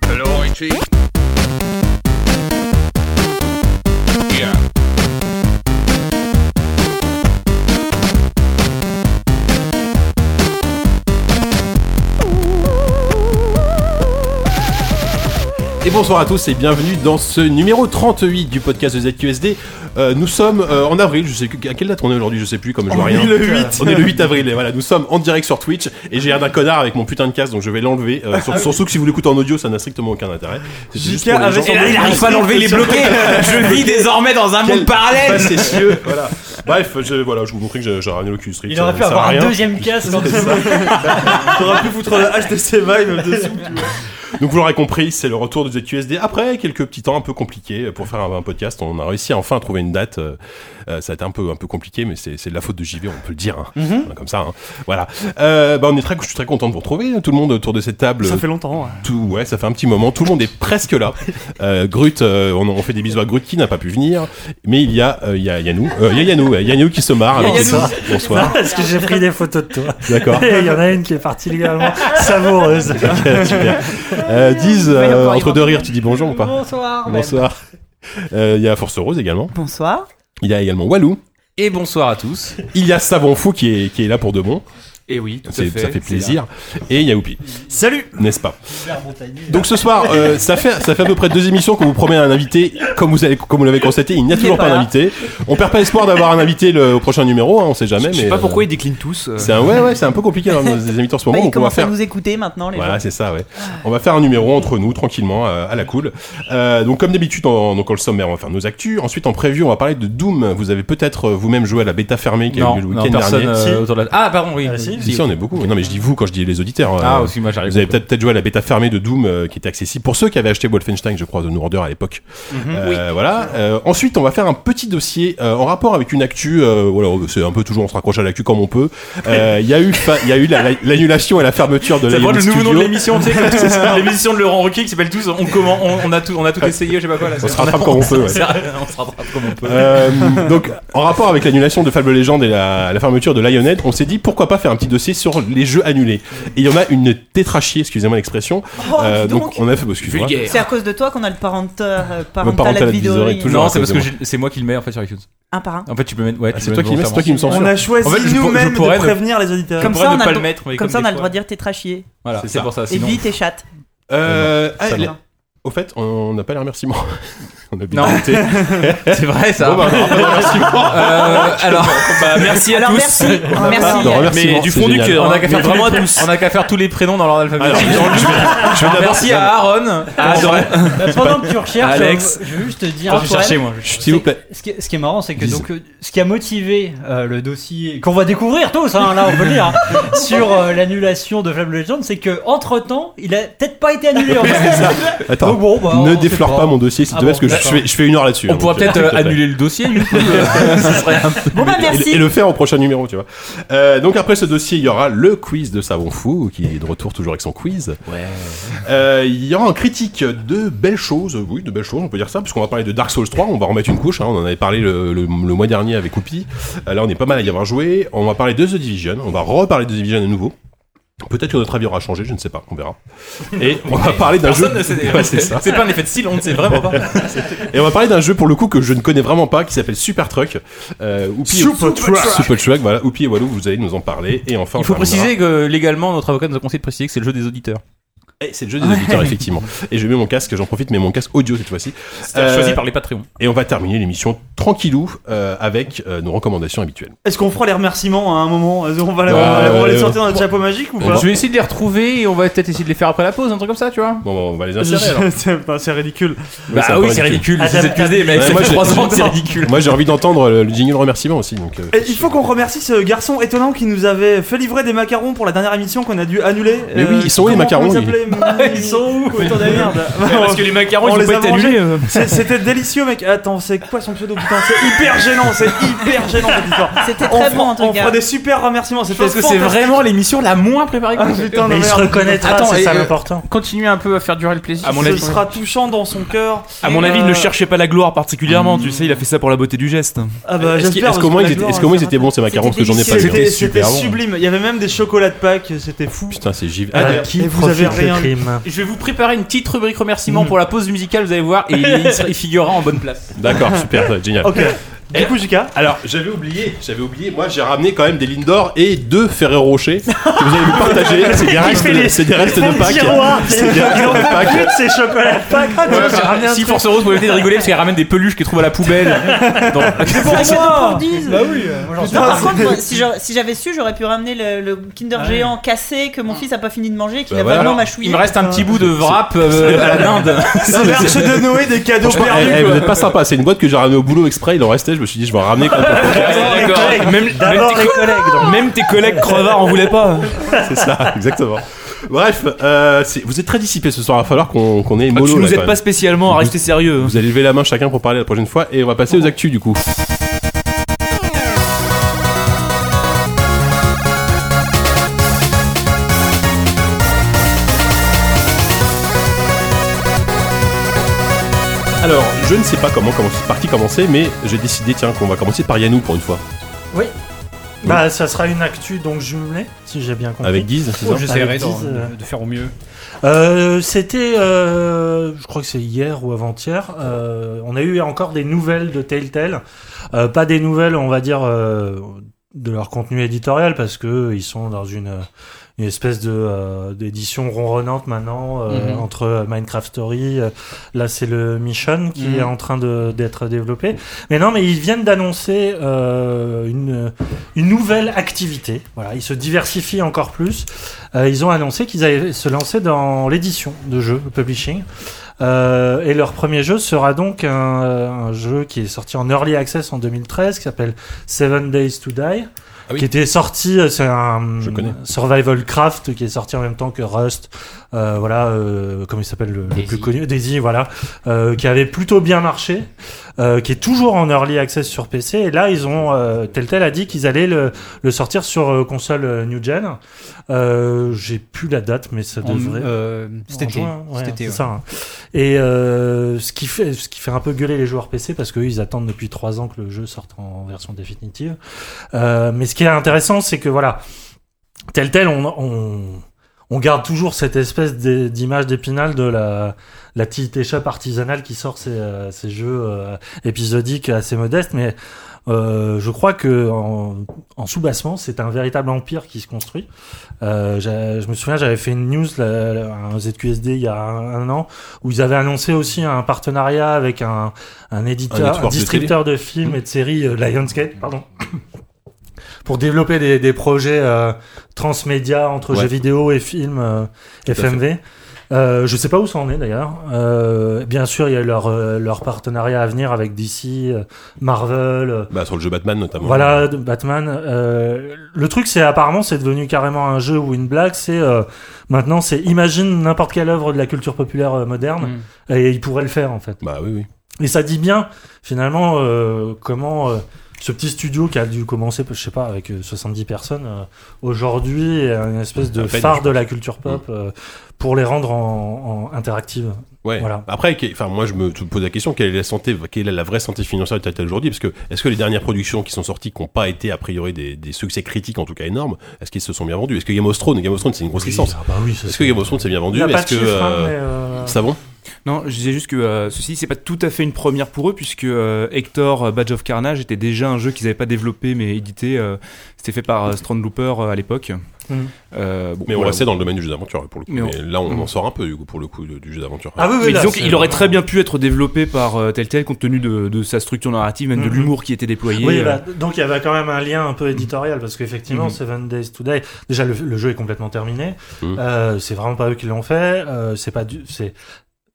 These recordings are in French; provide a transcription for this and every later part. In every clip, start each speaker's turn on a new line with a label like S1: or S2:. S1: Fauci. Yeah.
S2: Et bonsoir à tous et bienvenue dans ce numéro 38 du podcast de ZQSD. Euh, nous sommes euh, en avril, je sais que- à quelle date on est aujourd'hui, je sais plus comme je vois rien. On est le 8 avril et voilà, nous sommes en direct sur Twitch et j'ai l'air d'un connard avec mon putain de casque donc je vais l'enlever. euh, sur- surtout que si vous l'écoutez en audio, ça n'a strictement aucun intérêt. C'est juste pour les gens.
S3: Et là, il arrive pas à l'enlever, il est bloqué. Je vis désormais dans un
S2: Quel
S3: monde parallèle.
S2: facétieux, voilà. Bref, je, voilà, je vous montrais que j'ai- j'ai ramené le cul strict.
S4: Il aurait
S2: ça-
S4: pu
S2: ça
S4: avoir
S2: va
S4: un
S2: rien.
S4: deuxième casque en dessous.
S5: T'aurais pu foutre le HTC Vive dessous.
S2: Donc vous l'aurez compris, c'est le retour de ZQSD après quelques petits temps un peu compliqués pour faire un, un podcast. On a réussi à enfin à trouver une date. euh, euh, ça a été un peu un peu compliqué, mais c'est c'est de la faute de JV, on peut le dire, hein.
S5: Mm-hmm.
S2: comme ça. hein. Voilà. Euh, bah, on est très, je suis très content de vous retrouver, hein, tout le monde autour de cette table.
S5: Ça fait longtemps. ouais.
S2: Tout, ouais, ça fait un petit moment. Tout le monde est presque là. Euh, Grut, euh, on, on fait des bisous à Grut qui n'a pas pu venir, mais il y a euh, il y a Yannou, Euh, il y a Yannou, euh, Yannou qui se marre. alors c'est ça. Bonsoir.
S4: Parce que j'ai pris des photos de toi.
S2: D'accord.
S4: Et il y en a une qui est particulièrement savoureuse.
S2: Super. Euh, Diz, euh, entre deux rires, tu dis bonjour ou pas
S6: Bonsoir.
S2: Bonsoir. Euh, Il y a Force Rose également.
S6: Bonsoir. Bah,
S2: Il y a également Walou.
S3: Et bonsoir à tous.
S2: Il y a Savon Fou qui est, qui est là pour de bon.
S3: Et Eh oui, tout à
S2: C'est-
S3: fait.
S2: ça fait plaisir. Et il y a Oupi,
S5: Salut
S2: n'est-ce pas Donc ce soir, euh, ça, fait, ça fait à peu près deux émissions qu'on vous promet un invité. Comme vous, avez, comme vous l'avez constaté, il n'y a
S6: Il
S2: toujours
S6: est
S2: pas
S6: pas là.
S2: d'invité. On perd pas espoir d'avoir un invité le, au prochain numéro, hein, on sait jamais.
S3: Je
S2: mais,
S3: sais pas
S2: euh,
S3: pourquoi ils déclinent tous. euh.
S2: C'est un, ouais, ouais, c'est un peu compliqué dans les invités en ce
S6: Bah,
S2: moment.
S6: ils
S2: donc on va
S6: commencent
S2: faire
S6: à nous écouter maintenant, les
S2: Voilà,
S6: gens.
S2: c'est ça, ouais. On va faire un numéro entre nous, tranquillement, euh, à la cool. Euh, donc, comme d'habitude, on, donc, on le sommaire, on va faire nos actus. Ensuite, en preview, on va parler de Doom. Vous avez peut-être euh, vous-même joué à la bêta fermée qui a eu lieu le week-end
S3: personne
S2: dernier.
S3: euh, autour de la- Ah, pardon, oui.
S4: Ah, si,
S2: Si, si, on est beaucoup. Non, mais je dis vous quand je dis les auditeurs. euh,
S3: Ah, excuse-moi, j'arrive.
S2: vous avez peut-être peut-être joué à la bêta fermée de Doom euh, qui était accessible pour ceux qui avaient acheté Wolfenstein, je crois, de New Order à l'époque.
S3: Mhm.
S2: Euh, Voilà. Euh, ensuite, on va faire un petit dossier euh, en rapport avec une actu. euh, voilà, c'est un peu toujours on se raccroche à l'actu comme on peut. Euh, Il y a eu, fa- il y a eu la- la- l'annulation et la fermeture de
S3: Ça
S2: la
S3: prend le nouveau nom de l'émission, tu sais, comme tout- l'émission de Laurent Ruquier qui s'appelle tous on, comment, on, on a tout, on a tout essayé, je sais pas quoi. Là,
S2: On se rattrape comme on peut, ouais.
S3: C'est vrai, on se rattrape comme on peut.
S2: Euh, donc, en rapport avec l'annulation de Fable Legend et la, la fermeture de Lionhead, on s'est dit pourquoi pas faire un petit dossier sur les jeux annulés. Et il y en a une tétrachie, excusez-moi l'expression.
S6: Oh, dis
S2: Euh,
S6: donc.
S2: donc, on a fait, bah, excuse-moi.
S6: C'est à cause de toi qu'on a le parental, euh, parental,
S2: parental
S6: advisory.
S2: advisory, toujours.
S3: Non, c'est parce que
S2: excusez-moi.
S3: j'ai- c'est moi qui le mets en fait sur iTunes.
S6: Un par un.
S3: En fait, tu peux mettre. Ouais,
S2: Ah,
S3: tu
S2: c'est
S3: peux
S2: toi qui
S3: mettre
S2: me- c'est toi qui me
S3: volontairement.
S2: censure.
S5: On a choisi
S3: En fait, je pour-
S5: nous-mêmes
S3: je
S5: de
S3: pourrais ne-
S5: prévenir les auditeurs.
S6: Comme
S3: pourrait
S6: ça,
S3: ne
S6: on a
S3: pas
S6: le
S3: le
S6: dro-
S3: mettre, mais
S6: comme
S3: comme
S6: ça, on
S3: des
S6: a le
S3: fois-
S6: droit de dire tétrachier.
S3: Voilà,
S2: C'est
S3: c'est
S2: ça.
S3: pour ça. Sinon...
S6: Évite et chatte.
S2: Euh, ah,
S6: Ça
S2: la-
S6: va.
S2: Au fait, on n'a pas les remerciements. on a bien
S3: Non.
S2: noté.
S3: C'est vrai ça.
S2: Bon, bah, on n'a pas les remerciements.
S3: Euh, alors, bah, merci à
S6: Alors
S3: tous.
S6: merci. merci.
S2: Non, remerciements,
S3: Mais du
S2: c'est
S3: fond du
S2: génial.
S3: cœur, on a qu'à faire vraiment à tous. On a qu'à faire tous les prénoms dans l'ordre
S2: Alors,
S3: alphabétique.
S2: je vais- je vais d'abord.
S3: Merci à Ah, Aaron, à Adrien.
S4: Bah, pendant que tu recherches,
S3: Alex.
S4: euh, je veux juste te dire.
S3: Je vais
S4: Antoine,
S3: chercher moi. je-
S2: S'il vous plaît.
S4: Ce qui, ce qui est marrant, c'est que
S2: Dis.
S4: donc, euh, ce qui a motivé euh, le dossier qu'on va découvrir tous, hein, là on peut le dire, hein, sur euh, l'annulation de Fable Legend, c'est que entre temps, il a peut-être pas été annulé. En fait.
S2: Attends,
S4: Donc bon, bah, on
S2: ne
S4: sait
S2: déflore
S4: pas.
S2: pas mon dossier, s'il te
S4: Ah
S2: plaît,
S4: bon,
S2: parce que je
S4: d'accord.
S2: fais, je fais une heure là-dessus.
S3: On
S2: donc,
S3: pourra
S2: euh, s'il
S3: peut-être
S2: te
S3: euh,
S2: plaît.
S3: annuler le dossier du coup. euh, Ce serait un peu-
S6: Bon bah merci.
S2: Et, et le faire au prochain numéro, tu vois. Euh, donc après ce dossier, il y aura le quiz de Savon Fou, qui est de retour toujours avec son quiz.
S3: Ouais.
S2: Euh, il y aura en critique de belles choses, oui, de belles choses, on peut dire ça, parce qu'on va parler de Dark Souls 3, on va en mettre une couche, hein, on en avait parlé le, le- le mois dernier avec Oupi, Euh, là on est pas mal à y avoir joué, on va parler de The Division, on va reparler de The Division à nouveau. Peut-être que notre avis aura changé, je ne sais pas, on verra. Et on va parler d'un jeu.
S3: Personne ne sait.
S2: Ouais, c'est ça.
S3: C'est pas un effet de style, on ne sait vraiment pas.
S2: Et on va parler d'un jeu pour le coup que je ne connais vraiment pas qui s'appelle Super Truck. Euh, Oupi Super Truck. Super Truck, voilà. Oupi et Walou, vous allez nous en parler. Et enfin,
S3: Il faut
S2: on terminera-
S3: préciser que légalement, notre avocat nous a conseillé de préciser que c'est le jeu des auditeurs.
S2: Eh, c'est le jeu des auditeurs, effectivement. Et je mets mon casque, j'en profite, mais mon casque audio cette fois-ci.
S3: C'est
S2: Euh,
S3: choisi par les Patreons.
S2: Et on va terminer l'émission tranquillou euh, avec euh, nos recommandations habituelles.
S5: Est-ce qu'on fera les remerciements à un moment Est-ce qu'on va les-
S2: Ouais,
S5: on va les
S2: ouais,
S5: sortir dans notre chapeau magique ou
S2: on va-
S5: pas
S3: Je vais essayer de les retrouver et on va peut-être essayer de les faire après la pause, un truc comme ça, tu vois. Bah
S2: Bon, bon, on va les insérer alors.
S5: Je- C'est enfin, c'est ridicule.
S2: Ouais, un peu
S3: ridicule. Ah,
S4: c'est ZQSD,
S3: mec.
S2: Ouais,
S3: ça
S2: moi,
S3: fait
S2: j'ai-
S3: 3 ans que c'est ridicule.
S2: Moi, j'ai envie d'entendre euh, le, le jingle remerciement aussi. Donc, euh,
S5: Et il faut qu'on remercie ce garçon étonnant qui nous avait fait livrer des macarons pour la dernière émission qu'on a dû annuler. Euh,
S2: Mais oui, ils sont où, les
S5: comment-
S2: macarons,
S5: comment ils s'appelaient
S4: Ils sont où
S5: Putain de merde.
S3: Parce que les macarons,
S5: On
S3: ils ont
S5: les
S3: pas
S5: a
S3: été
S5: mangés.
S3: annulés. euh.
S5: C'est- C'était délicieux, mec. Attends, c'est quoi son pseudo Putain, c'est hyper gênant, c'est hyper gênant cette histoire.
S6: C'était
S5: On,
S6: très
S5: fera-
S6: bon en tout
S5: on fera
S6: cas.
S5: des super remerciements.
S3: Je pense que c'est vraiment l'émission la moins préparée que
S5: Ah,
S3: j'ai.
S5: putain, de
S4: Mais il se
S5: merde.
S4: reconnaîtra,
S3: Attends,
S4: c'est
S3: et,
S4: ça
S3: euh,
S4: l'important.
S3: Continuez un peu à faire durer le plaisir.
S7: À mon
S5: Ce
S7: avis.
S5: sera touchant dans son cœur.
S7: À mon avis, il
S5: Euh,
S7: ne cherchait pas la gloire particulièrement, tu sais, il a fait ça pour la beauté du geste.
S5: Ah bah,
S2: est-ce qu'il-
S5: j'espère,
S2: est-ce qu'au moins
S5: parce
S2: ils
S5: que
S2: étaient, est-ce
S5: la gloire,
S2: qu'au moins ils
S5: ça
S2: étaient bons ces macarons Parce que j'en ai pas eu.
S5: C'était c'était
S2: super bon.
S5: sublime. Il y avait même des chocolats de Pâques, c'était fou. Euh,
S2: Putain, c'est givre.
S4: Ah,
S2: Ah, d'ailleurs,
S4: qui
S5: Et vous avez
S4: profite le
S5: rien
S8: crime.
S3: Je vais vous préparer une petite rubrique remerciement pour la pause musicale, vous allez voir, et il, il sera- il figurera en bonne place.
S2: D'accord, super, génial.
S8: Ok. Du coup, Jika,
S2: Alors, j'avais oublié, j'avais oublié, moi j'ai ramené quand même des Lindor et deux Ferrero Rocher que vous allez me partager. C'est des restes,
S8: fait
S2: de-
S8: les-
S2: c'est des restes
S8: Mon
S2: de Pâques.
S8: tiroir,
S2: C'est des restes de Pâques.
S8: toutes ces chocolats de Pâques. Ah, tu vois, j'ai ramené un
S3: si
S8: truc.
S3: Force Rose pouvait éviter de rigoler parce qu'elle ramène des peluches qu'elle trouve à la poubelle. Dans-
S4: C'est
S6: Pour dix.
S8: Ah
S4: Bah oui, euh, moi j'en sais
S6: Non,
S4: pas.
S6: par contre, moi, si j'aurais- si j'avais su, j'aurais pu ramener le, le Kinder géant cassé que mon fils a pas fini de manger, qu'il
S2: Bah
S6: a
S2: voilà.
S6: vraiment
S3: Alors,
S6: mâchouillé.
S3: il me reste un petit bout de wrap euh, à la dinde.
S5: Un verche de Noé des cadeaux
S2: Franchement,
S5: perdus.
S2: eh, eh, vous
S5: quoi.
S2: n'êtes pas sympa, c'est une boîte que j'ai ramenée au boulot exprès, il en restait, je me suis dit je vais en ramener quand même.
S7: Même, même
S8: D'abord
S7: tes,
S8: les collègues. donc.
S7: même tes collègues crevards en voulaient pas.
S2: C'est ça, exactement. Bref, euh, c'est- vous êtes très dissipés ce soir, il va falloir qu'on qu'on ait une
S7: Ah, tu
S2: mollo, là,
S7: nous
S2: quand
S7: aides pas
S2: même.
S7: spécialement à rester sérieux. hein.
S2: Vous allez lever la main chacun pour parler la prochaine fois et on va passer aux actus du coup. Alors, je ne sais pas comment commencer, par qui commencer, mais j'ai décidé, tiens, qu'on va commencer par Yannou pour une fois.
S8: Bah, ça sera une actu donc jumelée, si j'ai bien compris.
S2: Avec Guise, c'est ça
S8: J'essaierai de, faire au mieux. C'était, euh, je crois que c'est hier ou avant-hier, euh, on a eu encore des nouvelles de Telltale. Euh, pas des nouvelles, on va dire, euh, de leur contenu éditorial, parce que ils sont dans une, une espèce de euh, d'édition ronronnante maintenant, euh,
S3: Mhm.
S8: entre Minecraft Story, euh, là c'est le Mission qui
S3: Mhm.
S8: est en train de- d'être développé. Mais non, mais ils viennent d'annoncer euh, une, une nouvelle activité. Voilà, ils se diversifient encore plus. Euh, ils ont annoncé qu'ils allaient se lancer dans l'édition de jeux, le publishing. Euh, et leur premier jeu sera donc un, un jeu qui est sorti en early access en 2013, qui s'appelle Seven Days to Die,
S2: Ah oui.
S8: qui était sorti, euh, c'est un
S2: Je connais.
S8: survival craft qui est sorti en même temps que Rust, euh, voilà, euh, comment il s'appelle le, le
S3: Daisy.
S8: plus connu, Daisy, voilà, euh, qui avait plutôt bien marché, euh, qui est toujours en early access sur PC. Et là, ils ont, euh, Telltale a dit qu'ils allaient le, le sortir sur euh, console euh, new gen. Euh, J'ai plus la date, mais ça devrait.
S9: C'était
S8: En juin, ouais, c'est ça, hein. Et euh, ce, qui fait, ce qui fait un peu gueuler les joueurs PC parce qu'eux, ils attendent depuis trois ans que le jeu sorte en version définitive. Euh, mais ce qui est intéressant, c'est que voilà, tel tel, on, on, on garde toujours cette espèce d'é- d'image d'épinal de la, la petite échappe artisanale qui sort ces, euh, ces jeux euh, épisodiques assez modestes, mais euh, je crois que en, en sous-bassement, c'est un véritable empire qui se construit. Euh, j'a- je me souviens, j'avais fait une news là, là, à un ZQSD il y a un, un an où ils avaient annoncé aussi un partenariat avec un, un
S2: Un
S8: éditeur,
S2: network
S8: un
S2: de
S8: distributeur de films et de séries euh, Lionsgate, pardon, pour développer des, des projets euh, transmédia entre
S2: Ouais.
S8: jeux vidéo et films euh,
S2: à fait.
S8: FMV. Euh, je sais pas où ça en est d'ailleurs. Euh, bien sûr, il y a leur, euh, leur partenariat à venir avec DC, euh, Marvel, euh,
S2: Bah, sur le jeu Batman notamment.
S8: voilà, de- Batman. euh, le truc, c'est apparemment, c'est devenu carrément un jeu ou une blague. C'est euh, maintenant, c'est imagine n'importe quelle œuvre de la culture populaire euh, moderne et ils pourraient le faire en fait.
S2: Bah oui, oui.
S8: Et ça dit bien, finalement, euh, comment euh, ce petit studio qui a dû commencer, je sais pas, avec euh, 70 personnes, euh, aujourd'hui est une espèce de
S2: À peine, je
S8: phare de
S2: pense.
S8: la culture pop euh, pour les rendre en, en interactive.
S2: Ouais.
S8: Voilà.
S2: Après, que- enfin, moi, je me je me pose la question quelle est la santé, quelle est la vraie santé financière de Telltale aujourd'hui Parce que est-ce que les dernières productions qui sont sorties, qui n'ont pas été a priori des, des succès critiques, en tout cas énormes, est-ce qu'ils se sont bien vendus Est-ce que Game of Thrones, Game of Thrones, c'est une grosse licence
S8: Ah bah oui, ça,
S2: Est-ce que
S8: c'est-
S2: Game of Thrones s'est bien
S8: Il
S2: vendu
S8: y a
S2: mais
S8: pas
S2: Est-ce
S8: de
S2: que
S8: chiffres, hein,
S2: euh,
S8: mais, euh,
S2: ça bon
S7: Non, je disais juste que euh, ceci, c'est pas tout à fait une première pour eux, puisque euh, Hector euh, Badge of Carnage était déjà un jeu qu'ils avaient pas développé mais édité. euh, C'était fait par euh, Strandlooper euh, à l'époque.
S3: Hum.
S8: Mhm.
S7: Euh, bon,
S2: Mais on
S7: voilà.
S2: restait dans le domaine du jeu d'aventure pour le coup.
S7: Mais on-
S2: Mais là, on
S7: Mm.
S2: en sort un peu du coup, pour le coup de- du jeu d'aventure.
S8: Ah oui, oui,
S7: Mais
S8: là,
S7: disons
S8: c'est-
S7: qu'il aurait très bien pu être développé par euh, Telltale compte tenu de, de sa structure narrative, même de
S3: Hum,
S8: Mhm.
S7: l'humour qui était déployé.
S8: Oui,
S7: euh,
S8: bah, donc il y avait quand même un lien un peu éditorial parce qu'effectivement,
S7: Mhm.
S8: Seven Days to Die, déjà le, le jeu est complètement terminé.
S2: Mhm.
S8: Euh, c'est vraiment pas eux qui l'ont fait. Euh, c'est pas du, c'est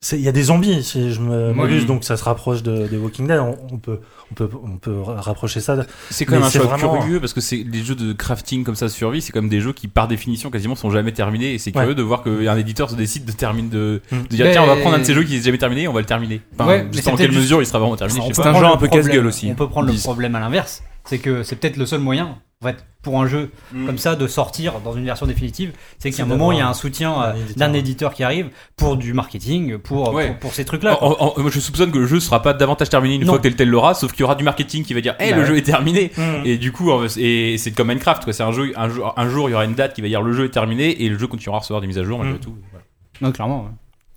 S8: c'est- il y a des zombies si je me m'abuse donc ça se rapproche de, des Walking Dead on, on peut on peut on peut rapprocher ça de-
S3: C'est quand même
S8: Mais
S3: un
S8: c'est
S3: choix
S8: vraiment-
S3: curieux parce que c'est les jeux de crafting comme ça de survie, c'est quand même des jeux qui par définition quasiment sont jamais terminés et c'est
S8: Ouais.
S3: curieux de voir qu'un éditeur se décide de termine de,
S8: Mm.
S3: de dire
S9: Mais-
S3: tiens on va prendre un de ces jeux qui est jamais terminé et on va le terminer. Enfin,
S9: Ouais, mais
S3: juste
S9: c'est
S3: en
S9: peut-être
S3: quelle
S9: juste-
S3: mesure il sera vraiment terminé.
S9: On
S3: je sais
S9: peut
S3: pas.
S7: un
S9: prendre
S7: genre
S9: le
S7: un peu
S9: problème-
S7: casse-gueule aussi.
S4: On peut prendre le
S2: Dis-
S4: problème à l'inverse. C'est que c'est peut-être le seul moyen, en fait, pour un jeu comme ça, de sortir dans une version définitive. C'est
S8: C'est
S4: qu'à un moment, il y a
S8: d'avoir
S4: un soutien euh,
S8: un éditeur.
S4: d'un éditeur qui arrive pour du marketing, pour,
S3: Ouais.
S4: pour, pour ces trucs-là.
S3: En- en- en- moi, je soupçonne que le jeu sera pas davantage terminé une
S4: Non.
S3: fois que tel l'aura, sauf qu'il y aura du marketing qui va dire hey,
S4: Bah
S3: le
S4: ouais. Mm.
S3: jeu est terminé.
S8: Mhm.
S3: Et du coup, euh, et c'est comme Minecraft, quoi. C'est un jeu, un jour, un jour, il y aura une date qui va dire le jeu est terminé et le jeu continuera à recevoir des mises à jour malgré
S8: Mm.
S3: tout. Voilà.
S4: Non, clairement. ouais.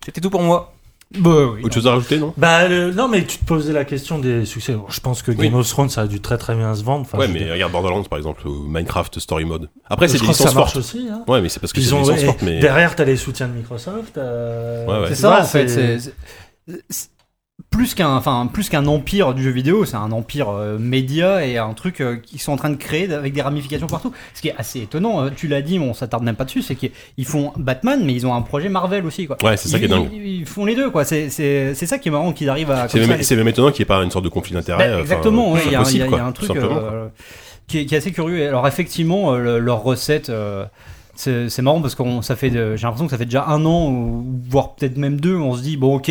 S3: C'était tout pour moi.
S4: Bah oui.
S2: Autre chose à rajouter, non
S8: Bah euh, non, mais tu te posais la question des succès. Bon, Je pense que Game
S2: Oui.
S8: of Thrones, ça a dû très très bien se vendre. Enfin,
S2: Ouais,
S8: je veux
S2: mais
S8: dire,
S2: regarde Borderlands par exemple, ou Minecraft Story Mode. Après,
S8: je
S2: c'est des
S8: crois que ça
S2: licences
S8: marche
S2: fortes.
S8: aussi. hein.
S2: Ouais, mais c'est parce que c'est
S8: Ils
S2: des
S8: ont
S2: licences
S8: et
S2: fortes, mais.
S8: derrière, t'as les soutiens de Microsoft. euh,
S2: Ouais, ouais.
S8: tu
S2: C'est
S4: C'est ça
S8: vois,
S4: en fait.
S8: c'est-
S4: c'est- c'est- c'est- Plus qu'un, enfin, plus qu'un empire du jeu vidéo, c'est un empire euh, média et un truc euh, qu'ils sont en train de créer avec des ramifications partout. Ce qui est assez étonnant, euh, tu l'as dit, mais on s'attarde même pas dessus, c'est qu'ils font Batman, mais ils ont un projet Marvel aussi, quoi.
S2: Ouais, c'est ça
S4: Ils-
S2: qui est dingue.
S4: Ils, ils font les deux, quoi. C'est, c'est, c'est ça qui est marrant qu'ils arrivent à.
S2: C'est
S4: comme ça,
S2: même,
S4: les-
S2: c'est même étonnant qu'il n'y ait pas une sorte de conflit d'intérêt.
S4: Bah,
S2: enfin,
S4: exactement, ouais,
S2: c'est
S4: il y, a un- il y
S2: impossible,
S4: a- il y
S2: quoi,
S4: a un
S2: tout
S4: truc
S2: simplement,
S4: euh,
S2: quoi.
S4: qui, est, qui est assez curieux. Alors effectivement, euh, le- leur recette, euh, c'est c'est marrant parce que ça fait, de- j'ai l'impression que ça fait déjà un an ou voire peut-être même deux, où on se dit bon ok,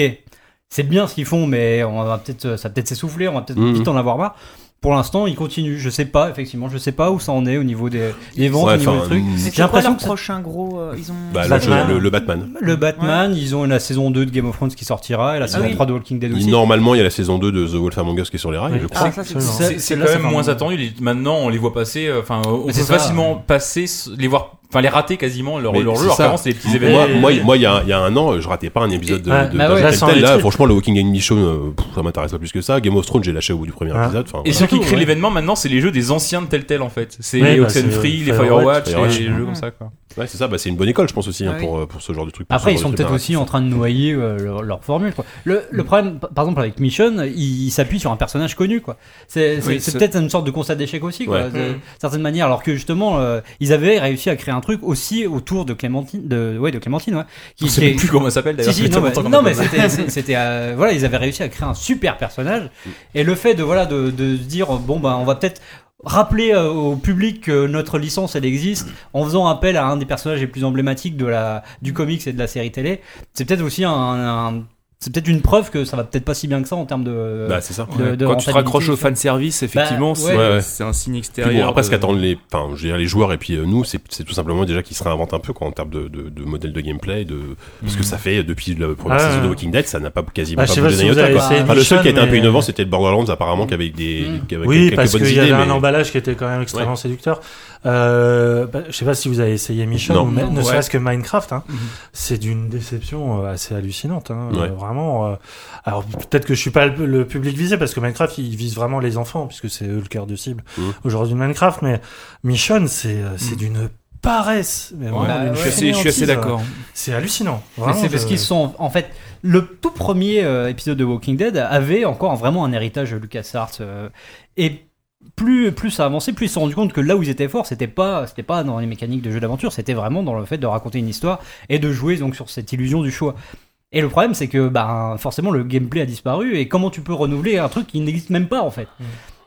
S4: c'est bien ce qu'ils font, mais on va peut-être, ça va peut-être s'essouffler, on va peut-être
S2: Mhm.
S4: vite en avoir marre. Pour l'instant, ils continuent. Je sais pas, effectivement, je sais pas où ça en est au niveau des, des ventes,
S2: Ouais,
S4: au niveau
S2: enfin,
S4: des trucs.
S2: mm,
S6: C'est
S4: J'ai
S6: quoi
S4: l'impression
S6: leur
S4: que ça-
S6: prochain gros euh, Ils ont.
S2: bah, le,
S8: Batman.
S2: jeu- le- le Batman.
S4: Le Batman, ils ont la saison 2 de Game of Thrones qui sortira et la saison
S6: oui.
S4: 3 de Walking Dead aussi.
S2: Normalement, il y a la saison 2 de The Wolf Among Us qui est sur les rails,
S8: Oui.
S2: je crois.
S6: Ah, ça, c'est
S8: Absolument.
S3: C'est c'est
S4: là,
S3: quand
S4: ça
S3: même
S4: fait un
S3: moins
S4: moment.
S3: attendu. les- Maintenant, on les voit passer. euh, Enfin, on
S4: Mais
S3: peut
S4: c'est ça.
S3: facilement passer, s- les voir, enfin, les rater quasiment leur,
S2: Mais
S3: leur
S2: c'est
S3: jeu. Alors
S2: ça.
S3: qu'avant, c'est des petits événements.
S2: Moi, moi, il- moi, il y, a, il y a un an, je ratais pas un épisode de,
S8: Ouais,
S2: de-
S4: bah
S2: de
S4: ouais.
S8: Là,
S2: Telltale.
S8: sans les
S2: Là,
S8: trucs.
S2: franchement, le Walking Enemy Show, euh, pff, ça m'intéresse pas plus que ça. Game of Thrones, j'ai lâché au bout du premier
S8: Ah.
S2: épisode. enfin,
S3: Et
S2: voilà.
S3: ceux qui créent
S4: ouais.
S3: l'événement maintenant, c'est les jeux des anciens de Telltale en fait. C'est
S8: Ouais,
S3: les
S8: bah,
S7: euh,
S3: Oxenfree,
S8: c'est
S3: les
S8: Firewatch,
S3: Firewatch,
S2: Firewatch.
S3: les jeux comme
S6: Mhm.
S3: ça quoi.
S2: Ouais, c'est ça. Bah, c'est une bonne école, je pense aussi, hein,
S6: Ah oui.
S2: pour, euh, pour ce genre de truc. pour
S4: Après,
S2: ce
S4: ils
S2: genre
S4: sont
S2: de
S4: peut-être
S2: truc
S4: aussi en train de noyer euh, leur, leur formule. Quoi. Le, le problème, p- par exemple, avec Mission, ils ils s'appuient sur un personnage connu. quoi. C'est c'est-
S3: Oui,
S4: c'est
S3: c'est-
S4: peut-être une sorte de constat d'échec aussi, quoi,
S2: Ouais.
S4: de de certaine manière. Alors que justement, euh, ils avaient réussi à créer un truc aussi autour de Clémentine. De, ouais, de Clémentine, ouais. Qui,
S3: Je
S4: qui
S3: sais
S4: est-
S3: plus comment ça s'appelle
S4: si,
S3: d'ailleurs.
S4: si,
S3: ça fait
S4: non,
S3: longtemps
S4: mais,
S3: qu'on
S4: non,
S3: en
S4: mais
S3: parle.
S4: c'était, c'est- c'était, euh, voilà, ils avaient réussi à créer un super personnage. Et le fait de, voilà, de, de se dire, bon, bah, on va peut-être rappeler euh, au public que notre licence, elle existe, en faisant appel à un des personnages les plus emblématiques de la, du comics et de la série télé. C'est peut-être aussi un, un- c'est peut-être une preuve que ça va peut-être pas si bien que ça en termes de.
S8: euh,
S2: Bah, c'est ça.
S4: de- de
S7: Quand tu te
S4: rentabilité,
S7: raccroches au
S4: tu vois.
S7: fanservice, effectivement,
S4: Bah,
S7: c'est
S2: ouais. Ouais.
S7: c'est un signe
S2: Puis
S7: extérieur.
S2: bon,
S8: euh,
S2: après, ce
S7: de-
S2: qu'attendent les, enfin, je veux dire, les joueurs et puis euh, nous, c'est c'est tout simplement déjà qu'ils se réinventent un peu quoi, en termes de, de, de modèle de gameplay, de parce que ça fait euh, depuis la première
S8: Mm. Ah,
S2: saison de
S8: ouais.
S2: Walking Dead, ça n'a pas quasiment
S8: Bah, je
S2: pas
S8: sais pas
S2: bougé
S8: si
S2: d'un
S8: vous
S2: iota,
S8: avez
S2: quoi.
S8: essayé
S2: Enfin, le seul qui a été un peu
S8: Mission, mais- euh,
S2: innovant, c'était le Borderlands apparemment, qu'avec des,
S4: Mm.
S2: avec
S8: Oui,
S2: quelques
S8: parce
S2: bonnes
S8: qu'il y
S2: idées,
S8: avait un
S2: mais-
S8: emballage qui était quand même extrêmement séducteur. Euh, bah, je sais pas si vous avez essayé Mission,
S2: Non.
S8: ou même- ne
S3: Ouais.
S8: serait-ce que Minecraft. hein. C'est d'une déception euh, assez hallucinante, hein,
S2: Ouais.
S8: euh, vraiment. euh. alors peut-être que je suis pas le, le public visé parce que Minecraft il vise vraiment les enfants puisque c'est eux le cœur de cible
S7: Mmh.
S2: Mhm.
S8: aujourd'hui de Minecraft. Mais Mission, c'est euh, c'est d'une paresse. mais vraiment
S4: Bah,
S8: d'une
S4: ouais.
S7: Je suis assez- je suis assez
S8: fainéantise.
S7: d'accord.
S8: C'est hallucinant.
S4: Mais
S8: Vraiment,
S4: c'est parce
S8: je-
S4: qu'ils sont en fait le tout premier euh, épisode de Walking Dead avait encore vraiment un héritage LucasArts euh, et plus plus ça avançait plus ils se sont rendus compte que là où ils étaient forts c'était pas c'était pas dans les mécaniques de jeu d'aventure c'était vraiment dans le fait de raconter une histoire et de jouer donc sur cette illusion du choix. Et le problème c'est que ben forcément le gameplay a disparu et comment tu peux renouveler un truc qui n'existe même pas en fait.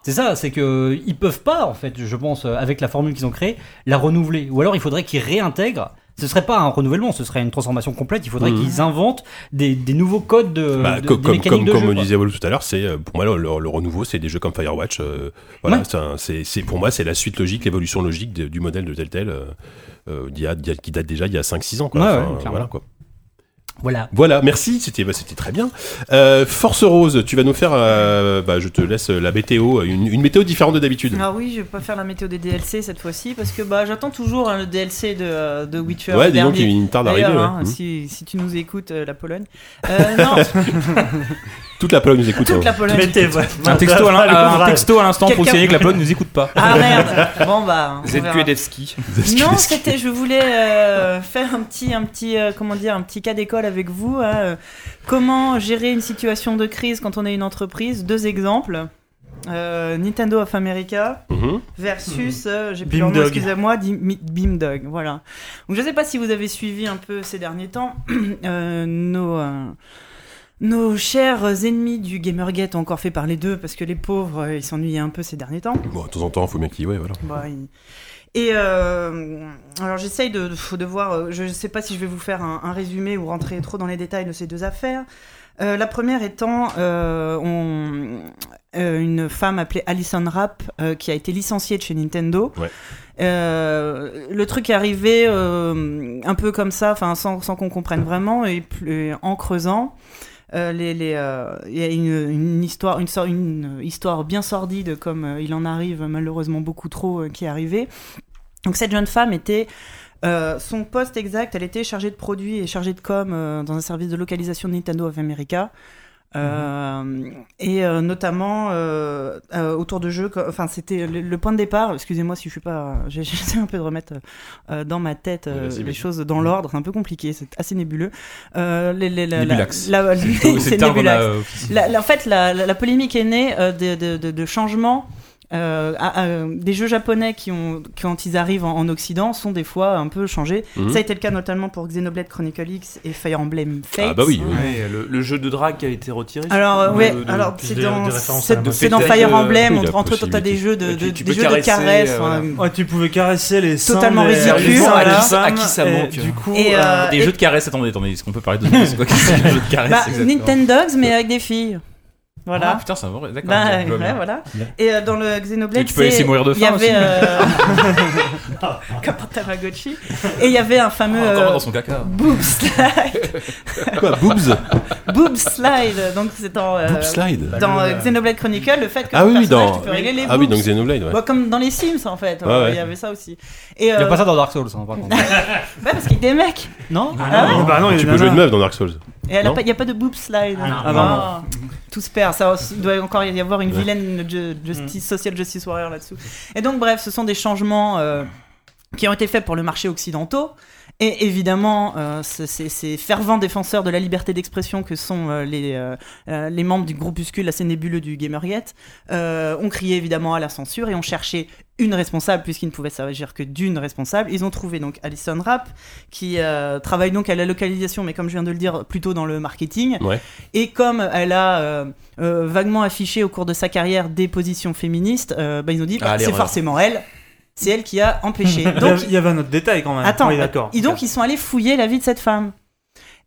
S4: C'est ça, c'est que ils peuvent pas en fait, je pense, euh, avec la formule qu'ils ont créée, la renouveler. Ou alors il faudrait qu'ils réintègrent. Ce serait pas un renouvellement, ce serait une transformation complète. Il faudrait
S2: Mhm.
S4: qu'ils inventent des, des nouveaux codes de,
S2: Bah,
S4: Euh, de-
S2: co-
S4: des
S2: comme
S4: mécaniques
S2: comme,
S4: de
S2: comme
S4: jeu,
S2: on
S4: quoi.
S2: disait Wolf tout à l'heure, c'est euh, pour moi le, le- le renouveau, c'est des jeux comme Firewatch. euh, voilà,
S4: Ouais.
S2: c'est un- c'est c'est- pour moi c'est la suite logique, l'évolution logique de- du modèle de Telltale euh, euh, d'il y a- d'il y a- qui date déjà il y a 5-6 ans. Quoi.
S4: Ouais,
S2: Enfin,
S4: ouais, clairement.
S2: voilà, quoi.
S4: Voilà.
S2: Voilà, merci, c'était bah, c'était très bien. Euh, Force Rose, tu vas nous faire, euh, bah, je te laisse la météo, une, une météo différente de d'habitude.
S6: Alors Ah oui, je vais pas faire la météo des DLC cette fois-ci parce que bah j'attends toujours hein, le DLC de, euh, de Witcher.
S2: Ouais,
S6: le
S2: dis donc,
S6: dernier.
S2: il tarde à arriver.
S6: D'ailleurs,
S2: ouais.
S6: hein,
S2: Mhm.
S6: si, si tu nous écoutes, euh, la Pologne. Euh, non,
S2: Toute la Pologne nous écoute. hein.
S6: toute la Pologne.
S8: Mettez
S3: Un texto à l'in- un texto à l'instant pour
S6: Quelqu'un-
S3: signaler que la Pologne nous écoute pas.
S6: Ah merde. Bon bah. on verra.
S3: Zedkuedevski.
S6: Non, c'était, je voulais euh, faire un petit, un petit, euh, comment dire, un petit cas d'école avec vous. hein, euh, comment gérer une situation de crise quand on est une entreprise Deux exemples. Euh, Nintendo of America
S2: Mhm.
S6: versus, euh, j'ai
S8: Beam
S6: plus leur nom,
S8: Dog.
S6: excusez-moi, Dim- Mi- Beam Dog. Voilà. Donc je ne sais pas si vous avez suivi un peu ces derniers temps euh, nos. euh, nos chers ennemis du Gamergate ont encore fait parler d'eux parce que les pauvres, euh, ils s'ennuyaient un peu ces derniers temps.
S2: Bon, de temps en temps, faut bien qu'il ouais, voilà.
S6: Bah, il- Et euh, alors j'essaye de, de- de voir, euh, je ne sais pas si je vais vous faire un, un résumé ou rentrer trop dans les détails de ces deux affaires. Euh, la première étant euh, on- euh, une femme appelée Alison Rapp euh, qui a été licenciée de chez Nintendo.
S2: Ouais.
S6: Euh, le truc est arrivé euh, un peu comme ça, enfin sans, sans qu'on comprenne vraiment, et, plus- et en creusant. euh, les- les, euh, Il y a une, une histoire, une, sor- une euh, histoire bien sordide, comme euh, il en arrive malheureusement beaucoup trop, euh, qui est arrivée. Donc cette jeune femme était Euh, son poste exact, elle était chargée de produits et chargée de com euh, dans un service de localisation de Nintendo of America. Euh,
S2: Mhm.
S6: Et euh, notamment euh, euh, autour de jeux, co- enfin c'était le, le point de départ. Excusez-moi si je suis pas, euh, j'ai- j'essaie un peu de remettre euh, dans ma tête euh,
S2: Ouais, vas-y,
S6: les
S2: vas-y.
S6: choses dans l'ordre. C'est un peu compliqué, c'est assez nébuleux. Euh, les- les- la- la-
S3: Nébulax.
S6: la-
S3: C'est
S6: c'est
S3: le terme qu'on a.
S6: nébulax.
S3: euh,
S6: La- la- en fait, la, la- la polémique est née euh, de, de- de- de changements. euh, à- à- des jeux japonais qui ont, quand ils arrivent en, en Occident, sont des fois un peu changés.
S2: Mhm.
S6: Ça a été le cas notamment pour Xenoblade Chronicle X et Fire Emblem Fates.
S2: Ah bah oui. oui.
S5: Ouais, le, le jeu de drague qui a été retiré.
S6: Alors, euh,
S5: De-
S6: ouais,
S5: de- de-
S6: alors
S8: des-
S6: c'est
S8: des
S6: dans,
S8: références
S6: c'est-
S8: à la
S6: c'est dans
S5: mode.
S6: Fire
S5: Peut-être,
S6: Emblem,
S2: euh, oui,
S6: on te
S2: la
S6: rentre autant t'as des
S2: possibilité.
S6: jeux de,
S2: Ouais,
S6: de-
S5: tu- tu
S6: des
S5: peux
S6: jeux de
S5: caresser,
S6: caresses.
S5: euh,
S6: enfin,
S5: voilà.
S8: Ouais, tu pouvais caresser les seins
S6: Totalement
S8: des-
S5: Sérieusement,
S6: ridicule,
S5: à,
S6: voilà.
S5: qui, ça- à qui ça
S8: Et
S5: manque
S8: du coup,
S6: Et, euh,
S3: Des
S6: et-
S3: jeux de caresses, attendez, attendez, est-ce qu'on peut parler de c'est quoi que c'est un jeu de caresses
S6: bah,
S3: exactement
S6: Nintendogs, mais avec des filles.
S3: Ah,
S6: Voilà.
S3: putain, c'est un vrai. D'accord.
S6: Bah,
S3: je vois
S6: ouais,
S3: bien.
S6: voilà.
S3: Bien.
S6: Et euh, dans le Xenoblade,
S3: Tu peux laisser
S6: c'est-
S3: mourir de
S6: Il y
S3: faim
S6: avait
S3: aussi.
S6: euh, comme un Tamagotchi. Et il y avait un fameux
S3: Encore
S6: euh,
S3: dans son caca.
S6: boob slide,
S2: Quoi, boobs
S6: Euh, boob slide. Donc c'est dans euh,
S2: Boob slide
S6: dans euh, Xenoblade Chronicle le fait que
S2: Ah
S6: ton
S2: oui, oui,
S6: personnage,
S2: dans-
S6: tu peux régler les
S2: Ah oui,
S6: boobs.
S2: donc Xenoblade, ouais.
S6: Bah, comme dans les Sims en fait,
S2: Ouais, ouais.
S6: il y avait ça aussi. Et
S4: Il y a
S6: euh,
S4: pas ça dans Dark Souls, hein, par contre.
S6: ouais, parce qu'il y a des mecs.
S4: non
S6: Ah ouais
S5: bah non,
S2: Tu peux jouer de meuf dans Dark Souls.
S6: Et elle a
S2: Non.
S6: pas- il n'y a pas de boob slide.
S5: Ah non,
S6: Ah. Tout se perd. Ça il doit encore y avoir une vilaine ju-
S5: Mm.
S6: justice, social justice warrior là-dessous. Et donc, bref, ce sont des changements euh, qui ont été faits pour le marché occidentaux. Et évidemment, euh, ce- ces, ces fervents défenseurs de la liberté d'expression que sont euh, les, euh, euh, les membres du groupuscule assez nébuleux du Gamergate euh, ont crié évidemment à la censure et ont cherché une responsable, puisqu'ils ne pouvaient s'agir que d'une responsable. Ils ont trouvé donc Alison Rapp, qui euh, travaille donc à la localisation, mais comme je viens de le dire, plutôt dans le marketing.
S2: Ouais.
S6: Et comme elle a euh, euh, vaguement affiché au cours de sa carrière des positions féministes, euh, bah, ils ont dit bah,
S3: Ah,
S6: c'est
S3: l'erreur.
S6: forcément elle, c'est elle qui a empêché.
S5: Donc,
S6: Donc,
S5: il y avait un autre détail quand même.
S6: attends,
S5: Oui, d'accord.
S6: et donc ils sont allés fouiller la vie de cette femme.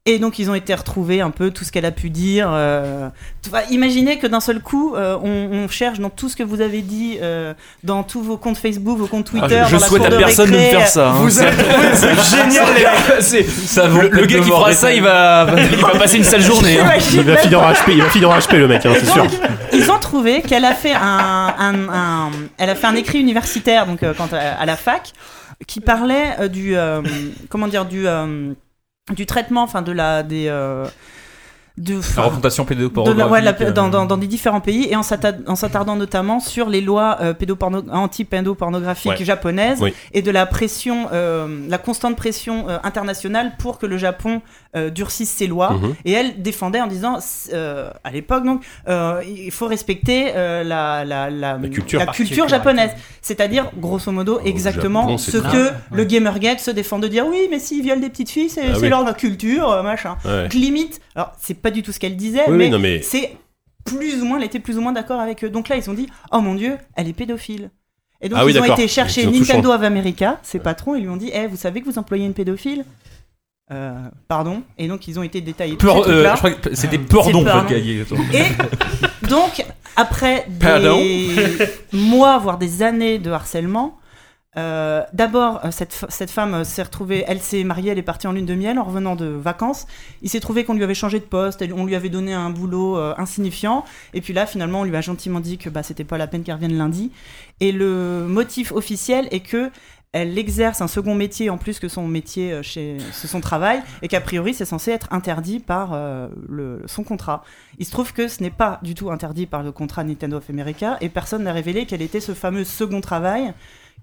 S6: Et donc ils ont été retrouvés un peu tout ce qu'elle a pu dire. euh, tu vois, imaginez que d'un seul coup, euh, on, on cherche dans tout ce que vous avez dit, euh, dans tous vos comptes Facebook, vos comptes Twitter.
S7: Ah, je
S6: dans la
S7: souhaite
S6: cour
S7: à
S6: de
S7: personne de me
S6: récré,
S7: faire ça. hein.
S5: Vous avez trouvé ça génial, les gars.
S3: C'est- ça vaut
S7: Le, le
S3: peut-être
S7: gars
S3: de
S7: qui
S3: voir
S7: fera
S3: des
S7: ça,
S3: films.
S7: il va, il va passer une sale journée. hein.
S6: J'imagine
S2: Il va
S6: même
S2: finir en HP, il va finir en HP le mec, hein, c'est sûr.
S6: Donc, ils ont trouvé qu'elle a fait un, un- un- elle a fait un écrit universitaire donc euh, quand à, à la fac qui parlait euh, du euh, comment dire du euh, du traitement enfin de la des euh, de,
S3: La
S6: enfin,
S3: représentation
S6: de
S3: pédopornographique.
S6: la- ouais, la-
S3: euh,
S6: dans, dans- dans des différents pays et en s'atta- en s'attardant notamment sur les lois euh, pédoporno- anti-pédopornographiques
S2: Ouais.
S6: japonaises
S2: Oui.
S6: et de la pression, euh, la constante pression euh, internationale pour que le Japon euh, durcisse ses lois.
S2: Mhm.
S6: Et elle défendait en disant, c- euh, à l'époque donc, euh, il faut respecter euh, la, la, la,
S2: La culture.
S6: culture japonaise. C'est-à-dire, grosso modo, exactement
S2: Japon, c'est
S6: ce
S2: grave.
S6: que le Gamergate se défend de dire oui, mais s'ils violent des petites filles, c'est
S2: Ah
S6: c'est
S2: oui.
S6: leur culture, euh, machin.
S2: Ouais.
S6: Donc, limite, alors c'est pas du tout ce qu'elle disait,
S2: Oui, oui,
S6: mais,
S2: non, mais-
S6: c'est plus ou moins, elle était plus ou moins d'accord avec eux. Donc là, ils ont dit, oh mon dieu, elle est pédophile. Et donc
S2: Ah oui,
S6: ils ont
S2: d'accord.
S6: été chercher
S2: Ils ont tout
S6: Nintendo of America, ses patrons, ils lui ont dit, eh, vous savez que vous employez une pédophile Euh, Pardon. Et donc ils ont été détaillés. tous ces
S3: Peur, euh,
S6: trucs-là.
S3: je crois que c'était
S6: Ah.
S3: Pordon,
S6: Pardon.
S3: votre cahier.
S6: Et donc, après des
S3: Pardon
S6: mois, voire des années de harcèlement, euh, d'abord, euh, cette, f- cette femme euh, s'est retrouvée, elle s'est mariée, elle est partie en lune de miel en revenant de vacances. Il s'est trouvé qu'on lui avait changé de poste, elle- on lui avait donné un boulot euh, insignifiant. Et puis là, finalement, on lui a gentiment dit que bah, c'était pas la peine qu'elle revienne lundi. Et le motif officiel est que elle exerce un second métier en plus que son métier euh, chez c'est son travail et qu'a priori c'est censé être interdit par euh, le, son contrat. Il se trouve que ce n'est pas du tout interdit par le contrat Nintendo of America et personne n'a révélé quel était ce fameux second travail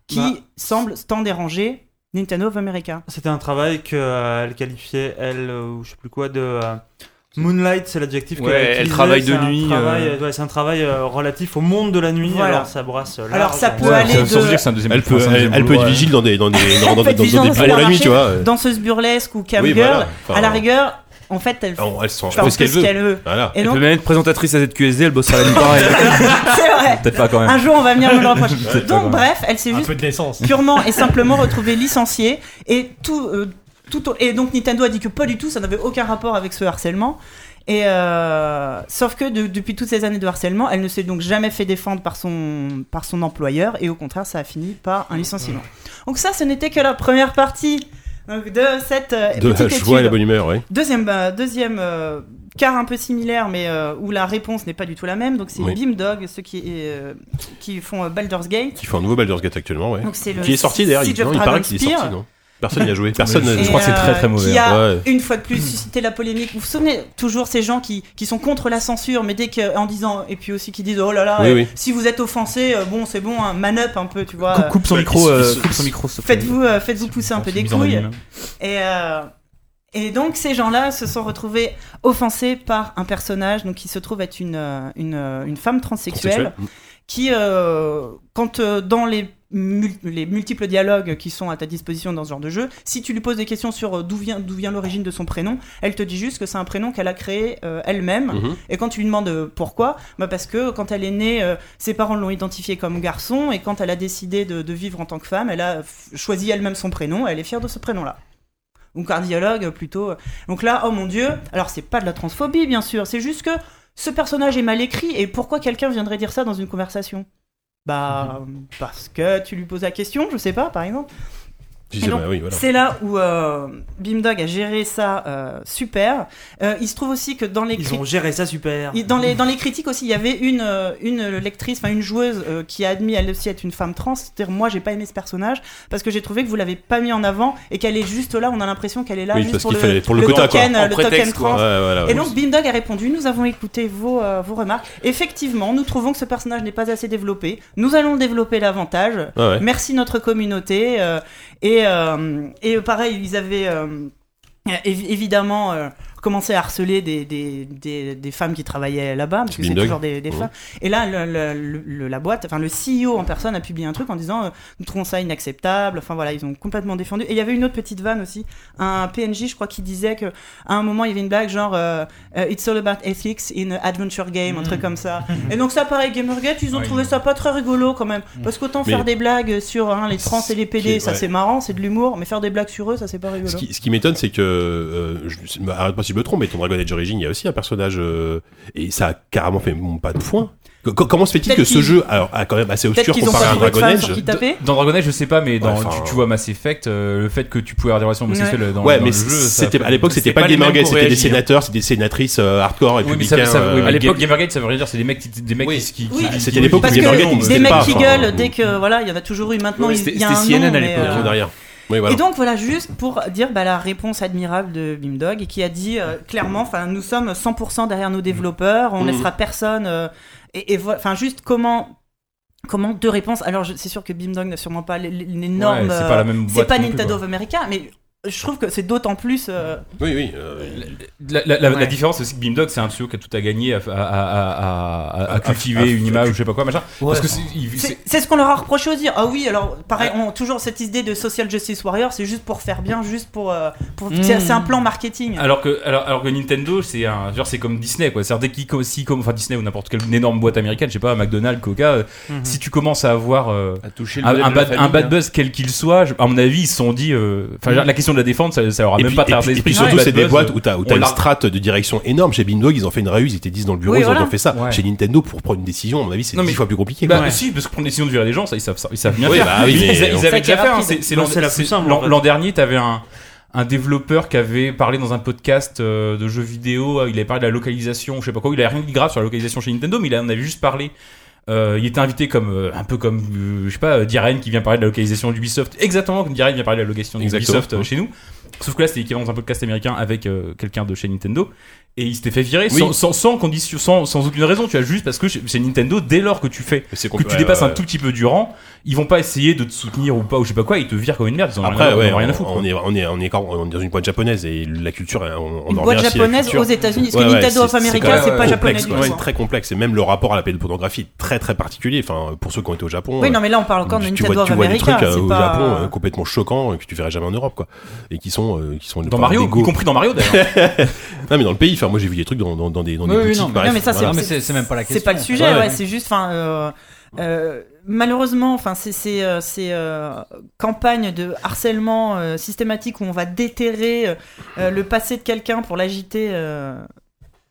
S6: qui
S5: Bah.
S6: semble tant déranger Nintendo of America.
S5: C'était un travail qu'elle qualifiait, elle, euh, ou je sais plus quoi, de. euh, Moonlight, c'est l'adjectif
S7: Ouais,
S5: qu'elle
S7: elle
S5: utilisait,
S7: travaille de
S5: c'est un
S7: nuit,
S5: travail,
S7: euh.
S5: ouais, c'est un travail euh, relatif au monde de la nuit.
S6: Voilà.
S5: Alors ça brasse. euh, large.
S6: Alors, ça peut
S5: Ouais.
S6: aller
S3: Ça- sans
S6: de-
S3: dire que c'est un deuxième
S2: Elle peut,
S3: enfin, c'est un
S2: elle,
S3: deuxième
S2: elle peut être
S3: boulot, ouais.
S2: vigile dans des, dans des, dans, dans-
S6: peut être
S2: dans- dans
S6: vigilante
S2: des
S6: au
S2: bureaux la nuit,
S6: supermarché,
S2: tu vois. euh.
S6: Danseuse burlesque ou camgirl,
S2: voilà. Enfin,
S6: à la rigueur, en fait, elle fait
S2: Non, elle s'en- je
S6: un peu
S2: pense qu'elle
S6: ce
S2: veut.
S6: qu'elle veut.
S2: Voilà.
S6: Et
S7: Elle
S6: donc,
S7: peut même être présentatrice à ZQSD, elle bossera la nuit pareil.
S6: c'est vrai.
S3: Peut-être pas quand même.
S6: Un jour, on va venir me le reprocher.
S3: pas
S6: Donc,
S3: grave.
S6: bref, elle s'est
S4: Un
S6: juste
S4: peu de naissance.
S6: purement et simplement retrouver licencié et tout, euh, tout au- et donc Nintendo a dit que pas du tout ça n'avait aucun rapport avec ce harcèlement et euh, sauf que de- depuis toutes ces années de harcèlement elle ne s'est donc jamais fait défendre par son par son employeur et au contraire ça a fini par un licenciement donc ça ce n'était que la première partie donc, de cette euh,
S2: De la
S6: petite
S2: joie et la
S6: étude.
S2: bonne humeur, oui.
S6: Deuxième, bah, deuxième euh, car un peu similaire, mais euh, où la réponse n'est pas du tout la même. Donc c'est
S2: Oui.
S6: Beamdog, ceux qui, euh, qui font euh, Baldur's Gate.
S2: Qui fait un nouveau Baldur's Gate actuellement, ouais.
S6: Donc c'est le
S2: Qui est sorti d'ailleurs,
S6: Siege
S2: il,
S6: of
S2: non, il paraît
S6: Dragon's
S2: qu'il est sorti,
S6: Spear.
S2: non Personne n'y a joué. Personne.
S7: Je
S2: n'a-
S6: Et,
S7: crois que c'est
S6: euh,
S7: très, très mauvais,
S6: Qui a,
S2: ouais.
S6: une fois de plus, suscité la polémique. Vous vous souvenez toujours ces gens qui, qui sont contre la censure, mais dès que, en disant, et puis aussi qui disent, oh là là,
S2: Oui,
S6: euh,
S2: oui.
S6: si vous êtes offensé, euh, bon, c'est bon, hein, man up un peu, tu vois.
S7: Coupe, coupe son
S1: bah,
S7: micro,
S1: ils-
S7: euh,
S1: ils-
S7: coupe son micro. s'il te plaît.
S6: Faites-vous euh, faites-vous pousser un peu des
S7: Mise en
S6: couilles.
S7: anonyme.
S6: Et, euh, et donc ces gens-là se sont retrouvés offensés par un personnage donc, qui se trouve être une, euh, une, euh, une femme transsexuelle, qui, euh, quand euh, dans les, mul- les multiples dialogues qui sont à ta disposition dans ce genre de jeu, si tu lui poses des questions sur euh, d'où vient, d'où vient l'origine de son prénom, elle te dit juste que c'est un prénom qu'elle a créé euh, elle-même.
S2: Mhm.
S6: Et quand tu lui demandes euh, pourquoi, bah parce que quand elle est née, euh, ses parents l'ont identifiée comme garçon, et quand elle a décidé de, de vivre en tant que femme, elle a f- choisi elle-même son prénom, et elle est fière de ce prénom-là. Donc un dialogue euh, plutôt. euh. Donc là, oh mon dieu, alors c'est pas de la transphobie bien sûr, c'est juste que ce personnage est mal écrit, et pourquoi quelqu'un viendrait dire ça dans une conversation Bah,
S2: Mhm.
S6: parce que tu lui poses la question, je sais pas, par exemple.
S2: Je
S6: Et
S2: sais
S6: donc,
S2: pas, oui, voilà.
S6: C'est là où euh, Beamdog a géré ça euh, super. Euh, il se trouve aussi que dans les
S5: Ils
S6: crit-
S5: ont géré ça super.
S6: il- Dans les, dans les critiques aussi, il y avait une, euh, une lectrice, enfin une joueuse euh, qui a admis elle aussi être une femme trans. C'est-à-dire, moi, j'ai pas aimé ce personnage parce que j'ai trouvé que vous l'avez pas mis en avant et qu'elle est juste là. On a l'impression qu'elle est là
S2: Oui,
S6: juste
S2: parce
S6: pour
S2: qu'il
S6: le,
S2: fallait- pour le quota, quoi.
S6: token,
S1: En
S6: euh, le token
S1: prétexte, quoi.
S6: trans.
S2: Ouais, voilà,
S6: Et
S2: oui.
S6: donc Beamdog a répondu, nous avons écouté vos, euh, vos remarques. Effectivement, nous trouvons que ce personnage n'est pas assez développé. Nous allons le développer davantage.
S2: Ouais, ouais.
S6: Merci notre communauté. euh, et, euh, et pareil, ils avaient euh, évi- évidemment euh, commencé à harceler des, des, des, des femmes qui travaillaient là-bas, parce
S2: C'est
S6: que c'est
S2: Bindog.
S6: toujours des, des
S2: Ouais.
S6: femmes. Et là, le- le- le- la boîte, enfin le CEO en personne a publié un truc en disant euh, nous trouvons ça inacceptable. Enfin voilà, ils ont complètement défendu. Et il y avait une autre petite vanne aussi, un PNJ, je crois, qui disait que à un moment il y avait une blague genre euh, euh, It's all about ethics in an adventure game, un
S1: Hmm.
S6: truc comme ça. Et donc ça, pareil, Gamergate, ils ont
S7: Ouais,
S6: trouvé
S7: ils-
S6: ça pas très rigolo quand même,
S1: Hmm.
S6: parce qu'autant
S2: Mais-
S6: faire des blagues sur hein, les trans et les PD,
S2: Qui-
S6: ça
S2: ouais.
S6: c'est marrant, c'est de l'humour, mais faire des blagues sur eux, ça c'est pas rigolo.
S2: Ce qui, ce qui m'étonne, c'est que. Euh, je- bah, Arrête-moi si je me trompe, mais ton Dragon Age Origins, il y a aussi un personnage. euh, et ça a carrément fait mon pas de foin. Co- co- comment se fait-il que
S6: Peut-être
S2: ce
S6: qu'ils-
S2: jeu alors, a quand même assez
S6: Peut-être
S2: obscur
S6: qu'ils ont
S2: comparé à
S6: pas
S2: un
S6: trouvé de
S2: Dragon
S6: fans sur
S2: Age
S6: qui taper.
S7: Dans Dragon Age, je sais pas, mais dans,
S2: enfin,
S7: tu, tu vois Mass Effect, euh, le fait que tu pouvais avoir des relations homosexuelles dans,
S2: Ouais,
S7: dans
S2: mais
S7: le jeu. ça-
S2: c'était à l'époque, c'était
S7: c'est
S2: pas,
S7: les
S2: des Gamergate,
S7: mêmes
S2: c'était des
S7: qu'au réagir.
S2: sénateurs, c'était des sénatrices euh, hardcore
S7: Oui, mais ça,
S2: républicains.
S7: ça- oui,
S2: euh,
S7: mais à
S2: gay-
S7: l'époque, Gamergate, ça veut rien dire, c'est des mecs, qui- des mecs qui, qui,
S6: Oui,
S7: qui-
S2: c'était
S7: qui-
S2: l'époque où
S6: Parce
S2: les
S6: que
S2: Gamergate,
S6: des
S2: n'existaient
S6: mecs
S2: pas,
S6: qui
S2: enfin,
S6: gueulent
S2: euh,
S6: dès que voilà, il y en a toujours eu maintenant.
S1: Ouais,
S6: il
S1: c'était-
S6: il y a un
S1: c'était CNN
S6: nom,
S1: à
S6: mais,
S1: l'époque,
S6: euh,
S2: ils sont derrière. Oui, voilà.
S6: Et donc voilà, juste pour dire bah, la réponse admirable de Beamdog et qui a dit euh, clairement, enfin nous sommes 100% derrière nos développeurs, on
S2: Mhm.
S6: laissera personne. euh, et et vo- enfin juste comment comment deux réponses. Alors je- c'est sûr que Beamdog n'a sûrement pas l- l- l'énorme.
S7: Ouais, c'est pas la
S6: euh,
S7: même
S6: c'est
S7: boîte
S6: pas
S7: non plus,
S6: Nintendo
S7: quoi.
S6: of America, mais je trouve que c'est d'autant plus. euh,
S2: oui, oui. euh,
S7: La, la- la- la
S6: Ouais.
S7: différence, c'est aussi que Beamdog, c'est un studio qui a tout à gagner à, à- à- à- à- à
S2: À-
S7: cultiver
S2: à-
S7: une image ou je sais pas quoi, machin. parce que c'est. il-
S6: c'est-
S7: c'est-
S6: c'est ce qu'on leur a reproché aussi. Ah oui, alors pareil, on toujours cette idée de social justice warrior, c'est juste pour faire bien, juste pour. euh, pour c'est-
S4: Mhm.
S6: C'est un plan marketing.
S7: Alors que, alors, alors que Nintendo, c'est un, genre, c'est comme Disney, quoi. C'est-à-dire, dès qu'ils, com- si, comme, enfin, Disney ou n'importe quelle énorme boîte américaine, je sais pas, McDonald's, Coca, euh,
S2: Mhm.
S7: si tu commences à avoir euh,
S1: À toucher le
S7: un,
S1: bled
S7: un
S1: de la
S7: bad, un
S1: famille,
S7: bad
S1: hein.
S7: buzz quel qu'il soit, je- à mon avis, ils se sont dit, euh, enfin, genre, la question de la défense, ça, ça leur a
S2: Mhm.
S7: Ah,
S2: Et
S7: même
S2: puis,
S7: pas
S2: et
S7: tardé.
S2: puis- et puis
S7: d'esprit.
S2: surtout,
S7: Ouais,
S2: c'est
S7: bad
S2: des
S7: buzz,
S2: boîtes
S7: euh,
S2: où t'as où
S7: on
S2: t'as une
S7: l'a-
S2: strate de direction énorme. Chez Bindog, ils ont fait une réuse, ils étaient 10 dans le bureau,
S6: Oui,
S2: ils
S6: voilà.
S2: ont fait ça.
S7: Ouais.
S2: Chez Nintendo, pour prendre une décision, à mon avis, c'est
S7: Non,
S2: 10
S7: mais-
S2: fois plus compliqué. quoi.
S7: Bah, si, parce que prendre décision de virer les gens, ça, ils savent, ça, ils savent bien
S2: Oui,
S7: faire.
S2: bah oui,
S7: ils,
S2: mais
S7: ils
S2: on
S7: avaient
S6: sait
S7: déjà
S6: qu'il
S7: fait.
S6: y a
S7: hein,
S6: rapide.
S7: c'est- c'est
S5: Non,
S7: l'an-
S5: c'est la plus
S7: c'est-
S5: simple, en
S7: L'an
S5: fait.
S7: l'an dernier, t'avais un un développeur qui avait parlé dans un podcast euh, de jeux vidéo, euh, il avait parlé de la localisation, je sais pas quoi, il avait rien dit de grave sur la localisation chez Nintendo, mais il en avait juste parlé. Euh, il était invité comme euh, un peu comme euh, je sais pas euh, Diren qui vient parler de la localisation d'Ubisoft, exactement comme Diren vient parler de la localisation
S2: Exactement.
S7: d'Ubisoft euh, chez nous. Sauf que là, c'était l'équivalent d'un podcast américain avec euh, quelqu'un de chez Nintendo. Et il s'était fait virer
S2: Oui.
S7: sans, sans, sans condition, sans, sans aucune raison. Tu as juste parce que chez chez Nintendo, dès lors que tu fais
S2: C'est
S7: que
S2: compl-
S7: tu
S2: ouais,
S7: dépasses
S2: ouais,
S7: un tout petit peu du rang, ils vont pas essayer de te soutenir ou pas ou je sais pas quoi, ils te virent comme une merde, ils en ont
S2: Après,
S7: rien, ils en
S2: ouais,
S7: ont rien
S2: on,
S7: à foutre. hein.
S2: on
S7: quoi.
S2: est, on, est, on, est, quand- on est dans une boîte japonaise et la culture, on, on
S6: Une
S2: en revient
S6: boîte
S2: aussi à la
S6: japonaise
S2: culture.
S6: aux États-Unis, parce
S2: Ouais,
S6: que
S2: ouais,
S6: Nintendo of
S2: c'est- c'est quand
S6: America,
S2: même
S6: c'est pas japonais
S2: complexe,
S6: du tout.
S2: ouais,
S6: hein.
S2: C'est très complexe. Et même le rapport à la pédopornographie est très très particulier. Enfin, pour ceux qui ont été au Japon.
S6: Oui,
S2: euh,
S6: non, mais là on parle encore de
S2: tu
S6: Nintendo
S2: vois,
S6: of
S2: tu vois des
S6: America.
S2: trucs euh,
S6: c'est
S2: au
S6: pas-
S2: Japon euh, complètement choquants euh, que tu verrais jamais en Europe, quoi. Et qui sont, euh, qui sont
S7: Dans
S2: par
S7: Mario,
S2: des go-
S7: y compris dans Mario d'ailleurs.
S2: Non, mais dans le pays. Enfin, moi, j'ai vu des trucs dans, dans, dans des, dans des
S4: Oui, oui,
S2: boutiques.
S4: non, mais-
S2: bref,
S6: non, mais ça,
S2: voilà. Ah
S6: c'est-
S4: mais c'est même pas la question.
S6: C'est pas le sujet,
S2: Ouais,
S6: ouais,
S2: ouais.
S6: c'est juste, enfin, euh, euh, malheureusement, enfin, c'est ces euh, ces, euh, campagnes de harcèlement euh, systématique où on va déterrer euh, euh, le passé de quelqu'un pour l'agiter. euh,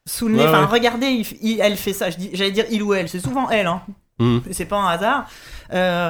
S6: Sous le nez,
S2: Ouais,
S6: enfin
S2: ouais.
S6: regardez, il f- il- elle fait ça. je dis- J'allais dire il ou elle, c'est souvent elle, hein.
S2: Mhm.
S6: c'est pas un hasard. Euh,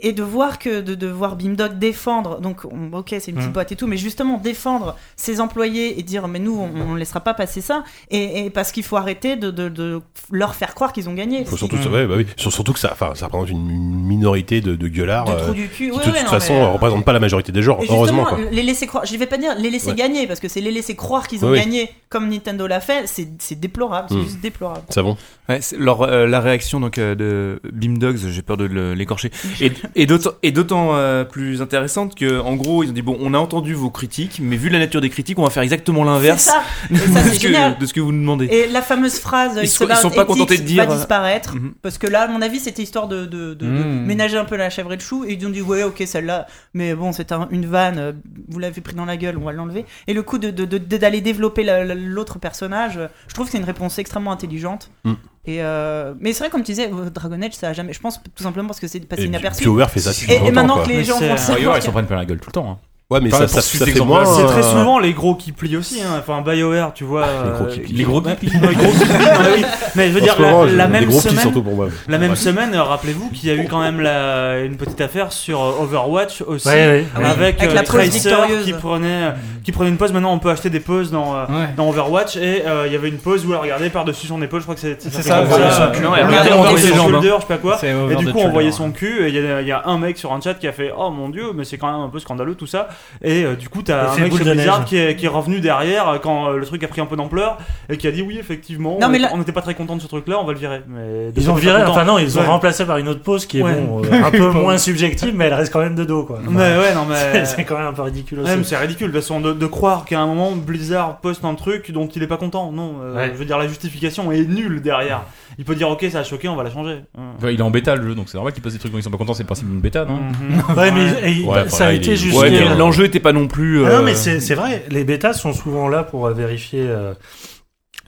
S6: et de voir que de, de voir Beamdog défendre donc on- ok c'est une petite
S2: Mmh.
S8: Mhm.
S6: boîte et tout mais justement défendre ses employés et dire mais nous on, on laissera pas passer ça et, et parce qu'il faut arrêter de, de- de leur faire croire qu'ils ont gagné
S2: Faut surtout,
S6: hein.
S2: ouais, bah oui. Sur- surtout que ça, enfin, ça représente une minorité de, de gueulards
S6: de
S2: euh,
S6: trou du
S2: qui,
S6: cul Ouais,
S2: de
S6: ouais,
S2: toute
S6: non,
S2: façon,
S6: mais-
S2: euh, représentent pas la majorité des gens.
S6: Et
S2: Heureusement,
S6: justement, euh,
S2: quoi.
S6: les laisser croire, je vais pas dire les laisser
S2: Ouais.
S6: gagner parce que c'est les laisser croire qu'ils ont
S2: Oui, oui.
S6: gagné comme Nintendo l'a fait, c'est c'est déplorable, c'est
S2: Mm.
S6: juste déplorable.
S2: Ça va.
S9: Ouais, c'est- leur, euh, la réaction donc euh, de Beam Dogs, j'ai peur de le- l'écorcher, est, est d'autant- est d'autant euh, plus intéressante que en gros ils ont dit bon on a entendu vos critiques mais vu la nature des critiques on va faire exactement
S6: C'est
S9: l'inverse
S6: ça. Et ça
S9: de,
S6: c'est
S9: ce que-
S6: génial.
S9: de ce que vous nous demandez.
S6: Et la fameuse phrase
S9: Ils
S6: ils
S9: sont- ils sont pas contentés de dire,
S6: va
S9: euh,
S6: disparaître
S9: Mhm. Hmm.
S6: parce que là à mon avis c'était histoire de, de- de- de
S4: Mm.
S6: ménager un peu la chèvre et le chou et ils ont dit ouais ok celle-là mais bon c'était un- une vanne euh, vous l'avez pris dans la gueule on va l'enlever et le coup de- de- de- de- d'aller développer la- la- l'autre personnage euh, je trouve que c'est une réponse extrêmement intelligente
S9: Hmm.
S2: Mm.
S6: et euh, mais c'est vrai comme tu disais euh, Dragon Age ça a jamais je pense tout simplement parce que c'est passé
S2: Et
S6: inaperçu
S2: BioWare fait ça depuis
S6: et, et
S2: longtemps,
S6: maintenant
S2: quoi.
S6: que les
S5: Mais
S6: gens
S5: c'est- euh,
S6: vont le
S7: D'ailleurs,
S6: savoir
S7: ils s'en prennent plein la gueule tout le temps. hein.
S2: Ouais, mais
S7: Enfin,
S2: ça,
S7: pour
S2: ça,
S7: suite
S2: ça fait
S7: d'exemplaires,
S2: moins.
S5: C'est
S6: Oh.
S5: très
S2: euh,
S5: souvent les gros qui plient aussi. Hein. Enfin, BioWare, tu vois.
S2: Ah, les gros
S5: euh,
S2: qui
S7: Les
S2: plient.
S7: gros geeks.
S5: Non, les gros qui plient, ouais, oui. Mais je veux
S2: en
S5: dire,
S2: ce moment,
S5: la,
S2: je-
S5: la
S2: des
S5: même
S2: euh, gros pis,
S5: semaine,
S2: surtout pour moi.
S5: la même
S2: Ouais.
S5: semaine, euh, rappelez-vous qu'il y a eu quand même la, une petite affaire sur euh, Overwatch aussi.
S8: Ouais, ouais.
S5: Avec,
S6: Avec
S5: euh,
S6: la pause
S5: Tracer
S6: victorieuse.
S5: qui prenait, euh, qui prenait une pause. Maintenant, on peut acheter des pauses dans, euh,
S4: Ouais.
S5: dans Overwatch. Et euh, il y avait une pause où elle regardait par-dessus son épaule. Je crois que c'est
S4: C'est ça,
S5: comme
S4: voilà.
S9: Non, elle
S5: Elle
S9: regardait
S5: regardait
S9: entre
S5: over
S9: ses
S5: ses
S9: jambes,
S5: shoulders, je sais pas quoi.
S4: C'est over
S5: Et du
S4: the
S5: coup, on
S4: shoulder,
S5: voyait
S4: ouais.
S5: son cul, et il y, a- il y a un mec sur un chat qui a fait Oh mon dieu, mais c'est quand même un peu scandaleux tout ça. Et euh, du coup,
S8: Et
S5: t'as un
S8: c'est
S5: mec
S8: boule
S5: chez
S8: de
S5: Blizzard
S8: neige.
S5: qui est, qui est revenu derrière euh, quand euh, le truc a pris un peu d'ampleur et qui a dit Oui, effectivement,
S6: Non,
S5: on
S6: mais
S5: est-
S6: là-
S5: on n'était pas très content de ce truc là, on va le virer. Mais
S8: Ils ont viré, enfin non, ils ont
S5: Ouais.
S8: remplacé par une autre pause qui est
S5: Ouais.
S8: bon, euh, un peu moins subjective, mais elle reste quand même de dos, quoi.
S5: Mais ouais, non, mais.
S8: C'est- c'est quand même un peu ridicule aussi.
S5: Ouais, mais c'est ridicule de, toute façon, de, de croire qu'à un moment Blizzard poste un truc dont il est pas content. Non, euh,
S8: Ouais.
S5: je veux dire, la justification est nulle derrière. Il peut dire ok, ça a choqué, on va la changer. Hum.
S7: Enfin, il est en bêta le jeu, donc c'est normal qu'il passe des trucs dont ils sont pas contents, c'est le principe d'une bêta, non
S5: Mhm.
S8: Ouais, mais et-
S2: Ouais,
S8: ça
S2: enfin,
S8: a
S2: il est-
S8: été jusqu'à.
S9: Ouais, mais
S2: euh,
S9: l'enjeu était pas non plus.
S8: Ah non,
S9: euh,
S8: mais c'est c'est vrai, les bêtas sont souvent là pour euh, vérifier euh,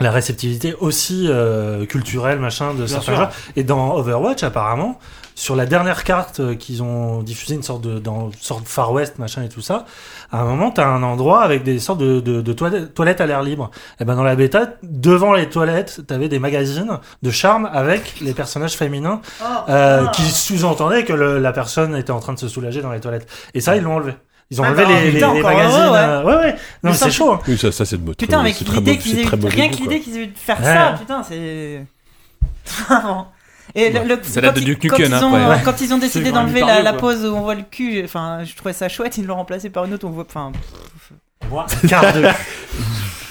S8: la réceptivité aussi euh, culturelle, machin, de certains
S5: sûr.
S8: joueurs. Et dans Overwatch, apparemment, sur la dernière carte euh, qu'ils ont diffusée, une sorte de dans, sorte de Far West, machin et tout ça, à un moment, t'as un endroit avec des sortes de, de, de toile- toilettes à l'air libre. Et ben dans la bêta, devant les toilettes, t'avais des magazines de charme avec les personnages féminins
S6: Oh,
S8: euh,
S6: ah.
S8: qui sous-entendaient que le- la personne était en train de se soulager dans les toilettes. Et ça, ils l'ont enlevé. Ils ont
S6: Ah,
S8: enlevé
S6: bah,
S8: les, les-
S6: putain,
S8: les
S6: encore
S8: magazines.
S6: heureux, ouais.
S8: euh, ouais, ouais. Non,
S6: Mais
S8: mais
S6: ça,
S8: c'est chaud. hein.
S2: Oui, ça, ça, c'est de mode.
S6: Putain, avec
S2: c'est très
S6: l'idée
S2: bon-
S6: qu'ils
S2: c'est
S6: aient
S2: très
S6: eu,
S2: mauvais
S6: rien
S2: goût,
S6: que
S2: quoi.
S6: l'idée qu'ils aient eu de faire
S8: Ouais.
S6: ça, putain, c'est. Vraiment. Et le, le-
S9: Ça date
S6: quand
S9: de
S6: ils-
S9: Duke
S6: quand,
S9: Nukem,
S6: ils
S9: hein,
S6: ont,
S9: après, ouais.
S6: quand ils ont décidé
S5: C'est quand même
S6: d'enlever la,
S5: hyper
S6: la
S5: vieux,
S6: pause où on voit le cul, enfin, je trouvais ça chouette, ils l'ont remplacé par une autre, on voit, enfin,
S8: Quart de-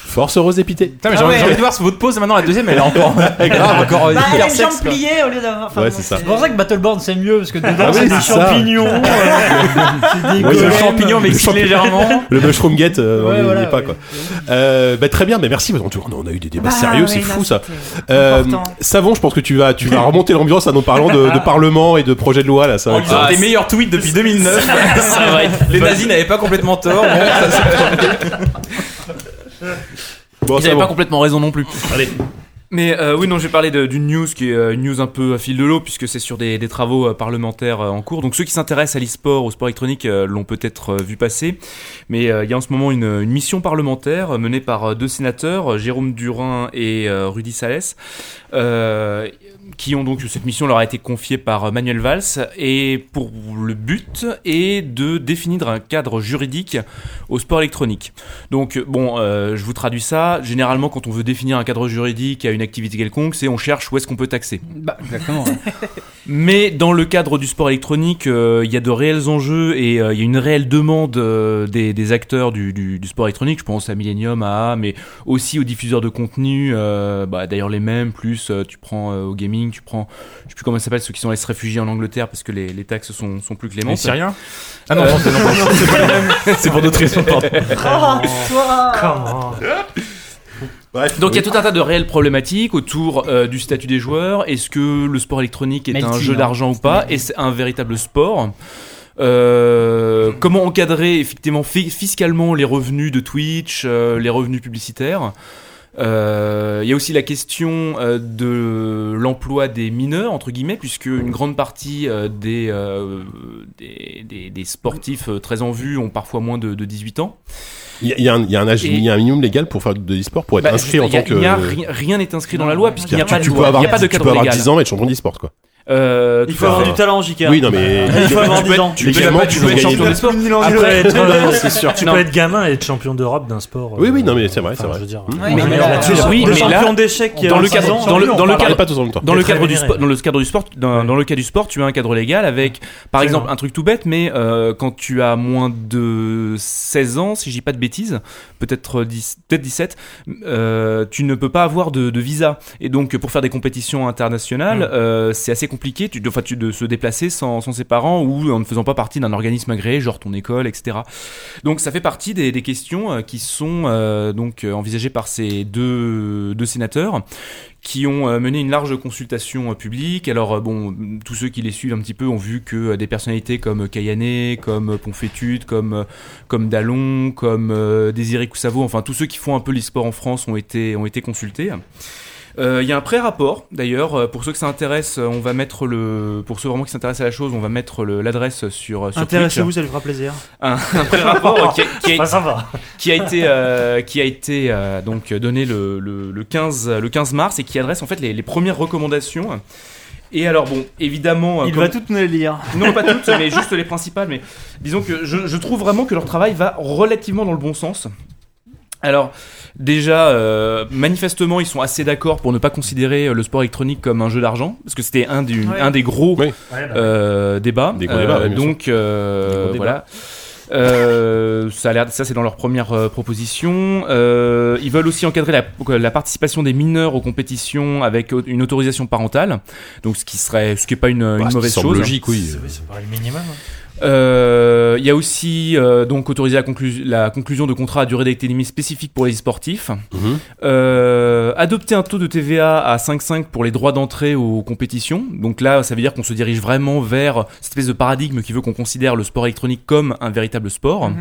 S2: Force rose épitée.
S7: Putain, mais j'ai
S6: Ah
S7: envie-
S6: ouais.
S7: j'ai envie de voir si votre pause maintenant, la deuxième, elle est encore grave, encore euh,
S6: bah, elle a
S7: hyper
S6: les jambes
S7: sexe. quoi.
S6: pliées au lieu d'avoir, enfin,
S2: Ouais,
S6: bon,
S2: c'est ça.
S4: C'est pour ça que Battleborn c'est mieux parce que dedans
S2: oui,
S4: c'est des
S2: c'est ça.
S4: champignons. euh, c'est des
S2: Ouais,
S7: Le
S2: Le
S7: champignon m'excite
S2: champignon.
S7: légèrement.
S2: Le mushroom get, euh, on
S4: Ouais,
S2: n'y
S4: voilà,
S2: est pas
S4: ouais.
S2: quoi. Euh, bah, très bien, mais merci. parce qu'on- On a eu des débats
S6: Bah,
S2: Eh ben, sérieux,
S6: ouais,
S2: c'est
S6: là,
S2: fou ça.
S6: c'était
S2: Euh,
S6: important.
S2: Savon, je pense que tu vas, tu vas remonter l'ambiance en nous parlant de, de parlement et de projet de loi là. Ça va
S7: En
S2: être ça.
S7: lisant
S9: Ah,
S7: tes meilleurs tweets depuis 2009. Les nazis n'avaient pas complètement tort. Bon, ça, ça-
S2: Bon,
S9: Ils
S2: ça
S9: avaient
S2: va.
S9: pas complètement raison non plus. Mais euh, oui, non, je vais parler de- d'une news qui est euh, une news un peu à fil de l'eau, puisque c'est sur des, des travaux euh, parlementaires euh, en cours. Donc ceux qui s'intéressent à l'e-sport, au sport électronique, euh, l'ont peut-être euh, vu passer. Mais euh, il y a en ce moment une, une mission parlementaire euh, menée par euh, deux sénateurs, euh, Jérôme Durin et euh, Rudy Sales, euh, qui ont donc cette mission leur a été confiée par euh, Manuel Valls. Et pour le but est de définir un cadre juridique au sport électronique. Donc, bon, euh, je vous traduis ça. Généralement, quand on veut définir un cadre juridique à une activité quelconque, c'est on cherche où est-ce qu'on peut taxer.
S4: Bah, exactement.
S9: Mais dans le cadre du sport électronique, euh, il y a de réels enjeux et euh, il y a une réelle demande euh, des, des acteurs du, du- du sport électronique. Je pense à Millennium, à A, mais aussi aux diffuseurs de contenu, euh, bah, d'ailleurs les mêmes, plus euh, tu prends euh, au gaming, tu prends, je sais plus comment ça s'appelle, ceux qui sont allés se réfugier en Angleterre parce que les, les taxes sont, sont plus clémentes.
S7: Les Syriens
S9: Ah
S7: Euh,
S9: non, non, c'est- non, c'est pas les mêmes. c'est pour d'autres raisons, pardon.
S8: Vraiment.
S6: Toi,
S8: Ah. Comment
S2: Bref.
S9: Donc il y a tout un tas de réelles problématiques autour euh, du statut des joueurs. Est-ce que le sport électronique est
S4: Melting,
S9: un jeu
S4: hein.
S9: d'argent ou pas Est-ce un véritable sport Euh, comment encadrer effectivement fi- fiscalement les revenus de Twitch, euh, les revenus publicitaires Euh, Il y a aussi la question euh, de l'emploi des mineurs entre guillemets, puisque une grande partie euh, des, euh, des, des- des sportifs euh, très en vue ont parfois moins de- de 18 ans.
S2: Il y a- il y a un- il y a un âge,
S9: Et-
S2: il y a un minimum légal pour faire de l'e-sport, pour être
S9: Bah,
S2: inscrit
S9: juste,
S2: en
S9: il y a-
S2: tant que.
S9: il y a rien- Rien n'est inscrit dans la loi puisqu'il n'y a
S2: tu,
S9: pas de
S2: tu peux
S9: loi, il
S2: avoir,
S9: n'y a pas de
S2: tu peux
S9: cadre
S2: avoir
S9: légal.
S2: 10 ans et être champion d'e-sport quoi.
S9: euh,
S5: Il
S9: tout
S5: faut
S9: à
S5: avoir
S9: fait.
S5: du talent, JK.
S2: Oui, non, mais-
S5: Il faut avoir
S2: Tu
S5: du
S2: peux
S5: talent.
S2: être- tu peux Légalement, être- tu tu peux peux être gagner champion des- de
S5: sport.
S8: Après être, euh,
S5: c'est sûr.
S8: tu
S9: Non.
S8: peux être gamin et être champion d'Europe d'un sport. euh,
S2: Oui, oui, non, mais c'est vrai,
S8: enfin,
S2: c'est vrai.
S8: Je veux dire, euh,
S2: Mmh.
S8: en
S2: Ouais,
S6: mais
S8: général,
S6: là-
S8: tu sais,
S9: Oui,
S5: Le
S9: mais là-
S5: champion d'échecs qui a
S9: dans le
S5: 25
S9: cadre-
S5: ans,
S9: dans le-
S5: lui, on
S9: dans le
S5: parle
S2: Parlez
S9: cadre-
S2: pas tous en même temps.
S9: dans le cadre du
S8: rémunéré.
S9: sport dans le cadre du sport dans, dans le cas du sport tu as un cadre légal avec par
S8: C'est
S9: exemple
S8: vrai.
S9: un truc tout bête mais euh, quand tu as moins de 16 ans si je dis pas de bêtises peut-être 10 peut-être 17 euh, tu ne peux pas avoir de, de visa et donc pour faire des compétitions internationales euh, c'est assez compliqué tu, enfin, tu- de se déplacer sans, sans ses parents ou en ne faisant pas partie d'un organisme agréé genre ton école etc donc ça fait partie des, des questions euh, qui sont euh, donc euh, envisagées par ces deux, deux sénateurs qui ont euh, mené une large consultation euh, publique. Alors euh, bon, tous ceux qui les suivent un petit peu ont vu que euh, des personnalités comme Cayanet, comme euh, Ponfétude, comme euh, comme Dallon, comme euh, Désiré Coussavo, enfin tous ceux qui font un peu l'e-sport en France ont été ont été consultés. Euh, Il y a un pré-rapport d'ailleurs euh, pour ceux que ça intéresse. euh, On va mettre le pour ceux vraiment qui s'intéressent à la chose, on va mettre le- l'adresse sur euh, sur
S5: Intéressez-vous,
S9: Twitch.
S5: ça lui fera plaisir.
S9: Un, un pré-rapport euh, qui, a- qui a-
S8: Pas sympa.
S9: qui a été euh, qui a été euh, donc donné le, le, le 15 le 15 mars et qui adresse en fait les, les premières recommandations. Et alors bon, évidemment, euh,
S5: Il
S9: comme-
S5: va tout nous les lire.
S9: non pas toutes, mais juste les principales. Mais disons que je, je trouve vraiment que leur travail va relativement dans le bon sens. Alors déjà, euh, manifestement, ils sont assez d'accord pour ne pas considérer euh, le sport électronique comme un jeu d'argent, parce que c'était un, des-
S6: Ouais.
S9: un des gros
S2: Ouais.
S9: euh, débat.
S2: Des gros débats, ouais, bien sûr.
S9: donc euh,
S7: Des gros débats.
S9: voilà. Euh, ça, a l'air- ça c'est dans leur première euh, proposition. Euh, ils veulent aussi encadrer la, la participation des mineurs aux compétitions avec au- une autorisation parentale, donc ce qui serait, ce qui est pas une, une
S2: Bah, ce qui
S9: mauvaise
S2: semble
S9: chose. hein.
S2: logique, oui.
S8: C'est- oui, c'est pas le minimum. hein.
S9: Euh, Il y a aussi euh, donc autoriser la, conclu- la conclusion de contrats à durée d'économie spécifique pour les sportifs.
S2: Mhm.
S9: Euh, adopter un taux de TVA à 5,5 pour les droits d'entrée aux compétitions. Donc là, ça veut dire qu'on se dirige vraiment vers cette espèce de paradigme qui veut qu'on considère le sport électronique comme un véritable sport.
S6: Mhm.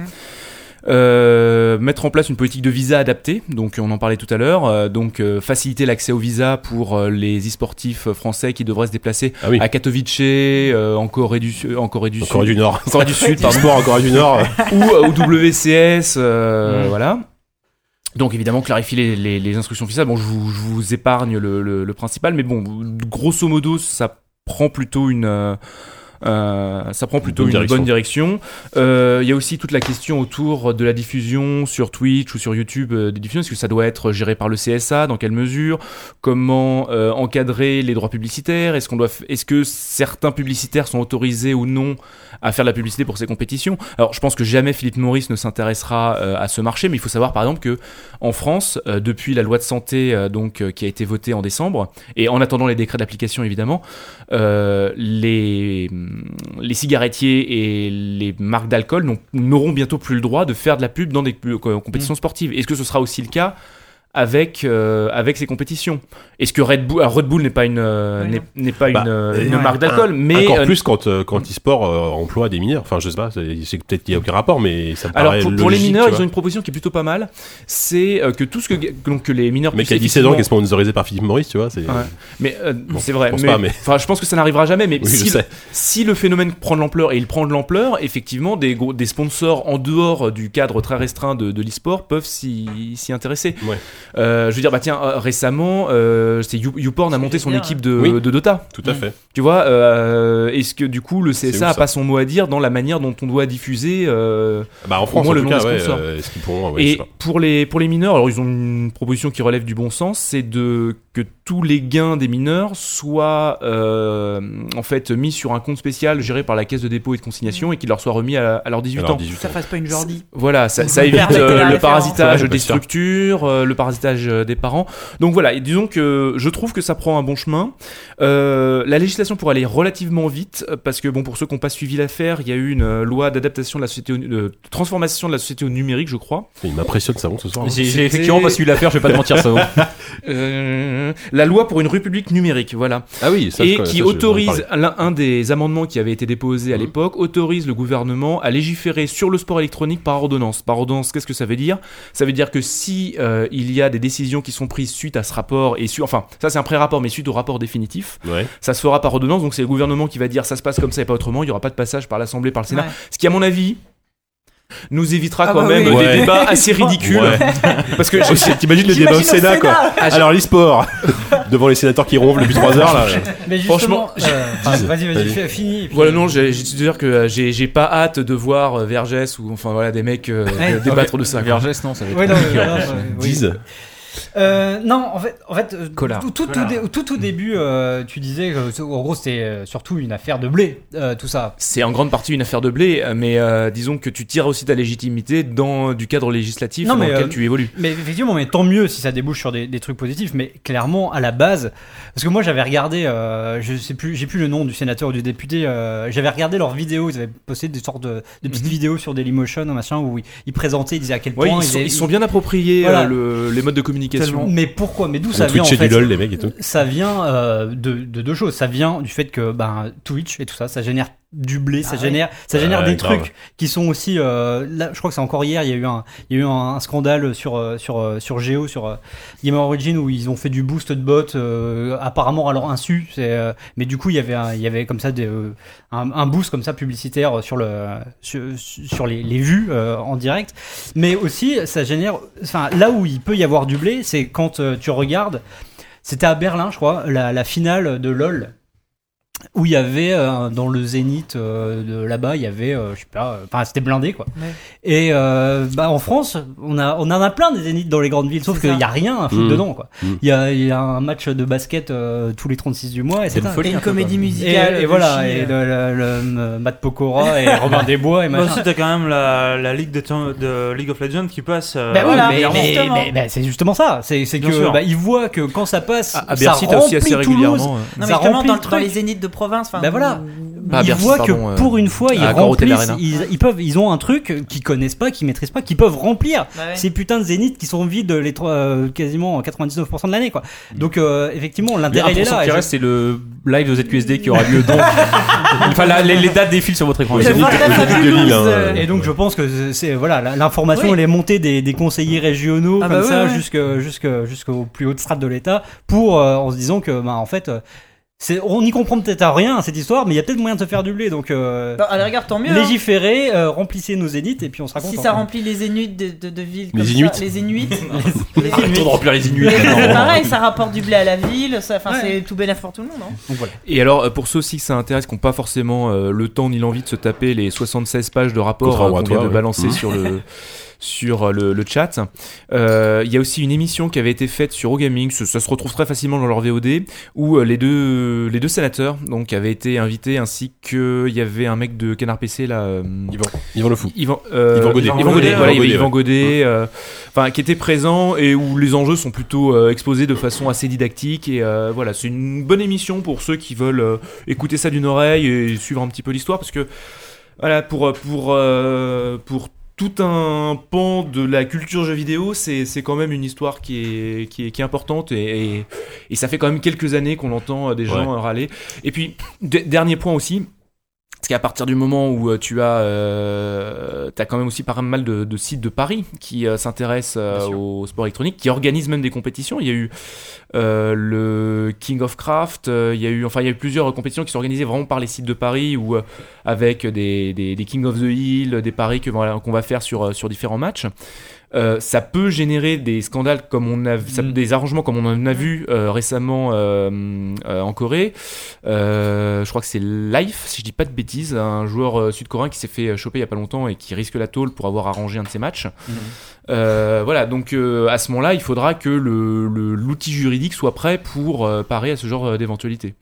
S9: Euh, mettre en place une politique de visa adaptée, donc on en parlait tout à l'heure, Euh, donc euh, faciliter l'accès au visa pour euh, les e-sportifs français qui devraient se déplacer
S2: Ah oui.
S9: à Katowice, euh, en Corée du, Su- en Corée du
S2: En
S9: Sud,
S2: Corée du Nord.
S9: Corée du Sud,
S2: Par
S9: pardon
S2: sport en Corée du Nord.
S9: ou euh, au WCS, euh,
S8: Mm.
S9: voilà. Donc évidemment clarifier les, les- les instructions fiscales. Bon, je vous, je vous épargne le, le- le principal, mais bon, grosso modo, ça prend plutôt une euh, euh, ça prend plutôt
S2: bonne
S9: une
S2: direction.
S9: bonne direction. Euh, Il y a aussi toute la question autour de la diffusion sur Twitch ou sur YouTube euh, des diffusions. Est-ce que ça doit être géré par le CSA Dans quelle mesure Comment euh, encadrer les droits publicitaires Est-ce qu'on doit f- Est-ce que certains publicitaires sont autorisés ou non à faire de la publicité pour ces compétitions. Alors, je pense que jamais Philippe Maurice ne s'intéressera euh, à ce marché, mais il faut savoir par exemple que en France, euh, depuis la loi de santé euh, donc euh, qui a été votée en décembre, et en attendant les décrets d'application évidemment, euh, les les cigarettiers et les marques d'alcool n'ont- n'auront bientôt plus le droit de faire de la pub dans des pu- euh, compétitions sportives. Est-ce que ce sera aussi le cas? Avec, euh, avec ces compétitions. Est-ce que Red Bull, alors Red Bull n'est pas une, euh,
S6: Oui,
S9: n'est-
S6: non.
S9: n'est pas
S2: Bah,
S9: une, euh, une
S2: euh,
S9: marque d'alcool, mais
S2: Encore
S9: euh,
S2: plus quand, euh, quand e-sport euh, emploie des mineurs. Enfin, je sais pas, c'est c'est peut-être qu'il n'y a aucun rapport, mais ça me
S9: Alors
S2: paraît
S9: pour, pour les
S2: logique,
S9: mineurs,
S2: tu
S9: ils
S2: vois.
S9: ont une proposition qui est plutôt pas mal. C'est euh, que tout ce que donc que les mineurs
S2: Mais
S9: puissent
S2: qu'à 17 ans, qui est
S9: effectivement-
S2: sponsorisé par Philippe Maurice, tu vois, c'est.
S9: Ouais. Mais euh, c'est vrai.
S2: je pense
S9: mais-
S2: pas, mais-
S9: enfin, je pense que ça n'arrivera jamais. Mais
S2: Oui, je
S9: si,
S2: sais.
S9: si le phénomène prend de l'ampleur et il prend de l'ampleur, effectivement, des, gros- des sponsors en dehors du cadre très restreint de, de l'e-sport peuvent s'y s'y intéresser.
S2: Ouais.
S9: Euh, je veux dire, bah tiens, euh, récemment, euh, c'est You- YouPorn a monté son
S4: bien,
S9: équipe de,
S2: Oui.
S9: de Dota.
S2: Tout à fait.
S9: Tu vois, euh, est-ce que du coup le
S2: ouf,
S9: CSA a
S2: ça.
S9: pas son mot à dire dans la manière dont on doit diffuser euh,
S2: Bah, en France,
S9: moins,
S2: en
S9: le
S2: tout cas,
S9: nom des
S2: ouais,
S9: sponsors.
S2: euh, est-ce qu'ils pourront. ouais, je sais
S9: et
S2: pas.
S9: pour les, pour les mineurs, alors ils ont une proposition qui relève du bon sens, c'est de que tous les gains des mineurs soient euh, en fait mis sur un compte spécial géré par la caisse de dépôt et de consignation et qu'il leur soit remis à, à leurs 18
S2: Alors,
S9: ans.
S2: 18
S6: Ça fasse pas une Jordi.
S9: Voilà, ça, ça
S6: Vous
S9: évite
S6: permettez
S9: euh,
S6: la
S9: le
S6: référence.
S9: parasitage
S2: Ouais, je
S9: des
S2: peux faire.
S9: structures, euh, le parasitage euh, des parents. Donc voilà, et disons que je trouve que ça prend un bon chemin. Euh, la législation pourrait aller relativement vite, euh, parce que bon, pour ceux qui n'ont pas suivi l'affaire, il y a eu une euh, loi d'adaptation de la société, au nu- de transformation de la société au numérique, je crois.
S2: Il m'impressionne, ça bon ce soir. hein.
S7: J'ai
S9: C'était-
S7: j'ai effectivement pas suivi l'affaire, je vais pas te mentir, ça va.
S9: Euh, la loi pour une république numérique, voilà.
S2: Ah oui, ça, je
S9: et
S2: connais, ça,
S9: qui
S2: je- j'en ai parlé.
S9: autorise, l'un un des amendements qui avait été déposé
S2: Mmh.
S9: à l'époque, autorise le gouvernement à légiférer sur le sport électronique par ordonnance. Par ordonnance, qu'est-ce que ça veut dire Ça veut dire que si euh, il y a des décisions qui sont prises suite à ce rapport, et su- enfin, ça c'est un pré-rapport, mais suite au rapport définitif,
S2: Ouais.
S9: ça se fera par ordonnance, donc c'est le gouvernement qui va dire ça se passe comme ça et pas autrement, il n'y aura pas de passage par l'Assemblée, par le Sénat.
S6: Ouais.
S9: Ce qui, à mon avis, nous évitera
S7: Ah
S9: quand
S7: bah
S9: même
S7: oui.
S9: des
S7: Ouais.
S9: débats assez ridicules.
S2: Ouais.
S9: Parce que
S2: Aussi, t'imagines le débat au Sénat, quoi. Alors l'e-sport devant les sénateurs qui ronflent depuis 3 heures là.
S4: Mais
S9: Franchement,
S4: justement, euh,
S9: j'ai-
S4: vas-y, vas-y,
S9: Vas-y.
S4: fais- finis. et puis-
S9: Voilà, non, j'ai j'ai dû dire que euh, j'ai j'ai pas hâte de voir euh, Vergès ou enfin voilà des mecs euh,
S4: Ouais.
S9: débattre
S7: Ouais.
S9: de ça. quoi.
S7: Vergès, non, ça va être
S4: Ouais, non,
S7: compliqué,
S4: ouais,
S7: en
S4: non,
S7: fait.
S4: ouais, oui.
S7: Dise.
S4: Euh, non, en fait, en fait euh,
S7: Collard.
S4: tout, tout, tout
S7: Collard.
S4: dé- tout, tout début, euh, tu disais que, en gros, c'était euh, surtout une affaire de blé, euh, tout ça.
S9: C'est en grande partie une affaire de blé, euh, mais euh, disons que tu tires aussi ta légitimité dans euh, du cadre législatif dans lequel
S4: euh,
S9: tu évolues.
S4: Mais effectivement, mais tant mieux si ça débouche sur des, des trucs positifs. Mais clairement, à la base, parce que moi j'avais regardé, euh, je sais plus, j'ai plus le nom du sénateur ou du député. euh, j'avais regardé leurs vidéos. Ils avaient posté des sortes de, de petites vidéos sur Dailymotion, machin, où ils, ils présentaient, ils disaient à quel
S9: Ouais,
S4: point
S9: Mhm. ils, sont,
S4: avaient-
S9: ils sont bien appropriés
S4: Voilà.
S9: euh, le- les modes de communication.
S4: Mais pourquoi Mais d'où
S9: Ils
S4: ça
S9: ont
S4: vient en
S9: twitché
S4: fait
S9: du LOL, les mecs, et tout.
S4: Ça vient euh, de, de deux choses. Ça vient du fait que ben, Twitch et tout ça, ça génère du blé, ça
S7: ouais.
S4: génère, ça
S7: Ouais,
S4: génère des
S7: grave.
S4: trucs qui sont aussi. euh, là, je crois que c'est encore hier, il y a eu un, il y a eu un, un scandale sur euh, sur euh, sur Geo, sur euh, Game Origin où ils ont fait du boost de bots euh, apparemment à leur insu. c'est, euh, mais du coup, il y avait un- il y avait comme ça des, euh, un, un boost comme ça publicitaire euh, sur le sur, sur les, les vues euh, en direct. Mais aussi, ça génère. Enfin, là où il peut y avoir du blé, c'est quand euh, tu regardes. C'était à Berlin, je crois, la, la finale de LoL où il y avait euh, dans le zénith euh, de là-bas, il y avait euh, je sais pas, euh, enfin c'était blindé quoi.
S6: Ouais.
S4: Et euh, bah en France, on a on en a plein des zéniths dans les grandes villes, sauf
S6: C'est
S4: qu'il
S6: ça.
S4: y a rien à foutre
S6: Mmh.
S4: dedans quoi.
S6: Mmh.
S4: Il y, a, il y a un match de basket euh, tous les 36 du mois, etc.
S6: une folie, Et une un peu, comédie quoi. musicale
S4: Et, et
S6: de euh.
S4: voilà,
S6: Chine.
S4: et le, le- le- Matt Pokora et Robin Desbois et
S5: Bah,
S4: machin.
S5: si, t'as quand même la, la ligue de, Tom- de League of Legends qui passe. euh,
S4: Bah oui,
S5: voilà,
S4: mais,
S5: régulièrement.
S4: mais- mais- mais c'est justement ça. C'est c'est
S5: Bien
S4: que
S5: sûr.
S4: bah, ils voient que quand ça passe,
S5: Ah, à
S9: Bercy,
S4: ça
S9: t'as
S4: remplit
S9: aussi assez régulièrement, euh.
S4: Toulouse.
S9: ouais.
S6: Non, mais
S4: ça
S6: justement,
S4: remplit
S6: dans,
S4: le
S6: dans
S4: truc.
S6: les zéniths de province. enfin,
S4: Bah voilà.
S9: Ah,
S4: ils
S9: Bercy,
S4: voient
S9: pardon,
S4: que
S9: euh,
S4: pour une fois, ils
S9: à Grand Hôtel
S4: remplissent.
S9: Arena.
S4: Ils, ils peuvent, ils ont un truc qu'ils connaissent pas, qu'ils maîtrisent pas, qu'ils peuvent remplir.
S6: Bah ouais.
S4: Ces putains de zéniths qui sont vides les trois, euh, quasiment 99% de l'année, quoi.
S9: Mm.
S4: Donc euh, effectivement,
S7: Le
S4: l'intérêt il est
S7: 1%
S4: là.
S7: qui
S4: Et je-
S7: reste, c'est le live de ZQSD qui aura lieu donc. enfin, la- les, les dates défilent sur votre écran.
S4: Le
S7: Les
S4: vingt-neuf
S7: dates-
S4: à
S7: les dates de
S4: Toulouse,
S7: Lille, hein.
S4: euh, Et donc je pense que c'est voilà la- l'information
S7: Oui.
S4: elle est montée des, des conseillers régionaux
S7: Ah
S4: comme
S7: bah oui,
S4: ça
S7: oui.
S4: jusque jusque- jusqu'aux plus hautes strates de l'État pour euh, en se disant que bah en fait euh, c'est on n'y comprend peut-être à rien à cette histoire mais il y a peut-être moyen de se faire du blé donc euh,
S6: Bah, à la rigueur, tant mieux, hein.
S4: légiférer euh, remplissez nos zéniths et puis on sera content
S6: Si ça
S4: quoi.
S6: remplit les Inuits de, de, de villes comme
S4: Les
S6: ça,
S4: Inuits.
S6: les Inuits,
S4: Les Arrêtons Inuits. de remplir les Inuits,
S6: Mais
S4: maintenant.
S6: C'est pareil, ça rapporte du blé à la ville, ça, enfin, c'est tout bénéf pour tout le monde. hein.
S9: Et alors, euh, pour ceux aussi que ça intéresse, qui n'ont pas forcément euh, le temps ni l'envie de se taper les 76 pages de rapport euh,
S2: Contrairement à
S9: qu'on vient
S2: toi,
S9: de
S2: ouais.
S9: balancer
S2: Mhm.
S9: sur le sur euh, le, le chat, euh, il y a aussi une émission qui avait été faite sur OGaming, ça, ça se retrouve très facilement dans leur VOD, où euh, les deux les deux sénateurs donc avaient été invités, ainsi que il y avait un mec de Canard PC là, euh,
S2: Yvan- Yvan Le Fou.
S9: Yvan, euh,
S2: Yvan Godet.
S9: Yvan
S2: Yvan
S9: Godet,
S2: Godet,
S9: voilà,
S2: Yvan Godet,
S9: Yvan
S2: ouais.
S9: Godet, euh, enfin qui était présent et où les enjeux sont plutôt euh, exposés de façon assez didactique et euh, voilà c'est une bonne émission pour ceux qui veulent euh, écouter ça d'une oreille et suivre un petit peu l'histoire parce que voilà pour euh, pour euh, pour tout un pan de la culture jeu vidéo, c'est c'est quand même une histoire qui est, qui est, qui est importante et, et, et ça fait quand même quelques années qu'on entend euh, des gens
S7: Ouais.
S9: euh, râler. Et puis, de- dernier point aussi, parce qu'à partir du moment où euh, tu as, euh, t'as quand même aussi pas mal de, de sites de Paris qui euh, s'intéressent euh, au sport électronique, qui organisent même des compétitions. Il y a eu euh, le King of Craft, euh, il y a eu, enfin, il y a eu plusieurs compétitions qui sont organisées vraiment par les sites de Paris ou euh, avec des, des, des King of the Hill, des paris que voilà, qu'on va faire sur euh, sur différents matchs. Euh, ça peut générer des scandales comme on a ça- des arrangements comme on en a vu euh, récemment euh, euh, en Corée. Euh, je crois que c'est Life, si je dis pas de bêtises, un joueur euh, sud-coréen qui s'est fait choper il y a pas longtemps et qui risque la tôle pour avoir arrangé un de ses matchs.
S7: Mhm.
S9: Euh, voilà, donc euh, à ce moment-là, il faudra que le- le- l'outil juridique soit prêt pour euh, parer à ce genre euh, d'éventualité.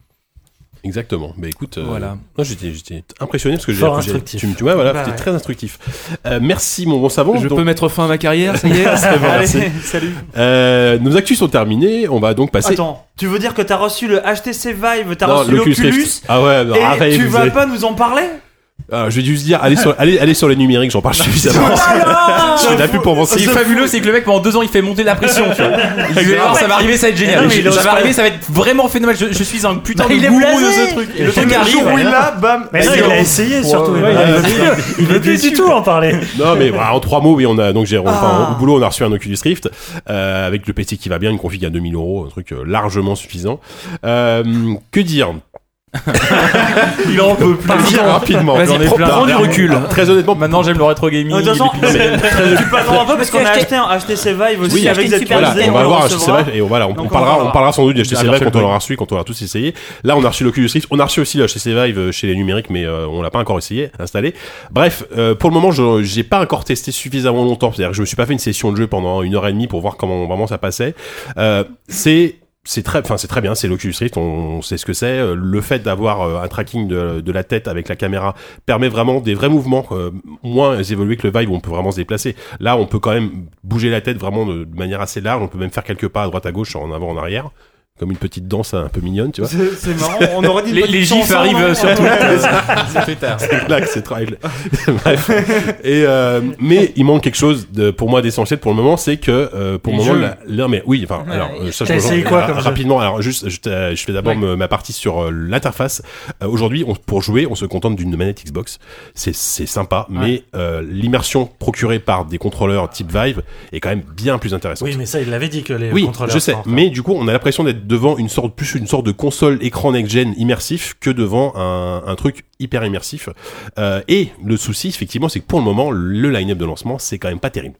S2: Exactement. Bah écoute, euh,
S9: Voilà.
S2: non, j'étais j'étais impressionné parce que j'ai
S9: Fort
S2: appris- j'ai-
S9: instructif.
S2: Tu, me- tu vois, voilà,
S9: Bah
S2: c'était
S9: ouais.
S2: très instructif. Euh, merci mon bon savon.
S9: Je
S2: Donc-
S9: peux mettre fin à ma carrière, ça y est
S2: C'est bon, merci.
S5: salut.
S2: Euh, nos actus sont terminés, on va donc passer.
S5: Attends, tu veux dire que t'as reçu le HTC Vive, t'as
S2: Non,
S5: reçu
S2: l'Oculus
S5: l'Oculus
S2: Rift. Ah ouais, non,
S5: et
S2: arrête,
S5: tu
S2: vous
S5: vas
S2: avez-
S5: pas nous en parler
S2: Alors, je vais juste dire, allez sur, allez, allez sur les numériques, j'en parle suffisamment. je fais de la pub pour mon
S7: Ce qui
S2: site.
S7: est fabuleux, c'est que le mec pendant deux ans il fait monter la pression. Tu vois. Il dit,
S2: Grave.
S7: alors, ça va arriver, ça va être génial.
S2: Non, mais il
S7: ça
S2: ose
S7: va
S2: pas.
S7: arriver, ça va être vraiment phénoménal. Je, je suis un putain
S5: Bah,
S7: de
S5: il est
S7: gourou
S5: blasé.
S7: de ce truc. Et le truc
S5: Le
S7: arrive.
S5: jour où il l'a, bam.
S8: Mais non,
S7: Vas-y,
S8: il a
S7: on-
S8: essayé surtout.
S7: Ouais,
S8: il
S7: ouais,
S8: a-
S7: ouais.
S8: Il veut plus du tout en parler.
S2: Non mais voilà, en trois mots, oui, on a donc j'ai enfin,
S8: Ah.
S2: au boulot, on a reçu un Oculus Rift euh, avec le PC qui va bien, une config à 2000 euros, un truc euh, largement suffisant. Euh, que dire
S3: Il en peut plus.
S2: Partir rapidement.
S3: Vas-y,
S2: J'en ai
S3: prends-
S2: plein. Bah,
S3: prends du recul.
S2: Très honnêtement.
S7: Maintenant, j'aime le rétro gaming.
S5: Euh, De toute façon,
S7: il est plus-
S5: tu passeras un peu parce
S6: Parce que
S5: qu'on a
S6: acheté-
S5: acheté, acheté ses vibes aussi
S6: Oui,
S5: avec
S6: acheté une
S5: ZQSD.
S6: Super
S2: Voilà,
S6: Nintendo,
S2: on va
S5: le
S2: voir acheter
S5: recevra.
S2: vrai et on, voilà, on,
S5: Donc,
S2: on
S5: on
S2: parlera,
S5: verra.
S2: on parlera sans doute d'HTC
S7: Ah,
S2: Vive
S7: Virtual
S2: quand on
S7: Boy.
S2: l'aura reçu, quand on aura tous essayé. Là, on a reçu l'Oculus Rift, on a reçu aussi le HTC Vive euh, chez les numériques, mais euh, on l'a pas encore essayé, installé. Bref, euh, pour le moment, je j'ai pas encore testé suffisamment longtemps, c'est-à-dire que je me suis pas fait une session de jeu pendant une heure et demie pour voir comment vraiment ça passait. Euh, c'est c'est très, enfin c'est très bien, c'est l'Oculus Rift, on, on sait ce que c'est. Euh, Le fait d'avoir euh, un tracking de, de la tête avec la caméra permet vraiment des vrais mouvements euh, moins évolués que le Vive où on peut vraiment se déplacer. Là, on peut quand même bouger la tête vraiment de, de manière assez large. On peut même faire quelques pas à droite à gauche, en avant, en arrière, comme une petite danse hein, un peu mignonne, tu vois.
S5: C'est c'est marrant, on aurait dit une
S7: Les,
S5: bonne
S7: les
S5: chanson,
S7: gifs arrivent
S5: non
S7: euh, sur Twitter. Sur Twitter.
S2: C'est là que c'est trop- Bref. Et euh, mais il manque quelque chose de, pour moi d'essentiel pour le moment, c'est que euh, pour le
S7: Les
S2: moment,
S7: jeux.
S2: la- la- mais oui, enfin, alors euh, ça, je
S8: T'as
S2: rejoins-
S8: essayé quoi
S2: ra-
S8: comme jeu
S2: rapidement. Alors juste, je, t'ai- je fais d'abord me- ma partie sur euh, l'interface. Euh, Aujourd'hui, on- pour jouer, on se contente d'une manette Xbox. C'est c'est sympa, mais euh, l'immersion procurée par des contrôleurs type Vive est quand même bien plus intéressante.
S8: Oui, mais ça, il l'avait dit que les
S2: Oui,
S8: contrôleurs.
S2: je sais,
S8: sont en retard.
S2: mais du coup, on a l'impression d'être devant une sorte plus une sorte de console écran next-gen immersif que devant un, un truc hyper immersif. Euh, et le souci, effectivement, c'est que pour le moment, le line-up de lancement, c'est quand même pas terrible.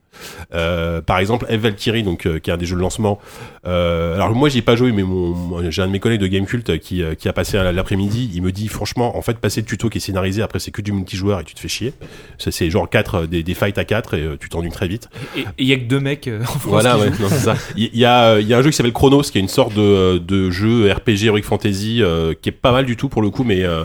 S2: Euh, par exemple, F Valkyrie, donc euh, qui est un des jeux de lancement. euh, alors moi, j'y ai pas joué, mais mon, moi, j'ai un de mes collègues de Gamecult euh, qui, euh, qui a passé un- l'après-midi. Il me dit franchement, en fait, passer le tuto qui est scénarisé, après c'est que du multijoueur et tu te fais chier. Ça, C'est genre quatre euh, des, des fights à 4 et euh, tu t'ennuies très vite.
S9: Et il y a que deux mecs euh, en France.
S2: Voilà,
S9: qui
S2: ouais,
S9: jouent.
S2: non, c'est ça. Il y, a, euh, il y a un jeu qui s'appelle Chronos, qui est une sorte de, euh, de jeu RPG Heroic Fantasy, euh, qui est pas mal du tout pour le coup, mais. euh,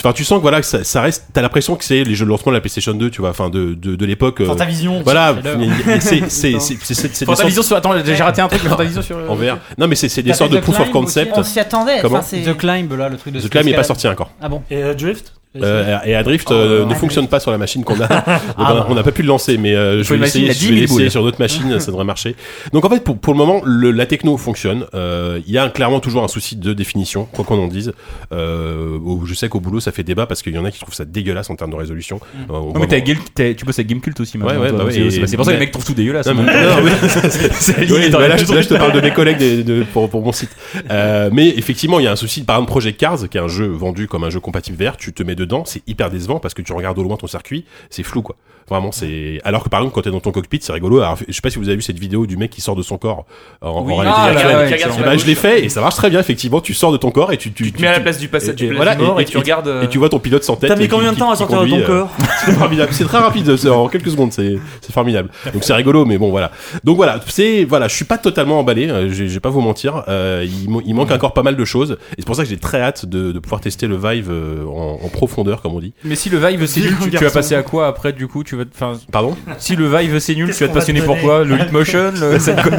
S2: Enfin, tu sens que voilà, que ça, ça reste. T'as l'impression que c'est les jeux de lancement de la PlayStation 2, tu vois, enfin de, de, de l'époque. euh,
S4: Fantavision.
S2: voilà,
S4: c'est l'heure.
S2: il y a- il y a- c'est c'est- c'est- c'est- c'est- c'est des sortes
S7: Fantavision sur. Attends, j'ai j'ai raté un truc. Fantavision sur. euh,
S2: en VR. Non, mais c'est c'est des
S4: T'as
S2: sortes
S4: fait
S2: de
S4: The
S2: proof of
S4: Climb aussi,
S2: concept.
S6: On s'y attendait.
S2: Comment
S6: enfin, c'est-
S4: The Climb, là, le truc de
S2: The Climb n'est pas
S4: escalade.
S2: sorti encore.
S4: Ah bon
S8: Et euh, Drift
S2: Euh, et Adrift
S7: Oh,
S2: euh, ne fonctionne pas sur la machine qu'on a. Donc, on
S7: Ah
S2: a- on n'a pas pu le lancer, mais euh, je
S7: faut
S2: vais
S7: une machine
S2: l'essayer
S7: à
S2: je vais
S7: 10 000
S2: l'essayer
S7: boules.
S2: sur d'autres machines, ça devrait marcher. Donc en fait, pour, pour le moment, le- la techno fonctionne. Euh, Il y a clairement toujours un souci de définition, quoi qu'on en dise. Euh, au- je sais qu'au boulot, ça fait débat parce qu'il y en a qui trouvent ça dégueulasse en termes de résolution. Euh, on
S7: Mm. Non,
S2: va
S7: mais t'as
S2: voir.
S7: Guild- t'as- tu bosses avec Gamecult aussi maintenant.
S2: ouais,
S7: toi,
S2: bah
S7: donc
S2: ouais,
S7: c'est-
S2: et-
S7: c'est- C'est pour ça que les
S2: mais-
S7: mecs trouvent tout dégueulasse. hein.
S2: Non, mais- non, Ah, oui, c'est- c'est lié,
S7: Oui,
S2: mais
S7: t'aurais
S2: là,
S7: pu
S2: je, là, je te parle de mes collègues des- de- pour, pour mon site. Euh, mais effectivement, il y a un souci. Par exemple, Project Cars, qui est un jeu vendu comme un jeu compatible vert, tu te mets dedans, c'est hyper décevant parce que tu regardes au loin ton circuit, c'est flou quoi. Vraiment, c'est. Alors que par exemple, quand t'es dans ton cockpit, c'est rigolo. Alors, je sais pas si vous avez vu cette vidéo du mec qui sort de son corps en, en réalité
S9: Ah,
S2: virtuelle.
S9: ouais,
S7: ouais,
S9: qui regarde
S7: ouais.
S9: sur
S2: Eh
S9: la
S2: ben, je l'ai
S9: gauche.
S2: fait et ça marche très bien. Effectivement, tu sors de ton corps et tu,
S9: Tu te mets à la place du
S2: et-
S9: passage
S2: et
S9: du
S2: voilà,
S9: voilà, mort
S2: et-
S9: et,
S2: et
S9: tu
S2: tu-
S9: regardes. euh,
S2: et tu vois ton pilote sans tête.
S5: T'as mis
S2: qui-
S5: combien de
S2: qui-
S5: temps à
S2: qui
S5: sortir de
S2: conduit,
S5: ton
S2: euh,
S5: corps
S2: c'est formidable. C'est très rapide, c'est en quelques secondes, c'est c'est formidable. Donc c'est rigolo, mais bon voilà. Donc voilà, c'est voilà, je suis pas totalement emballé, euh, je je vais pas vous mentir. Euh, il, mo- il manque encore pas mal de choses, et c'est pour ça que j'ai très hâte de, de pouvoir tester le Vive euh, en, en profondeur, comme on dit.
S7: Mais si le Vive c'est
S5: Dis-le,
S7: nul, tu, tu vas
S5: garçon.
S7: passer à quoi après du coup tu vas te- enfin,
S2: Pardon
S7: Si le Vive c'est nul,
S8: Qu'est-ce
S7: tu vas te
S8: qu'on va
S7: passionner
S8: te
S7: pour
S8: donner
S7: quoi Le Hitmotion le... ça te colle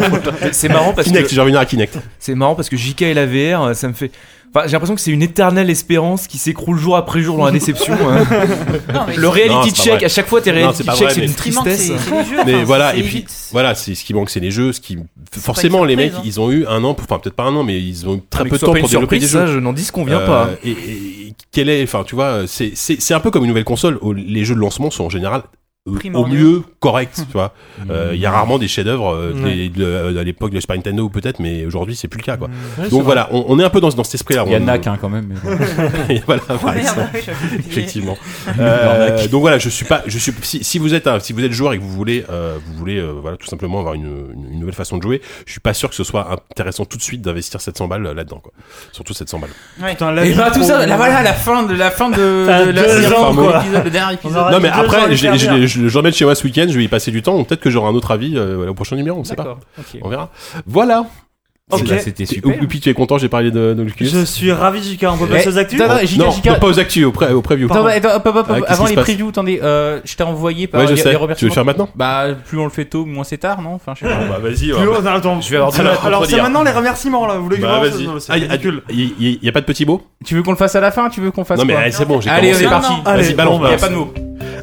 S9: C'est marrant parce que
S2: Kinect, je vais revenir à Kinect.
S9: c'est marrant parce que JK et la VR, euh, ça me fait. Enfin, j'ai l'impression que c'est une éternelle espérance qui s'écroule jour après jour dans la déception. hein.
S6: Non, mais
S9: Le
S2: Non, c'est
S9: reality
S2: pas
S9: check,
S2: vrai.
S9: à chaque fois tes
S2: Non,
S9: reality
S2: c'est pas
S9: check,
S2: vrai,
S9: c'est
S2: mais-
S9: une
S6: ce qui manque,
S9: tristesse.
S6: c'est- c'est les jeux,
S2: Mais
S6: enfin,
S2: voilà,
S6: c'est
S2: et puis
S6: vite.
S2: voilà, c'est ce qui manque, c'est les jeux, ce qui
S6: une
S2: forcément les mecs,
S6: surprise, hein.
S2: ils ont eu un an, pour- enfin peut-être pas un an, mais ils ont eu
S9: Ah,
S2: très
S9: mais
S2: peu
S9: que
S2: de
S9: ce
S2: temps
S9: soit
S2: pour
S9: pas une
S2: développer des
S9: surprise,
S2: jeux.
S9: ça, je n'en disconviens
S2: Euh,
S9: pas. hein.
S2: Et, et- et quel est, enfin, tu vois, c'est c'est- c'est un peu comme une nouvelle console. où les jeux de lancement sont en général euh, au
S6: Primordiaux.
S2: mieux corrects, tu vois. Euh, Il y a rarement des chefs-d'œuvre euh,
S8: Ouais.
S2: des- de- euh, à l'époque de la Super Nintendo peut-être, mais aujourd'hui c'est plus le cas, quoi. Donc voilà, on, on est un peu dans, dans cet esprit-là.
S7: Il y a
S2: On-
S7: Nac hein, quand même. mais bon.
S2: Et voilà, par
S6: Oh, merde,
S2: exemple.
S6: oui, j'avais oublié.
S2: Effectivement. Euh, donc voilà, je suis pas, je suis. Si, si vous êtes, un- si vous êtes joueur et que vous voulez, euh, vous voulez, euh, voilà, tout simplement avoir une, une, une nouvelle façon de jouer, je suis pas sûr que ce soit intéressant tout de suite d'investir 700 balles euh, là-dedans, quoi. Surtout 700 balles.
S5: Putain, la
S7: Et
S5: vie
S7: bah tout
S5: pro-
S7: ça, la voilà la fin de la fin de,
S8: T'as
S7: de Euh, la
S8: deux
S7: série,
S8: ans,
S7: le premier
S8: quoi.
S7: épisode, le dernier
S8: On
S7: épisode.
S8: aura
S2: Non mais
S8: dit deux ans à
S2: après,
S8: les
S2: j'ai-
S8: faire
S2: j'ai-
S8: bien.
S2: je- j'en mets chez moi ce week-end, je vais y passer du temps, donc peut-être que j'aurai un autre avis euh, au prochain numéro, on sait pas.
S7: D'accord. ok.
S2: On verra. Voilà.
S5: Ok.
S7: Bah, C'était
S2: Et puis tu es content, j'ai parlé de, de l'Oculus.
S5: Je suis ravi, JK, on peut passer aux actus
S7: Attends, JK,
S2: Non,
S7: JK.
S2: pas aux actus, au, pré- au preview.
S7: Attends, attends, hop, hop, hop,
S2: Ah, qu'est-ce
S7: avant
S2: qui se
S7: les
S2: passe
S7: previews, attendez, euh, je t'ai envoyé par
S2: Ouais, je
S7: les- les
S2: sais. Tu veux
S7: remerciements.
S2: le faire maintenant
S7: Bah plus on le fait tôt, moins c'est tard, non Enfin je sais pas.
S2: Bah vas-y.
S5: Plus haut, non, attends.
S2: Je vais avoir du mal à
S5: Alors, alors c'est
S2: contredire.
S5: maintenant les remerciements là, vous voulez que
S2: Bah
S5: je
S2: vas-y.
S5: lance Non, c'est
S2: Ah, y-
S5: ridicule.
S2: y- y- y a pas de petit mot
S7: Tu veux qu'on le fasse à la fin Tu veux qu'on fasse
S2: Non mais
S7: quoi
S2: eh, c'est bon, j'ai
S7: Allez,
S2: commencé.
S7: on est parti.
S2: Vas-y, balance.
S7: Il n'y a pas de mots.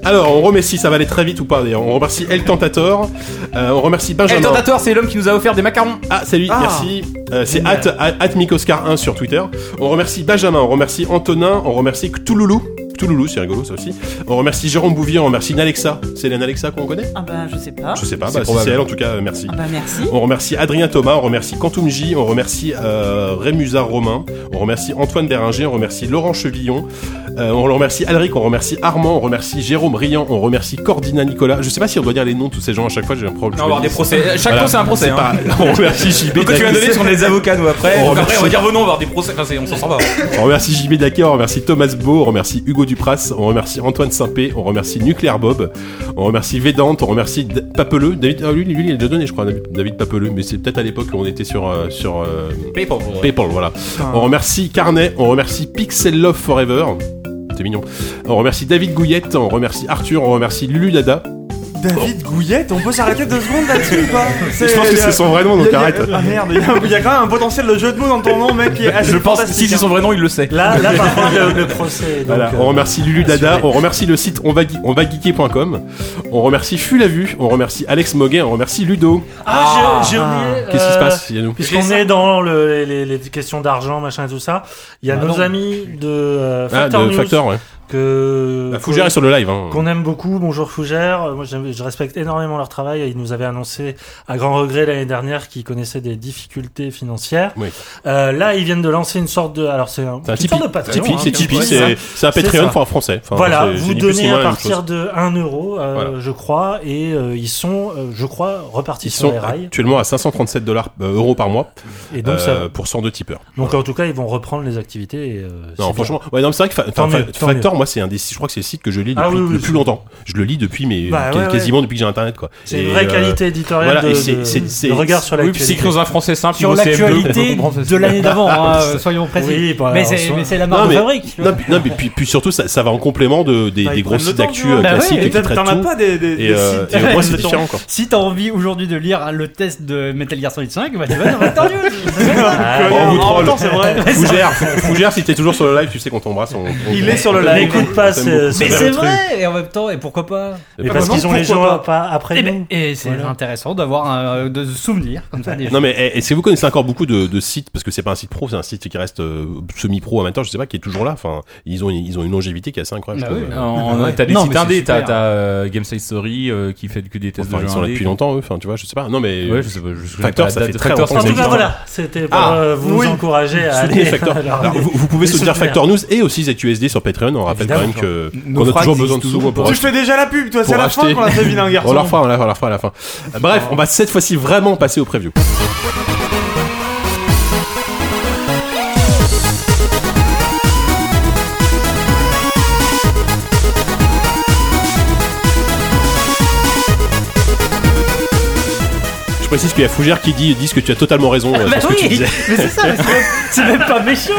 S2: Alors, on remercie, ça va aller très vite ou pas d'ailleurs. On remercie El Tentator. Euh, on remercie
S7: El
S2: Benjamin.
S7: Eh, Tentator, c'est l'homme qui nous a offert des macarons.
S2: Ah, c'est lui,
S5: Ah.
S2: merci. Euh, c'est at, at, at Mikoscar1 sur Twitter. On remercie Benjamin, on remercie Antonin, on remercie Cthulhu. Cthulhu, Touloulou, c'est rigolo ça aussi. On remercie Jérôme Bouvier, on remercie Nalexa. C'est la Nalexa qu'on connaît
S6: Ah bah je sais pas.
S2: Je sais pas,
S6: C'est
S2: bah, si
S6: probable.
S2: c'est elle en tout cas, euh, merci.
S6: Ah bah merci.
S2: On remercie Adrien Thomas, on remercie Quantum J, on remercie euh, Rémusa Romain, on remercie Antoine Deringer, on remercie Laurent Chevillon, euh, on remercie Alric, on remercie Armand, on remercie Jérôme Riant, on remercie Cordina Nicolas. Je sais pas si on doit dire les noms de tous ces gens à chaque fois, j'ai un problème.
S3: Non, on va avoir des procès. Chaque fois, c'est un procès,
S2: c'est
S3: hein.
S2: pas- Oh, On remercie JB.
S3: Donc, tu vas
S2: Daquet.
S3: donner, ce sont les avocats, nous, après.
S2: On
S3: Donc, après,
S2: remercie-
S3: on va dire vos noms, on va avoir des procès. Enfin, c'est- on s'en sort pas.
S2: On remercie JB Daquet, on remercie Thomas Beau, on remercie Hugo Dupras, on remercie Antoine Saint-Pé, on remercie Nuclear Bob, on remercie Védante, on remercie D- Papeleux. David, ah, lui, lui, il a déjà donné, je crois, David- David Papeleux, mais c'est peut-être à l'époque où on était sur. euh, sur euh,
S3: PayPal.
S2: PayPal, voilà. On remercie Carnet, on remercie Pixel Love Forever. C'est mignon. On remercie David Gouillette, on remercie Arthur, on remercie Lulu Dada.
S5: David Gouillette, on peut s'arrêter deux secondes là-dessus ou pas
S2: Je pense que c'est son vrai nom, donc
S5: Il y a-
S2: arrête.
S5: Ah merde, il y, a, il y a quand même un potentiel de jeu de mots dans ton nom, mec, qui est assez
S3: Je pense que
S5: fantastique, hein.
S3: si c'est son vrai nom, il le sait.
S8: Là, là par contre, le, le procès. donc,
S2: Voilà,
S8: euh,
S2: on remercie Lulu Dada,
S8: assuré.
S2: on remercie le site onvageeker.com, on remercie Fulavu, on remercie Alex Moguet, on remercie Ludo.
S8: Ah, j'ai j'ai oublié.
S2: Qu'est-ce qui se
S8: euh,
S2: passe, Yannou
S8: Puisqu'on est dans le- les, les questions d'argent, machin et tout ça, il y a
S4: Ah
S8: nos
S4: non.
S8: amis de euh,
S2: Bah Ah,
S8: Factor
S2: le
S8: News Euh,
S2: facteur, ouais.
S8: que
S2: La fougère est sur le live, hein.
S8: qu'on aime beaucoup. Bonjour Fougère. Moi, j'aime- je respecte énormément leur travail. Ils nous avaient annoncé à grand regret l'année dernière qu'ils connaissaient des difficultés financières.
S2: Oui.
S8: Euh, là, ils viennent de lancer une sorte de, alors c'est un,
S2: C'est un
S8: une
S2: Tipeee.
S8: sorte de Patreon,
S2: Tipeee,
S8: hein,
S2: c'est
S8: quelque
S2: Tipeee,
S8: chose.
S2: c'est c'est un
S8: C'est
S2: Patreon
S8: ça.
S2: pour un français. Enfin,
S8: voilà,
S2: c'est- c'est
S8: vous
S2: ni plus ni
S8: donnez
S2: moins
S8: à
S2: la même chose.
S8: partir de 1 euro, euh,
S2: Voilà.
S8: je crois, et euh, ils sont, euh, je crois, repartis
S2: Ils
S8: sur
S2: sont
S8: les rails.
S2: actuellement à 537 dollars euh, euros par mois
S8: Et donc, ça-
S2: euh, pour 102 tipeurs.
S8: donc en tout cas, ils vont reprendre les activités. et, euh, c'est
S2: Non,
S8: bien.
S2: franchement, ouais, non, mais c'est vrai que Fa-
S8: Tant
S2: enfin,
S8: mieux,
S2: Fa-
S8: tant
S2: Factor, moi, c'est un des, je crois que c'est le site que je lis depuis
S8: Ah oui, oui,
S2: le plus
S8: c'est-
S2: longtemps. Je le lis depuis, mais
S8: Bah,
S2: qu-
S8: ouais, ouais.
S2: quasiment depuis que j'ai internet, quoi.
S8: C'est
S2: Et,
S8: une vraie
S2: euh,
S8: qualité éditoriale
S2: voilà,
S8: de,
S2: et c'est-
S8: de-
S2: c'est-
S8: de
S2: c'est-
S8: regard sur
S7: Oui, puis c'est
S8: l'actualité.
S7: écrit dans un français simple,
S4: Sur
S7: niveau
S2: E.
S7: CM2,
S4: l'actualité
S7: on comprend ça.
S4: de l'année d'avant, hein, euh, soyons précis.
S8: Oui, bah,
S4: mais
S8: alors,
S4: c'est
S8: soit-
S4: mais c'est la marque
S2: Non, mais-
S4: de fabrique. tu vois.
S2: Non, puis, non, mais puis, puis surtout, ça, ça va en complément de, des,
S5: Bah, ils
S2: des gros
S5: prennent le
S2: sites
S5: temps,
S2: d'actu
S5: tu vois.
S2: euh,
S4: Bah ouais,
S2: classiques
S5: Et
S2: qui
S5: t'en
S2: traitent
S5: t'en as
S2: tout.
S5: pas des, des,
S2: Et,
S5: des
S2: euh,
S5: sites
S2: et au moins, c'est
S5: Attends.
S2: différent, quoi.
S4: Si t'as envie aujourd'hui de lire le test de Metal Gear Solid 5, bah tu vas dans Factor News.
S8: Ah,
S2: on vous
S5: En
S2: troll.
S5: même temps, c'est vrai.
S2: Fougère, Fougère, si t'es toujours sur le live, tu sais qu'on t'embrasse. on- on-
S5: Il est sur le
S2: on-
S5: live.
S2: on- on-
S8: N'écoute
S2: on
S8: pas
S2: t'aime
S8: ce-
S2: beaucoup.
S8: ce-
S4: Mais
S8: Bah,
S4: c'est
S8: le truc.
S4: vrai Et en même temps, et pourquoi pas
S8: Mais parce qu'ils ont les gens à- pas après
S4: Et,
S8: nous.
S4: ben, et c'est
S8: Voilà.
S4: intéressant d'avoir un- euh, de se souvenir comme ça des
S2: Non
S4: gens.
S2: mais eh, est-ce que vous connaissez encore beaucoup de, de sites parce que c'est pas un site pro, c'est un site qui reste euh, semi-pro amateur, je sais pas, qui est toujours là. Enfin, ils ont une- ils ont une longévité qui est assez incroyable. je
S4: Bah oui,
S2: trouve.
S4: mais-
S7: En- en-
S4: Ouais.
S7: T'as des
S4: Non,
S7: sites
S4: mais c'est
S7: indés, t'as
S4: super.
S7: t'as, euh, Game Side Story euh, qui fait que des tests
S2: Enfin,
S7: de
S2: ils
S7: jeux
S2: sont là depuis
S7: indés.
S2: longtemps, eux. Enfin, tu vois, je sais pas. Non mais
S7: Ouais, je sais pas. je-
S2: Factor,
S7: la
S2: ça
S7: date
S2: fait
S7: de
S2: très
S7: Factor,
S2: longtemps
S8: En
S7: c'est
S2: que
S8: tout
S2: ça
S8: cas,
S7: évident.
S8: voilà, c'était pour
S2: Ah,
S8: euh, vous
S5: oui.
S8: encourager à
S2: Soutenez
S8: aller
S2: Factor.
S8: à leur
S2: Alors, vous, vous pouvez
S8: Les
S2: soutenir
S8: soutenir.
S2: Factor News et aussi ZQSD sur Patreon. On rappelle quand même
S9: Évidemment.
S2: que
S9: Nos
S2: qu'on a
S9: phrases
S2: toujours besoin de
S9: existent
S2: sous
S9: toujours.
S2: pour
S5: Tu fais déjà la pub, toi, c'est
S2: Pour
S5: à la fin
S2: acheter.
S5: qu'on l'a fait vilain
S2: On la
S5: garçon.
S2: refera, on la refera, on la refera à la fin. Bref, on va cette fois-ci vraiment passer au preview. Je précise qu'il y a Fougère qui dit, disent que tu as totalement raison. euh,
S4: Bah
S2: sur ce que tu
S4: oui,
S2: disais.
S4: mais c'est ça, mais c'est même- c'est même pas méchant.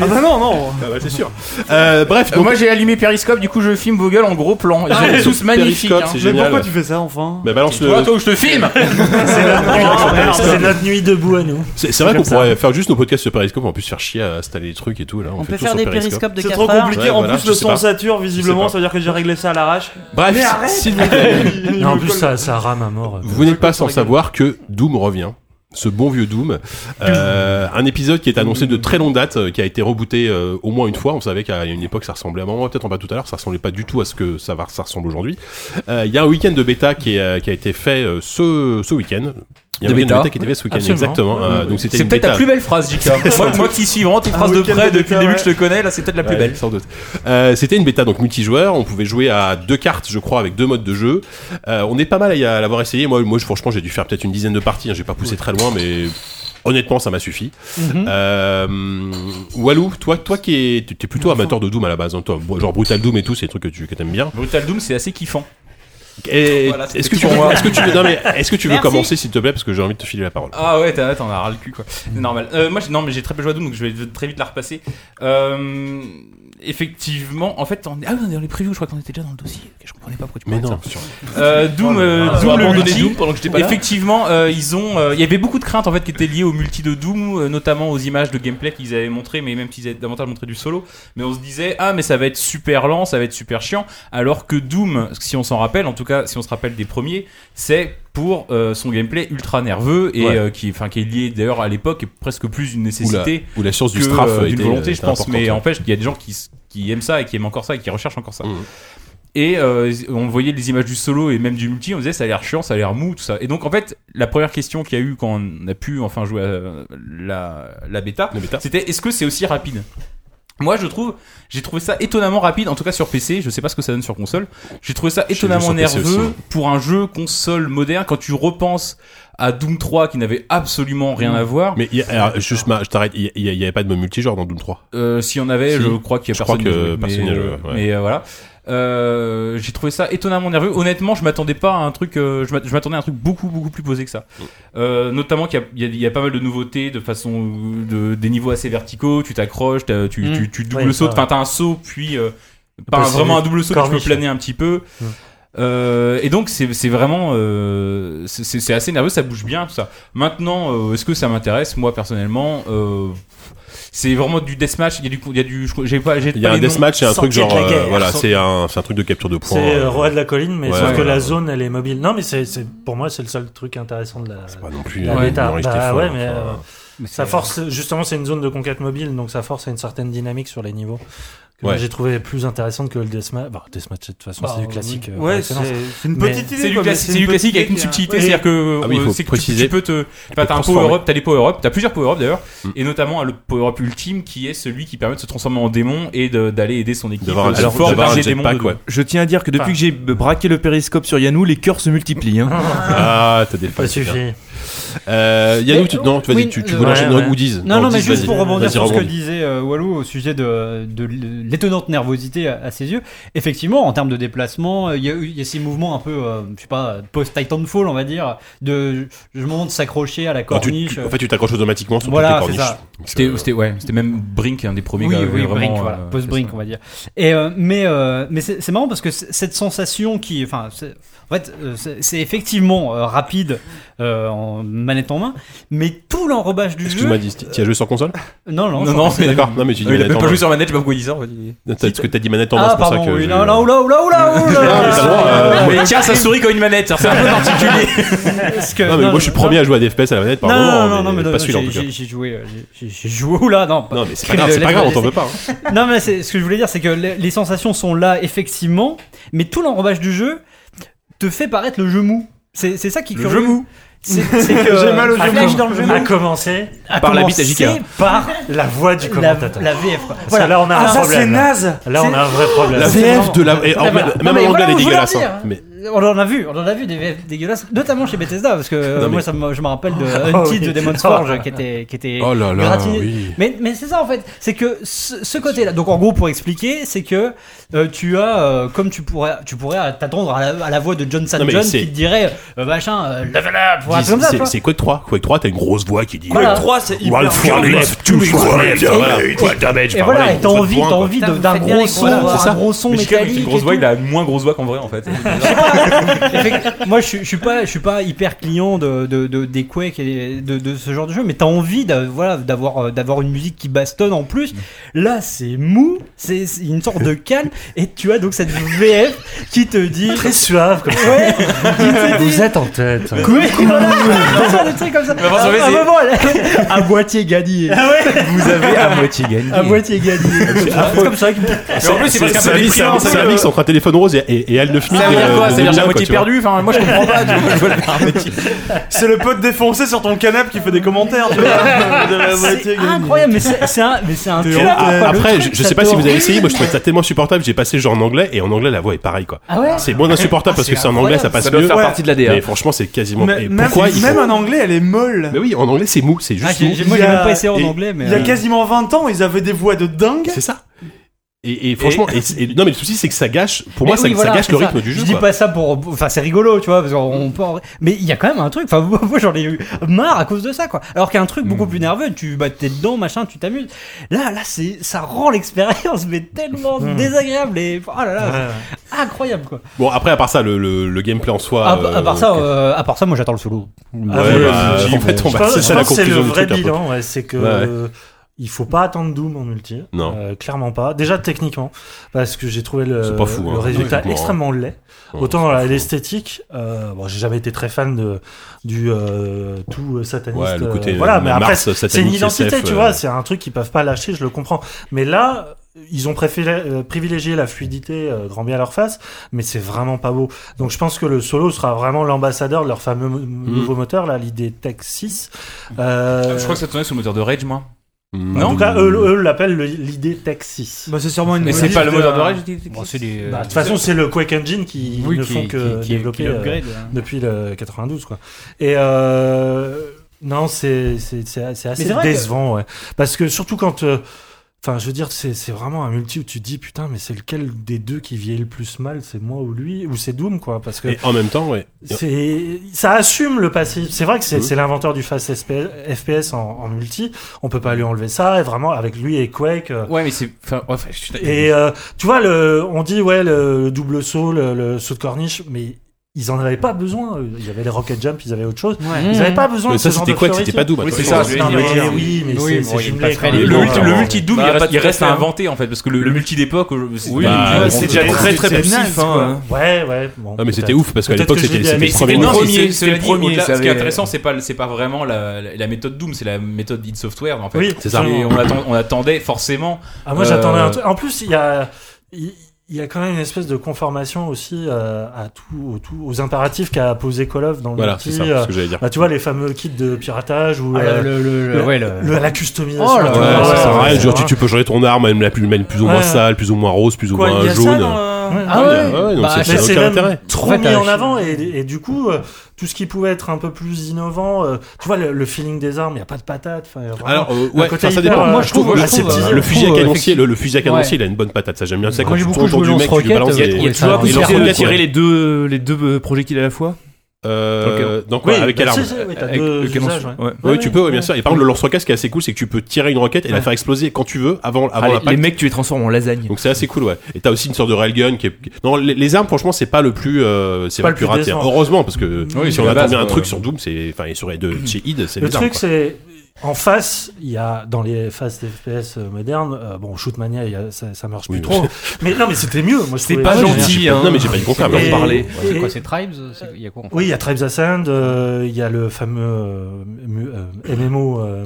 S5: Ah bah non, non.
S2: Ah bah, c'est sûr. Euh, bref,
S7: Donc,
S2: donc,
S7: moi j'ai allumé Periscope, du coup je filme vos gueules en gros plan. Ils sont
S2: ouais.
S7: tous magnifiques.
S2: Ah,
S7: hein.
S2: Periscope, c'est
S5: Mais
S2: génial.
S5: pourquoi tu fais ça enfin
S2: Bah, balance le.
S7: Toi, toi où je te filme
S8: Ah, C'est notre nuit debout à nous.
S2: C'est c'est vrai qu'on pourrait faire juste nos podcasts sur Periscope, on peut se faire chier à installer des trucs et tout. Là, on,
S6: On
S2: fait
S6: peut
S2: tout
S6: faire
S2: sur
S6: des
S2: Periscope.
S6: périscopes de
S5: C'est
S6: 4
S5: trop compliqué.
S2: Ouais,
S5: en
S2: voilà,
S5: plus,
S2: je
S5: le
S2: sais
S5: son
S2: pas.
S5: sature,
S2: pas.
S5: visiblement, ça veut dire que j'ai réglé ça à l'arrache.
S2: Bref, s'il vous plaît.
S8: Non, en plus, ça, ça rame à mort.
S2: Vous n'êtes pas sans savoir que Doom revient. Ce bon vieux Doom, Euh, un épisode qui est annoncé de très longue date, euh, qui a été rebooté euh, au moins une fois. On savait qu'à une époque ça ressemblait à un moment, peut-être on va tout à l'heure, ça ressemblait pas du tout à ce que ça, va, ça ressemble aujourd'hui. Euh, Il y a un week-end de bêta qui, est, euh, qui a été fait euh, ce, ce week-end. Il y a un
S7: De
S2: week-end
S7: bêta.
S2: de bêta qui était fait ce week-end,
S7: Absolument.
S2: exactement. Euh, donc c'était
S7: C'est
S2: une
S7: peut-être
S2: bêta
S7: ta plus belle phrase, Jika. moi, moi qui suis vraiment tes phrases de
S5: week-end
S7: près
S5: de
S7: depuis
S5: bêta,
S7: le début que
S5: ouais.
S7: je te connais, là c'est peut-être la plus
S2: Ouais,
S7: belle.
S2: sans doute. Euh, C'était une bêta donc multijoueur. On pouvait jouer à deux cartes, je crois, avec deux modes de jeu. Euh, on est pas mal à y- à l'avoir essayé. Moi, moi, je- franchement, j'ai dû faire peut-être une dizaine de parties. hein. J'ai pas poussé très loin, mais honnêtement, ça m'a suffi.
S4: Mhm.
S2: Euh, Walou, toi, toi qui es, t'es- t'es plutôt amateur de Doom à la base, hein, toi, genre Brutal Doom et tout, c'est des trucs que tu que t'aimes bien.
S7: Brutal Doom c'est assez kiffant.
S2: Et
S7: Voilà, c'était
S2: est-ce que tu
S7: pour
S2: veux,
S7: moi.
S2: est-ce que tu veux, non, mais est-ce que tu veux
S6: Merci.
S2: commencer, s'il te plaît, parce que j'ai envie de te filer la parole.
S7: Ah ouais, t'as- t'en as ras le cul quoi. C'est normal. Euh, moi, j'ai- non, mais j'ai très peu joué à Doom, donc je vais très vite la repasser. Euh, effectivement, en fait, on est... ah oui, on est dans les previews, je crois qu'on était déjà dans le dossier. Ok, Je comprenais pas pourquoi tu
S2: Mais
S7: parlais de
S2: non,
S7: ça. Euh, Doom, euh,
S2: Ah, on
S7: Doom
S2: va
S7: le
S2: abandonner
S7: multi.
S2: Doom pendant que j'étais pas là.
S7: Effectivement, euh, ils ont. euh, Il y avait beaucoup de craintes en fait qui étaient liées au multi de Doom, euh, notamment aux images de gameplay qu'ils avaient montré, mais même s'ils avaient davantage montré du solo. Mais on se disait ah mais ça va être super lent, ça va être super chiant. Alors que Doom, si on s'en rappelle, en tout cas si on se rappelle des premiers, c'est pour euh, son gameplay ultra nerveux et
S2: Ouais.
S7: euh, qui, enfin, qui est lié d'ailleurs à l'époque et presque plus une nécessité
S2: Où la- où la science du
S7: que,
S2: straff
S7: euh, d'une
S2: était-
S7: volonté, je
S2: était
S7: pense.
S2: importante, hein.
S7: Mais
S2: ouais.
S7: empêche, il y a des gens qui, s- qui aiment ça et qui aiment encore ça et qui recherchent encore ça.
S2: Mm.
S7: Et euh, on voyait les images du solo et même du multi, on disait ça a l'air chiant, ça a l'air mou, tout ça. Et donc en fait, la première question qu'il y a eu quand on a pu enfin jouer à euh, la, la bêta, c'était est-ce que c'est aussi rapide moi, je trouve, j'ai trouvé ça étonnamment rapide, en tout cas sur PC. Je sais pas ce que ça donne sur console. J'ai trouvé ça
S2: J'ai vu
S7: étonnamment
S2: sur PC aussi, hein. ouais.
S7: nerveux pour un jeu console moderne. Quand tu repenses à Doom 3 qui n'avait absolument rien
S2: Mm.
S7: à voir.
S2: Mais il y a- alors, juste, ma- je t'arrête, il n'y avait pas de multijoueur dans Doom 3.
S7: Euh, S'il y en avait,
S2: Si.
S7: je crois qu'il y a
S2: Je crois
S7: personne. qui a
S2: que
S7: joué,
S2: personne
S7: mais,
S2: n'y a joué,
S7: euh,
S2: ouais.
S7: mais, euh, voilà. Euh, j'ai trouvé ça étonnamment nerveux. Honnêtement, je m'attendais pas à un truc. euh, je m'a- je m'attendais à un truc beaucoup beaucoup plus posé que ça. Euh, notamment qu'il y a- il y, a- il y a pas mal de nouveautés, de façon de, des niveaux assez verticaux. Tu t'accroches, t'as- tu,
S3: Mm.
S7: tu, tu doubles
S3: Ouais,
S7: sautes.
S3: ça,
S7: Enfin,
S3: ouais.
S7: t'as un saut puis euh, pas un-
S3: passer
S7: vraiment un
S3: les
S7: double saut. mais Tu peux
S3: corniches.
S7: planer un petit peu.
S3: Mm.
S7: Euh, et donc c'est c'est vraiment euh, c'est- c'est c'est assez nerveux, ça bouge bien tout ça. Maintenant, euh, est-ce que ça m'intéresse Moi personnellement, euh, c'est vraiment du deathmatch. Il y a du, il y a du, je crois- j'ai pas, j'ai
S2: Il y a
S7: pas
S2: un
S7: les noms.
S2: deathmatch et un truc genre. euh, voilà,
S8: sans-
S2: c'est un, c'est un truc de capture de points.
S8: C'est euh,
S2: euh,
S8: Roi de la Colline, mais
S2: ouais,
S8: sauf que
S2: voilà.
S8: la zone, elle est mobile. Non, mais c'est, c'est- pour moi, c'est le seul truc intéressant de la. C'est
S2: pas non plus
S8: La
S2: une
S8: bêta.
S2: minorité
S8: Bah
S2: folle,
S8: ouais, mais.
S2: hein, enfin.
S8: euh, ça force, justement, c'est une zone de conquête mobile, donc ça force à une certaine dynamique sur les niveaux. Que moi,
S2: Ouais.
S8: j'ai trouvé plus intéressante que le Deathmatch. Bah, Deathmatch, de toute façon,
S5: Bah,
S8: c'est du
S5: oui.
S8: classique. euh,
S5: Ouais,
S8: par excellence.
S5: c'est- c'est une
S8: Mais-
S5: petite idée,
S7: C'est du
S5: quoi, mais
S7: classique,
S5: c'est
S7: c'est
S5: une
S7: du classique
S5: petite
S7: avec une
S5: idée, hein.
S7: subtilité,
S5: Ouais.
S7: c'est-à-dire que,
S5: Ah oui,
S7: euh,
S5: faut
S7: c'est que tu-
S5: préciser.
S7: tu peux te,
S5: peut
S7: enfin, t'as un
S5: transformer.
S7: power up, t'as des power up, t'as plusieurs power up d'ailleurs, et notamment euh, le power up ultime qui est celui qui permet de se transformer en démon et de- d'aller aider son équipe euh,
S9: Alors,
S7: fort
S9: d'avoir
S7: par
S9: un
S7: les démons.
S9: jetpack,
S7: de-
S9: ouais. Je tiens à dire que depuis
S7: Enfin,
S9: que j'ai braqué le périscope sur Yannou, les cœurs se multiplient. hein.
S2: Ah, t'as des fans, c'est
S8: suffit.
S2: bien. Euh, Yannou, tu, non, tu, vas-y,
S4: Oui,
S2: tu, tu
S4: euh,
S2: veux lancer
S4: ouais,
S2: une
S4: ouais.
S2: goodies
S4: Non, non, mais
S2: Goodies,
S4: juste
S2: vas-y.
S4: pour rebondir
S2: Vas-y,
S4: sur ce que
S2: rebondis.
S4: disait euh, Walou au sujet de, de l'étonnante nervosité à, à ses yeux. Effectivement, en termes de déplacement, euh, il y, a eu- il y a ces mouvements un peu, euh, je sais pas, post-Titanfall, on va dire, de je me demande de s'accrocher à la
S2: Non, tu-
S4: corniche.
S2: tu- en fait, tu t'accroches automatiquement sur
S4: Voilà,
S2: toutes les
S4: c'est
S2: corniches.
S4: ça.
S7: C'était, c'était- ouais, c'était même Brink, un des premiers.
S4: Oui,
S7: gars,
S4: oui,
S7: vraiment,
S4: Brink, voilà,
S7: euh,
S4: post-Brink, on va dire. Et euh, mais euh, mais c'est c'est marrant parce que c'est- cette sensation qui, enfin, c'est- en fait, euh, c'est c'est effectivement euh, rapide euh, en manette en main, mais tout l'enrobage du jeu.
S2: Excuse-moi, dis- tu as joué sur console
S4: Non, non,
S7: Non, non, mais
S2: d'accord. Non, mais tu dis
S7: il a
S2: manette
S7: même
S2: en
S7: pas
S2: main.
S7: joué sur manette, je sais pas hein, pourquoi il dit ça. en fait.
S2: Parce que t'as dit manette en main,
S4: Ah
S2: c'est pour ça
S4: pardon,
S2: que.
S4: oui,
S2: je-
S4: non, là, oula, oula, oula, oula.
S2: euh,
S7: Mais tiens, ça sourit comme une manette, alors c'est un peu particulier.
S4: Parce que-
S2: Non, mais moi, je suis premier à jouer à des FPS à la manette par
S4: non,
S2: moment.
S4: non, non, non,
S2: mais
S4: mais non,
S2: pas
S4: non,
S2: celui-là en
S4: j'ai-
S2: tout cas.
S4: j'ai- J'ai joué, euh, j'ai- j'ai joué. Oula, non.
S2: Non, mais c'est pas grave, c'est pas grave, on t'en veut pas,
S4: non, mais là, c'est- ce que je voulais dire, c'est que les les sensations sont là effectivement, mais tout l'enrobage du jeu te fait paraître le jeu mou. C'est c'est ça qui est
S8: Le
S4: curieux.
S8: jeu mou.
S4: C'est c'est Ah, que
S8: J'ai mal au
S4: à
S8: jeu
S4: com-
S8: mou.
S4: dans le jeu
S8: À
S4: mou.
S8: commencer
S4: À
S8: par la
S4: commencer
S8: bite à JK.
S4: Par
S8: La voix du
S4: la-
S8: commentateur.
S4: La, VF. quoi.
S8: Parce que là, on a un
S4: ça,
S8: problème,
S4: c'est
S8: là.
S4: naze.
S8: Là, on a un vrai problème.
S2: La
S4: C'est
S2: VF
S4: vraiment-
S2: de la. et en-
S4: Ah, voilà. Non,
S2: Même
S4: mais
S2: en anglais,
S4: voilà,
S2: elle est
S4: on vous l'a
S2: dégueulasse.
S4: dit,
S2: hein.
S4: hein.
S2: Mais-
S4: On en a vu, on en a vu des VF dégueulasses, notamment chez Bethesda, parce que euh,
S2: Non, mais-
S4: moi ça me- je me rappelle de
S2: Oh,
S4: Untied
S2: oui.
S4: de Demon's Forge qui était, qui était
S2: Oh là là,
S4: gratiné.
S2: oui.
S4: Mais, mais c'est ça en fait, c'est que ce, ce côté-là, donc en gros pour expliquer, c'est que euh, tu as, euh, comme tu pourrais tu pourrais t'attendre à, la- à la voix de John
S2: Non, mais
S4: John
S2: c'est-
S4: qui te dirait, euh, machin, euh, level up, ou un
S2: Dis-
S4: truc comme ça.
S2: c'est-
S4: tu vois.
S2: C'est Quake 3. Quake 3, t'as une grosse voix qui dit. euh,
S4: Voilà. Quake 3, c'est hyper
S2: One for
S4: violent.
S2: left, two
S4: Two
S2: for
S4: for
S2: left.
S4: left.
S2: Voilà,
S4: Et-
S2: une fois damage.
S4: et
S2: par
S4: voilà,
S2: là,
S4: et
S2: ils
S4: t'as
S2: font de
S4: envie,
S2: points,
S4: t'as
S2: quoi.
S4: envie de- d'un gros son, d'un gros son
S7: Mais Chica, avec
S4: métallique.
S7: une grosse
S4: et
S7: voix,
S4: tout.
S7: il a moins grosse voix qu'en vrai en fait.
S4: Effect- Moi, je, suis- je suis pas, je suis pas hyper client de, de, de- des Quake et de, de ce genre de jeu, mais t'as envie d'a- voilà, d'avoir, euh, d'avoir une musique qui bastonne en plus. Là, c'est mou, c'est c'est une sorte de calme, et tu as donc cette VF qui te dit très
S8: suave comme
S4: ça. Ouais,
S8: Vous êtes en tête.
S4: Quake, voilà, des trucs comme ça. Ah,
S8: Mais bon, ça fait,
S4: à, à un
S8: c'est-
S4: moment, elle- à moitié gagné.
S7: Vous avez à moitié gagné.
S4: À moitié gagné. C'est comme ça.
S7: Mais en plus, c'est parce qu'un
S2: C'est un
S7: peu
S2: mix- c'est un
S7: déprimant,
S2: c'est
S7: ça,
S2: un
S7: le-
S2: mix entre un téléphone rose et- et et Al de Flic.
S7: Ça veut
S2: euh,
S7: dire quoi
S2: de
S7: Ça veut dire j'ai
S2: 2001,
S7: à moitié
S2: quoi, tu vois.
S7: perdu Enfin, moi je comprends pas. tu vois, je vois le-
S5: C'est le pote défoncé sur ton canapé qui fait des commentaires. tu vois. De la moitié
S4: C'est
S5: gagnée.
S4: incroyable, mais c'est c'est un, mais c'est un
S2: Et
S4: tueur, quoi. Le
S2: euh, Ah, Après,
S4: truc,
S2: je, je
S4: ça
S2: sais pas
S4: te
S2: si vous avez
S4: ruine.
S2: essayé, moi je trouvais ça tellement insupportable, j'ai passé genre en anglais et en anglais la voix est pareille quoi.
S4: Ah ouais
S2: c'est moins insupportable
S4: Ah,
S2: parce
S4: c'est
S2: que c'est en anglais, ça
S4: incroyable.
S2: passe
S4: Ça doit
S2: mieux.
S4: faire partie de la DA.
S2: Mais franchement, c'est quasiment.
S5: Mais-
S2: et
S5: même-
S2: pourquoi ils
S5: même
S2: font-
S5: en anglais, elle est molle.
S2: Mais oui, en anglais c'est mou, c'est
S5: Ah,
S2: juste
S5: j'ai-
S2: mou.
S5: j'ai- moi, j'ai
S2: Il y a-
S5: même pas essayé en
S2: et-
S5: anglais, mais, Il y a euh, quasiment 20 ans, ils avaient des voix de dingue.
S2: C'est ça. Et, et franchement, et- et- non mais le souci c'est que ça gâche, pour moi
S4: Mais
S2: ça,
S4: oui,
S2: ça
S4: voilà,
S2: gâche
S4: c'est
S2: le
S4: ça.
S2: rythme du jeu.
S4: Je dis
S2: quoi.
S4: pas ça pour. Enfin, c'est rigolo, tu vois, parce qu'on peut. en- Mais il y a quand même un truc. Enfin, moi moi, j'en ai eu marre à cause de ça, quoi. Alors qu'il y a un truc
S2: Hmm.
S4: beaucoup plus nerveux. Tu bah, t'es dedans, machin, tu t'amuses. Là, là, c'est ça rend l'expérience mais tellement
S2: Mm.
S4: désagréable et oh là là,
S2: Ouais,
S4: c'est incroyable, quoi.
S2: Bon après à part ça, le, le- le gameplay en soi.
S4: À, à
S8: Ah,
S2: euh,
S4: part ça, euh, à part ça, moi j'attends le solo.
S2: Ouais, bah, en fait, on va-
S8: Je pense-
S2: c'est ça
S8: je
S2: la
S8: pense
S2: conclusion
S8: que C'est le
S2: du
S8: vrai
S2: truc, un peu.
S8: bilan, ouais, c'est que
S2: Ouais, ouais.
S8: Il faut pas attendre Doom en multi.
S2: Non.
S8: Euh, clairement pas. Déjà techniquement, parce que j'ai trouvé le,
S2: C'est pas fou,
S8: le
S2: hein.
S8: résultat
S2: Ouais,
S8: extrêmement laid.
S2: Ouais,
S8: Autant dans la- l'esthétique, euh, bon, j'ai jamais été très fan de du euh, tout euh, sataniste.
S2: Ouais, le
S8: euh,
S2: côté,
S8: voilà,
S2: euh,
S8: mais
S2: Mars,
S8: après c'est une
S2: satanique,
S8: identité,
S2: SF,
S8: tu
S2: euh.
S8: vois. C'est un truc qu'ils peuvent pas lâcher, je le comprends. Mais là. Ils ont préféré, euh, privilégié la fluidité, euh, grand bien à leur face, mais c'est vraiment pas beau. Donc je pense que le solo sera vraiment l'ambassadeur de leur fameux mo-
S4: Hmm.
S8: nouveau moteur, là, l'idée Tech 6. Euh,
S7: Hmm. Je crois que ça tournait sous le moteur de Rage, moi.
S8: en
S2: mm.
S7: Non
S8: tout cas, eux, eux l'appellent le- l'idée Tech 6.
S5: Bah, c'est sûrement une.
S7: Mais c'est
S5: modif
S7: pas le moteur de
S5: un-
S7: Rage
S4: Bon, c'est
S7: euh,
S4: des-
S8: Bah, De toute façon, c'est le Quake Engine qui
S4: Oui,
S8: ne
S4: qui-
S8: font
S4: qui-
S8: que
S4: qui- qui
S8: développer euh,
S4: l'upgrade, hein.
S8: depuis le 92, quoi. Et euh, non, c'est c'est- c'est- c'est assez
S4: c'est vrai que-
S8: décevant, ouais. Parce que surtout quand. euh, Enfin, je veux dire, c'est c'est vraiment un multi où tu te dis putain, mais c'est lequel des deux qui vieillit le plus mal C'est moi ou lui Ou c'est Doom, quoi Parce que
S2: Et en même temps, ouais.
S8: c'est ça assume le passif. C'est vrai que c'est
S2: Mhm.
S8: c'est l'inventeur du fast SP FPS en, en multi. On peut pas lui enlever ça. Et vraiment, avec lui et Quake. euh,
S7: Ouais, mais c'est. Enfin, ouais, enfin, je suis-
S8: et euh, tu vois, le, on dit ouais le double saut, le, le saut de corniche, mais ils en avaient pas besoin. Ils avaient les rocket jump, ils avaient autre chose. Ils avaient pas besoin
S2: Mais
S8: de
S2: ça,
S8: ce genre
S2: c'était
S8: de
S2: Quake,
S8: fluidité.
S2: c'était pas Doom.
S7: Oui, c'est
S2: attention.
S7: ça,
S8: Non,
S7: c'est une
S8: mais
S7: idée.
S8: oui, mais
S4: Oui,
S8: c'est-
S4: bon,
S8: c'est
S4: il est
S8: jumelé.
S4: pas très
S8: quand même.
S4: libre.
S7: Le, multi, le
S8: Bon,
S7: multi-doom,
S9: Bah,
S7: il,
S9: pas
S7: reste-
S9: tout
S7: il
S9: à
S7: reste
S9: fait,
S7: à
S9: hein.
S7: inventer en fait, parce que le, le multi d'époque, euh, c'est-
S2: Oui,
S7: bah,
S2: mais
S7: on-
S9: c'est déjà
S7: on-
S9: très très
S5: c'est
S9: poussif.
S5: naze,
S9: hein.
S8: Ouais, ouais. bon,
S2: Ah, mais c'était
S8: peut-être.
S2: ouf parce qu'à
S8: Peut-être
S2: l'époque,
S8: que je
S2: c'était
S8: l'ai
S2: c'était
S8: bien
S2: le
S7: Mais
S2: premier.
S8: aimé.
S7: c'était non,
S2: moteur.
S9: premier,
S7: c'est-
S9: c'est
S7: c'est le
S9: le premier,
S7: premier.
S9: ça
S7: Ce qui est
S9: avait-
S7: intéressant, c'est pas, c'est pas vraiment la, la- la méthode Doom, c'est la méthode id Software en fait.
S8: Oui,
S2: c'est ça.
S7: Et on, attend- on attendait forcément.
S8: Ah, moi,
S7: Euh,
S8: j'attendais un truc. En plus, il y a, il il y a quand même une espèce de conformation aussi euh, à tout, au tout- aux impératifs qu'a posé Kolov dans le
S2: Voilà, c'est
S8: multi.
S2: ça
S8: euh,
S2: ce que j'allais dire.
S8: bah, tu vois, les fameux kits de piratage ou
S4: Ah,
S8: euh,
S4: le- le- le-
S8: le-
S4: ouais, le-
S8: le- la customisation.
S4: Oh là
S2: Ouais,
S4: Ouais,
S2: ça
S4: ouais,
S2: sert à
S4: ouais,
S2: rien.
S4: ouais,
S2: Genre,
S8: ouais.
S2: tu, tu peux changer ton arme, elle est la plus, elle est plus ou moins
S8: Ouais.
S2: sale, plus ou moins rose, plus ou
S5: Quoi,
S2: moins
S5: il y a ça
S2: jaune.
S5: dans
S6: Euh,
S5: le-
S8: Ouais.
S4: Ah ouais.
S2: Ouais, donc
S4: Bah,
S2: ça-
S4: mais
S2: ça
S8: Mais
S2: n'a
S8: c'est
S2: aucun
S8: même
S2: intérêt.
S8: trop
S4: En fait,
S8: mis
S4: euh,
S8: en
S4: je-
S8: avant et, et du coup euh, tout ce qui pouvait être un peu plus innovant euh, tu vois le, le feeling des armes il y a pas de patate enfin, vraiment.
S2: Alors, euh, ouais,
S8: côté
S2: enfin, ça
S8: hyper,
S2: dépend.
S8: euh,
S4: moi, je trouve-
S2: le-
S4: je trouve,
S2: le,
S4: euh,
S2: le fusil à
S4: trouve, euh,
S2: canoncier, le, le fusil à canoncier,
S4: ouais.
S2: il a une bonne patate, ça j'aime bien. C'est quand
S4: Moi,
S2: tu
S4: j'ai
S2: tournes
S4: beaucoup
S2: autour du
S4: joué au
S2: mec, tu lui
S4: lance-roquette,
S2: balances
S4: euh,
S2: des-
S9: Il y a
S4: Ouais,
S9: toujours
S4: ça-
S9: la possibilité
S2: et
S9: de
S2: l'orgueil,
S9: tirer les deux, euh, les deux projectiles à la fois
S2: Euh, Dans
S8: oui,
S2: quoi Avec
S8: bah,
S2: quelle
S8: si,
S2: arme
S8: si, oui, t'as
S9: Avec
S8: deux
S9: le canon.
S8: usages, ouais.
S9: Ouais.
S2: Oui,
S8: Ouais,
S2: tu peux, ouais, bien
S8: ouais.
S2: sûr. Et par contre, le lance-roquette, ce qui est assez cool, c'est que tu peux tirer une roquette et la faire exploser quand tu veux avant,
S9: Ah,
S2: avant
S9: les- les
S2: l'impact.
S9: mecs, tu les transformes en lasagne.
S2: Donc c'est assez cool, ouais. Et t'as aussi une sorte de railgun qui est. Non, les, les armes, franchement, c'est pas le plus, euh, c'est
S8: Pas
S2: pas le
S8: le
S2: plus
S8: plus
S2: raté.
S8: décevant.
S2: Heureusement, parce que
S7: Oui,
S2: si
S7: c'est
S2: on
S7: la
S2: attend
S7: base, euh,
S2: bien un
S7: quoi.
S2: truc sur Doom, c'est, enfin, et sur les deux, chez id, c'est
S8: le
S2: les armes.
S8: truc
S2: quoi.
S8: c'est en face il y a dans les phases FPS euh, modernes euh, bon shootmania il y a- ça, ça marche plus
S2: Oui,
S8: trop mais non mais c'était mieux moi je
S9: C'est
S8: trouvais-
S9: pas
S8: Ouais,
S9: gentil,
S2: J'ai pas-
S9: hein.
S2: Non, mais j'ai pas dit le contraire,
S8: mais-
S2: mais on parlait.
S8: et-
S4: C'est quoi, c'est Tribes C'est- Il y a quoi en fait
S8: Oui, il y a Tribes Ascend, euh, il y a le fameux euh, mu- euh, MMO. euh,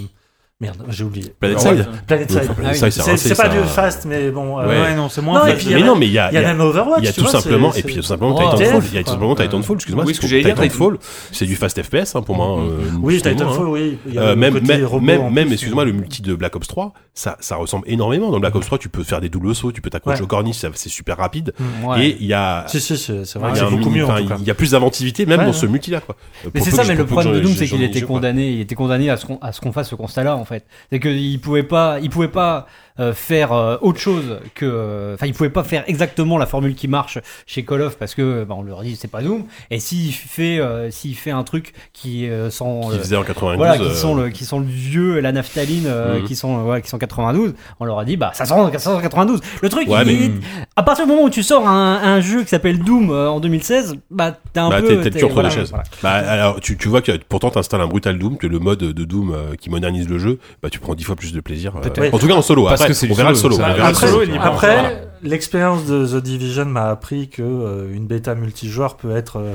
S8: merde, j'ai oublié.
S2: Planet
S7: Ouais.
S2: Side.
S8: Planet Side.
S2: Planet
S4: Ah oui.
S2: Side,
S8: C'est
S2: rincé,
S8: c'est
S2: ça.
S8: pas du fast, mais bon. euh,
S2: Ouais.
S5: Ouais, non, c'est
S8: Non,
S5: moins.
S8: et
S5: fun.
S8: puis, il y a-
S2: Mais non, mais Ah, il y a,
S8: Il y a même Overwatch.
S2: il y a
S8: Ah, tu
S2: tout
S8: vois, c'est-
S2: simplement,
S8: c'est-
S2: et puis tout simplement,
S4: Oh,
S2: Titanfall,
S8: TF,
S2: il y a tout
S8: quoi.
S2: simplement Titanfall, excuse-moi,
S7: Oui,
S2: c'est
S7: ce que j'allais dire,
S2: Titanfall, c'est du fast FPS, hein, pour moi. euh,
S8: Mm, Oui,
S2: justement, hein.
S8: Titanfall, oui. il y a
S2: Euh,
S8: le
S2: même,
S8: côté
S2: même,
S8: robot en
S2: même,
S8: plus. euh.
S2: même, excuse-moi, le multi de Black Ops 3, ça, ça ressemble énormément. Dans Black Ops 3, tu peux faire des doubles sauts, tu peux t'accrocher
S8: Ouais.
S2: au corniche, ça- c'est super rapide.
S4: Ouais.
S2: Et il y a,
S8: Si, si, c'est
S2: Ah,
S8: c'est
S2: il y
S8: vrai,
S2: a
S8: c'est
S2: un
S8: beaucoup
S2: mini-
S8: mieux en
S2: enfin,
S8: tout cas.
S2: il y a plus d'inventivité, même
S8: Ouais.
S2: dans ce multi-là, quoi. Pour
S4: Mais c'est
S2: peu
S4: ça,
S2: que-
S4: mais le
S2: pour peu que
S4: problème de
S2: j'en-
S4: Doom, c'est
S2: j'en
S4: qu'il
S2: ai
S4: était
S2: joué, quoi.
S4: condamné, il était condamné à ce qu'on à ce qu'on fasse ce constat-là en fait. C'est qu'il pouvait pas, il pouvait pas euh, faire euh, autre chose que, euh, enfin, il pouvait pas faire exactement la formule qui marche chez Call of parce que, bah, on leur dit c'est pas Doom. Et s'il fait, euh, s'il fait un truc qui euh, sans
S2: Qui
S4: euh,
S2: faisait en 92.
S4: voilà, qui
S2: euh,
S4: sont le, qui sont le vieux, et la naphtaline, euh,
S2: Mhm.
S4: qui sont, voilà, qui sont 92. On leur a dit, bah, ça sort en 92. Le truc,
S2: Ouais,
S4: il-
S2: mais-
S4: il- à partir du moment où tu sors un, un jeu qui s'appelle Doom euh, en 2016, bah, t'es un
S2: Bah,
S4: peu,
S2: t'es- t'es le cul entre
S4: voilà,
S2: les chaises.
S4: voilà.
S2: Bah, alors, tu, tu vois que pourtant, t'installes un Brutal Doom, que le mode de Doom euh, qui modernise le jeu, bah, tu prends 10 fois plus de plaisir. euh,
S8: Peut-être.
S2: En tout cas, en solo.
S7: Parce
S2: Après,
S7: que c'est
S2: on
S7: du
S2: verra le solo.
S7: solo, ça.
S2: on verra le
S8: Après,
S2: solo,
S7: il y
S2: tu vois.
S8: après,
S2: Voilà.
S8: l'expérience de The Division m'a appris que euh, une bêta multijoueur peut être euh,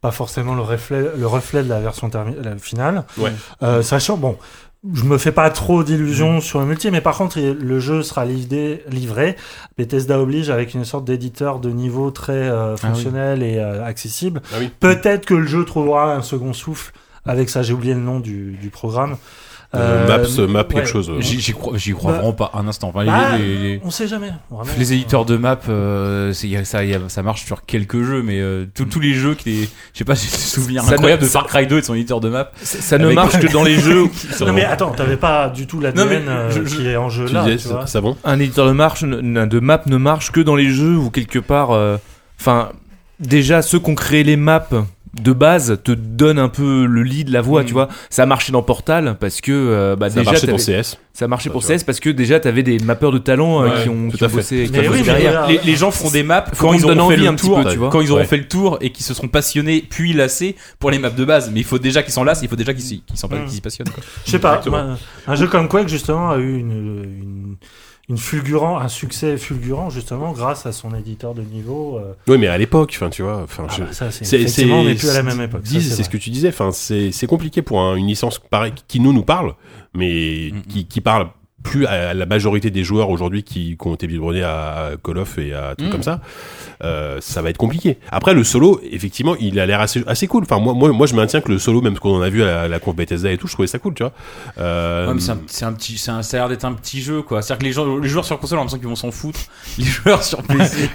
S8: pas forcément le reflet, le reflet de la version termi- la finale.
S2: Ouais.
S8: Euh, sachant, bon, je me fais pas trop
S2: Mm.
S8: d'illusions sur le multi, mais par contre, il- le jeu sera livré, livré. Bethesda oblige avec une sorte d'éditeur de niveau très euh, fonctionnel et euh, accessible.
S2: Ah oui.
S8: Peut-être que le jeu trouvera un second souffle avec ça. J'ai oublié le nom du, du programme.
S2: Euh, Maps, euh, map,
S8: ouais.
S2: quelque chose. euh,
S7: J'y j'y crois, j'y crois
S8: Bah-
S7: vraiment pas un instant. Enfin, les-
S8: Bah,
S7: les- les-
S8: On sait jamais. vraiment.
S7: Les éditeurs de maps, euh, c'est- y a- ça, y a- ça marche sur quelques jeux, mais euh, tous- tous les jeux qui, je sais pas, j'ai des souvenirs
S9: Ça
S7: incroyables
S9: ne-
S7: de Far Cry 2 et de son éditeur de maps.
S9: Ça ne
S7: Avec-
S9: marche que dans les jeux. où-
S8: Non mais attends, t'avais pas du tout
S9: Non, mais
S8: l'ADN
S9: je-
S8: euh,
S9: je-
S8: qui est en jeu
S2: Tu
S8: là,
S2: disais,
S8: tu vois.
S2: ça bon
S9: Un éditeur de marche, ne- de map ne marche que dans les jeux ou quelque part. euh, Enfin, déjà ceux qui ont créé les maps de base te donne un peu le lead, la voix, tu vois. Ça a marché dans Portal parce que euh, bah,
S2: Ça a
S9: déjà,
S2: marché pour
S9: t'avais-
S2: CS.
S9: Ça a marché
S2: Ça,
S9: pour
S2: tu vois.
S9: CS parce que déjà t'avais des mappeurs de talent euh,
S2: Ouais,
S9: qui ont,
S2: tout
S9: qui
S2: à
S9: ont
S2: fait.
S9: bossé, qui
S8: Mais
S9: ont
S8: oui,
S9: bossé
S8: mais
S9: derrière.
S8: voilà.
S3: les, les gens font des maps
S9: Faut qu'on
S3: quand
S9: se
S3: ils
S9: donne
S3: auront fait
S9: envie
S3: le
S9: un petit
S3: tour,
S9: peu, tu vois.
S3: quand ils auront
S9: Ouais.
S3: fait le tour et qu'ils se seront passionnés puis lassés pour les maps de base. Mais il faut déjà qu'ils s'en lassent, il faut déjà qu'ils s'y qu'ils s'en-
S8: Mm.
S3: qu'ils s'y passionnent. quoi.
S8: Je sais pas.
S2: Exactement.
S8: moi, un jeu comme Quake justement a eu une, une, une fulgurant, un succès fulgurant justement grâce à son éditeur de niveau. euh,
S2: Oui, mais à l'époque, enfin, tu vois, enfin,
S8: ah
S2: je-
S8: bah, ça, c'est
S2: c'est-
S8: effectivement, on
S2: c'est-
S8: n'est plus à la même époque. ça,
S2: dis- C'est ce
S8: vrai.
S2: que tu disais. Enfin, c'est c'est compliqué pour un- une licence pareil qui nous nous parle, mais
S7: Mm.
S2: qui, qui parle plus à la majorité des joueurs aujourd'hui qui, qui ont été biberonnés à Call of et à trucs
S7: Mm.
S2: comme ça. Euh, ça va être compliqué. Après, le solo, effectivement, il a l'air assez, assez cool. Enfin, moi, moi, moi, je maintiens que le solo, même ce qu'on en a vu à la, à la conf Bethesda et tout, je trouvais ça cool, tu vois. Euh,
S7: Ouais, mais c'est un, c'est un petit, c'est un- ça a l'air d'être un petit jeu, quoi. C'est-à-dire que les, gens, les joueurs sur console ont l'impression qu'ils vont s'en foutre. Les joueurs sur PC,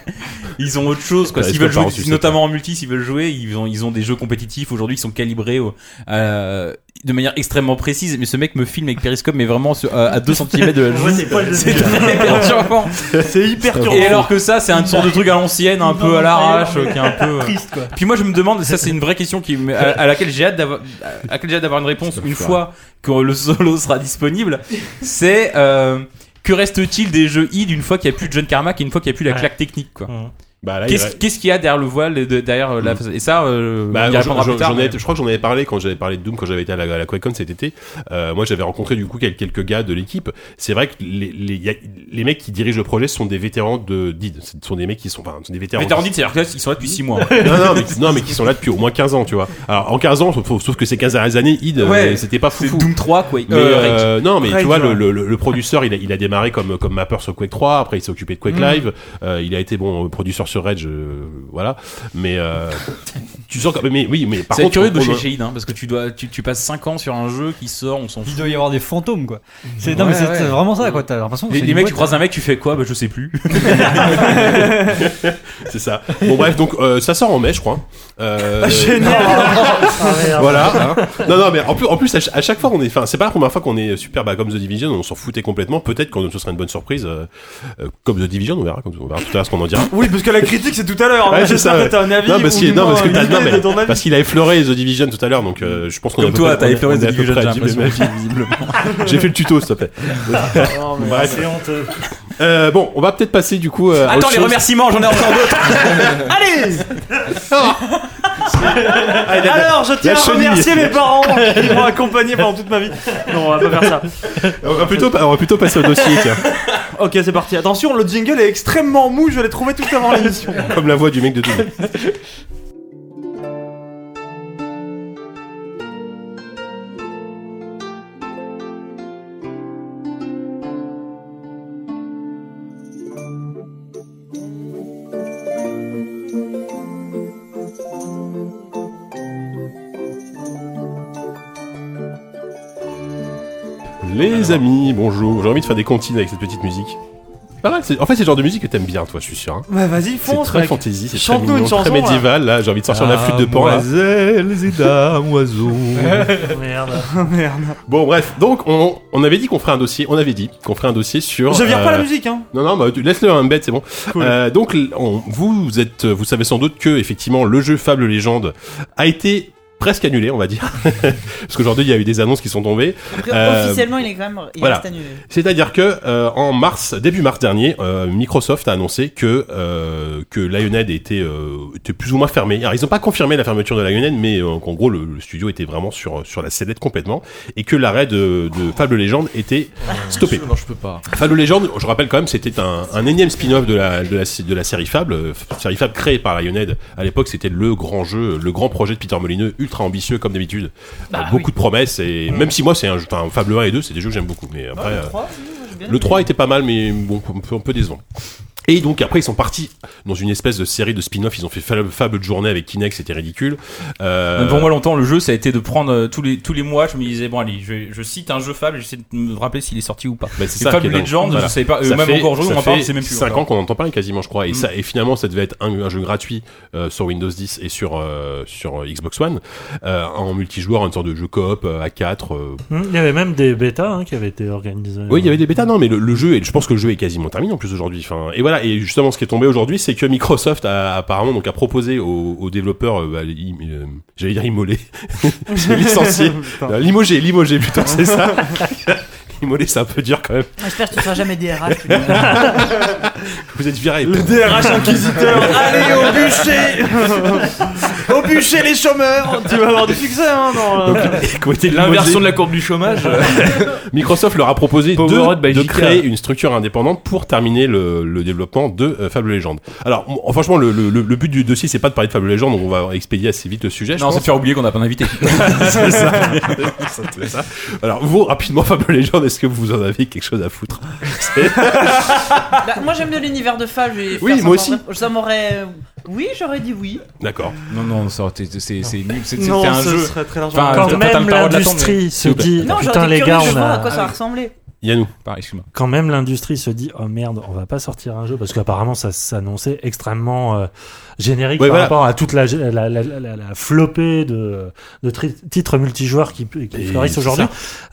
S7: ils ont autre chose, quoi.
S2: Ouais,
S7: S'ils
S2: est-ce
S7: veulent
S2: que
S7: jouer,
S2: par exemple,
S7: notamment en multi, s'ils veulent jouer, ils ont, ils ont des jeux compétitifs aujourd'hui qui sont calibrés au- euh, de manière extrêmement précise. Mais ce mec me filme avec Periscope, mais vraiment sur- à, à 2 cm de la
S8: On voit ses
S7: joue.
S8: poils de
S7: C'est
S8: cul, là.
S7: très perturbant.
S5: C'est hyper
S7: Et alors que ça, c'est un sort de truc à l'ancienne, un peu à l'arrache, qui est un peu. euh,
S4: Triste quoi.
S7: puis moi je me demande, ça c'est une vraie question qui, me- à, à laquelle j'ai hâte d'avoir, à laquelle j'ai hâte d'avoir une réponse une fois que le solo sera disponible. C'est euh, que reste-t-il des jeux id une fois qu'il n'y a plus de John Carmack et une fois qu'il n'y a plus la
S8: Ouais.
S7: claque technique quoi.
S8: Hum.
S2: bah, là, il
S7: Qu'est-ce
S2: reste-
S7: qu'est-ce qu'il y a derrière le voile et de- derrière euh, la
S2: Mm.
S7: façade Et ça, euh,
S2: Bah,
S7: on y
S2: j'en-
S7: répondra
S2: j'en-
S7: plus tard.
S2: j'en ai-
S7: mais-
S2: je crois que j'en avais parlé quand j'avais parlé de Doom quand j'avais été à la, à la QuakeCon cet été. Euh, moi, j'avais rencontré du coup quel- quelques gars de l'équipe. C'est vrai que les, les, y a- les mecs qui dirigent le projet sont des vétérans de d'ID. Ce sont des mecs qui sont, enfin, ce sont des vétérans.
S7: Mais t'as rendu, c'est-à-dire qu'ils sont là depuis 6 mois.
S2: non, non, mais, non, mais qui sont là depuis au moins 15 ans, tu vois. Alors, en 15 ans, sauf, sauf que ces 15 dernières années, ID, euh,
S7: Ouais.
S2: c'était pas fou.
S7: C'est Doom 3 quoi.
S2: Mais euh, non, mais
S5: Rage,
S2: tu vois, le,
S5: ouais.
S2: le, le- le producteur, il a, il a démarré comme, comme mapper sur Quake 3, après il s'est occupé de Quake
S7: Mm.
S2: Live, euh, il a été bon producteur sur Rage, euh, voilà. Mais euh, tu sens quand même, mais oui, mais par
S7: c'est
S2: contre,
S7: curieux de
S2: on-
S7: chez Shein, hein, parce que tu dois, tu, tu passes 5 ans sur un jeu qui sort, on s'en fout.
S4: Il doit y avoir des fantômes quoi. C'est non, mais
S7: Ouais,
S4: c'est
S7: ouais.
S4: c'est vraiment ça quoi. T'as l'impression que
S7: Les,
S4: c'est
S7: les
S4: une
S7: mecs, tu
S4: boîte-
S7: croises un mec, tu fais quoi Bah je sais plus.
S2: C'est ça. Bon bref, donc euh, ça sort en mai, je crois. Euh,
S8: Ah, merde.
S2: voilà. hein. Non, non, mais en plus, en plus à, ch- à chaque fois, on est. Enfin, c'est pas la première fois qu'on est super bah, comme The Division. On s'en foutait complètement. Peut-être que ce sera une bonne surprise. euh, euh, comme The Division, on verra. comme- on verra tout à l'heure ce qu'on en dira.
S5: Oui, parce que la critique c'est tout à l'heure.
S2: Ouais,
S5: hein.
S2: c'est
S5: J'espère
S2: ça,
S5: que
S2: ouais.
S5: t'as un avis.
S2: Non, parce
S5: ou
S2: qu'il
S5: du
S2: non,
S5: moins
S2: parce que
S5: une
S2: t'as-
S5: idée
S2: non, mais-
S5: de ton avis.
S2: parce qu'il a effleuré The Division tout à l'heure, donc euh, je pense qu'on
S7: Comme
S2: est à peu
S7: toi,
S2: près-
S7: t'as
S2: on est-
S7: effleuré
S2: on est à
S7: The
S2: peu près
S7: Division,
S2: à
S7: j'ai
S2: dix, mais- J'ai fait le tuto, s'il te plaît.
S7: Oh,
S8: Ah, C'est honteux.
S2: Euh, bon, on va peut-être passer du coup. euh, à
S7: Attends
S2: autre
S7: les
S2: chose.
S7: remerciements, j'en ai encore d'autres.
S5: Alors, je
S2: Ah,
S5: tiens
S2: la
S5: à
S2: chenille.
S5: remercier mes parents qui m'ont accompagné pendant toute ma vie. Non, on va pas faire ça.
S2: On va plutôt, on va plutôt passer au dossier, tiens.
S5: Ok, c'est parti. Attention, le jingle est extrêmement mou. Je l'ai trouvé tout avant l'émission.
S2: comme la voix du mec de Doom. Les amis, bonjour. J'ai envie de faire des comptines avec cette petite musique. Pas mal, c'est- en fait, c'est le genre de musique que t'aimes bien, toi, je suis sûr. hein.
S5: Bah vas-y,
S2: C'est
S5: fonce.
S2: très
S5: mec.
S2: fantasy, c'est très
S5: Chante-nous
S2: mignon,
S5: une chanson,
S2: très
S5: là. Ah,
S2: médiéval. Là, j'ai envie de sortir la flûte de pan. là.
S7: Mademoiselles Ah, et dames, oiseaux.
S8: Merde.
S2: Bon, bref, donc on, on avait dit qu'on ferait un dossier. On avait dit qu'on ferait un dossier sur.
S5: Je vire pas
S2: euh,
S5: la musique, hein.
S2: Non, non, bah, tu- laisse-le un bête, c'est bon.
S5: Cool.
S2: Euh, donc, l- on- vous êtes, vous savez sans doute que effectivement le jeu Fable Légende a été presque annulé, on va dire, parce qu'aujourd'hui il y a eu des annonces qui sont tombées.
S6: Après,
S2: Euh,
S6: officiellement, il est quand même il
S2: voilà.
S6: reste annulé.
S2: C'est-à-dire que euh, en mars, début mars dernier, euh, Microsoft a annoncé que euh, que Lionhead était euh, était plus ou moins fermé. Alors ils n'ont pas confirmé la fermeture de Lionhead, mais euh, qu'en gros le, le studio était vraiment sur sur la sellette complètement et que l'arrêt de, de Fable Légende était stoppé.
S9: Non, je peux pas.
S2: Fable Legend, je rappelle quand même, c'était un, un énième spin-off de la, de, la, de la série Fable. euh, série Fable créée par Lionhead. À l'époque, c'était le grand jeu, le grand projet de Peter Molineux, ultra ambitieux comme d'habitude. Euh, beaucoup de promesses, et même si moi, c'est un jeu, enfin, Fable 1 et 2, c'est des jeux que j'aime beaucoup. Mais après, euh, le 3 était pas mal, mais bon, un peu, un peu décevant. Et donc après ils sont partis dans une espèce de série de spin-off, ils ont fait Fable, Fable journée avec Kinect, c'était ridicule. Euh,
S7: Pour moi, longtemps, le jeu, ça a été de prendre euh, tous les, tous les mois. Je me disais, bon, allez, je, je cite un jeu Fable, j'essaie de me rappeler s'il est sorti ou pas.
S2: bah, c'est
S7: Et
S2: ça qui est
S7: Fable
S2: dingue.
S7: Legends,
S2: Voilà.
S7: je savais pas, euh,
S2: Ça
S7: même
S2: fait-
S7: encore aujourd'hui,
S2: ça
S7: on en parle,
S2: fait
S7: c'est même plus.
S2: 5
S7: encore.
S2: ans qu'on n'entend parle quasiment, je crois. Et,
S7: Mm.
S2: ça, et finalement, ça devait être un, un jeu gratuit euh, sur Windows 10 et sur, euh, sur Xbox One, euh, en multijoueur, une sorte de jeu coop euh, à 4. euh.
S8: Hum, Il y avait même des bêtas hein, qui avaient été organisées.
S2: Oui, il y avait des bêtas, non, mais le, le jeu, est, je pense que le jeu est quasiment terminé en plus aujourd'hui. Enfin, et voilà, et justement, ce qui est tombé aujourd'hui, c'est que Microsoft a apparemment donc a proposé aux, aux développeurs, euh, bah, im- euh, j'allais dire immolés, licenciés,
S5: Putain.
S2: Euh, limogés, limogés plutôt, c'est ça. Immolés, c'est un peu dur quand même.
S6: J'espère que tu ne seras jamais DRH.
S2: Vous êtes virés.
S5: Le DRH inquisiteur, allez au bûcher Au bûcher les chômeurs Tu vas avoir du succès hein, dans, euh,
S2: Donc, écoutez,
S9: L'inversion de
S2: limogés.
S9: la courbe du chômage. euh,
S2: Microsoft leur a proposé
S9: Powered
S2: de,
S9: by
S2: de
S9: JK.
S2: créer une structure indépendante pour terminer le, le développement de euh, Fable Legend. Alors, m- franchement, le, le- le but du dossier, c'est pas de parler de Fable Legend, donc on va expédier assez vite le sujet. je
S7: Non,
S2: pense.
S7: c'est de faire oublier qu'on n'a pas d'invité.
S2: c'est ça. C'est ça. Alors, vous, rapidement, Fable Legend, est-ce que vous en avez quelque chose à foutre
S6: Bah, moi, j'aime bien l'univers de Fable. je vais
S2: Oui,
S6: faire
S2: moi
S6: ça
S2: aussi.
S6: m'aurait- Ça m'aurait. euh, Oui, j'aurais dit oui.
S8: Ah,
S2: D'accord.
S7: Non, non, ça aurait été- c'est c'est nul. C'est- C'était
S5: Non,
S7: un
S5: ce
S7: jeu.
S5: serait très largement.
S7: Enfin,
S8: Quand
S7: t'as- t'as
S8: même
S7: le droit de l'attendre, mais-
S8: l'industrie se
S7: S'il vous plaît.
S8: dit
S6: Non,
S8: putain
S6: j'aurais
S8: les
S6: été
S8: gars
S6: curieux de
S8: on
S6: voir à
S8: a Ah
S6: quoi ça ressemblait.
S2: Yannou.
S7: Pardon, excuse-moi.
S8: quand même l'industrie se dit oh merde on va pas sortir un jeu parce qu'apparemment ça s'annonçait extrêmement euh, générique
S2: Ouais,
S8: par
S2: voilà.
S8: rapport à toute la, la, la, la, la- la flopée de, de tri- titres multijoueurs qui, qui
S2: Et
S8: fleurissent
S2: c'est
S8: aujourd'hui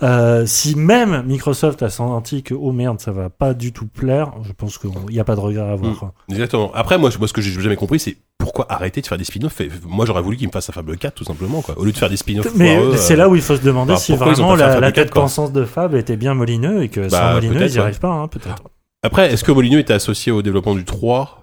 S8: euh, si même Microsoft a senti que oh merde ça va pas du tout plaire je pense qu'il n'y a pas de regret à avoir
S2: Mm. Exactement. Après, moi, je- moi, ce que j'ai jamais compris, c'est pourquoi arrêter de faire des spin-offs Et Moi, j'aurais voulu qu'ils me fassent un Fable 4, tout simplement, quoi. Au lieu de faire des spin-offs.
S8: Mais
S2: foireux,
S8: c'est
S2: euh,
S8: là où il faut se demander
S2: alors,
S8: si
S2: pourquoi ils ont
S8: vraiment
S2: pas fait un
S8: la, la
S2: fabricate,
S8: tête
S2: quoi.
S8: pensante de Fab était bien Molineux et que
S2: Bah,
S8: sans Molineux
S2: peut-être,
S8: ils n'y
S2: ouais.
S8: arrivent pas, hein, peut-être.
S2: Après, est-ce que Molineux était associé au développement du 3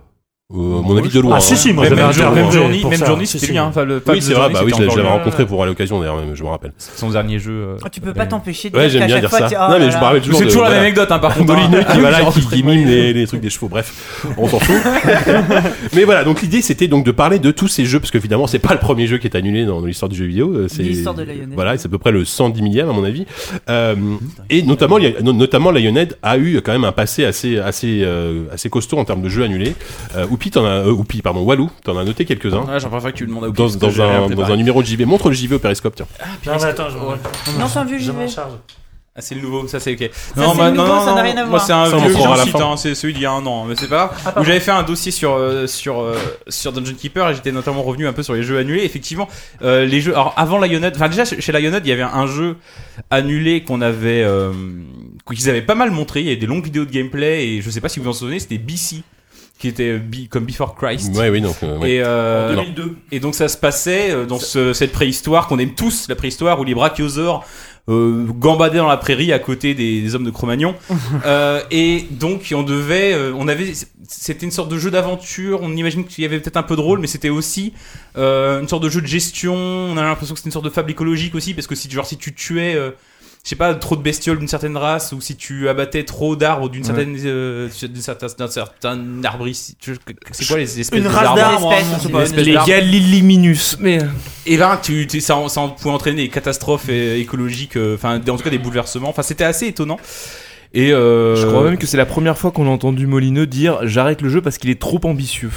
S2: Euh, à mon
S7: Oui,
S2: avis
S7: je
S2: de loin.
S8: Ah, si,
S2: hein.
S8: si, moi,
S2: Même-
S8: j'avais
S2: même
S8: un
S2: jour-
S8: jour-
S7: même
S8: ouais,
S7: journée,
S8: pour
S7: même
S8: ça.
S7: journée,
S8: Si,
S7: c'était
S8: si.
S7: lui. Hein. Enfin, le Fable
S2: Oui, c'est
S7: de
S2: vrai,
S7: journée,
S2: bah oui, je
S7: c'était
S2: l'ai- je
S7: encore
S2: l'avais
S7: lui.
S2: rencontré pour à l'occasion, d'ailleurs, même, je me rappelle.
S7: Son dernier jeu. euh,
S6: Oh, tu peux pas
S7: euh,
S6: t'empêcher de
S2: Ouais,
S6: dire
S2: j'aime
S6: qu'à
S2: bien
S6: chaque
S2: dire
S6: fois,
S2: ça.
S6: tu- oh
S2: Non, mais
S6: là
S2: je me
S6: là.
S2: rappelle toujours.
S7: C'est
S2: de-
S7: toujours la
S2: voilà.
S7: même anecdote, hein, par contre. hein.
S2: Molineux qui, voilà, bah qui, qui mime les, les trucs des chevaux, bref, on s'en fout. Mais voilà, donc l'idée c'était donc de parler de tous ces jeux, parce que finalement c'est pas le premier jeu qui est annulé dans l'histoire du jeu vidéo. euh, C'est
S6: L'histoire de Lionhead.
S2: Voilà, c'est à peu près le 110 millième à mon avis. Euh, et notamment, il y a- no- notamment Lionhead a eu quand même un passé assez, assez, euh, assez costaud en termes de jeux annulés. Euh, Oupi, t'en as, euh, Oupi, pardon, Walou, t'en as noté quelques-uns.
S7: Ah, J'en préfère que tu le demandes à Oupi,
S2: Dans,
S7: parce que
S2: dans,
S7: j'ai Bah, rien
S2: un, dans
S7: préparé.
S2: un numéro de JV. Montre le JV au périscope, tiens.
S8: Non, mais attends, je
S6: Non, c'est un vieux
S8: je
S6: JV.
S8: m'en charge.
S7: Ah, c'est le nouveau, ça c'est ok.
S6: c'est le nouveau, ça n'a rien
S7: moi
S6: à voir. Ah,
S7: c'est un
S2: Ça, on
S7: vieux
S2: en saura à la
S7: site,
S2: fin.
S7: hein, c'est celui d'il y a un an, mais c'est pas grave. Où j'avais fait un dossier sur euh, sur euh, sur Dungeon Keeper et j'étais notamment revenu un peu sur les jeux annulés. Effectivement, euh, les jeux. Alors avant Lionhead, enfin déjà chez Lionhead, il y avait un jeu annulé qu'on avait euh, qu'ils avaient pas mal montré. Il y avait des longues vidéos de gameplay et je sais pas si vous vous en souvenez, c'était BC qui était euh, B- comme Before Christ.
S2: Ouais, oui, donc. euh, ouais.
S7: Et, euh,
S2: En
S7: et donc ça se passait euh, dans ce- cette préhistoire qu'on aime tous, la préhistoire où les brachiosaures euh, gambadaient dans la prairie à côté des, des hommes de Cro-Magnon. Euh, et donc on devait, euh, on avait, c'était une sorte de jeu d'aventure. On imagine qu'il y avait peut-être un peu de rôle, mais c'était aussi euh, une sorte de jeu de gestion. On a l'impression que c'était une sorte de fable écologique aussi, parce que si genre si tu tuais euh, je sais pas, trop de bestioles d'une certaine race, ou si tu abattais trop d'arbres d'une certaine, euh, d'une certaine, d'un certain arbrici- tu- c'est quoi les espèces
S5: Une
S7: des
S5: race
S7: arbres
S5: d'arbres,
S6: espèce,
S5: hein,
S6: c'est
S5: c'est
S6: pas
S5: pas
S7: une espèce
S9: Les
S7: d'arbre.
S9: Galiliminus. Mais. euh,
S7: Et ben, tu, tu- ça, en- ça en pouvait entraîner des catastrophes euh, écologiques, euh, enfin, des- en tout cas des bouleversements. Enfin, c'était assez étonnant. Et euh,
S9: Je crois même que c'est la première fois qu'on a entendu Molineux dire j'arrête le jeu parce qu'il est trop ambitieux.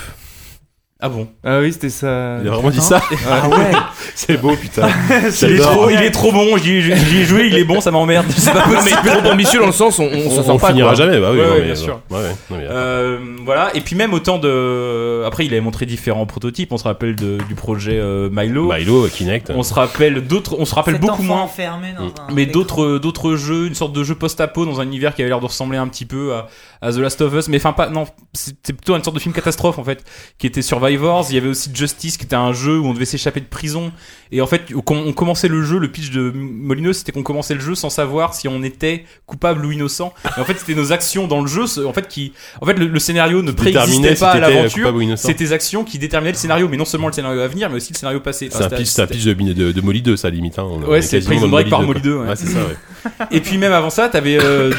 S7: Ah bon
S9: Ah oui, c'était ça.
S2: Il a vraiment dit ça
S9: Ah ouais
S2: C'est beau, putain.
S7: il est,
S2: J'adore.
S7: trop, il est trop bon, j'y j'y- j'y ai joué, il est bon, ça m'emmerde. C'est pas
S9: Non, mais
S7: possible.
S9: trop ambitieux dans le sens, on, on s'en
S2: On,
S9: sort
S2: on
S9: pas.
S2: finira
S9: quoi.
S2: jamais, bah oui.
S7: Ouais,
S2: non,
S7: ouais,
S2: mais-
S7: bien sûr.
S2: Ouais, ouais, non, mais-
S7: Euh, voilà, et puis même autant de. Après, il avait montré différents prototypes. On se rappelle de- du projet euh, Milo.
S2: Milo, Kinect. euh,
S7: On se rappelle d'autres. On se rappelle
S6: Cet
S7: beaucoup
S6: enfant
S7: moins.
S6: enfermé dans un
S7: Mais
S6: écran.
S7: d'autres euh, d'autres jeux, une sorte de jeu post-apo dans un univers qui avait l'air de ressembler un petit peu à, à The Last of Us, mais enfin pas non, c'était plutôt une sorte de film catastrophe en fait, qui était Survivors. Il y avait aussi Justice, qui était un jeu où on devait s'échapper de prison. Et en fait, quand on commençait le jeu, le pitch de Molineux, c'était qu'on commençait le jeu sans savoir si on était coupable ou innocent. Et en fait, c'était nos actions dans le jeu, ce- en fait qui, en fait, le, le scénario ne
S2: Déterminé
S7: préexistait
S2: si
S7: pas à
S2: t'étais euh,
S7: l'aventure.
S2: coupable ou innocent.
S7: C'est tes actions qui déterminaient le scénario, mais non seulement le scénario à venir, mais aussi le scénario passé.
S2: C'est un
S7: Enfin,
S2: pitch, c'est un pitch de, Bin- de, de Molly 2, ça, limite. Hein. On-
S7: Ouais,
S2: on est
S7: c'est
S2: quasiment
S7: Prison
S2: dans
S7: Break par
S2: quoi.
S7: Molly 2, ouais.
S2: Ouais, c'est ça, ouais.
S7: Et puis même avant ça, t'avais euh,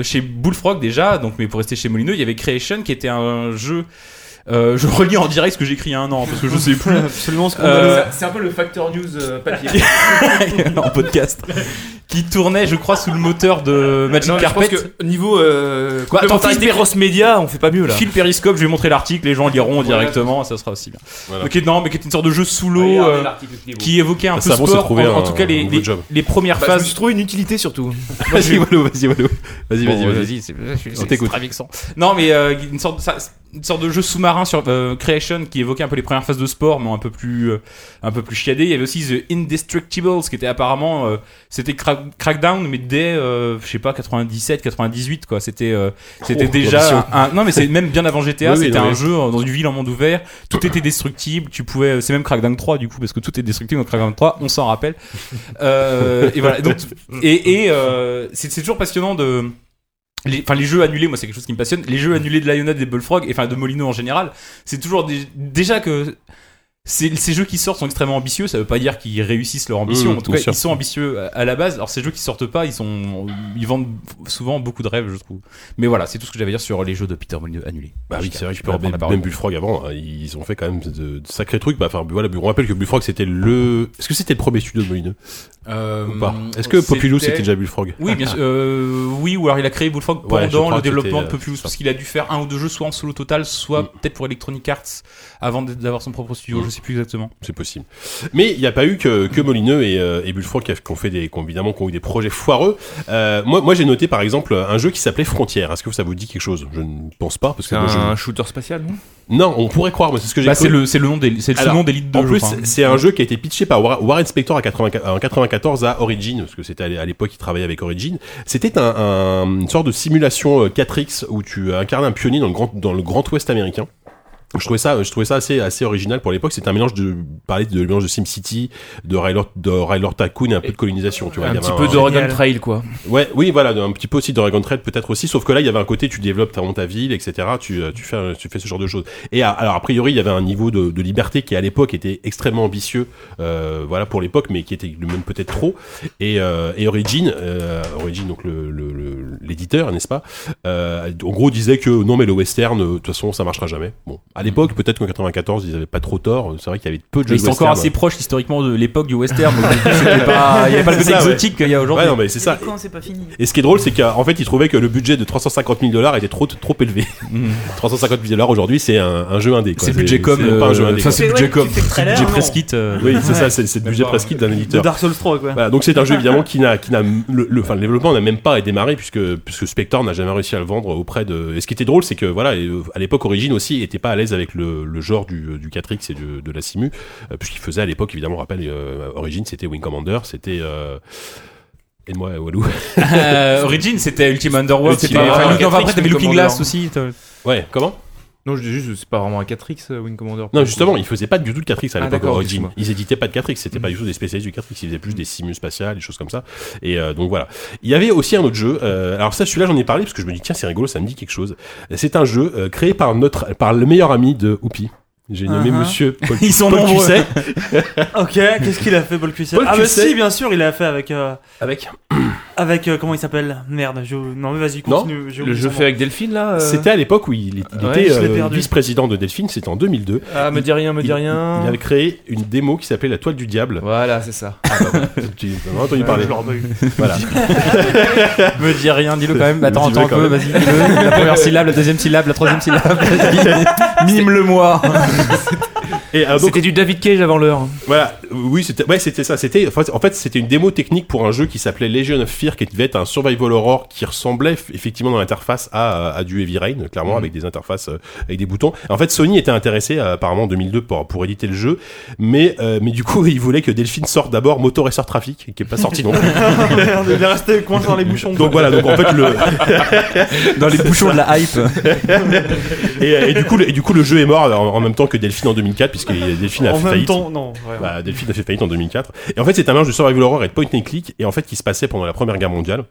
S7: de chez Bullfrog déjà, donc mais pour rester chez Molineux, il y avait Creation qui était un jeu. euh, je relis en direct ce que j'écris il y a un an parce que je sais plus
S5: Absolument
S7: Euh,
S9: C'est un peu le Factor News euh, papier.
S7: en podcast qui tournait, je crois, sous le moteur de Magic
S9: Non, mais je
S7: Carpet.
S9: pense que niveau euh,
S7: Bah, tant pis,
S9: complémentarité Ross Media, on fait pas mieux là.
S7: Fil Periscope, je vais montrer l'article, les gens liront directement, ça sera aussi bien.
S2: Voilà.
S7: Donc non, mais qui était une sorte de jeu sous l'eau euh, qui évoquait un
S2: Ah,
S7: peu
S2: ça, bon, c'est
S7: sport,
S2: trouvé
S7: en, en
S2: un-
S7: tout cas les,
S2: un
S7: les,
S2: good job.
S7: les premières
S9: Bah, je me
S7: phases
S9: suis trouvé une utilité surtout.
S2: Vas-y, Walou, vas-y, Walou. Vas-y, vas-y,
S7: Bon,
S2: vas-y.
S7: vas-y.
S2: On t'écoute.
S7: C'est très vexant. Non, mais euh, une, sorte de, ça- une sorte de jeu sous-marin sur euh, Creation qui évoquait un peu les premières phases de sport, mais un peu plus, euh, un peu plus chiadé. Il y avait aussi The Indestructibles qui était apparemment, euh, c'était cra- Crackdown, mais dès, euh, je sais pas, 97, 98, quoi. C'était euh, c'était
S2: Oh, l'ambition.
S7: déjà. Un, un- non, mais c'est même bien avant GTA,
S2: Oui, oui,
S7: c'était
S2: non,
S7: un
S2: mais-
S7: jeu dans une ville en monde ouvert. Tout était destructible. Tu pouvais. euh, C'est même Crackdown 3, du coup, parce que tout est destructible dans Crackdown 3, on s'en rappelle. Euh, et voilà. Donc, et et, euh, c'est c'est toujours passionnant de. les- Enfin, les, jeux annulés, moi, c'est quelque chose qui me passionne. Les jeux annulés de Lionhead et Bullfrog, et enfin de Molino en général, c'est toujours des- déjà que ces, ces jeux qui sortent sont extrêmement ambitieux. Ça veut pas dire qu'ils réussissent leur ambition.
S2: Mmh,
S7: en tout
S2: bien
S7: cas,
S2: sûr.
S7: ils sont ambitieux à, à la base. Alors, ces jeux qui sortent pas, ils sont, ils vendent souvent beaucoup de rêves, je trouve. Mais voilà, c'est tout ce que j'avais à dire sur les jeux de Peter Molyneux annulés.
S2: Bah oui, c'est vrai,
S7: je
S2: je
S7: peux reprendre la parole.
S2: Même Bullfrog avant, hein, ils ont fait quand même de, de sacrés trucs. Bah, enfin, voilà, on rappelle que Bullfrog c'était le. Est-ce que c'était le premier studio de Molineux
S7: Euh,
S2: ou pas Est-ce que Populous c'était déjà Bullfrog
S7: Oui, bien sûr. Euh, oui, ou alors il a créé Bullfrog
S2: Ouais, je
S7: pendant
S2: crois
S7: le
S2: que
S7: développement de
S2: c'était, euh,
S7: Populous,
S2: ça.
S7: parce qu'il a dû faire un ou deux jeux, soit en solo total, soit peut-être pour Electronic Arts, avant d- d'avoir son propre studio,
S2: Mm.
S7: je sais plus exactement.
S2: C'est possible. Mais il n'y a pas eu que, que Molineux et, euh, et Bullfrog qui, a- qui ont fait des, qui ont évidemment, qui ont eu des projets foireux. Euh, moi, moi j'ai noté par exemple un jeu qui s'appelait Frontières. Est-ce que ça vous dit quelque chose Je ne pense pas parce que
S9: C'est
S2: moi, je-
S9: un shooter spatial, non
S2: non, on pourrait croire, mais c'est ce que j'ai.
S7: Bah, c'est
S2: cru.
S7: le, c'est le nom d'Elite, c'est le
S2: Alors,
S7: nom d'Elite 2,
S2: En
S7: je
S2: plus,
S7: crois.
S2: c'est un jeu hein. qui a été pitché par War- Warren Spector à 80 en 94 à Origin, parce que c'était à l'é- à l'époque il travaillait avec Origin. C'était un- un- une sorte de simulation euh, 4X où tu incarnes un pionnier dans le grand, dans le grand ouest américain. Je trouvais ça, je trouvais ça assez, assez original pour l'époque. C'était un mélange de, parler de mélange de SimCity, de Railroad, de Railroad Tycoon et un peu de colonisation, tu vois. Il
S9: Un
S2: y
S9: petit
S2: avait
S9: peu d'Oregon
S8: Génial.
S9: Trail, quoi.
S2: Ouais, oui, voilà, un petit peu aussi d'Oregon Trail peut-être aussi, sauf que là il y avait un côté tu développes ta, ta ville, etc. Tu, euh, tu fais tu fais ce genre de choses. Et à- alors a priori il y avait un niveau de, de liberté qui à l'époque était extrêmement ambitieux, euh, voilà pour l'époque, mais qui était lui-même peut-être trop. Et, euh, et Origin, euh, Origin donc le le- le- l'éditeur n'est-ce pas, euh, en gros disait que non mais le western euh, de toute façon ça marchera jamais. Bon, à l'époque peut-être qu'en 94 ils avaient pas trop tort. C'est vrai qu'il y avait peu de jeux
S7: Mais c'est
S2: de
S7: encore
S2: western.
S7: assez proche historiquement de l'époque du western. donc c'était pas- Il n'y a pas le côté
S2: C'est ça, ouais.
S7: exotique qu'il y a aujourd'hui.
S2: Ouais, non mais c'est ça.
S6: Et quand c'est pas fini.
S2: Et ce qui est drôle, c'est qu'en fait, ils trouvaient que le budget de 350 000 dollars était trop, trop élevé.
S7: Mm.
S2: 350 000 dollars aujourd'hui, c'est un, un jeu indé. quoi.
S7: C'est budget com.
S2: c'est pas un jeu
S7: euh,
S2: indé.
S7: Enfin,
S2: quoi.
S7: c'est
S6: Mais
S7: budget
S6: ouais,
S7: com.
S6: tu fais le
S7: C'est
S6: trailer, hein.
S7: budget
S6: non
S7: presse kit. euh,
S2: Oui, c'est ça, c'est c'est le budget presque d'un éditeur.
S5: Dark Souls 3, quoi.
S2: Voilà, donc c'est un jeu évidemment qui n'a, qui n'a le, le- enfin, le développement n'a même pas démarré puisque puisque Spector n'a jamais réussi à le vendre auprès de. Et ce qui était drôle, c'est que voilà, et, euh, à l'époque Origin aussi était pas à l'aise avec le, le genre du, du 4X et du- de la simu, euh, puisqu'il faisait à l'époque évidemment, on rappelle, euh, Origin c'était Wing Commander, c'était euh... aide-moi Walou.
S7: Euh, Origin, c'était Ultima Underworld.
S2: Ultima
S7: C'était. enfin,
S2: Underworld.
S7: non, enfin, Après, t'avais Looking
S9: Commander.
S7: Glass aussi. t'as-
S2: Ouais, comment
S9: Non, je dis juste, c'est pas vraiment un 4X, euh, Wing Commander.
S2: Non, justement, ils faisaient pas du tout de 4X à
S9: Ah,
S2: l'époque
S9: d'accord,
S2: Origin.
S9: excuse-moi.
S2: Ils éditaient pas de 4X, c'était pas du tout des spécialistes du 4X, ils faisaient plus des simus spatiales, des choses comme ça. Et euh, donc voilà. Il y avait aussi un autre jeu. euh, alors ça, celui-là, j'en ai parlé parce que je me dis tiens, c'est rigolo, ça me dit quelque chose. C'est un jeu euh, créé par notre, par le meilleur ami de Oupi. J'ai nommé
S5: Uh-huh.
S2: Monsieur Paul,
S7: Ils sont
S2: Paul
S7: nombreux.
S2: Cusset.
S5: Ok, qu'est-ce qu'il a fait, Paul Cuisset
S2: Paul
S5: Ah, bah
S2: Cuisset.
S5: si, bien sûr, il a fait avec. euh,
S2: Avec.
S5: Avec. euh, comment il s'appelle Merde, je. Non, mais vas-y,
S2: Non,
S5: continue. j'ai
S9: Le
S5: oublié
S9: jeu
S5: son
S9: fait avec Delphine, là euh,
S2: C'était à l'époque où il, il
S9: Ouais,
S2: était
S5: je l'ai
S2: euh,
S5: perdu.
S2: vice-président de Delphine. C'était en 2002.
S9: Ah, me dis rien, me
S2: il,
S9: dis rien.
S2: il avait créé une démo qui s'appelait La Toile du Diable. Ah, bah
S9: Voilà, c'est ça.
S2: Tu en as entendu
S5: nom.
S2: parler.
S5: Je l'aurais pas eu.
S2: Voilà.
S7: Me dis rien, dis-le quand même.
S2: Me
S7: Attends,
S2: dis-le
S7: attends un
S2: quand
S7: peu,
S2: même.
S7: vas-y. dis-le. La première syllabe, la deuxième syllabe, la troisième syllabe. vas-y. Mime-le-moi.
S2: Et euh, donc,
S9: C'était du David Cage avant l'heure.
S2: Voilà, oui, c'était ouais, c'était ça. C'était enfin, en fait, c'était une démo technique pour un jeu qui s'appelait Legion of Fear, qui devait être un survival horror qui ressemblait f- effectivement dans l'interface à, euh, à du Heavy Rain, clairement
S5: Mm.
S2: avec des interfaces euh, avec des boutons. En fait, Sony était intéressé euh, apparemment en 2002 pour pour éditer le jeu, mais euh, mais du coup, il voulait que Delphine sorte d'abord Motor Racer Traffic, qui est pas sorti non. plus.
S5: Merde, il est resté coincé dans les bouchons.
S2: donc voilà, donc en fait le
S7: Dans les bouchons de la hype.
S2: et, et du coup le, et du coup le jeu est mort en, en même temps que Delphine en 2004, puisque Delphine a
S5: en
S2: fait
S5: même
S2: faillite.
S5: temps, non. ouais.
S2: Bah, Delphine a fait faillite en 2004. Et en fait, c'est un mélange de survival horror et de point and click, et en fait, qui se passait pendant la Première Guerre mondiale.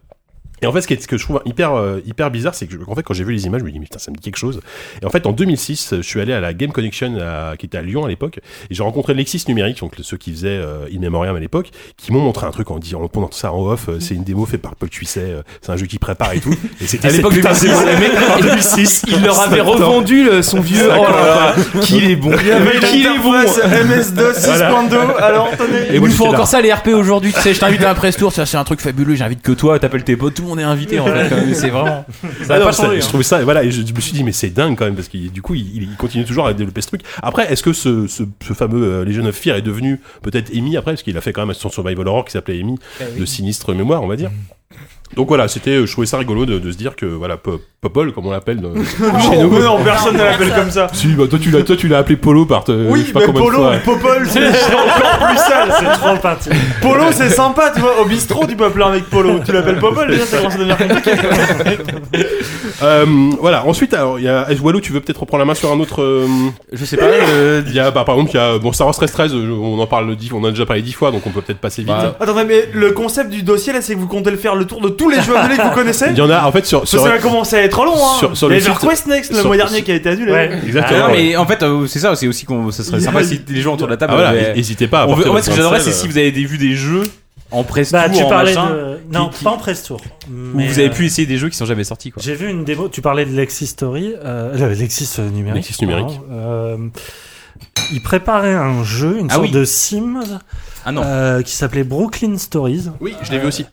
S2: Et en fait, ce qui est- ce que je trouve hyper, euh, hyper bizarre, c'est que, en fait, quand j'ai vu les images, je me dis, mais putain, ça me dit quelque chose. Et en fait, en 2006, je suis allé à la Game Connection, à- qui était à Lyon à l'époque, et j'ai rencontré Lexis Numérique, donc ceux qui faisaient euh, In Memoriam à l'époque, qui m'ont montré un truc en disant, pendant tout ça en off, euh, c'est une démo faite par Paul Cuisset, euh, c'est un jeu qui prépare et tout. Et c'était
S7: À
S2: cette
S7: l'époque,
S2: putain de
S7: 2006,
S2: démo.
S7: les mecs,
S2: En 2006,
S9: Il leur avait revendu le- son vieux.
S2: Cinq ans,
S9: Oh là là, qu'il est bon.
S5: Mais qui est bon MS2 6.2 Alors, tenez.
S2: Et
S7: Il
S2: moi,
S7: nous
S2: j'étais
S7: faut
S2: là.
S7: encore ça les RP aujourd'hui, tu sais, je t'invite à un press tour, ça c'est un truc fabuleux, j'invite que toi, t'appelles tes potes, tout le monde est invité en fait, quand même, c'est vraiment... Ça
S2: Ah
S7: a
S2: non,
S7: pas
S2: ça-
S7: changé.
S2: Je
S7: hein.
S2: trouvais ça, et voilà, et je, je me suis dit, mais c'est dingue quand même, parce qu'il du coup, il, il continue toujours à développer ce truc. Après, est-ce que ce, ce, ce fameux euh, Legion of Fear est devenu
S5: Eh
S2: peut-être Amy après, parce qu'il a fait quand même son survival horror qui s'appelait Amy, de sinistre mémoire, on va dire.
S5: Mm.
S2: Donc voilà, c'était, euh, je trouvais ça rigolo de, de se dire que voilà, Pop- Popol, comme on l'appelle euh, chez
S6: Oh,
S2: nous.
S6: non, personne ne l'appelle comme ça.
S2: Si, bah toi tu l'as, toi tu l'as appelé Polo par. te- je
S5: Oui,
S2: sais pas
S5: mais
S2: combien de
S5: Polo,
S2: fois.
S5: Popol, c'est c'est encore plus sale.
S8: C'est trop parti.
S5: Polo, c'est sympa, tu vois. Au bistrot, tu peux appeler un mec Polo. Tu l'appelles Popol, déjà, ça commence à devenir compliqué.
S2: Euh, voilà. Ensuite, alors, il y a Walou, tu veux peut-être reprendre la main sur un autre. euh,
S7: Je sais pas. euh,
S2: Il y a, bah, par exemple, il y a bon Star Wars 13 13, euh, on en parle dix, on en a déjà parlé dix fois, donc on peut peut-être passer vite.
S7: Bah,
S5: Attendez, mais le concept du dossier, là, c'est que vous comptez le faire le tour de tous les jeux volés que vous connaissez
S2: il y en a en fait sur.
S5: Ça,
S2: sur
S5: ça va commencer à être long, hein.
S2: sur- sur le
S5: les genre
S2: site-
S5: Quest Next, le
S2: sur-
S5: mois dernier, qui a été annulé.
S8: Ouais.
S2: Exactement.
S7: Ah non,
S2: ouais.
S7: mais en fait, euh, c'est ça, c'est aussi qu'on. Ça serait
S5: Il y a-
S7: sympa si les gens autour de la
S2: Ah,
S7: table. avaient-
S2: voilà, n'hésitez pas. à
S7: On veut-
S2: apporter
S7: moi,
S2: votre
S7: ce que j'adorerais,
S2: pincelle,
S7: c'est si vous avez des- vu des jeux en presse
S8: Bah, tu
S7: en
S8: parlais
S7: machin,
S8: de. Non,
S7: qui-
S8: pas en presse tour.
S7: où vous avez pu essayer des jeux qui sont jamais sortis, quoi.
S8: J'ai vu une démo, tu parlais de Lexis Story, euh, euh, Lexis euh, numérique.
S2: Lexis numérique.
S8: pardon, euh, il préparait un jeu, une
S7: Ah
S8: sorte
S7: oui.
S8: de Sims,
S7: Ah non.
S8: euh, qui s'appelait Brooklyn Stories,
S2: Oui, je l'ai vu aussi.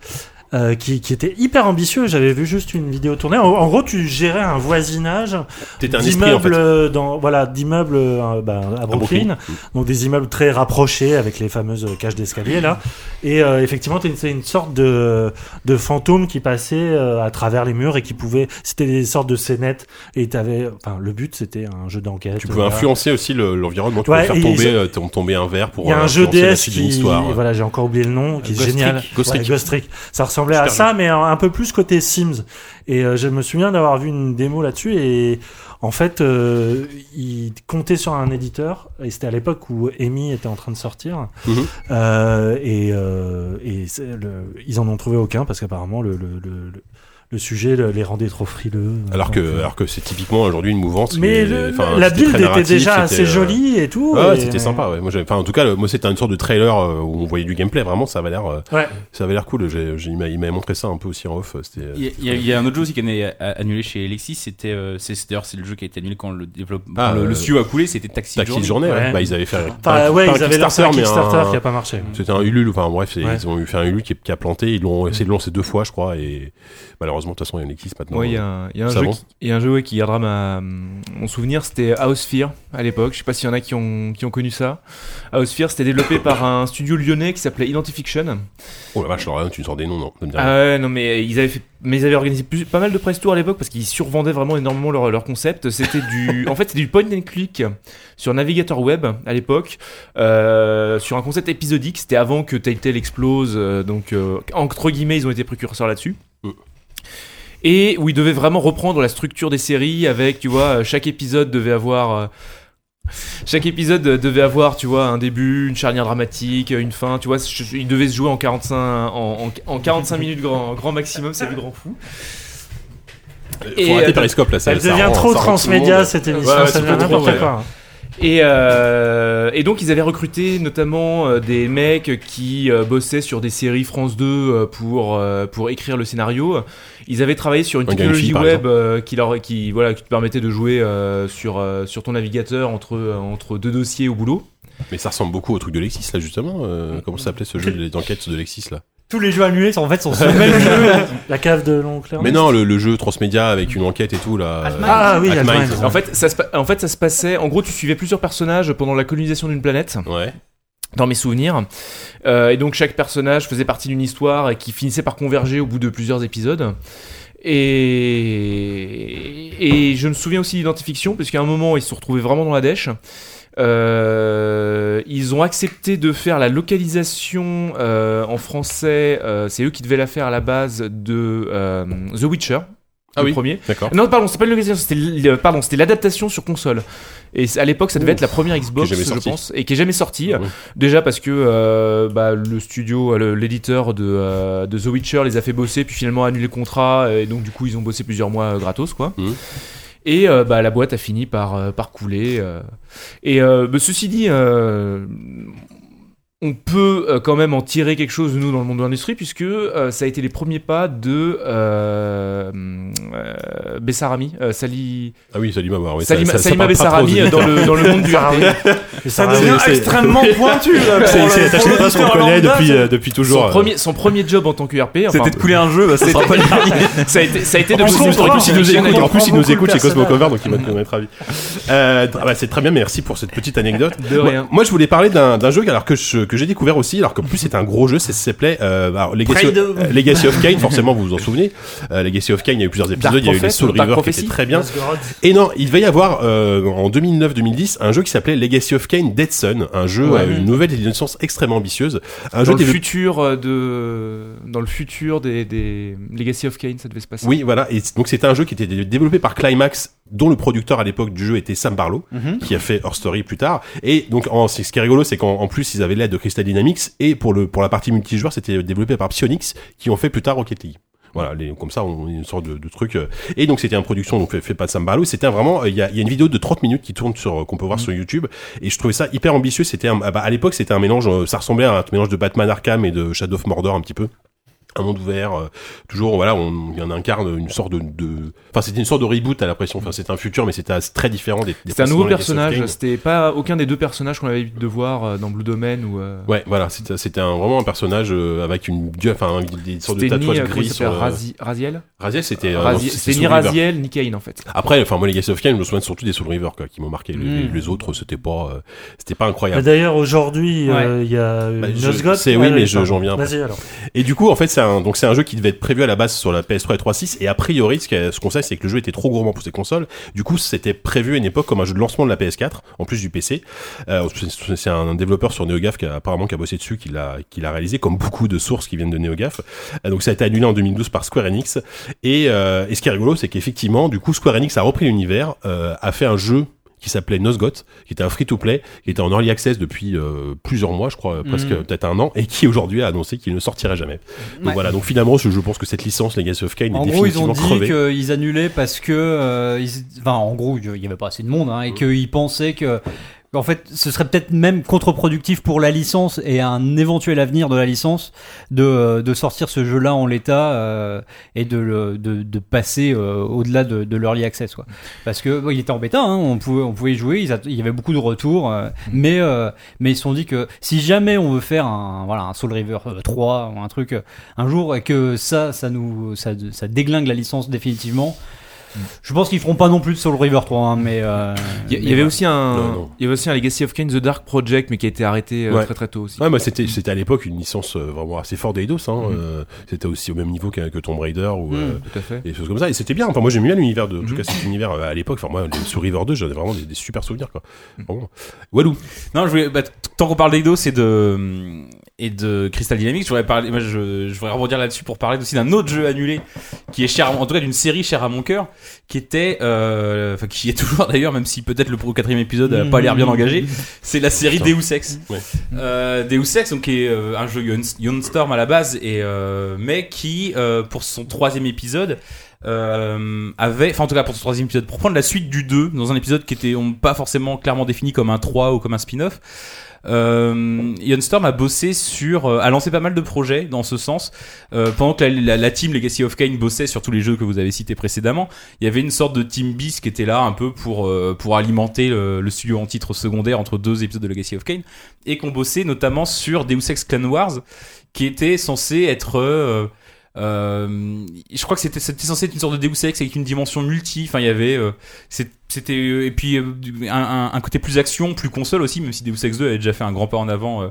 S8: euh, qui, qui était hyper ambitieux. J'avais vu juste une vidéo tournée. En, en gros, tu gérais un voisinage
S2: T'étais un esprit en
S8: d'immeubles
S2: fait.
S8: euh, dans voilà d'immeubles euh, bah, à Brooklyn,
S2: Brooklyn. Mm.
S8: donc des immeubles très rapprochés avec les fameuses euh, cages d'escalier là. Et euh, effectivement, t'as une- c'est une sorte de de fantôme qui passait euh, à travers les murs et qui pouvait. C'était des sortes de scénettes et t'avais. Enfin, le but c'était un jeu d'enquête.
S2: Tu pouvais
S8: voilà.
S2: influencer aussi le- l'environnement. Tu
S8: euh, Ouais,
S2: pouvais faire
S8: et
S2: tomber,
S8: ils-
S2: euh, ton- tomber un verre pour.
S8: Il y a
S2: euh,
S8: un jeu
S2: influencer la
S8: DS
S2: suite
S8: qui,
S2: d'une histoire. ouais.
S8: voilà, j'ai encore oublié le nom, qui est
S2: Ghost
S8: génial.
S2: Trick, Ghost
S8: Ouais,
S2: Trick.
S8: Trick. Ça ressemblait
S2: Super
S8: à ça, mais un, un peu plus côté Sims. Et euh, je me souviens d'avoir vu une démo là-dessus et en fait, euh, il comptait sur un éditeur et c'était à l'époque où Amy était en train de sortir.
S2: Mhm.
S8: Euh, et euh, et c'est le- ils en ont trouvé aucun parce qu'apparemment le, le, le, le- le sujet le- les rendait trop frileux.
S2: Alors que,
S8: Donc, euh,
S2: alors que c'est typiquement aujourd'hui une mouvance.
S8: mais
S2: qui-
S8: le-
S2: enfin,
S8: la
S2: c'était
S8: build
S2: très
S8: était
S2: narratif,
S8: déjà
S2: c'était,
S8: assez
S2: euh,
S8: jolie et tout.
S2: Ouais, ouais,
S8: et-
S2: c'était sympa. Ouais. Moi, j'avais- enfin, en tout cas, le- moi, c'était une sorte de trailer euh, où on voyait du gameplay. Vraiment, ça avait l'air, euh,
S8: Ouais.
S2: ça avait l'air cool. J'ai, j'ai- il m'a- il m'avait montré ça un peu aussi en off. euh, C'était. euh,
S7: Il y a- il y, a- il y a un autre jeu aussi qui a été annulé chez Lexis, c'était euh, c'est c'est- d'ailleurs c'est le jeu qui a été annulé quand le développement
S2: Ah,
S7: le,
S2: euh,
S7: le studio a coulé, c'était Taxi,
S2: Taxi de journée.
S8: Ouais.
S2: ouais. Bah, ils avaient fait. un-
S8: Enfin,
S2: pas un-
S8: ouais,
S2: pas un
S8: ils avaient lancé un
S2: mais
S8: Kickstarter
S2: un-
S8: qui a pas marché.
S2: C'était un Ulule, enfin bref, c'est-
S8: Ouais.
S2: ils ont eu fait un Ulule qui, qui a planté, ils l'ont essayé de lancer deux fois, je crois, et malheureusement, de toute façon, il y en a qui se maintenant. euh,
S9: Ouais, il y a un, il y a un
S2: Ça
S9: jeu,
S2: avance.
S9: qui, il y a un jeu ouais, qui gardera ma, mon souvenir, c'était Aosphere à l'époque. Je sais pas s'il y en a qui ont, qui ont connu ça. Aosphere, c'était développé par un studio lyonnais qui s'appelait Identifiction.
S2: Oh la vache, Laurent, tu me sors des noms, non ça me dit rien.
S9: Ah ouais, non, mais ils avaient, fait, mais ils avaient organisé plus- pas mal de press tours à l'époque parce qu'ils survendaient vraiment énormément leur, leur concept. C'était du, en fait, c'était du point and click sur navigateur web à l'époque, euh, sur un concept épisodique. C'était avant que Telltale explose, euh, donc euh, entre guillemets, ils ont été précurseurs là-dessus.
S2: Euh.
S9: Et où ils devaient vraiment reprendre la structure des séries avec, tu vois, euh, chaque épisode devait avoir. euh, chaque épisode euh, devait avoir, tu vois, un début, une charnière dramatique, euh, une fin, tu vois, je- je- il devait se jouer en 45, en, en- en 45 minutes grand, grand maximum, c'est du grand fou.
S2: Faut
S9: et,
S2: arrêter
S9: euh,
S2: Periscope, là, ça
S8: Elle
S2: ça
S8: devient
S2: rend-
S8: trop
S2: ça rend tout le monde-
S8: transmédia cette émission,
S2: Ouais, ouais,
S8: ça
S2: bah. c'est
S8: devient
S2: trop
S8: n'importe
S2: trop,
S8: quoi.
S9: Et, euh, et donc ils avaient recruté notamment euh, des mecs qui euh, bossaient sur des séries France 2 euh, pour, euh, pour écrire le scénario. Ils avaient travaillé sur une
S2: Un gars et une
S9: technologie
S2: fille, par
S9: web euh, qui, leur, qui, voilà, qui te permettait de jouer euh, sur, euh, sur ton navigateur entre, euh, entre deux dossiers au boulot.
S2: Mais ça ressemble beaucoup au truc de Lexis, là, justement. euh, comment ça s'appelait ce jeu les enquêtes de Lexis, là
S4: Tous les jeux annulés sont en fait sont sur
S8: La cave de l'oncle
S2: Mais
S8: Ernest.
S2: non, le, le jeu transmédia avec une enquête et tout, là. euh,
S8: Ah oui,
S2: Hackmind.
S8: Hackmind.
S9: En fait, ça se, pa- en fait, ça se passait. En gros, tu suivais plusieurs personnages pendant la colonisation d'une planète,
S2: Ouais.
S9: dans mes souvenirs. Euh, et donc, chaque personnage faisait partie d'une histoire et qui finissait par converger au bout de plusieurs épisodes. Et, et je me souviens aussi d'identification, parce qu'à un moment, ils se sont retrouvés vraiment dans la dèche. Euh, ils ont accepté de faire la localisation euh, en français. euh, c'est eux qui devaient la faire à la base de euh, The Witcher,
S2: Ah
S9: le
S2: oui.
S9: premier.
S2: D'accord.
S9: Non, pardon, c'est pas une localisation, c'était le- pardon, c'était l'adaptation sur console. Et c'est- à l'époque, ça devait être la première Xbox,
S2: Qui est jamais
S9: je
S2: sortie.
S9: pense, et qui est jamais sortie.
S2: Ah oui.
S9: Déjà parce que euh, bah, le studio, le- l'éditeur de, euh, de The Witcher les a fait bosser, puis finalement a annulé le contrat, et donc du coup, ils ont bossé plusieurs mois euh, gratos, quoi.
S2: Mhm.
S9: Et euh, bah, la boîte a fini par, euh, par couler. euh. Et euh, bah, ceci dit, euh, on peut euh, quand même en tirer quelque chose, nous, dans le monde de l'industrie, puisque euh, ça a été les premiers pas de euh, euh, Bessarami, euh, Sali-
S2: Ah oui, Salima, bah, ouais, ça-
S9: Salima,
S2: ça- ça
S9: Salima
S2: parle pas trop aux
S9: Bessarami euh, dans le, dans le monde du RP.
S8: Mais
S2: Ah,
S5: Ça
S8: va,
S5: devient
S8: oui, c'est-
S5: extrêmement pointu, là.
S2: C'est
S5: pour
S2: c'est
S5: le-
S2: la tâche
S5: pour
S2: de passe qu'on
S5: l'auditeur
S2: connaît
S5: lambda,
S2: depuis,
S5: ça-
S2: euh, depuis toujours.
S9: Son
S2: euh,
S9: premier, son premier job en tant que RP, enfin,
S6: C'était de couler un jeu, bah, c'était pas
S9: ça a été, ça a été de
S8: On
S2: En plus,
S8: comprend,
S2: en plus, il nous
S8: on
S2: écoute, en plus, il nous
S8: comprend beaucoup
S2: écoute,
S8: le
S2: c'est Cosmo Cover,
S8: personnage.
S2: donc il va te mettre avis. Euh, ah bah, c'est très bien, merci pour cette petite anecdote.
S9: De rien.
S2: Moi, je voulais parler d'un d'un jeu alors que je, que j'ai découvert aussi, alors qu'en plus c'était un gros jeu, c'est- ça s'appelait euh, alors, Legacy,
S5: Pride.
S2: euh, Legacy of Kain, forcément vous vous en souvenez. Euh, Legacy of Kain, il y a eu plusieurs épisodes, il y a eu les
S5: Prophet,
S2: Soul
S5: Dark
S2: River qui
S5: Prophecy,
S2: étaient très bien.
S5: Asgard.
S2: Et non, il va y avoir euh, en 2009-2010 un jeu qui s'appelait Legacy of Kain Dead Sun, un jeu
S9: Ouais.
S2: à une nouvelle innocence extrêmement ambitieuse. Un
S9: dans
S2: jeu
S9: le
S2: développé-
S9: futur euh, de dans le futur des, des Legacy of Kain ça devait se passer
S2: Oui, voilà. Et c- donc c'était un jeu qui était dé- développé par Climax, dont le producteur à l'époque du jeu était Sam Barlow,
S9: Mhm.
S2: qui a fait Her Story plus tard. Et donc, en, c'est- ce qui est rigolo, c'est qu'en en plus, ils avaient l'aide de Crystal Dynamics. Et pour le pour la partie multijoueur, c'était développé par Psyonix, qui ont fait plus tard Rocket League. Voilà, les, comme ça, on on est une sorte de, de truc. euh. Et donc, c'était une production donc fait, fait pas de Sam Barlow. C'était un vraiment, euh, il y, a, il y a une vidéo de 30 minutes qui tourne sur euh, qu'on peut
S9: Mm.
S2: voir sur YouTube. Et je trouvais ça hyper ambitieux. C'était un- ah bah, à l'époque, c'était un mélange, euh, ça ressemblait à un mélange de Batman Arkham et de Shadow of Mordor un petit peu un monde ouvert euh, toujours voilà on il y en incarne une sorte de de- enfin c'était une sorte de reboot à l'impression enfin c'était un futur mais c'était assez très différent des, des
S9: c'était un nouveau
S2: précédents Legacy of
S9: personnage
S2: Kain.
S9: c'était pas aucun des deux personnages qu'on avait de voir euh, dans Blue Domain ou euh,
S2: ouais voilà c'était c'était un- vraiment un personnage euh, avec une gueule enfin un- des sortes de
S9: C'était ni,
S2: tatouages
S9: euh, comment
S2: gris
S9: il
S2: sur
S9: s'appelle,
S2: le-
S9: Razi- Raziel
S2: Raziel c'était euh,
S9: Raziel-
S2: non,
S9: c'est ni
S2: Soul River.
S9: Raziel ni Kane en fait
S2: après enfin moi Legacy of Kain je me souviens surtout des Soul River quoi, qui m'ont marqué les,
S9: Mm.
S2: les- les autres c'était pas euh, c'était pas
S8: Mais
S2: incroyable
S8: D'ailleurs, aujourd'hui, euh,
S2: Ouais.
S8: il y a euh,
S2: Bah, je-
S8: Nosgoth.
S2: C'est
S8: Ouais,
S2: oui, mais
S8: ouais,
S2: je-
S8: pardon.
S2: j'en viens. après.
S8: Vas-y alors.
S2: Et du coup, en fait, c'est un, donc c'est un jeu qui devait être prévu à la base sur la PS3 et 3.6. Et a priori, ce que- ce qu'on sait, c'est que le jeu était trop gourmand pour ces consoles. Du coup, c'était prévu à une époque comme un jeu de lancement de la PS4, en plus du PC. Euh, c'est- c'est un, développeur sur NeoGaf qui a apparemment qui a bossé dessus, qui l'a qui l'a réalisé, comme beaucoup de sources qui viennent de NeoGaf. Euh, donc ça a été annulé en 2012 par Square Enix. Et, euh, et ce qui est rigolo, c'est qu'effectivement, du coup, Square Enix a repris l'univers, euh, a fait un jeu qui s'appelait Nosgoth, qui était un free-to-play, qui était en early access depuis euh, plusieurs mois, je crois, euh, presque
S9: Mhm.
S2: peut-être un an, et qui aujourd'hui a annoncé qu'il ne sortirait jamais. Donc
S4: Mm. Ouais.
S2: voilà, donc finalement, je, je pense que cette licence Legacy of Kain est
S4: En gros, ils
S2: définitivement
S4: ont dit
S2: crevée.
S4: qu'ils annulaient parce que, euh, ils- enfin, en gros, il y avait pas assez de monde, hein, et qu'ils pensaient que, en fait, ce serait peut-être même contre-productif pour la licence et un éventuel avenir de la licence de, euh, de sortir ce jeu-là en l'état euh, et de, le- de, de passer euh, au-delà de, de l'early access, quoi. Parce que bon, il était en bêta, hein, on pouvait on pouvait y jouer, ils att- il y avait beaucoup de retours,
S2: Mm.
S4: euh, mais euh, mais ils se sont dit que si jamais on veut faire un voilà un Soul River euh, 3 ou un truc euh, un jour et que ça ça nous ça, ça déglingue la licence définitivement.
S2: Mm.
S4: Je pense qu'ils feront pas non plus de Soul River 3, hein, mais euh,
S9: Il y, il
S4: mais
S9: y avait
S4: voilà.
S9: aussi un,
S2: Non, non.
S9: il y avait aussi un Legacy of Kain The Dark Project, mais qui a été arrêté euh,
S2: Ouais.
S9: très très tôt aussi.
S2: Ouais, mais c'était c'était à l'époque une licence euh, vraiment assez forte d'Eidos. Hein.
S7: Mhm.
S2: euh, c'était aussi au même niveau que, que Tomb Raider ou
S9: Mhm,
S2: euh,
S9: tout à fait.
S2: des choses comme ça. Et c'était bien. Enfin, moi j'aimais bien l'univers de, en
S7: Mhm.
S2: tout cas cet univers euh, à l'époque. Enfin, moi les- sur River 2, j'avais vraiment des, des super souvenirs quoi.
S7: Mhm.
S2: Vraiment. Walou.
S7: Non, je voulais, bah, t- tant qu'on parle d'Eidos et de, euh, et de Crystal Dynamics, je voudrais, parler, moi, je, je voudrais rebondir là-dessus pour parler aussi d'un autre jeu annulé qui est cher, à- en tout cas d'une série chère à mon cœur, qui était, euh, enfin, qui est toujours d'ailleurs, même si peut-être le pro- quatrième épisode n'a pas l'air bien engagé, c'est la série Deus Ex. Euh, Deus Ex, donc, qui est euh, un jeu Yon- Yon Storm à la base, et, euh, mais qui, euh, pour son troisième épisode, euh, avait, enfin en tout cas pour ce troisième épisode, pour prendre la suite du 2, dans un épisode qui était on, pas forcément clairement défini comme un 3 ou comme un spin-off, euh, Ion Storm a bossé sur, euh, a lancé pas mal de projets dans ce sens. Euh, pendant que la, la- la team Legacy of Kane bossait sur tous les jeux que vous avez cités précédemment, il y avait une sorte de team bis qui était là un peu pour, euh, pour alimenter le, le studio en titre secondaire entre deux épisodes de Legacy of Kane et qu'on bossait notamment sur Deus Ex Clan Wars qui était censé être euh, euh, je crois que c'était c'était censé être une sorte de Deus Ex avec une dimension multi. Enfin, il y avait euh, c'est- c'était euh, et puis euh, du- un, un- un côté plus action, plus console aussi, même si Deus Ex 2 avait déjà fait un grand pas en avant euh,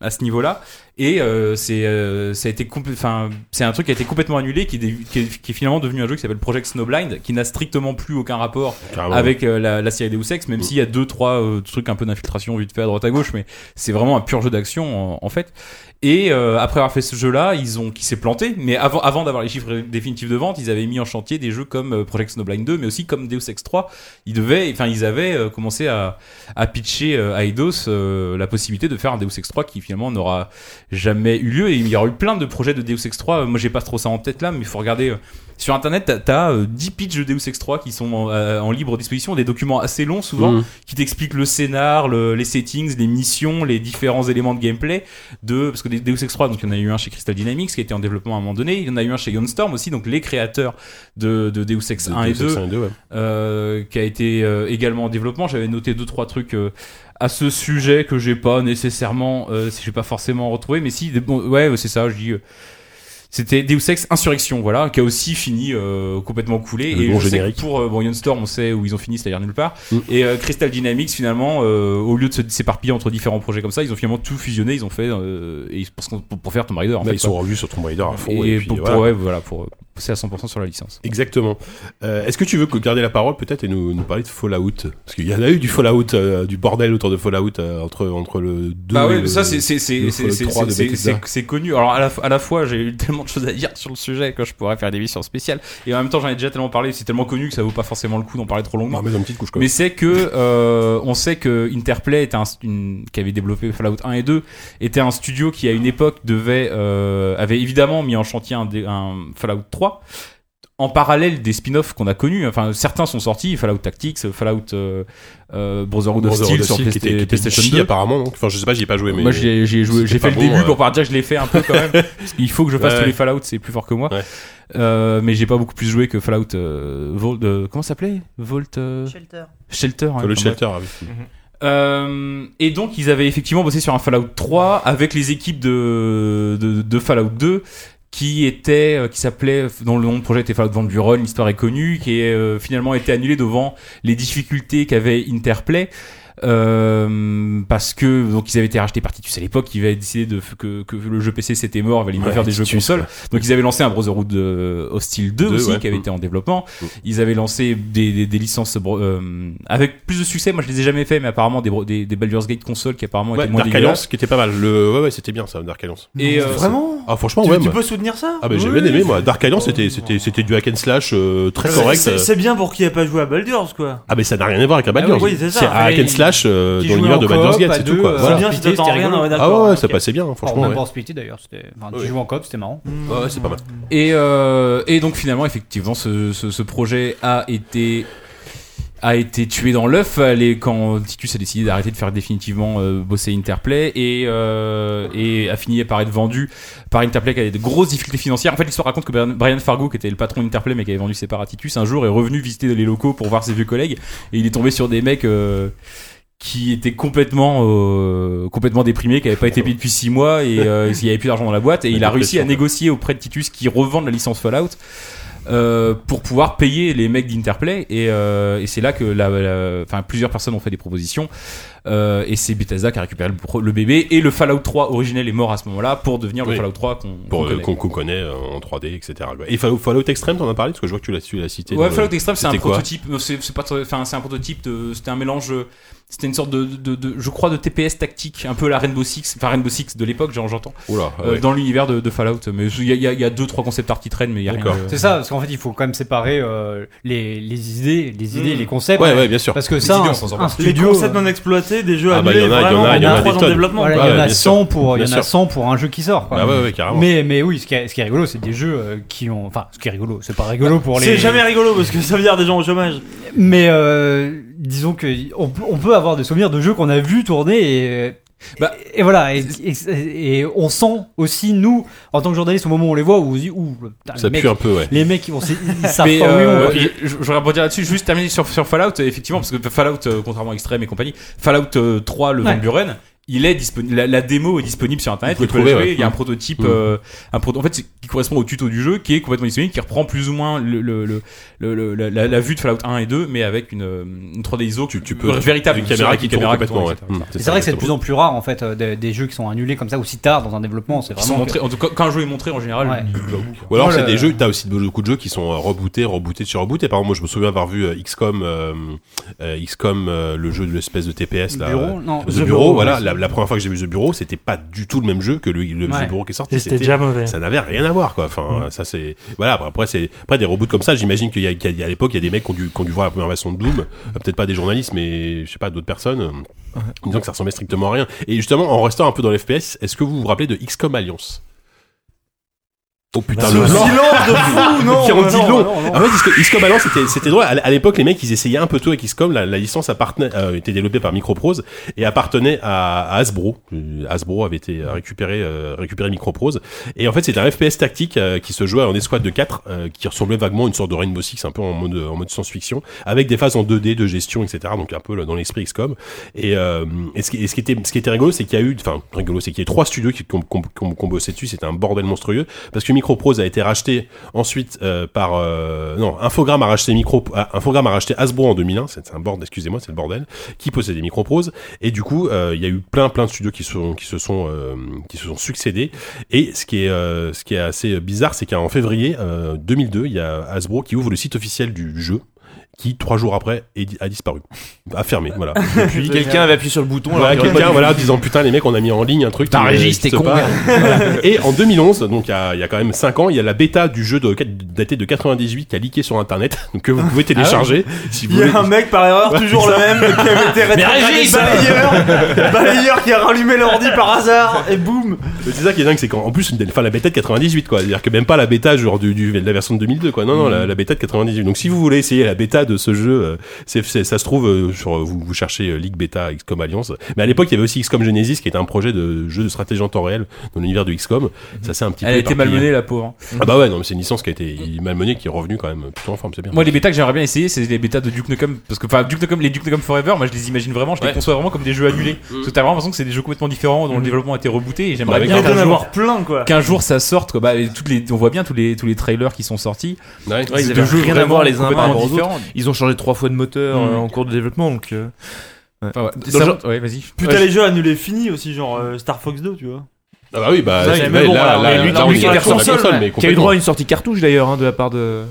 S7: à ce niveau-là. Et euh, c'est euh, ça a été compl- enfin c'est un truc qui a été complètement annulé, qui est, dé- qui est- qui est finalement devenu un jeu qui s'appelle Project Snowblind, qui n'a strictement plus aucun rapport
S2: Carrément.
S7: avec euh, la, la série Deus Ex, même s'il y a deux trois euh, trucs un peu d'infiltration vite fait à droite à gauche, mais c'est vraiment un pur jeu d'action en, en fait. Et euh, après avoir fait ce jeu-là, ils ont qui s'est planté, mais avant avant d'avoir les chiffres définitifs de vente, ils avaient mis en chantier des jeux comme euh, Project Snowblind 2, mais aussi comme Deus Ex 3. Ils devaient, enfin ils avaient euh, commencé à, à pitcher euh, à Eidos euh, la possibilité de faire un Deus Ex 3 qui finalement n'aura jamais eu lieu. Et il y aura eu plein de projets de Deus Ex 3. Euh, Moi j'ai pas trop ça en tête là, mais il faut regarder. euh, sur internet, t'as- t'as euh, 10 pitchs de Deus Ex 3 qui sont en, euh, en libre disposition, des documents assez longs souvent,
S2: Mhm.
S7: qui t'expliquent le scénar, le- les settings, les missions, les différents éléments de gameplay. De, parce que des Deus Ex 3, donc il y en a eu un chez Crystal Dynamics qui était en développement à un moment donné, il y en a eu un chez Gunstorm aussi, donc les créateurs de, de Deus Ex
S2: De
S7: 1 et
S2: Deus
S7: 2,
S2: Ex 1 et 2, ouais.
S7: euh, qui a été euh, également en développement. J'avais noté deux trois trucs euh, à ce sujet que j'ai pas nécessairement, euh, si j'ai pas forcément retrouvé, mais si, des- bon, ouais, c'est ça, je dis. euh, C'était Deus Ex Insurrection, voilà, qui a aussi fini euh, complètement coulé.
S2: Le
S7: et
S2: bon
S7: je sais que
S2: générique. Mm.
S7: pour euh, bon, Storm, on sait où ils ont fini, c'est-à-dire nulle part. Et euh, Crystal Dynamics, finalement, euh, au lieu de se- de s'éparpiller entre différents projets comme ça, ils ont finalement tout fusionné. Ils ont fait euh, et ils- parce qu'on- pour, pour faire Tomb Raider. En
S2: Là,
S7: fait,
S2: Bah, ils sont
S7: quoi.
S2: revenus sur Tomb Raider à fond.
S7: Et,
S2: Et, puis,
S7: pour,
S2: voilà.
S7: pour- ouais, voilà, pour euh, pousser à 100% sur la licence.
S2: Exactement. Euh, Est-ce que tu veux que- garder la parole peut-être et nous, nous parler de Fallout Parce qu'il y en a eu du Fallout, euh, du bordel autour de Fallout euh, entre, entre le 2
S7: Bah
S2: et
S7: oui,
S2: le,
S7: mais ça c'est c'est
S2: le
S7: c'est c'est- c'est-
S2: Fallout 3 de
S7: c'est-
S2: Bethesda.
S7: c'est- c'est connu. Alors à la, à la fois, j'ai eu tellement de choses à dire sur le sujet que je pourrais faire des missions spéciales. Et en même temps, j'en ai déjà tellement parlé, c'est tellement connu que ça vaut pas forcément le coup d'en parler trop longuement.
S2: Non, mais dans une petite couche, quand
S7: Mais
S2: même.
S7: c'est que euh, on sait que Interplay était un, une- qui avait développé Fallout 1 et 2 était un studio qui à une époque devait euh, avait évidemment mis en chantier un, dé- un Fallout 3 en parallèle des spin-offs qu'on a connus. Enfin, certains sont sortis Fallout Tactics, Fallout euh, euh, Brotherhood of
S2: Brotherhood
S7: Steel
S2: of
S7: sur
S2: Steel, qui
S7: Playsta-
S2: était- qui était
S7: PlayStation
S2: chi,
S7: 2
S2: apparemment, donc. Enfin, je sais pas, j'y ai pas joué, mais-
S7: moi j'y ai- j'y ai joué-
S2: C'était
S7: j'ai
S2: pas
S7: fait le
S2: bon,
S7: début
S2: ouais.
S7: pour pouvoir dire que je l'ai fait un peu quand même. Parce qu'il faut que je fasse
S2: Ouais,
S7: tous les
S2: ouais.
S7: Fallout, c'est plus fort que moi.
S2: Ouais.
S7: Euh, mais j'ai pas beaucoup plus joué que Fallout euh, Vault. euh, comment ça s'appelait Vault euh,
S6: Shelter.
S7: Shelter. hein,
S2: le
S7: enfin, bref.
S2: shelter. avec-
S7: Euh, et donc ils avaient effectivement bossé sur un Fallout 3 avec les équipes de, de, de Fallout 2 qui était euh, qui s'appelait dont le nom de projet était Fallout Van Buren l'histoire est connue qui est euh, finalement été annulé devant les difficultés qu'avait Interplay euh, parce que donc ils avaient été rachetés par Titus à l'époque ils avaient décidé de, que, que le jeu PC c'était mort ils allaient mieux
S2: Ouais,
S7: faire des jeux
S2: Titus,
S7: console
S2: ouais.
S7: donc ils avaient lancé un Brotherhood euh, Hostile 2
S2: Deux,
S7: aussi
S2: ouais.
S7: qui avait
S2: Mm.
S7: été en développement ils avaient lancé des, des- des licences euh, avec plus de succès. Moi, je les ai jamais fait, mais apparemment des, bro- des, des Baldur's Gate console qui apparemment
S2: Ouais,
S7: étaient moins
S2: Dark
S7: dégueulasses.
S2: Alliance, qui était pas mal. Le... Ouais, ouais, c'était bien ça, Dark Alliance.
S7: Et euh,
S5: Vraiment
S2: Ah, franchement,
S5: Tu-
S2: ouais.
S5: tu,
S2: moi.
S5: peux soutenir ça
S2: Ah, bah j'ai
S5: Oh, Oui.
S2: bien aimé, moi. Dark Alliance, c'était- c'était c'était du hack and slash euh, très
S5: C'est-
S2: correct.
S5: C'est c'est bien pour qui a pas joué à Baldur's quoi.
S2: Ah, mais ça n'a rien à voir avec un Baldur's.
S5: Ah oui, c'est ça.
S2: C'est un hack and slash euh,
S4: Qui
S2: dans
S4: jouait
S2: l'univers
S4: en
S2: de
S4: coop,
S2: Baldur's Gate,
S4: à
S2: c'est tout
S4: deux,
S2: quoi.
S4: euh,
S2: Voilà.
S5: C'est bien si
S4: C'était-
S5: t'attends
S4: c'était
S5: rien,
S4: rigolo.
S5: ouais,
S2: Ah
S5: d'accord.
S2: ouais,
S5: ok.
S2: ça passait bien, franchement.
S4: Or,
S2: ouais.
S4: même Speedy d'ailleurs, c'était. Enfin, tu
S2: Ouais.
S4: joues en coop, c'était marrant.
S2: Ouais, c'est pas mal.
S7: et, euh, et donc finalement, effectivement, ce, ce- ce projet a été a été tué dans l'œuf Elle est- quand Titus a décidé d'arrêter de faire définitivement euh, bosser Interplay et, euh, et a fini par être vendu par Interplay qui avait de grosses difficultés financières. En fait, l'histoire raconte que Brian- Brian Fargo, qui était le patron d'Interplay mais qui avait vendu ses parts à Titus, un jour est revenu visiter les locaux pour voir ses vieux collègues et il est tombé sur des mecs euh, qui étaient complètement euh, complètement déprimés, qui n'avaient pas été payés depuis six mois et euh, il n'y avait plus d'argent dans la boîte et
S2: La
S7: il a réussi à
S2: dépression, quoi.
S7: négocier auprès de Titus qui revende la licence Fallout. euh, pour pouvoir payer les mecs d'Interplay et, euh, et c'est là que la, la- enfin, plusieurs personnes ont fait des propositions euh, et c'est Bethesda qui a récupéré le, pro- le bébé et le Fallout 3 originel est mort à ce moment-là pour devenir le
S2: Oui.
S7: Fallout 3 qu'on
S2: Pour,
S7: qu'on
S2: euh,
S7: connaît.
S2: Qu'on qu'on connaît euh, en 3D, etc. Et Fallout, Fallout Extreme, t'en as parlé Parce que je vois que tu l'as- tu l'as cité.
S7: Ouais,
S2: dans
S7: Fallout Extreme, c'est un
S2: c'était quoi
S7: prototype. euh, C'est c'est pas, très- enfin, c'est un prototype de. C'était un mélange. euh, C'était une sorte de, de, de- je crois, de TPS tactique, un peu la Rainbow Six, enfin Rainbow Six de l'époque, j'en- j'entends,
S2: le... Oula,
S7: euh,
S2: ouais.
S7: dans l'univers de, de Fallout. Mais il y a, il y a- il y a deux, trois concepts art qui traînent, mais il y a rien.
S2: D'accord.
S7: de-
S4: C'est ça, parce qu'en fait, il faut quand même séparer euh, les, les idées, les idées, les concepts.
S2: Mm. ouais, ouais, bien sûr.
S4: Parce que ça,
S7: idées,
S4: un,
S7: on s'en sort pas.
S4: un
S5: Les
S4: studio. euh,
S5: concepts non exploités, des jeux
S2: Ah, bah,
S5: annulés,
S2: y en a, y en a,
S5: vraiment,
S2: y en
S5: pendant
S2: a
S5: trois
S2: des
S5: ans de
S2: tonnes.
S5: développement.
S4: voilà,
S2: Ouais,
S4: il y en
S2: ouais,
S4: a
S2: bien
S4: 100
S2: sûr.
S4: pour, il y
S2: Bien
S4: en a
S2: sûr.
S4: 100 pour un jeu qui sort. Quoi.
S2: Ah ouais, ouais, carrément.
S4: mais, mais oui, ce qui est, ce qui est rigolo, c'est des jeux euh, qui ont. Enfin, ce qui est rigolo, c'est pas rigolo pour les.
S5: C'est jamais rigolo parce que ça veut dire des gens au chômage.
S4: Mais euh, disons que on, on peut avoir des souvenirs de jeux qu'on a vu tourner et.
S7: Bah,
S4: et, et voilà, et, et- et on sent aussi, nous, en tant que journalistes, au moment où on les voit, où on se dit, ouh, putain,
S2: Ça
S4: les mecs,
S2: pue un peu, ouais.
S4: les mecs, on sait- ils savent
S7: Mais
S4: pas où ils vont,
S7: euh,
S4: quoi.
S7: je- je voudrais rebondir là-dessus, juste terminer sur, sur Fallout, euh, effectivement, parce que Fallout, euh, contrairement à Extreme et compagnie, Fallout euh, 3, le Van
S4: Ouais.
S7: Buren, il est disponible, la, la démo est disponible sur internet,
S2: Vous
S7: vous
S2: pouvez
S7: pouvez le
S2: trouver,
S7: jouer,
S2: ouais.
S7: il y a un prototype,
S2: Mm.
S7: euh, un proto- en fait, c'est- qui correspond au tuto du jeu, qui est complètement disponible, qui reprend plus ou moins le, le- le- le- le- la, la- la vue de Fallout 1 et 2, mais avec une, euh, une 3D ISO,
S2: Tu- tu peux-
S7: euh, véritable,
S2: Une caméra qui tourne complètement,
S7: tourne,
S2: ouais.
S7: etc.
S2: Hum,
S4: Mais C'est
S2: ça,
S4: vrai que c'est de plus
S2: exactement.
S4: en plus rare en fait euh, des, des jeux qui sont annulés comme ça aussi tard dans un développement. C'est
S7: Qui sont
S4: vraiment. que-
S7: montrés- en tout cas, quand un jeu est montré, en général,
S4: Ouais.
S7: il va au bout, quoi.
S2: Ou alors
S4: Moi,
S2: c'est
S4: le-
S2: des jeux, t'as aussi beaucoup de jeux qui sont euh, rebootés, rebootés sur rebootés. Par exemple, moi je me souviens avoir vu euh, XCOM, euh, euh, XCOM, euh, le jeu de l'espèce de TPS là.
S4: Bureau,
S2: euh,
S4: non.
S2: The, Bureau, voilà. La, la première fois que j'ai vu The Bureau, c'était pas du tout le même jeu que le, le
S4: Ouais.
S2: The Bureau qui est sorti.
S8: Et c'était déjà mauvais.
S2: Ça n'avait rien à voir, quoi. Enfin, ça c'est. Voilà. après, Après, c'est après des reboots comme ça. J'imagine qu'il y a, qu'il y a- à l'époque, il y a des mecs qui ont dû, qui ont dû voir la première version de Doom. Euh, Peut-être pas des journalistes, mais je sais pas d'autres personnes. euh, Disons que ça ressemblait strictement à rien. Et justement, en restant un peu dans l'FPS, est-ce que vous vous rappelez de XCOM Alliance Oh putain,
S5: Ce
S2: le blanc.
S5: silence de fou, non
S2: Qui en dit
S5: non,
S2: long.
S5: non, non.
S2: En fait, XCOM- XCOM Alliance, c'était, c'était drôle. À l- à l'époque, les mecs, ils essayaient un peu tout avec XCOM. La, la licence appartenait, euh, était développée par Microprose et appartenait à, à Hasbro. Euh, Hasbro avait été euh, récupéré, euh, récupéré Microprose. Et en fait, c'était un FPS tactique euh, qui se jouait en escouade de 4, qui ressemblait vaguement à une sorte de Rainbow Six, un peu en mode, en mode science-fiction, avec des phases en 2D de gestion, etc. Donc un peu là, dans l'esprit XCOM. Et, euh, et, ce, qui, et ce, qui était, ce qui était rigolo, c'est qu'il y a eu, enfin, rigolo, c'est qu'il y a eu trois studios qui ont bossé dessus. C'était un bordel monstrueux parce que Microprose a été racheté ensuite euh, par euh, non, Infogrames a racheté Micro ah, Infogrames a racheté Hasbro en 2001, c'est c'est un bordel, excusez-moi, c'est le bordel, qui possédait Microprose et du coup, euh, il y a eu plein plein de studios qui sont qui se sont euh, qui se sont succédés et ce qui est euh, ce qui est assez bizarre, c'est qu'en février euh, 2002, il y a Hasbro qui ouvre le site officiel du, du jeu qui trois jours après est di- a disparu, a fermé, voilà. Et puis,
S9: Quelqu'un avait appuyé sur le bouton.
S2: voilà,
S9: alors qu'il y aurait
S2: quelqu'un
S9: pas
S2: voilà, disant putain les mecs on a mis en ligne un truc
S10: Ta
S2: qui
S10: régie,
S2: n'existe
S10: c'était con.
S9: hein.
S2: pas. Voilà. et en 2011 donc il y a, il y a quand même 5 ans il y a la bêta du jeu de, daté de 98 qui a leaké sur internet donc que vous
S3: Ah
S2: pouvez télécharger si vous
S5: Il y
S2: voulez
S5: a un mec par erreur, toujours le même, qui avait été rétrogradé de balayeur, balayeur qui a rallumé l'ordi par hasard, et boum
S2: c'est ça qui est dingue c'est qu'en en plus une- enfin la bêta de 98 quoi c'est à dire que même pas la bêta genre du, du- de la version de 2002 quoi non non
S3: Hmm.
S2: la, la bêta de 98 donc si vous voulez essayer la bêta de ce jeu euh, c'est, c'est- ça se trouve euh, sur euh, vous, vous cherchez euh, League Beta XCOM Alliance mais à l'époque il y avait aussi XCOM Genesis qui était un projet de jeu de stratégie en temps réel dans l'univers de XCOM ça c'est un petit
S3: Elle a
S2: peu
S3: été
S2: éparpillé.
S3: malmenée, la
S7: hein.
S3: pauvre.
S2: Ah bah ouais, non, mais c'est une licence qui a été malmenée, qui est revenue quand même plutôt en forme, c'est bien.
S3: Moi, les bêtas que j'aimerais bien essayer, c'est les bêtas de Duke Nukem. Parce que, enfin, Duke Nukem, les Duke Nukem Forever, moi, je les imagine vraiment, je les
S2: Ouais.
S3: conçois vraiment comme des jeux annulés. Parce que t'as vraiment l'impression que c'est des jeux complètement différents dont le développement a été rebooté et j'aimerais
S2: Bah,
S3: bien
S5: Il doit
S3: qu'un jour,
S5: en avoir plein, quoi
S3: qu'un jour ça sorte. Quoi. Bah, et toutes les, on voit bien tous les, tous les trailers qui sont sortis.
S2: Ouais.
S9: Ouais, ils
S3: C'est
S9: avaient rien à
S3: vraiment
S9: voir les uns par
S3: complètement
S9: rapport aux autres.
S3: différents.
S9: Ils ont changé trois fois de moteur
S3: Mm.
S9: euh, en cours de développement, donc. euh,
S3: Enfin, ouais.
S9: Dans
S3: Ça-
S9: le-
S3: ouais, vas-y.
S5: Putain,
S9: Ouais.
S5: les jeux annulés finis aussi, genre euh, Star Fox 2, tu vois.
S2: Ah bah oui, bah,
S9: Ouais,
S2: c'est-
S9: mais
S2: ouais,
S9: bon,
S2: là,
S9: voilà,
S2: là,
S9: mais lui,
S2: là,
S9: lui
S2: on
S9: qui
S2: est
S9: a
S2: sur la
S9: console,
S2: console, mais
S9: Qui a eu
S2: complètement.
S9: droit à une sortie cartouche d'ailleurs hein, de la part de.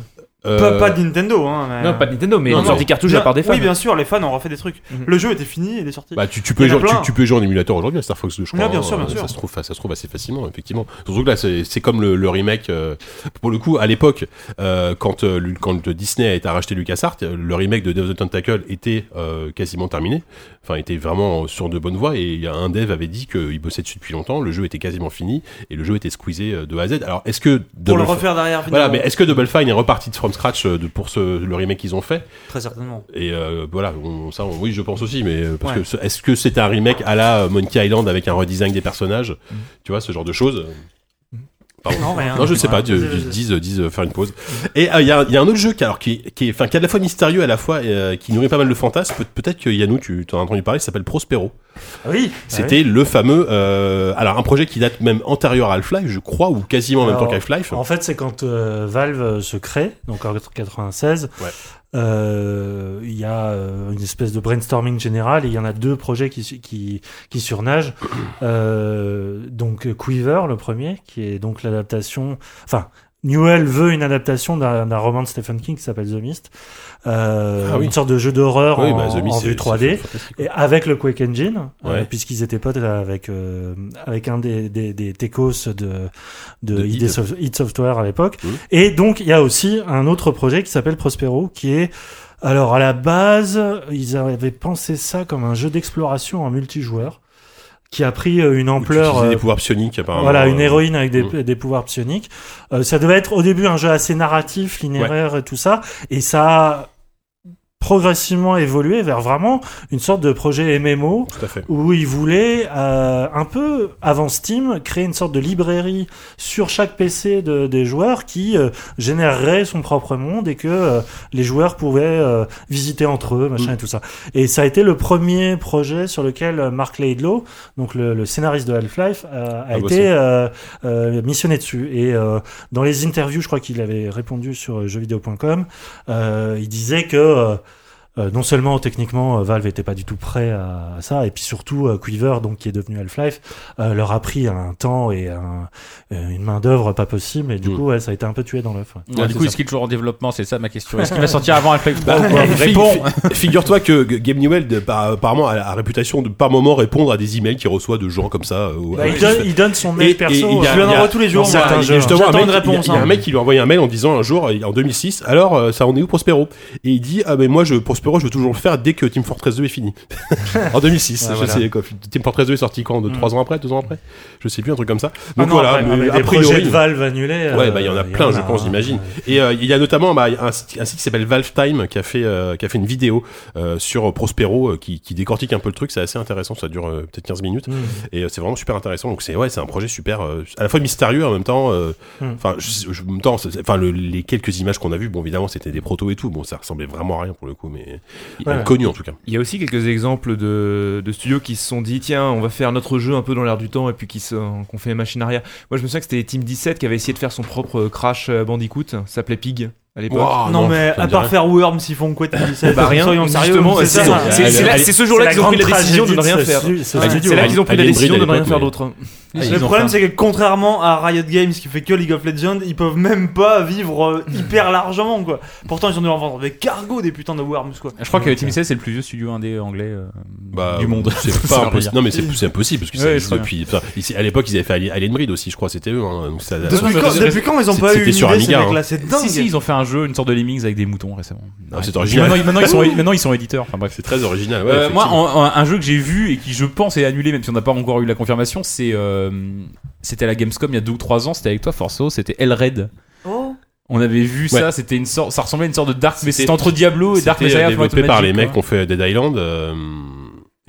S2: Euh,
S5: Pas, pas de Nintendo, hein. mais-
S9: Non, pas de Nintendo, mais
S2: Non,
S9: une
S2: non.
S9: sortie cartouche de la part des fans.
S5: Oui, bien sûr, les fans ont refait des trucs.
S9: Mhm.
S5: Le jeu était fini, il est sorti.
S2: Bah, tu, tu peux
S5: Il y en a
S2: jouer, tu,
S5: plein.
S2: tu peux jouer en émulateur aujourd'hui à Star Fox 2, je crois.
S5: Ouais, bien
S2: hein,
S5: sûr, bien
S2: euh,
S5: sûr.
S2: Ça se trouve, ça se trouve assez facilement, effectivement. Surtout que là, c'est c'est comme le, le remake. euh, pour le coup, à l'époque, euh, quand, euh, lu- quand Disney a été racheté LucasArts, euh, le remake de Death of the Tentacle était euh, quasiment terminé. Enfin, était vraiment sur de bonnes voies. Et il y a un dev avait dit qu'il bossait dessus depuis longtemps. Le jeu était quasiment fini et le jeu était squeezé euh, de A à Z. Alors, est-ce que
S5: Pour le
S2: Double Fine-
S5: refaire derrière,
S2: Voilà,
S5: finalement.
S2: mais est-ce que Double Fine est reparti de From Scratch euh, de, pour ce, le remake qu'ils ont fait
S5: Très certainement.
S2: Et euh, voilà, on- ça, on- oui, je pense aussi, mais euh, parce
S5: Ouais.
S2: que ce- est-ce que c'était un remake à la euh, Monkey Island avec un redesign des personnages Tu vois, ce genre de choses
S5: Non, rien.
S2: non, je sais pas,
S5: Ah, Vas-y, vas-y.
S2: disent disent euh, disent faire une pause. Et euh, il y, a, il y a un autre jeu qui, alors, qui, qui, est- enfin, qui est à la fois mystérieux à la fois, euh, qui nourrit pas mal le fantasme. Peut- Peut-être que Yannou, tu t'en as entendu parler, ça s'appelle Prospero.
S5: Ah Oui,
S2: C'était le fameux, euh, alors un projet qui date même antérieur à Half-Life, je crois, ou quasiment en même temps
S8: Alors,
S2: qu'Half-Life.
S8: En fait, c'est quand euh, Valve euh, se crée, donc en 96,
S2: Ouais.
S8: euh, il y a euh, une espèce de brainstorming général et il y en a deux projets qui, su- qui, qui surnagent. Euh, donc euh, Quiver, le premier, qui est donc l'adaptation... Enfin, Newell veut une adaptation d'un d'un roman de Stephen King qui s'appelle The Mist, euh,
S2: Ah oui.
S8: une sorte de jeu d'horreur
S2: Oui,
S8: en,
S2: bah, The Mist,
S8: en
S2: c'est-
S8: vue
S2: c'est
S8: 3D.
S2: fantastique, quoi.
S8: Et avec le Quake Engine, euh,
S2: Ouais.
S8: puisqu'ils étaient potes avec, euh, avec un des, des, des techos de, de,
S2: De
S8: ID
S2: id.
S8: Sof- id Software à l'époque.
S2: Mhm.
S8: Et donc, il y a aussi un autre projet qui s'appelle Prospero, qui est. Alors, à la base, ils avaient pensé ça comme un jeu d'exploration en multijoueur, qui a pris euh, une
S2: Où tu utilisais
S8: ampleur.
S2: des
S8: euh,
S2: pouvoirs psioniques, apparemment.
S8: voilà, une
S2: euh,
S8: héroïne avec des,
S2: Mm.
S8: des pouvoirs psioniques. Euh, ça devait être au début un jeu assez narratif, linéaire et tout ça. Et ça a progressivement évolué vers vraiment une sorte de projet MMO
S2: Tout à fait.
S8: où ils voulaient, euh, un peu avant Steam, créer une sorte de librairie sur chaque PC de- des joueurs qui euh, générerait son propre monde et que euh, les joueurs pouvaient euh, visiter entre eux, machin et tout ça. Et ça a été le premier projet sur lequel euh, Mark Laidlaw, donc le, le scénariste de Half-Life, euh, a
S2: Ah, bossé.
S8: été euh, euh, missionné dessus. Et euh, dans les interviews, je crois qu'il avait répondu sur euh, jeuxvideo.com, euh, il disait que... euh, euh, non seulement techniquement euh, Valve était pas du tout prêt à, à ça et puis surtout euh, Quiver donc qui est devenu Half-Life euh, leur a pris un temps et un- euh, une main d'œuvre pas possible et du
S2: Mm.
S8: coup ouais, ça a été un peu tué dans l'œuf. ouais.
S3: Ouais, du coup, est-ce qu'il est toujours en développement C'est ça ma question. Est-ce qu'il va sortir avant Half-Life 3 ou
S2: Bah,
S3: quoi
S2: fi-
S3: Réponds
S2: fi- Figure-toi que G- Gabe Newell, de- par- apparemment, a la réputation de par moment répondre à des emails qu'il reçoit de gens comme ça. euh, au-
S8: Bah,
S2: à-
S8: il, donne, il donne son
S2: Et-
S8: mail
S2: et-
S8: perso.
S2: et il y a-
S8: euh,
S5: je lui en
S2: il y a-
S5: envoie tous les
S2: dans
S5: jours. moi.
S2: certains
S8: il-
S2: jeux. Justement, un
S5: J'attends
S2: mec,
S5: une
S2: il y a-
S5: réponse,
S2: il y a
S5: hein.
S2: un mec qui lui envoie un mail en disant un jour, euh, en 2006, alors euh, ça en est où Prospero Et il dit, ah mais moi je Prospero, je veux toujours le faire dès que Team Fortress 2 est fini. en 2006, je sais quoi. Team Fortress 2 est sorti quand de 3 ans après, 2 ans après, je sais plus un truc comme ça.
S8: Mm. Ah
S2: Donc
S8: non,
S2: voilà,
S8: après,
S2: mais
S8: avec
S2: a
S8: des projets
S2: priori.
S8: de Valve annulés.
S2: Ouais,
S8: euh,
S2: bah il y en a plein, je pense, j'imagine. Et euh, il y a notamment bah, un, site, un site qui s'appelle Valve Time qui a fait euh, qui a fait une vidéo euh, sur Prospero euh, qui, qui décortique un peu le truc. C'est assez intéressant. Ça dure euh, peut-être 15 minutes
S8: Mm.
S2: et euh, c'est vraiment super intéressant. Donc c'est ouais, c'est un projet super euh, à la fois mystérieux en même temps. euh,
S8: Mm.
S2: Enfin, je- je- en même temps, c'est- c'est- enfin le- les quelques images qu'on a vues, bon évidemment c'était des protos et tout. Bon, ça ressemblait vraiment à rien pour le coup, mais mais euh, connu en tout cas.
S9: Il y a aussi quelques exemples de, de studios qui se sont dit tiens, on va faire notre jeu un peu dans l'air du temps et puis qui sont- qu'on fait machinariat. Moi, je me souviens que c'était Team 17 qui avait essayé de faire son propre euh, Crash Bandicoot. Ça s'appelait Pig à l'époque.
S2: Waouh,
S5: non, mais
S2: ça me
S5: à
S2: dit
S5: part
S2: rien.
S5: faire Worms, ils font quoi Team 17
S9: Bah rien,
S5: Soyons sérieux,
S9: justement,
S5: c'est
S9: c'est
S5: ça.
S9: c'est- c'est là- c'est ce jour-là
S8: C'est
S9: qu'ils ont
S8: la
S9: pris la
S8: grande
S9: décision de ne
S8: tragédie
S9: rien
S8: ce-
S9: faire.
S8: ce- ce-
S9: Ouais, C'est là qu'ils ont pris la
S2: Alien
S9: décision
S2: Breed
S9: de
S2: à
S9: ne rien
S2: l'époque,
S9: faire
S2: mais-
S9: d'autre.
S3: Ah,
S2: Ah,
S5: Le problème, c'est que contrairement à Riot Games qui fait que League of Legends, ils peuvent même pas vivre euh, hyper largement quoi. Pourtant, ils ont dû en vendre des cargos des putains de Worms quoi.
S7: Je
S2: Euh,
S7: crois que Team 16 c'est le plus vieux studio indé anglais euh,
S2: Bah,
S7: du monde.
S2: C'est
S7: Ça
S2: pas
S7: veut
S2: impossible.
S7: dire.
S2: Non, mais c'est c'est impossible parce que ça
S7: Ouais,
S2: existe
S7: je sais
S2: depuis. enfin, ici, à l'époque, ils avaient fait Alien- Alien Breed aussi, je crois, c'était eux. hein, donc ça-
S5: Depuis, quand, depuis quand ils ont
S2: c'est-
S5: pas eu
S2: c'était
S5: une
S2: sur
S5: idée,
S2: Amiga,
S5: ces
S2: hein.
S5: mecs-là C'est dingue.
S7: Si, si, ils ont fait un jeu, une sorte de Lemmings avec des moutons récemment.
S2: Ah, c'est
S7: Puis
S2: original.
S7: Maintenant, maintenant, ils sont, maintenant, ils sont éditeurs. Enfin, bref.
S2: C'est très original. ouais,
S7: Euh, moi,
S2: effectivement.
S7: en- en- un jeu que j'ai vu et qui je pense est annulé, même si on n'a pas encore eu la confirmation, c'est euh, c'était à la Gamescom il y a deux ou trois ans, c'était avec toi Forso, c'était Elred.
S6: Oh,
S7: On avait vu ça, c'était une sorte, ça ressemblait à une sorte de Dark, mais c'était entre Diablo et Dark
S2: C'était, euh,
S7: Messiah. Flight
S2: développé par
S7: Magic,
S2: les mecs qui
S7: quoi.
S2: ont fait Dead Island. euh,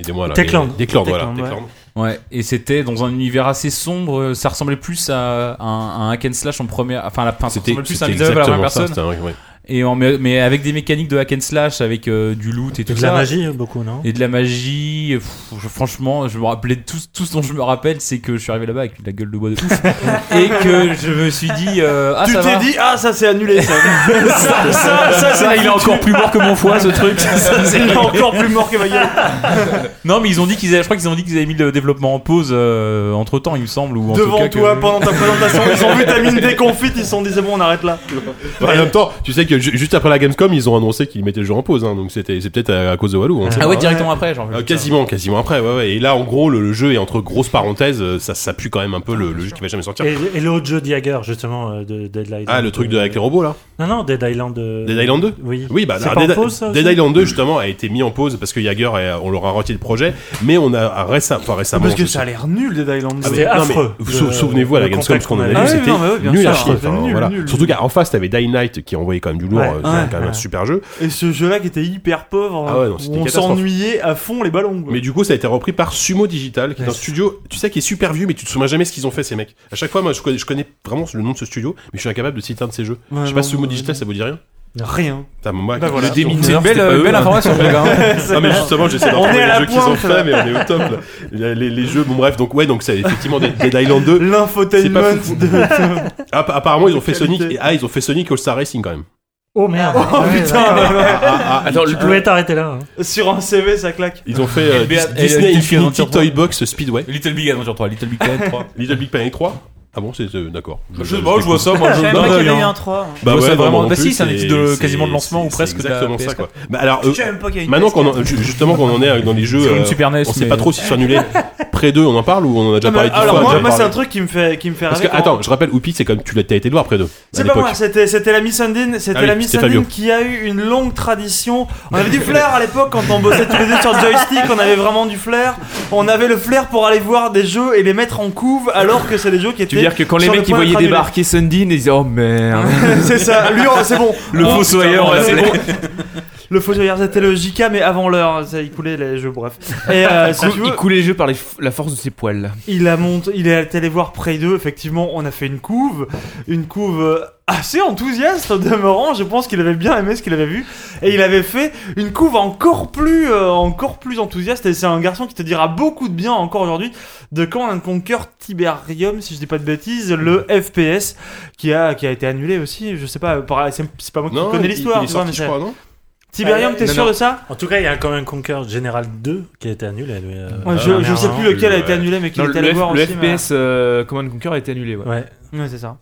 S2: Aidez-moi là.
S8: Techland.
S2: les- Techland, voilà.
S5: Techland, ouais.
S2: Techland.
S7: Ouais, et c'était dans un univers assez sombre. euh, Ça ressemblait plus à, à un, à un hack and slash en première, enfin, à la, enfin, ça
S2: C'était
S7: ressemblait plus à un
S2: c'était
S7: beat 'em up à la première
S2: exactement ça.
S7: personne.
S2: c'était un- ouais.
S7: Et en- mais, mais avec des mécaniques de hack and slash, avec euh, du loot et tout
S8: De
S7: ça.
S8: la magie, beaucoup, non
S7: Et de la magie, pff, je- franchement, je me rappelais tout, tout ce dont je me rappelle, c'est que je suis arrivé là-bas avec la gueule de bois de ouf et que je me suis dit, euh, ah
S5: tu
S7: ça
S5: t'es
S7: va.
S5: dit ah ça c'est annulé ça. ça, ça, ça, c'est
S7: Ah, il est
S5: foutu.
S7: encore plus mort que mon foie, ce truc. Ça, c'est-
S5: Il est encore plus mort que ma gueule.
S7: non, mais ils ont dit qu'ils avaient, je crois qu'ils ont dit qu'ils avaient mis le développement en pause entre temps, il me semble, ou en tout
S5: Devant
S7: cas
S5: toi,
S7: que...
S5: pendant ta présentation, ils ont vu ta mine déconfite, ils se sont dit c'est bon, on arrête là.
S2: Bah, en même temps, tu sais que ju- juste après la Gamescom, ils ont annoncé qu'ils mettaient le jeu en pause. hein, donc c'était c'est peut-être à, à cause de Walou. hein.
S7: Ah ouais, directement après, genre.
S2: Euh, quasiment, quasiment après. Ouais, ouais. Et là, en gros, le, le jeu est entre grosses parenthèses. euh, Ça s'appuie quand même un peu le, le jeu qui va jamais sortir.
S8: Et, et l'autre jeu d'Jagger, justement, euh, de Dead Island.
S2: Ah, le truc de, avec les robots là.
S8: Non, non, Dead Island. euh,
S2: Dead Island 2
S8: Oui.
S2: Oui, bah,
S8: c'est
S2: alors,
S8: pas
S2: Dead,
S8: en pause, ça, aussi
S2: Dead Island 2 justement a été mis en pause parce que Jagger, euh, on leur a raté le projet, mais on a récemment, enfin récemment,
S5: Parce que
S2: je
S5: ça a
S2: sais-
S5: l'air nul des Islands.
S2: Ah, mais-
S8: C'était
S2: non, mais
S8: affreux,
S2: vous-
S8: le-
S2: Souvenez-vous à la
S8: le
S2: Gamescom ce
S8: contact
S2: qu'on
S8: qu'on
S2: avait vu,
S5: eu. Ah
S8: a
S5: oui,
S2: c'était
S5: non, mais oui, bien
S2: nul à
S5: sûr,
S2: chier.
S5: c'était
S2: Enfin,
S5: nul,
S2: voilà.
S5: nul,
S2: Surtout
S5: nul.
S2: qu'en face t'avais Dying Light qui envoyait quand même du lourd,
S8: Ouais,
S2: euh, c'était
S5: ouais,
S2: quand même un
S8: ouais.
S2: super jeu.
S5: Et ce jeu-là qui était hyper pauvre,
S2: Ah ouais, non, c'était
S5: où on
S2: catastrophe.
S5: s'ennuyait à fond les ballons. quoi.
S2: Mais du coup, ça a été repris par Sumo Digital, qui est un
S8: Ouais.
S2: studio, tu sais, qui est super vieux, mais tu te souviens jamais ce qu'ils ont fait, ces mecs. À chaque fois, moi, je connais, je connais vraiment le nom de ce studio, mais je suis incapable de citer un de ces jeux.
S5: Ouais,
S2: je sais pas,
S5: non,
S2: Sumo
S5: non,
S2: Digital,
S5: non.
S2: ça vous dit rien
S5: Rien.
S2: Putain, moi,
S5: Bah voilà.
S2: le démineur,
S7: C'est une belle, euh,
S2: c'était pas
S7: belle
S2: eux, hein.
S7: information, les gars.
S2: Non Ah, mais justement j'essaie d'en
S5: On est
S2: trouver
S5: à
S2: les
S5: la
S2: jeux qu'ils ont
S5: pointe, là.
S2: fait mais on est au top là. les, les- les jeux bon bref donc ouais donc c'est effectivement des- Dead Island 2
S5: L'infotainment
S2: C'est
S5: de.
S2: App- apparemment ils ont fait
S5: Qualité.
S2: Sonic et- ah ils ont fait Sonic All Star Racing quand même
S8: Oh merde
S5: Oh putain,
S2: ah, ah, ah,
S9: Attends,
S8: Je pouvais t'arrêter là. hein.
S5: sur un CV ça claque.
S2: ils ont fait euh,
S7: LBA,
S2: Dis- Disney
S7: LBA,
S2: Infinity
S7: Adventure
S2: Toy Box Speedway
S7: Little Big Adventure 3, Little Big Planet 3.
S2: Little Big Planet 3 ah bon c'est euh, d'accord
S7: Je sais pas, je vois ça, moi, je
S6: j'avais
S7: Non,
S6: pas qu'il y en ait eu
S7: non.
S6: un hein. 3.
S7: Je vois ça
S2: non,
S7: vraiment.
S2: moi non
S7: Bah
S2: plus,
S7: si, c'est un titre de- quasiment de lancement
S2: c'est-
S7: ou presque
S2: c'est
S7: de la
S2: exactement ça
S7: PS4.
S2: quoi bah alors euh,
S6: Je savais même pas qu'il y a une
S2: maintenant
S6: PS4.
S2: qu'on en- ju- justement qu'on en est dans les jeux
S7: Sur une
S2: euh,
S7: Super NES,
S2: on sait
S7: mais-
S2: pas trop si c'est annulé près 2 on en parle ou on en a déjà parlé dix
S5: Ah, alors
S2: fois, on en a
S5: moi,
S2: déjà
S5: moi, c'est
S2: parlé.
S5: un truc qui me fait qui me fait
S2: parce que
S5: rêver. quand-
S2: attends je rappelle Oupi c'est comme tu l'as t'as été le voir près 2
S5: C'est pas moi, c'était c'était la Miss Undine, c'était
S2: Ah oui,
S5: la Miss
S2: c'était Fabio.
S5: Undine qui a eu une longue tradition. On avait du flair à l'époque quand on bossait tous les deux sur joystick, on avait vraiment du flair. On avait le flair pour aller voir des jeux et les mettre en couve alors que c'est des jeux qui étaient
S9: Tu veux dire que quand les
S5: sur le
S9: mecs ils
S5: point
S9: voyaient
S5: d'être annulés.
S9: débarquer Sundin, ils disaient oh merde.
S5: c'est ça, lui on- c'est bon.
S9: Le
S5: On-
S9: fossoyeur, on
S5: putain,
S9: l'appelait.
S5: c'est bon. Le fossoyeur c'était le JK mais avant l'heure, ça il coulait les jeux bref. Et euh, si tu
S9: Il
S5: veux,
S9: coulait les jeux par les f- la force de ses poils.
S5: il a monté, il est allé voir Prey 2, effectivement, on a fait une couve, une couve euh, assez enthousiaste au demeurant, je pense qu'il avait bien aimé ce qu'il avait vu, et il avait fait une couve encore plus, euh, encore plus enthousiaste, et c'est un garçon qui te dira beaucoup de bien encore aujourd'hui, de Command Conquer Tiberium, si je dis pas de bêtises, le FPS, qui a, qui a été annulé aussi, je sais pas, par- c'est c'est pas moi qui
S2: non
S5: connais
S2: il-
S5: l'histoire,
S2: il est
S5: tu vois,
S2: sorti
S5: mais
S2: je
S5: c'est-
S2: crois non
S5: Tiberium, t'es
S9: Ah, Non,
S5: sûr
S9: non.
S5: de ça
S8: En tout cas, il y a quand même Conquer General 2 qui a été annulé. lui, euh,
S5: Ouais, je,
S8: la
S5: je
S8: dernière,
S5: sais
S8: hein.
S5: plus lequel a été
S2: ouais.
S5: annulé, mais qu'il
S9: Non,
S5: était
S9: Ah, le
S5: allé
S9: F-
S5: voir
S9: le
S5: aussi. mais-
S9: FPS euh, Command Conquer a été annulé. Ouais.
S8: Ouais.
S5: Ouais, c'est ça.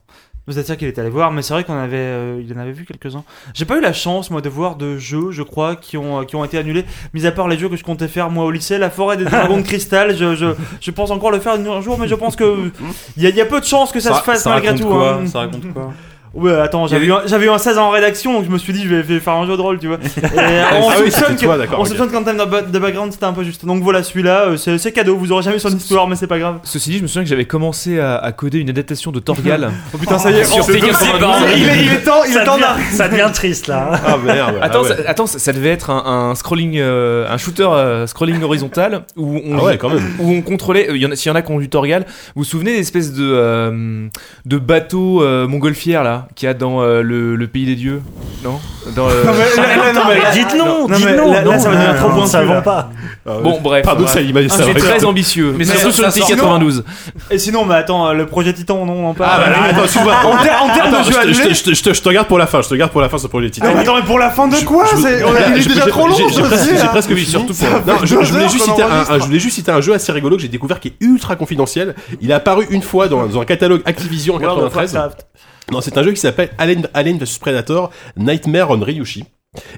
S5: Mais C'est-à-dire qu'il est allé voir, mais c'est vrai qu'on avait, euh, il en avait vu quelques-uns. J'ai pas eu la chance, moi, de voir de jeux, je crois, qui ont, euh, qui ont été annulés, mis à part les jeux que je comptais faire, moi, au lycée, La Forêt des Dragons de Cristal. Je, je, je pense encore le faire un jour, mais je pense que. Il y, a- il y a peu de chances que ça, se fasse malgré
S9: raconte
S5: tout.
S9: quoi
S5: hein.
S9: Ça raconte quoi
S5: Ouais, attends, j'avais eu, un- j'avais eu un 16 en rédaction, donc je me suis dit, je vais, je vais faire un jeu de rôle, tu vois. Et on
S2: Ah oui,
S5: soupçonne
S2: c'était
S5: que,
S2: toi, d'accord,
S5: on
S2: ok.
S5: soupçonne qu'en termes de, ba- de background, c'était un peu juste. Donc voilà, celui-là, euh, c'est c'est cadeau, vous aurez jamais son histoire, mais c'est pas grave.
S9: Ceci dit, je me souviens que j'avais commencé à, à coder une adaptation de Torgal.
S5: Oh putain, ça y est,
S9: Sur
S5: on-
S9: Sega
S5: il,
S9: Saturn.
S5: est- il est- il est temps, il
S8: Ça
S5: est temps d'arrêter.
S8: devient, ça devient triste là.
S2: ah merde
S9: Attends,
S2: ah ouais.
S9: ça, attends, ça- ça devait être un, un scrolling, euh, un shooter euh, scrolling horizontal où on,
S2: ah ouais quand même
S9: où on contrôlait. euh, il y en a- S'il y en a qui ont lu Torgal, vous vous souvenez des espèces de euh, de bateaux euh, montgolfières là là Qu'il y a dans euh, le, le Pays des Dieux Non Dans, euh,
S5: Non, mais là- là, non, mais-
S8: Dites non,
S5: Ah non,
S8: dites
S5: mais
S8: non.
S5: là- là,
S8: non,
S5: ça va devenir
S8: non,
S5: trop
S8: non,
S5: pointu,
S8: Ça
S5: là.
S8: va pas.
S5: Ah,
S9: Bon, bref.
S2: Pardon,
S9: bref.
S2: ça l'image, ça
S9: C'est
S2: aurait
S9: très
S2: été-
S9: ambitieux. Mais surtout sur le
S5: sinon-
S9: Pays 92.
S5: Et sinon, mais attends, euh, le projet Titan, non, on en parle.
S2: Ah bah là, attends, excuse-moi.
S5: En ter- en termes
S2: Attends,
S5: de
S2: je
S5: jeu
S2: te- je te-
S5: annulé.
S2: je te- je te- je te garde pour la fin, je te garde pour la fin ce projet titre.
S5: Ah, mais Attends, mais pour la fin de quoi
S2: Je- je-
S5: C'est- on a- Il
S2: j'ai-
S5: est déjà
S2: j'ai-
S5: trop long,
S2: j'ai-
S5: ce hein.
S2: J'ai presque-
S5: dossier,
S2: j'ai
S5: là.
S2: presque fini. Non, je, je voulais juste citer un, un- je voulais juste citer un jeu assez rigolo que j'ai découvert qui est ultra confidentiel. Il est apparu une fois dans, dans un catalogue Activision en
S5: World of
S2: 93.
S5: Warcraft.
S2: Non, c'est un jeu qui s'appelle Alien, Alien vs Predator Nightmare on Ryushi.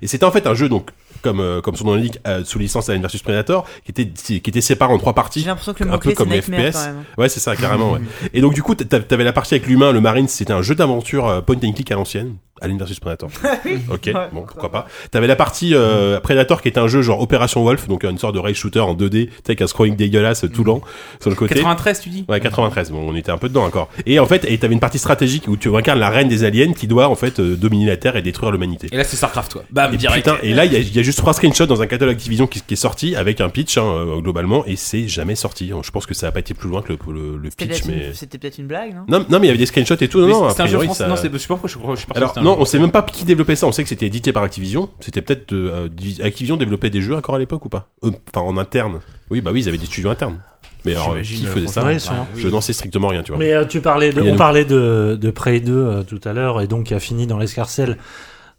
S2: Et c'était en fait un jeu donc comme euh, comme son nom l'indique euh, sous licence Alien vs Predator qui était qui était séparé en trois parties.
S6: J'ai l'impression que
S2: Un
S6: le
S2: peu
S6: mot-clé, c'est
S2: comme les
S6: Nightmare,
S2: FPS.
S6: quand même.
S2: Ouais, c'est ça, carrément. Ouais. Et donc, du coup, t'a- t'avais la partie avec l'humain, le marine, c'était un jeu d'aventure euh, point and click à l'ancienne. Alien versus Predator. ok, bon, pourquoi pas. T'avais la partie euh, Predator qui était un jeu genre Opération Wolf, donc une sorte de rail shooter en 2D, tu sais, avec un scrolling dégueulasse euh, tout lent sur le côté.
S7: 93, tu dis
S2: Ouais, 93, bon, on était un peu dedans encore. Et en fait, et t'avais une partie stratégique où tu incarnes la reine des aliens qui doit en fait euh, dominer la Terre et détruire l'humanité.
S7: Et là, c'est StarCraft, toi. Bam,
S2: Et,
S7: direct.
S2: putain, et là, il y a- il y, a juste trois screenshots dans un catalogue Activision qui, qui est sorti avec un pitch hein, euh, globalement et c'est jamais sorti. Hein. Je pense que ça a pas été plus loin que le, le- le
S6: C'était
S2: pitch,
S6: peut-être
S2: mais
S6: une- C'était peut-être une blague, non
S2: non, non, mais il y avait des screenshots et tout. Non,
S7: Mais
S2: non, a
S7: c'est un jeu
S2: priori,
S7: français.
S2: ça-
S7: Non, c'est je sais pas pourquoi je crois. Je sais pas hein.
S2: Alors
S7: si c'est un
S2: non,
S7: jeu
S2: on sait même pas qui développait ça. On sait que c'était édité par Activision. C'était peut-être euh, Divi- Activision développait des jeux encore à l'époque ou pas Euh, Enfin, en interne. Oui, bah oui, ils avaient des studios internes. Mais alors, euh, qui faisait ça
S8: Ouais, c'est vrai.
S2: Je n'en sais strictement rien, tu vois.
S8: Mais euh, tu parlais de,
S2: Il y a
S8: on
S2: nous.
S8: parlait de, de Prey 2 euh, tout à l'heure et donc qui a fini dans l'escarcelle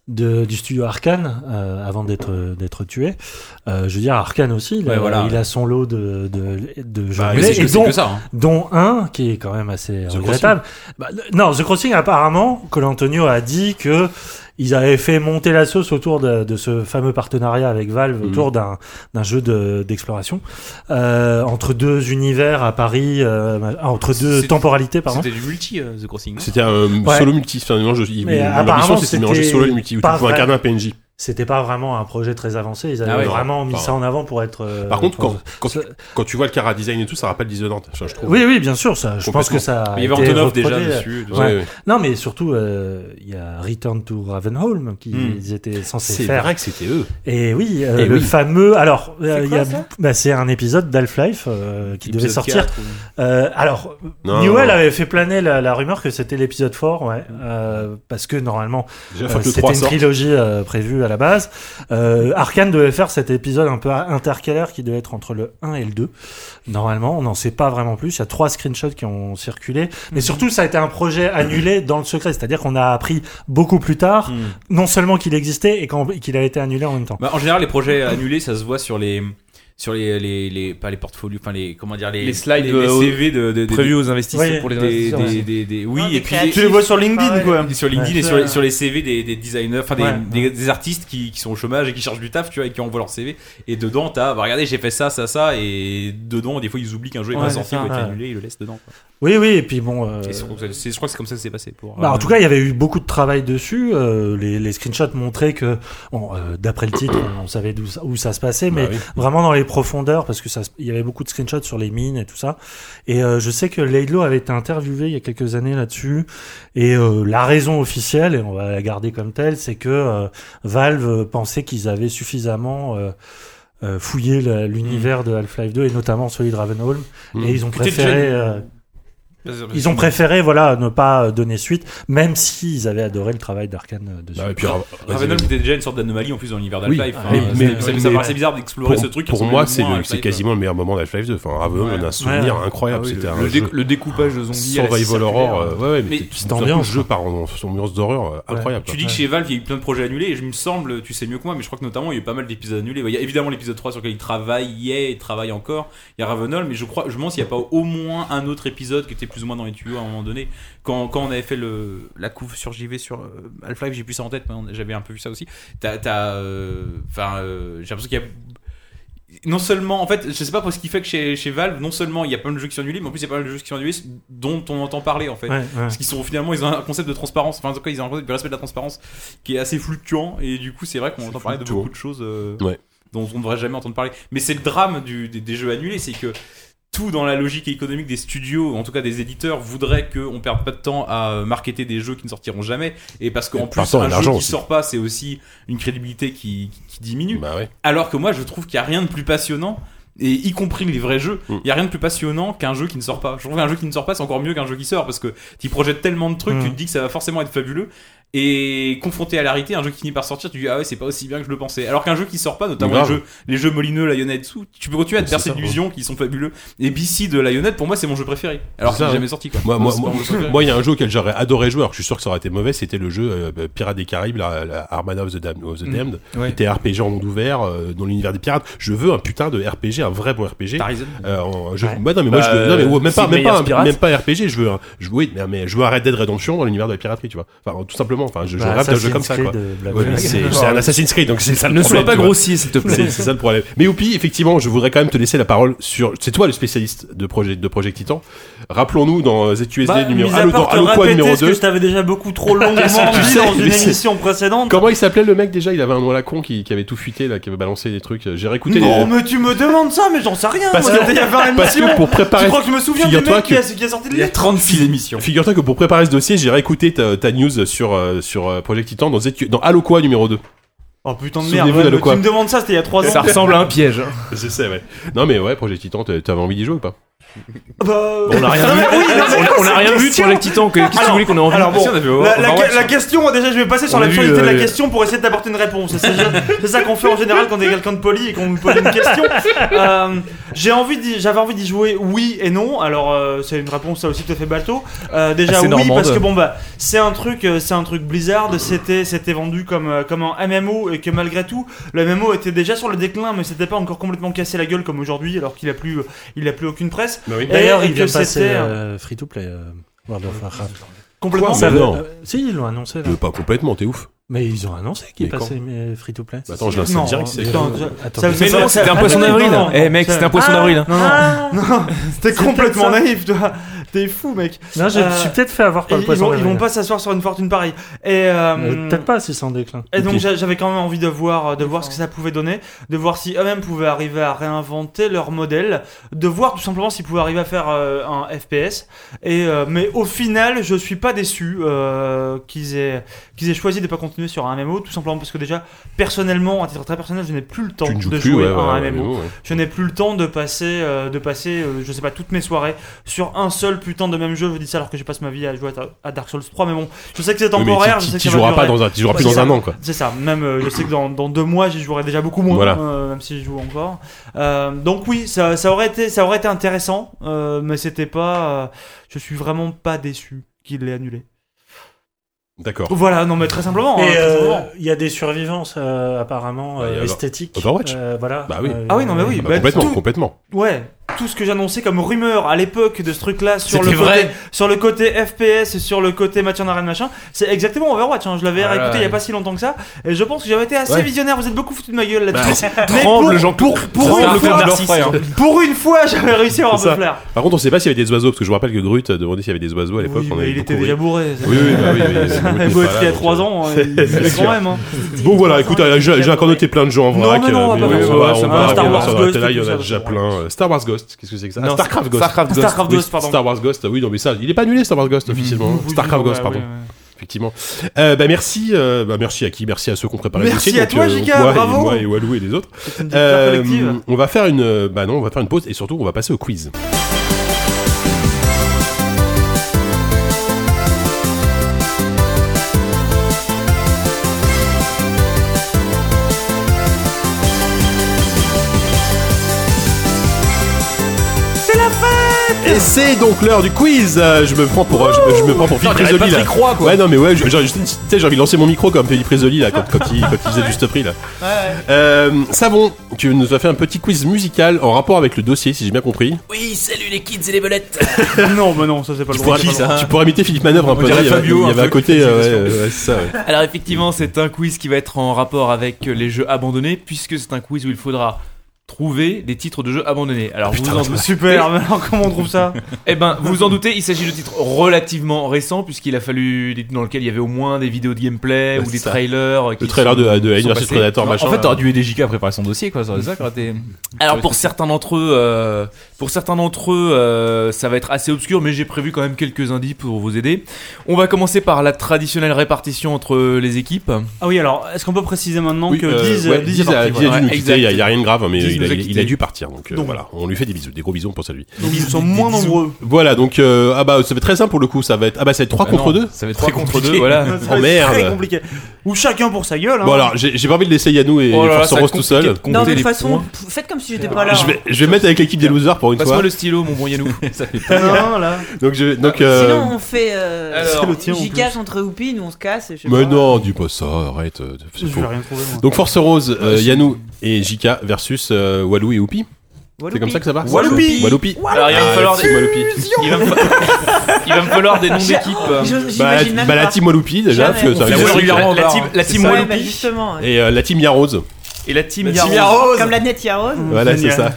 S8: de, du studio Arkane euh, avant d'être d'être tué. Euh, je veux dire Arkane aussi, il, a,
S7: Ouais, voilà.
S8: il a son lot de de, de jeux
S2: Bah,
S7: Mais
S8: anglais,
S7: c'est
S8: et
S7: c'est
S8: dont,
S7: que ça. hein.
S8: dont un qui est quand même assez
S2: The
S8: regrettable. Bah, non, The Crossing apparemment, Colantonio a dit que ils avaient fait monter la sauce autour de, de ce fameux partenariat avec Valve
S2: Mhm.
S8: autour d'un d'un jeu de- d'exploration euh, entre deux univers à Paris, euh, ah, entre deux
S7: C'est-
S8: temporalités pardon.
S7: C'était du multi, euh, The Crossing. non
S2: C'était un
S8: Ouais.
S2: solo multi. Enfin, non, je- ils-
S8: Mais
S2: leur
S8: apparemment,
S2: mission, c'était de mélanger
S8: c'était
S2: solo et multi où tu
S8: pas
S2: pouvais
S8: vrai.
S2: incarner un PNJ.
S8: C'était pas vraiment un projet très avancé. Ils avaient
S7: Ah ouais.
S8: vraiment mis
S2: Enfin,
S8: ça en avant pour être. euh,
S2: Par contre,
S8: pour-
S2: quand, quand, tu, quand tu vois le cara design et tout, ça rappelle Dishonored, enfin, je trouve.
S8: Oui, oui, bien sûr, ça. Je
S2: Complètement.
S8: pense que ça. a
S7: Il y avait
S8: été
S7: Antonov déjà
S8: reproduit.
S7: dessus.
S8: Ouais. Non, mais surtout, euh, il y a Return to Ravenholm qui
S7: Hmm.
S8: ils étaient censés
S2: C'est
S8: faire.
S2: vrai que c'était eux.
S8: Et oui, euh,
S2: Et
S8: le
S2: oui.
S8: fameux. Alors, euh,
S6: C'est
S8: il
S6: quoi,
S8: y a-
S6: ça
S8: bah, c'est un épisode d'Half-Life euh, qui devait
S7: Épisode
S8: sortir.
S7: 4, ou-
S8: Euh, alors,
S2: Non.
S8: Newell avait fait planer la, la rumeur que c'était l'épisode fort, ouais, euh, parce que normalement.
S2: Déjà,
S8: Euh,
S2: faut que le
S8: C'était
S2: 3
S8: une
S2: sorte.
S8: trilogie euh, prévue à la base. Euh, Arkane devait faire cet épisode un peu intercalaire qui devait être entre le 1 et le 2. Normalement, on n'en sait pas vraiment plus. Il y a trois screenshots qui ont circulé.
S6: Mhm.
S8: Mais surtout, ça a été un projet annulé dans le secret. C'est-à-dire qu'on a appris beaucoup plus tard,
S2: Mhm.
S7: Hmm.
S8: non seulement qu'il existait et qu'en- et qu'il a été annulé en même temps.
S7: Bah, en général, les projets annulés, ça se voit sur les sur les, les, les- pas les portfolios, enfin les comment dire les
S9: Les slides,
S7: les,
S9: euh,
S7: CV de, de, de-
S9: Prévu aux investisseurs
S8: Oui.
S9: pour les
S7: des, des,
S9: investisseurs. ouais.
S7: des- des- des- oui
S6: Non, des
S7: et puis
S6: créatifs.
S5: Tu les vois sur LinkedIn,
S6: Ouais.
S5: quoi.
S7: des- sur LinkedIn
S8: Ah Ouais,
S7: et
S8: ça-
S7: sur, les- sur les CV des, des designers, enfin des,
S8: Ouais.
S7: des, des artistes qui, qui sont au chômage et qui cherchent du taf, tu vois, et qui envoient leur CV. Et dedans, t'as, bah, regardez, j'ai fait ça, ça, ça, et dedans, des fois, ils oublient qu'un jeu est
S8: Ouais,
S7: pas
S8: c'est
S7: sorti,
S8: ça,
S7: ou est
S8: ouais.
S7: annulé, ils le laissent dedans. quoi.
S8: Oui, oui, et puis bon. euh,
S7: Et c'est- c'est- je crois que c'est comme ça que c'est passé pour.
S8: Bah, en
S7: euh,
S8: tout cas, il y avait eu beaucoup de travail dessus. euh, les, les screenshots montraient que, bon, euh, d'après le titre, on savait d'où ça- où ça se passait,
S7: Bah
S8: mais
S2: Bah oui.
S8: vraiment dans les profondeurs, parce que ça, se- il y avait beaucoup de screenshots sur les mines et tout ça. Et euh, je sais que Laidlaw avait été interviewé il y a quelques années là-dessus. Et euh, la raison officielle, et on va la garder comme telle, c'est que euh, Valve pensait qu'ils avaient suffisamment euh, euh, fouillé la- l'univers de Half-Life 2 et notamment celui de Ravenholm.
S2: Mm.
S8: Et ils ont
S7: Écoutez,
S8: préféré.
S7: Jen-
S8: euh,
S7: vas-y, vas-y.
S8: ils ont préféré voilà ne pas donner suite, même s'ils avaient adoré le travail d'Arkane euh, dessus.
S2: Bah, et puis, vas-y,
S7: Ravenholm
S2: vas-y.
S7: c'était déjà une sorte d'anomalie en plus dans l'univers
S2: Oui.
S7: d'Half-Life.
S8: Mais-
S7: hein.
S2: mais-
S7: C'est- ça
S2: mais-
S7: ça me paraissait bizarre d'explorer
S2: Pour,
S7: ce truc.
S2: pour
S7: qui
S2: moi,
S7: ressemblait
S2: c'est
S7: moins à
S2: le-
S7: Half-Life,
S2: c'est quasiment le meilleur moment d'Half-Life 2. Enfin, Ravenholm, on a un souvenir incroyable. C'était un
S9: Ah, le,
S2: jeu
S9: dé- le découpage de zombies. à la
S2: Survival
S9: circulaire.
S2: Horror. euh, ouais, ouais, mais
S7: Mais
S2: c'est-
S8: cette
S2: c'est un
S8: ambiance,
S2: jeu par en- ambiance d'horreur euh, incroyable.
S7: Tu dis que chez Valve, il y a eu plein de projets annulés, et je me semble, tu sais mieux que moi, mais je crois que notamment, il y a eu pas mal d'épisodes annulés. Il y a évidemment l'épisode 3 sur lequel il travaillait et travaille encore. Il y a Ravenol, mais je crois, je pense qu'il n'y a pas au moins un autre épisode qui était plus ou moins dans les tuyaux à un moment donné. Quand, quand on avait fait le, la couve sur JV sur euh, Half-Life, j'ai plus ça en tête, mais on- j'avais un peu vu ça aussi. T'as, t'as, euh, enfin, euh, j'ai l'impression qu'il y a non seulement, en fait, je sais pas pour ce qui fait que chez, chez Valve, non seulement il y a plein de jeux qui sont annulés, mais en plus il y a pas mal de jeux qui sont annulés dont on entend parler en fait.
S8: Ouais, ouais.
S7: Parce qu'ils sont finalement, ils ont un concept de transparence. Enfin, en tout cas, ils ont un concept de respect de la transparence qui est assez fluctuant. Et du coup, c'est vrai qu'on entend parler de
S2: fluctuant.
S7: beaucoup de choses euh,
S2: Ouais.
S7: dont on ne devrait jamais entendre parler. Mais c'est le drame du- des, des jeux annulés, c'est que tout dans la logique économique des studios, en tout cas des éditeurs, voudrait qu'on perde pas de temps à euh, marketer des jeux qui ne sortiront jamais. Et parce qu'en
S2: Par
S7: plus,
S2: temps et
S7: un jeu qui
S2: l'argent aussi.
S7: sort pas, c'est aussi une crédibilité qui, qui diminue.
S2: Bah ouais.
S7: Alors que moi, je trouve qu'il n'y a rien de plus passionnant
S3: et y compris les vrais jeux,
S2: Mm.
S3: il y a rien de plus passionnant qu'un jeu qui ne sort pas. Je trouve qu'un jeu qui ne sort pas, c'est encore mieux qu'un jeu qui sort parce que tu projettes tellement de trucs,
S8: Mm.
S3: tu te dis que ça va forcément être fabuleux. Et confronté à la réalité, un jeu qui finit par sortir, tu dis ah ouais, c'est pas aussi bien que je le pensais. Alors qu'un jeu qui sort pas, notamment les
S2: Grave.
S3: jeux, les jeux Molineux, Lionhead, tout, tu peux continuer à te
S2: C'est
S3: faire
S2: ça,
S3: cette illusion qui sont fabuleux. Et BC de Lionhead, pour moi, c'est mon jeu préféré. Alors qu'il
S2: C'est ça,
S3: n'est
S2: ouais.
S3: jamais sorti quoi.
S2: Moi, moi,
S3: C'est
S2: moi,
S3: pas mon jeu préféré.
S2: moi, il y a un jeu auquel j'aurais adoré jouer, alors que je suis sûr que ça aurait été mauvais, c'était le jeu euh, euh, Pirates des Caraïbes, la, la Armada of the, Dam- of the Damned,
S3: ouais.
S2: qui était un RPG en monde ouvert, euh, dans l'univers des pirates. Je veux un putain de RPG, un vrai bon RPG.
S3: Tarzan.
S2: Euh, en- je-
S8: Ouais.
S2: bah non mais moi
S9: Bah,
S2: je veux, non, mais ouais, même
S9: c'est
S2: pas
S9: le
S2: même
S9: meilleur
S2: pas, un,
S9: pirate.
S2: même pas RPG je veux un, je oui mais, mais je veux un Red Dead Redemption dans l'univers de la piraterie tu vois enfin tout simplement enfin je, je
S8: Bah,
S2: rêve d'un jeu
S8: Assassin's
S2: comme ça
S8: Creed,
S2: quoi
S8: euh, Black
S2: Ouais, mais
S8: Flag.
S2: c'est c'est un Assassin's Creed donc c'est ça le
S9: Ne
S2: problème,
S9: sois pas
S2: tu vois.
S9: grossier, s'il te plaît.
S2: C'est c'est ça le problème. Mais Oupi, effectivement, je voudrais quand même te laisser la parole sur. C'est toi le spécialiste de projet de Project Titan. Rappelons-nous dans euh, ZQSD
S5: Bah,
S2: numéro
S5: mis à
S2: Allo
S5: part te
S2: Allo quoi
S5: répéter
S2: numéro
S5: ce que
S2: 2.
S5: je t'avais déjà beaucoup trop longuement
S2: Qu'est-ce que tu
S5: dit
S2: sais
S5: dans une
S2: Mais c'est-
S5: émission précédente.
S2: Comment il s'appelait le mec déjà Il avait un nom à la con qui, qui avait tout fuité là, qui avait balancé des trucs. euh, J'ai réécouté
S5: Non,
S2: les.
S5: mais tu me demandes ça, mais j'en sais rien.
S2: Parce
S5: moi,
S2: que-
S5: c'était il y a 20
S2: Parce
S5: émissions.
S2: que pour
S5: Tu
S2: préparer.
S5: crois que je me souviens du
S2: Figure-toi
S5: mec qui,
S2: que-
S5: a, qui a sorti de
S3: Il y a
S5: l'île
S3: 36 émissions.
S2: Figure-toi que pour préparer ce dossier, j'ai réécouté ta, ta news sur euh, sur euh, Project Titan dans ZQ... dans Allo quoi numéro 2.
S5: Oh putain de merde,
S2: Souvenez-vous
S5: ouais,
S2: d'Allo
S5: mais
S2: quoi.
S5: tu me demandes ça, c'était il y a 3 ans.
S9: Ça ressemble à un piège. hein.
S2: Je sais ouais. Non mais ouais, Project Titan, t'a- t'avais envie d'y jouer ou pas
S5: Bah,
S9: On n'a rien
S5: Non,
S9: vu.
S5: mais oui, non, mais
S9: On a- On
S5: c'est
S9: n'a rien
S5: une
S9: vu
S5: question.
S9: sur les titans. que- Qu'est-ce que vous voulez qu'on ait envie
S5: Alors bon,
S3: Ah, Si, on a vu
S7: Oh,
S3: oh,
S7: bah
S5: La, la-
S3: Overwatch.
S5: la question, déjà je vais passer sur
S9: On a vu,
S5: l'actualité de la
S9: euh,
S5: question pour essayer d'apporter une réponse. C'est ça, c'est ça qu'on fait en général quand on est quelqu'un de poli et qu'on nous pose une question. Euh, j'ai envie d'y- J'avais envie d'y jouer oui et non. Alors euh, c'est une réponse ça aussi tout à fait bateau. Euh, déjà
S9: Assez
S5: oui
S9: normande.
S5: parce que bon bah c'est un truc euh, c'est un truc Blizzard. C'était c'était vendu comme euh, comme un MMO et que malgré tout le MMO était déjà sur le déclin mais c'était pas encore complètement cassé la gueule comme aujourd'hui alors qu'il a plus euh, il a plus aucune presse.
S2: Bah oui.
S8: D'ailleurs,
S5: Et
S8: il
S5: que
S8: vient de passer
S5: c'était,
S8: euh, free to play euh, World of Warcraft.
S5: Complètement.
S2: Ça- Mais non.
S8: euh, si, ils l'ont annoncé. Là.
S2: Euh, Pas complètement, t'es ouf.
S8: Mais ils ont annoncé qu'il
S2: Mais quand
S8: passait mais free to play.
S2: Bah, attends, je l'insère
S5: Non,
S2: direct. c'est-
S5: putain,
S8: Euh,
S5: ça-
S8: attends.
S5: ça-
S8: Mais
S5: ça-
S9: non,
S5: ça-
S9: c'était un
S5: ah,
S9: poisson
S5: non,
S9: d'avril.
S5: non, non.
S9: Eh, mec, c'était un poisson
S5: Ah,
S9: d'avril.
S5: Non, non. Non, t'es complètement
S8: peut-être ça.
S5: naïf, toi. T'es fou, mec.
S8: Non, je me
S5: Euh,
S8: suis peut-être fait avoir
S5: Et
S8: par le
S5: Ils vont,
S8: poisson.
S5: ils vont pas s'asseoir sur une fortune pareille. Et, euh,
S8: Euh, Peut-être pas si c'est en déclin.
S5: et donc
S2: Ok.
S5: j'a- j'avais quand même envie de voir, de voir ce que ça pouvait donner, de voir si eux-mêmes pouvaient arriver à réinventer leur modèle, de voir tout simplement s'ils pouvaient arriver à faire euh, un FPS. Et euh, mais au final, je suis pas déçu euh, qu'ils aient qu'ils aient choisi de pas continuer sur un MMO, tout simplement parce que déjà personnellement, à titre très personnel, je n'ai plus le temps
S2: Tu ne
S5: de
S2: joues plus,
S5: jouer
S2: ouais,
S5: à
S2: ouais,
S5: un
S2: ouais,
S5: MMO.
S2: ouais.
S5: Je n'ai plus le temps de passer, euh, de passer, euh, je sais pas, toutes mes soirées sur un seul putain de même jeu. Je dis ça alors que je passe ma vie à jouer à, à Dark Souls 3, mais bon, je sais que c'est
S2: Oui, mais
S5: temporaire.
S2: t'y-
S5: je sais
S2: T'y
S5: que ça va
S2: joueras pas
S5: durer.
S2: dans un, t'y joueras plus
S5: Ouais,
S2: dans un an, quoi.
S5: C'est ça. Même, euh, je sais que dans, dans deux mois, j'y jouerai déjà beaucoup moins,
S2: Voilà.
S5: euh, même si je joue encore. Euh, donc oui, ça, ça aurait été, ça aurait été intéressant, euh, mais c'était pas. euh, je suis vraiment pas déçu qu'il l'ait annulé.
S2: D'accord.
S5: Voilà, non mais très simplement. hein,
S8: Et
S5: très
S8: euh,
S5: simplement.
S8: il y a des survivances euh, apparemment
S2: Bah, il y
S8: euh,
S2: a Over-
S8: esthétiques.
S2: Overwatch.
S8: Euh, voilà.
S2: Bah oui.
S8: Euh,
S5: Ah oui, non, mais oui.
S2: Ah bah,
S5: Bah,
S2: complètement,
S5: tout-
S2: complètement.
S5: Ouais, tout ce que j'annonçais comme rumeur à l'époque de ce truc-là sur le
S9: C'était
S5: côté,
S9: vrai.
S5: sur le côté FPS, sur le côté match en arène machin, c'est exactement Overwatch. hein. Je l'avais
S9: Ah là
S5: réécouté il y a
S9: là.
S5: pas si longtemps que ça, et je pense que j'avais été assez
S2: Ouais.
S5: visionnaire. Vous êtes beaucoup foutu de ma gueule
S9: Bah,
S5: là-dessus. Mais
S9: Tremble,
S5: pour-
S9: Jean-Claude.
S5: pour une
S9: Tremble
S5: fois-
S9: comme leur frère.
S5: pour une fois, j'avais réussi
S8: Euh,
S5: à avoir un
S2: C'est
S5: peu
S2: ça.
S5: flair.
S2: Par contre, on sait pas s'il y avait des oiseaux, parce que je vous rappelle que Grut demandait s'il y avait des oiseaux à l'époque.
S5: Oui,
S2: on
S5: mais
S2: avait
S5: il était
S2: beaucoup
S5: déjà
S2: ri.
S5: bourré.
S2: Oui, oui, bah oui, oui, oui,
S5: Ça,
S2: Groot n'est
S5: Groot,
S2: pas là,
S5: il y a
S2: donc,
S5: 3
S2: euh,
S5: ans, il
S2: c'est
S5: quand
S2: sûr.
S5: même. hein.
S2: Bon, voilà, écoute, euh, j'ai j'ai encore noté plein de jeux en
S5: Non,
S2: vrac.
S5: mais non, on va
S2: euh,
S5: pas
S2: mais on
S5: faire ça.
S2: va-
S5: C'est
S2: on
S5: un
S2: va
S5: Star
S2: revenir
S5: Wars
S2: sur
S5: Ghost,
S2: Là, il y en
S5: tout
S2: a
S5: ça,
S2: déjà
S5: Star Wars.
S2: plein. Euh, Star Wars Ghost, qu'est-ce que c'est que ça Ah,
S9: Non,
S2: Starcraft Ghost.
S9: Starcraft Ghost.
S5: Starcraft
S2: Oui,
S5: Ghost, pardon.
S2: Star Wars Ghost, oui, non, mais ça, il est pas annulé Star Wars Ghost officiellement. hein.
S5: Oui, oui,
S2: Starcraft
S5: oui,
S2: Ghost,
S5: bah,
S2: pardon.
S5: oui, oui.
S2: Effectivement. Euh, bah, merci, euh, bah, merci à qui Merci à ceux qui ont préparé
S5: Merci
S2: le dossier,
S5: à
S2: donc,
S5: toi,
S2: euh,
S5: Jika,
S2: moi et-
S5: bravo.
S2: Moi et Walou et les autres.
S5: C'est une victoire
S2: Euh,
S5: collective.
S2: on va faire une, euh, bah non, on va faire une pause et surtout on va passer au quiz. Et c'est donc l'heure du quiz. Euh, Je me prends pour, euh, je, me- je me prends pour Philippe Risoli là. Ouais non mais ouais, je- je- je- tu sais, j'ai envie de lancer mon micro comme Philippe Risoli là quand, quand il, quand il faisait juste prix là. Euh, Savon, tu nous as fait un petit quiz musical en rapport avec le dossier si j'ai bien compris.
S11: Oui, salut les kids et les belettes
S5: Non, mais non, ça c'est pas le
S2: Tu
S5: droit.
S2: pourrais, tu pourrais imiter Philippe Manœuvre un peu.
S9: hein. dirait
S2: il y avait,
S9: Fabio,
S2: il y
S9: un
S2: avait à
S9: peu.
S2: côté. euh, ouais, ouais, c'est ça, ouais.
S9: Alors effectivement, c'est un quiz qui va être en rapport avec les jeux abandonnés, puisque c'est un quiz où il faudra trouver des titres de jeux abandonnés. Alors vous en doutez,
S5: Super, mais alors comment on trouve ça
S9: eh ben, vous vous en doutez, il s'agit de titres relativement récents, puisqu'il a fallu des titres dans lesquels il y avait au moins des vidéos de gameplay
S2: Ouais,
S9: ou
S2: c'est
S9: des
S2: ça.
S9: trailers. euh, qui
S2: Le trailer de, de Alien
S9: sont
S2: versus
S9: passés.
S2: Predator
S9: Non,
S2: machin.
S9: en fait,
S3: t'aurais dû aider JK à préparer son dossier, quoi. Ça aurait- ça aurait été-
S9: Alors pour certains d'entre eux, euh, pour certains d'entre eux, euh, ça va être assez obscur, mais j'ai prévu quand même quelques indices pour vous aider. On va commencer par la traditionnelle répartition entre les équipes.
S5: Ah oui, alors, est-ce qu'on peut préciser maintenant
S2: Oui,
S5: que
S2: euh,
S5: 10
S2: ouais, 10 à- 10 à
S9: voilà.
S2: d'une
S9: Ouais,
S2: utilité, il y a- il y a rien de grave, mais
S9: Dix
S2: il il, a,
S9: nous
S2: il
S9: a
S2: a- il a
S9: quittés.
S2: dû partir. Donc, euh,
S5: Donc.
S2: voilà, on lui fait des bisous, des gros bisous, on pense à lui.
S5: Donc, ils sont moins nombreux.
S2: Voilà, donc euh, ah bah ça va être très simple pour le coup, ça va être ah bah ça va être 3 contre 2.
S9: Ça va être 3 contre 2, voilà.
S5: Ça va
S2: Oh,
S5: être
S2: merde.
S5: Très compliqué. Ou chacun pour sa gueule. hein.
S2: Bon alors, j'ai j'ai pas envie de l'essayer à nous et
S9: Oh là là,
S2: Force
S9: ça va
S2: Rose
S9: être
S2: tout
S9: compliqué
S2: seul.
S9: de
S6: Non,
S9: compter
S6: de toute
S9: les
S6: façon,
S9: points.
S6: pff, faites comme si j'étais pas là. hein.
S2: Je vais, je vais mettre avec l'équipe des losers pour une
S9: Passe-moi
S2: fois.
S9: le stylo, mon bon Yannou.
S5: Non, là.
S2: Donc je donc
S9: Ah,
S2: euh,
S6: Sinon, on fait euh,
S9: Alors,
S5: C'est le tien, en
S6: gigage entre Hoopin ou on se casse. et je sais
S2: mais
S6: pas.
S2: non, dis pas ça, arrête, euh, c'est
S5: Je
S2: faux.
S5: vais rien trouver. moi.
S2: Donc Force Rose, euh, Yanou et Jika versus euh, Walou et Oupi. C'est
S6: Walloupi.
S2: comme ça que ça va Ah,
S5: Walloupi.
S2: Walloupi.
S9: Alors, il va
S7: Ah,
S9: me falloir des. Il va me, fa- il va me falloir des noms
S6: J'ai-
S9: d'équipes. euh,
S6: Je-
S2: Bah,
S6: J'imagine même
S2: bah, la
S6: pas.
S2: team Walloupi déjà, parce que
S6: Jamais.
S2: ça
S6: On
S2: va
S9: La,
S6: fait
S2: être-
S6: Walloupi.
S9: la- la
S2: hein.
S9: team, la team
S6: Ouais,
S9: Walloupi
S6: bah, justement.
S2: Et euh, la team Yarose.
S9: et la team
S5: La
S9: Yaro.
S5: team Yarose.
S6: Comme la net Yarose.
S2: Voilà, c'est
S5: Génial.
S2: ça.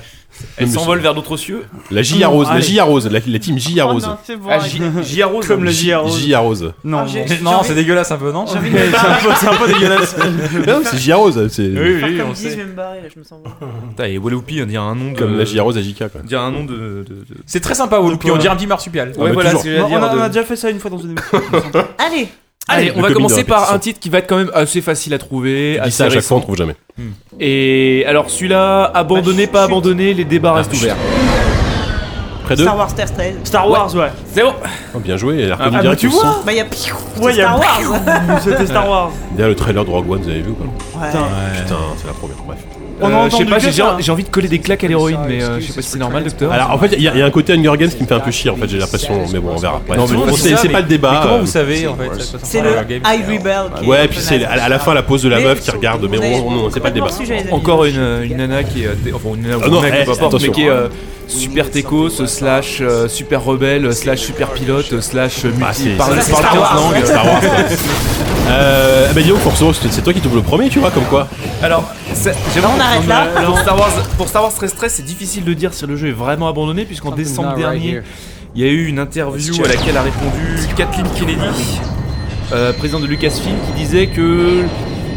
S9: Elle
S2: Non, mais
S9: s'envole vers d'autres cieux.
S2: c'est- La J Yarose, la
S5: allez.
S2: J Yarose, la la team J
S6: Oh
S2: Yarose.
S6: c'est bon.
S9: Ah, Yaro.
S5: Comme la
S2: J
S5: JRO.
S2: J Yarose.
S5: Non,
S6: Ah, j'ai-
S5: bon.
S6: j'ai
S3: Non,
S6: envie-
S3: c'est dégueulasse un peu, non
S6: j'ai envie de
S5: Mais c'est un peu- c'est un peu dégueulasse.
S2: Non, c'est J Yarose, c'est
S9: Oui,
S6: faire
S9: oui,
S6: comme
S9: on
S6: 10, je
S9: sait.
S6: vais me barrer, là, je me sens bon.
S9: Putain, et Walloupi, on dirait un nom de.
S2: comme la J Yarose à Jika quoi.
S9: On dirait un nom de. de- de-
S3: C'est très sympa, Wolupi. On
S5: Ouais.
S3: dirait un petit marsupial.
S2: Ah,
S9: Ouais,
S2: bah,
S9: voilà,
S2: toujours.
S9: c'est
S5: On
S9: à dire.
S5: a, hein, on a
S9: de-
S5: déjà fait ça une fois dans une émission.
S6: Allez,
S9: Allez,
S2: Le
S9: on va
S2: comité
S9: commencer
S2: de
S9: par
S2: répétition.
S9: un titre qui va être quand même assez facile à trouver.
S2: Dis
S9: assez
S2: ça à chaque
S9: récent.
S2: fois, on trouve jamais.
S9: Et alors celui-là,
S6: Bah,
S9: abandonné, pas abandonné, les débats
S2: Ah,
S9: restent ouverts.
S2: Près d'eux
S6: Star Wars Terre 13.
S5: Star Wars, ouais.
S9: C'est bon.
S2: Oh, Bien joué, elle a reconnu
S5: Ah, bah
S2: direct
S5: tu
S2: le son.
S5: vois
S6: Bah, y a.
S5: Ouais,
S6: Ouais,
S5: y a-
S6: Star Wars.
S5: C'était Star Wars.
S2: D'ailleurs, le trailer de Rogue One, vous avez vu ou pas
S6: Ouais.
S5: Putain.
S2: Putain, c'est la première, bref.
S5: On a
S9: Euh, je sais
S5: entendu
S9: pas,
S5: que
S9: j'ai j'ai
S5: ça.
S9: j'ai envie de coller des claques à l'héroïne, mais euh, je sais pas si c'est normal, docteur.
S2: Alors en fait, il y, a- il y a un côté Hunger Games qui me fait un peu chier en fait, j'ai l'impression, mais bon, on verra. Bref.
S3: Non, mais
S2: Bon,
S3: c'est
S2: c'est
S3: ça,
S2: c'est
S3: mais-
S2: pas le
S3: Mais
S2: débat.
S3: comment vous
S2: euh,
S3: savez en fait ça
S6: C'est
S3: concerne
S6: le
S3: la game
S6: I Rebel. qui est
S2: Ouais,
S6: un
S2: puis
S6: peu
S2: c'est
S6: naze.
S2: à la à la fin la pose de la
S6: Mais-
S2: meuf qui regarde, mais on, on- on- c'est pas le débat.
S6: Complètement sujet, les amis.
S9: Encore une, euh, une nana qui est. euh, dé- Enfin, une nana ou
S2: Ah non,
S9: un mec,
S2: eh,
S9: peu importe, mais
S2: attention.
S9: qui est euh, super techos, euh, slash euh, super rebelle, euh, slash super pilote, euh, slash euh,
S2: Ah,
S9: multi.
S2: c'est-
S9: parle
S2: ça, c'est
S9: parle
S2: Star
S9: 15
S2: Wars,
S9: langues.
S2: ouais, Star Wars. ouais. Euh, bah dis donc, Force Rose, c'est c'est toi qui t'ouvres le premier, tu vois, comme quoi.
S9: Alors, ça- j'aimerais
S6: Bah, On arrête là.
S9: comprendre, euh, Pour Star Wars, pour Star Wars 13 13, c'est difficile de dire si le jeu est vraiment abandonné, puisqu'en décembre dernier, il y a eu une interview à laquelle a répondu Kathleen Kennedy, euh, présidente de Lucasfilm, qui disait que.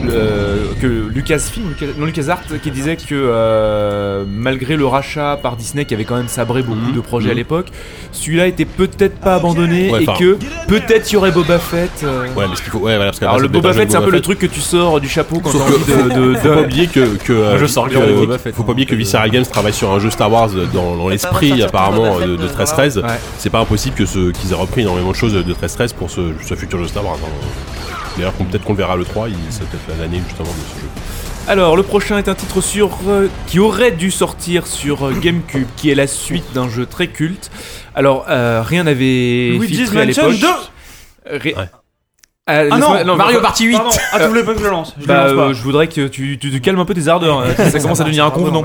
S9: le- que Lucasfilm, Lucas- non LucasArts, qui disait que euh, malgré le rachat par Disney qui avait quand même sabré beaucoup
S2: Mhm.
S9: de projets à
S2: Mhm.
S9: l'époque, celui-là était peut-être pas abandonné
S2: Ouais,
S9: et
S2: enfin.
S9: que peut-être il y aurait Boba Fett. euh.
S2: Ouais, mais ce qu'il faut. Ouais, voilà, parce que
S9: Alors
S2: après,
S9: le
S2: ça peut être
S9: Boba
S2: jeu
S9: Fett,
S2: de
S9: c'est un peu
S2: Boba
S9: le truc que tu sors du chapeau quand
S2: Sauf
S9: t'as envie
S2: que-
S9: de- de-
S2: Faut
S9: de,
S2: pas oublier que, que euh,
S3: je sors le
S2: que-
S3: livre de Boba Fett,
S2: faut pas
S3: hein.
S2: oublier que Visceral Games travaille sur un jeu Star Wars euh, dans, dans l'esprit
S6: sortir tout
S2: apparemment
S6: Boba
S2: euh,
S6: Fett,
S2: de
S6: euh,
S2: 13 13. C'est pas impossible que ce qu'ils aient repris énormément de choses de 13 13 pour ce, ce futur jeu Star Wars. hein. D'ailleurs, qu'on- peut-être qu'on le verra le 3, il c'est peut-être l'année justement de ce jeu.
S9: Alors, le prochain est un titre sur, euh, qui aurait dû sortir sur euh, GameCube, qui est la suite d'un jeu très culte. Alors, euh, rien n'avait
S5: Luigi's
S9: filtré à
S5: Mansion
S9: l'époque.
S5: 2
S9: Ré-
S2: Ouais.
S9: Ah, laisse-moi-
S5: non,
S9: Mario
S3: Party
S9: Party
S3: 8
S5: Pardon, ah, tu voulais pas que je le lance. Je
S9: bah,
S5: le
S9: euh,
S5: lance
S9: je voudrais que tu, tu te calmes un peu tes ardeurs, euh, ça commence à devenir inconvenant.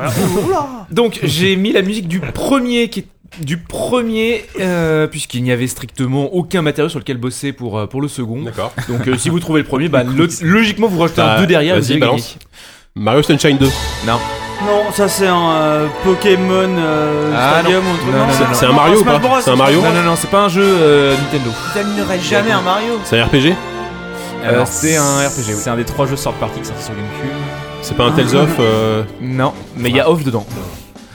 S9: Donc j'ai mis la musique du premier qui est- du premier euh, puisqu'il n'y avait strictement aucun matériau sur lequel bosser pour, euh, pour le second.
S2: D'accord.
S9: Donc euh, si vous trouvez le premier, bah, lo- logiquement vous rajoutez un
S2: Bah,
S9: 2 derrière.
S2: vas-y,
S9: vous avez
S2: balance.
S9: gagné.
S2: Mario Sunshine 2.
S5: pas. Non, ça c'est un euh, Pokémon euh,
S9: Ah,
S5: Stadium ou autre
S9: Non, non,
S2: C'est-
S9: non.
S2: C'est un Mario ou
S5: Smash Bros,
S2: pas C'est un Mario
S9: Non, non, non, c'est pas un jeu euh, Nintendo.
S6: Ça n'aurait jamais un Mario.
S2: C'est un RPG euh,
S9: Alors, Euh, c'est un RPG, oui.
S3: C'est un des trois jeux third party qui sont sortis sur GameCube.
S2: C'est pas un Tales of euh,
S9: Non, mais il y a off dedans.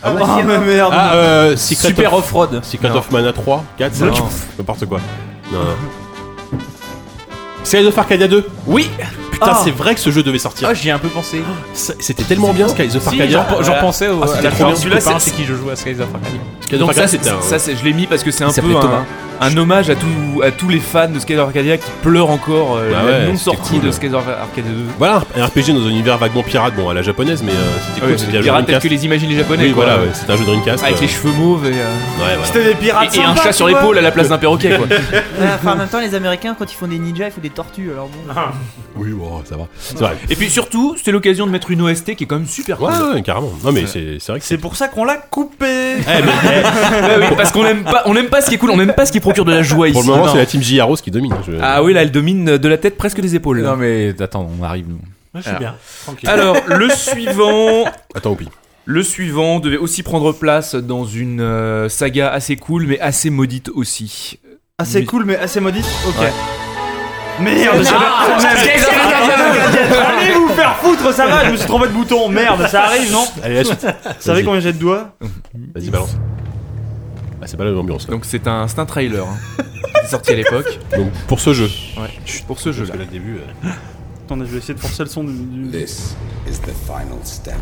S5: Ah, mais merde.
S2: Ah, euh, Secret
S3: Super
S2: of...
S3: off-road.
S2: Secret
S9: Non.
S2: of Mana 3, 4,
S9: Non.
S2: 5, n'importe quoi. Non. non. Sky of Arcadia 2 Oui Putain,
S5: Ah.
S2: c'est vrai que ce jeu devait sortir.
S3: Ah, j'y ai un peu pensé.
S2: C'est- C'était tellement bien Sky of
S3: Si,
S2: Arcadia.
S3: j'en- j'en pensais au.
S2: Ah, c'était
S3: à la
S2: trop bien.
S3: fin,
S9: Celui-là,
S3: celui-là, c'est
S9: c'est-
S3: qui je joue à Skies of Arcadia.
S2: Sky of
S9: Donc ça,
S2: Arcadia,
S9: c'est
S2: c'était un-
S9: ça, c'est- je l'ai mis parce que c'est un
S3: Il s'appelait
S9: peu un,
S3: Thomas.
S9: un hommage à, tout, à tous les fans de Skater Arcadia qui pleurent encore euh,
S2: Bah
S9: la
S2: ouais,
S9: non
S2: c'était
S9: sortie
S2: cool.
S9: de Skater Arcadia 2.
S2: Voilà, un RPG dans un univers vaguement pirate, bon à la japonaise, mais euh, c'était cool,
S9: Ouais,
S2: c'était un
S9: les
S2: jeu
S9: pirates tels
S2: Dreamcast.
S9: que les imaginent les japonais.
S2: Oui,
S9: quoi.
S2: voilà, ouais, c'était un jeu Dreamcast.
S9: Avec
S2: euh,
S9: les cheveux mauves et, euh,
S2: ouais, voilà.
S5: C'était des pirates.
S9: et- et un
S5: sympas,
S9: chat sur
S5: tu vois.
S9: l'épaule à la place d'un perroquet. Quoi.
S6: Ouais, Enfin, en même temps, les Américains, quand ils font des ninjas, ils font des tortues. Alors bon.
S2: Oui, bon, ça va. C'est vrai.
S9: et puis surtout, c'était l'occasion de mettre une OST qui est quand même super cool.
S2: Ouais, ouais, carrément. Non, mais c'est c'est vrai que c'est.
S5: C'est pour ça qu'on l'a coupé.
S9: Ouais, oui, parce qu'on aime pas, on aime pas ce qui est cool, on aime pas ce qui procure de la joie
S2: Pour
S9: ici.
S2: le moment,
S9: Non.
S2: c'est la team J. Arrows qui domine. hein, je-
S9: Ah oui, là, elle domine de la tête presque des épaules.
S3: Non, mais attends, on arrive nous.
S8: Moi, je suis
S9: Alors.
S8: bien. Tranquille.
S9: Alors, le suivant,
S2: Attends, Oupi.
S9: Le suivant devait aussi prendre place dans une euh, saga assez cool, mais assez maudite aussi.
S5: Assez
S9: Oui.
S5: Ah, cool, mais assez maudite. Ok.
S9: Ouais.
S5: Merde, j'ai pas- Allez vous faire foutre, ça va, je me suis trompé de bouton, merde, ça arrive, non
S2: Allez, la suite.
S5: Vous savez
S2: Vas-y.
S5: combien j'ai de doigts
S2: Vas-y, balance. Ah, c'est pas la même ambiance là.
S9: Donc c'est un, c'est un trailer hein, qui est sorti à l'époque.
S2: Donc, pour ce jeu.
S9: Ouais, pour ce jeu-là.
S2: le début. euh,
S5: Attendez, je vais essayer de forcer le son du. du-
S1: This is the final step.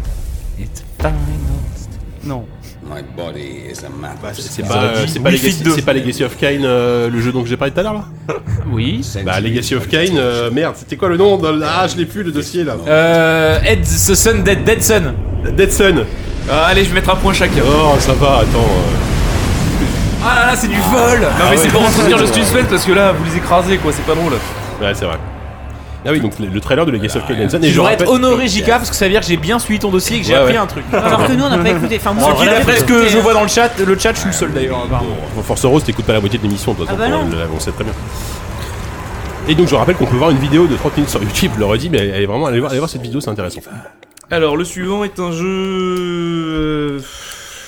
S9: It's
S5: Non.
S2: Bah, c'est- c'est pas, euh, c'est pas Legacy, c'est pas Legacy of Kain, euh, le jeu dont j'ai parlé tout à l'heure là
S9: Oui.
S2: Bah Legacy of Kain, euh, merde, c'était quoi le nom de- Ah, je l'ai plus le dossier là.
S3: Euh. Ed the Sun, Dead, Dead Sun.
S2: Dead Sun.
S9: Ah, allez, je vais mettre un point chacun.
S2: Oh, ça va, attends. euh.
S9: Ah là là, c'est du vol Non mais
S3: Ah
S2: ouais.
S9: c'est pour entretenir le suspense parce que là, vous les écrasez quoi, c'est pas drôle.
S2: Ouais, c'est vrai. Ah oui, donc le, le trailer de Legacy of Kain Dead Sun. Et
S3: Tu
S2: je
S3: devrais
S2: rappelle,
S3: être honoré, JK, parce que ça veut dire que j'ai bien suivi ton dossier et que j'ai
S2: Ouais,
S3: appris
S2: ouais.
S3: un truc.
S11: Alors que nous, on n'a pas écouté. Enfin, moi,
S3: Ce qui,
S11: j'ai
S3: d'après
S11: pas
S3: ce que
S11: écouté,
S3: je
S11: hein.
S3: vois dans le chat, le chat, je suis le seul d'ailleurs. apparemment.
S2: Force Rose, t'écoutes pas la moitié de l'émission, toi,
S11: Ah bah non.
S2: on sait très bien. Et donc je rappelle qu'on peut voir une vidéo de 30 minutes sur YouTube, je le redis, mais elle est vraiment, allez voir, allez voir cette vidéo, c'est intéressant.
S9: Alors, le suivant est un jeu. euh,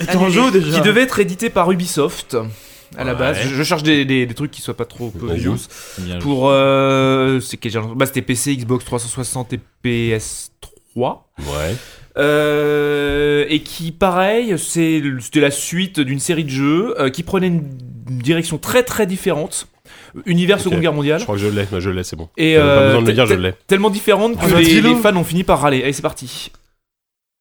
S5: Et ton jeu déjà
S9: Qui devait être édité par Ubisoft à la
S2: Ouais.
S9: base. Je, je cherche des, des- des trucs qui soient pas trop
S2: Vas-y.
S9: obvious. Pour. euh, c'est quel genre Bah, c'était PC, Xbox 360 et PS3.
S2: Ouais.
S9: Euh, et qui, pareil, c'est- c'était la suite d'une série de jeux euh, qui prenait une une direction très très différente. Univers
S2: Ok.
S9: Seconde Guerre mondiale.
S2: Je crois que je l'ai, moi, je l'ai, c'est bon.
S9: Et
S2: T'as pas
S9: euh,
S2: besoin de le
S9: te-
S2: dire, je
S9: te-
S2: l'ai.
S9: Tellement différente que
S5: Ah, bah,
S9: les,
S5: dis-le.
S9: les fans ont fini par râler. Allez, c'est parti.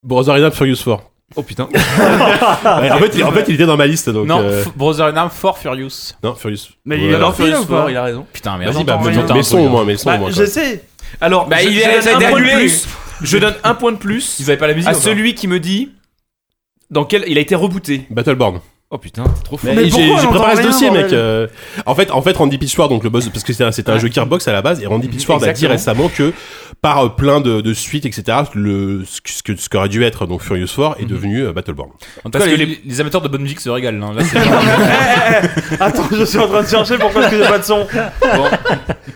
S2: Brother in Arms Furious 4.
S9: Oh putain.
S5: Ah,
S2: Ouais, en, fait, il- en fait, il était dans ma liste, donc.
S3: Non,
S2: euh,
S3: F- Brother in Arms, Fort Furious.
S2: non Furious.
S5: Mais
S2: Ouais.
S5: il a
S9: Alors,
S5: lancé
S9: Furious
S5: là ou pas
S9: Four, il a raison.
S3: Putain, merde.
S2: Vas-y, bah,
S5: Attends,
S2: mets ton-
S5: attends,
S2: mets son au moins, mets son au
S5: Bah,
S2: moins. quoi.
S5: j'essaie.
S9: Alors,
S3: Bah,
S9: je,
S3: il
S9: je
S3: a-
S9: donne
S3: ça a été
S9: un point de
S3: annulé.
S9: plus. Je donne un point de plus
S3: Ils avaient pas la musique.
S9: à
S3: ou pas
S9: celui qui me dit dans quel il a été rebooté.
S2: Battleborn.
S9: Oh putain, t'es trop fou.
S5: Mais
S2: Et j'ai
S5: pourquoi hein on
S2: j'ai préparé
S5: entend
S2: ce
S5: rien,
S2: dossier, mec.
S5: bordel
S2: euh, en fait, en fait, Randy Pitchford, donc le boss, parce que c'était un, c'était un jeu Gearbox à la base, et Randy
S9: Mhm,
S2: Pitchford a dit
S9: exactement.
S2: récemment que par euh, plein de, de suites, etc., le ce que ce que- ce qu'aurait dû être donc Furious 4 est devenu euh, Battleborn.
S3: En tout
S9: Parce
S3: cas,
S9: que
S3: les,
S9: les-
S3: les amateurs de bonne musique se régalent. hein. Là, c'est-
S5: Attends, je suis en train de chercher pourquoi est-ce que j'ai pas de son.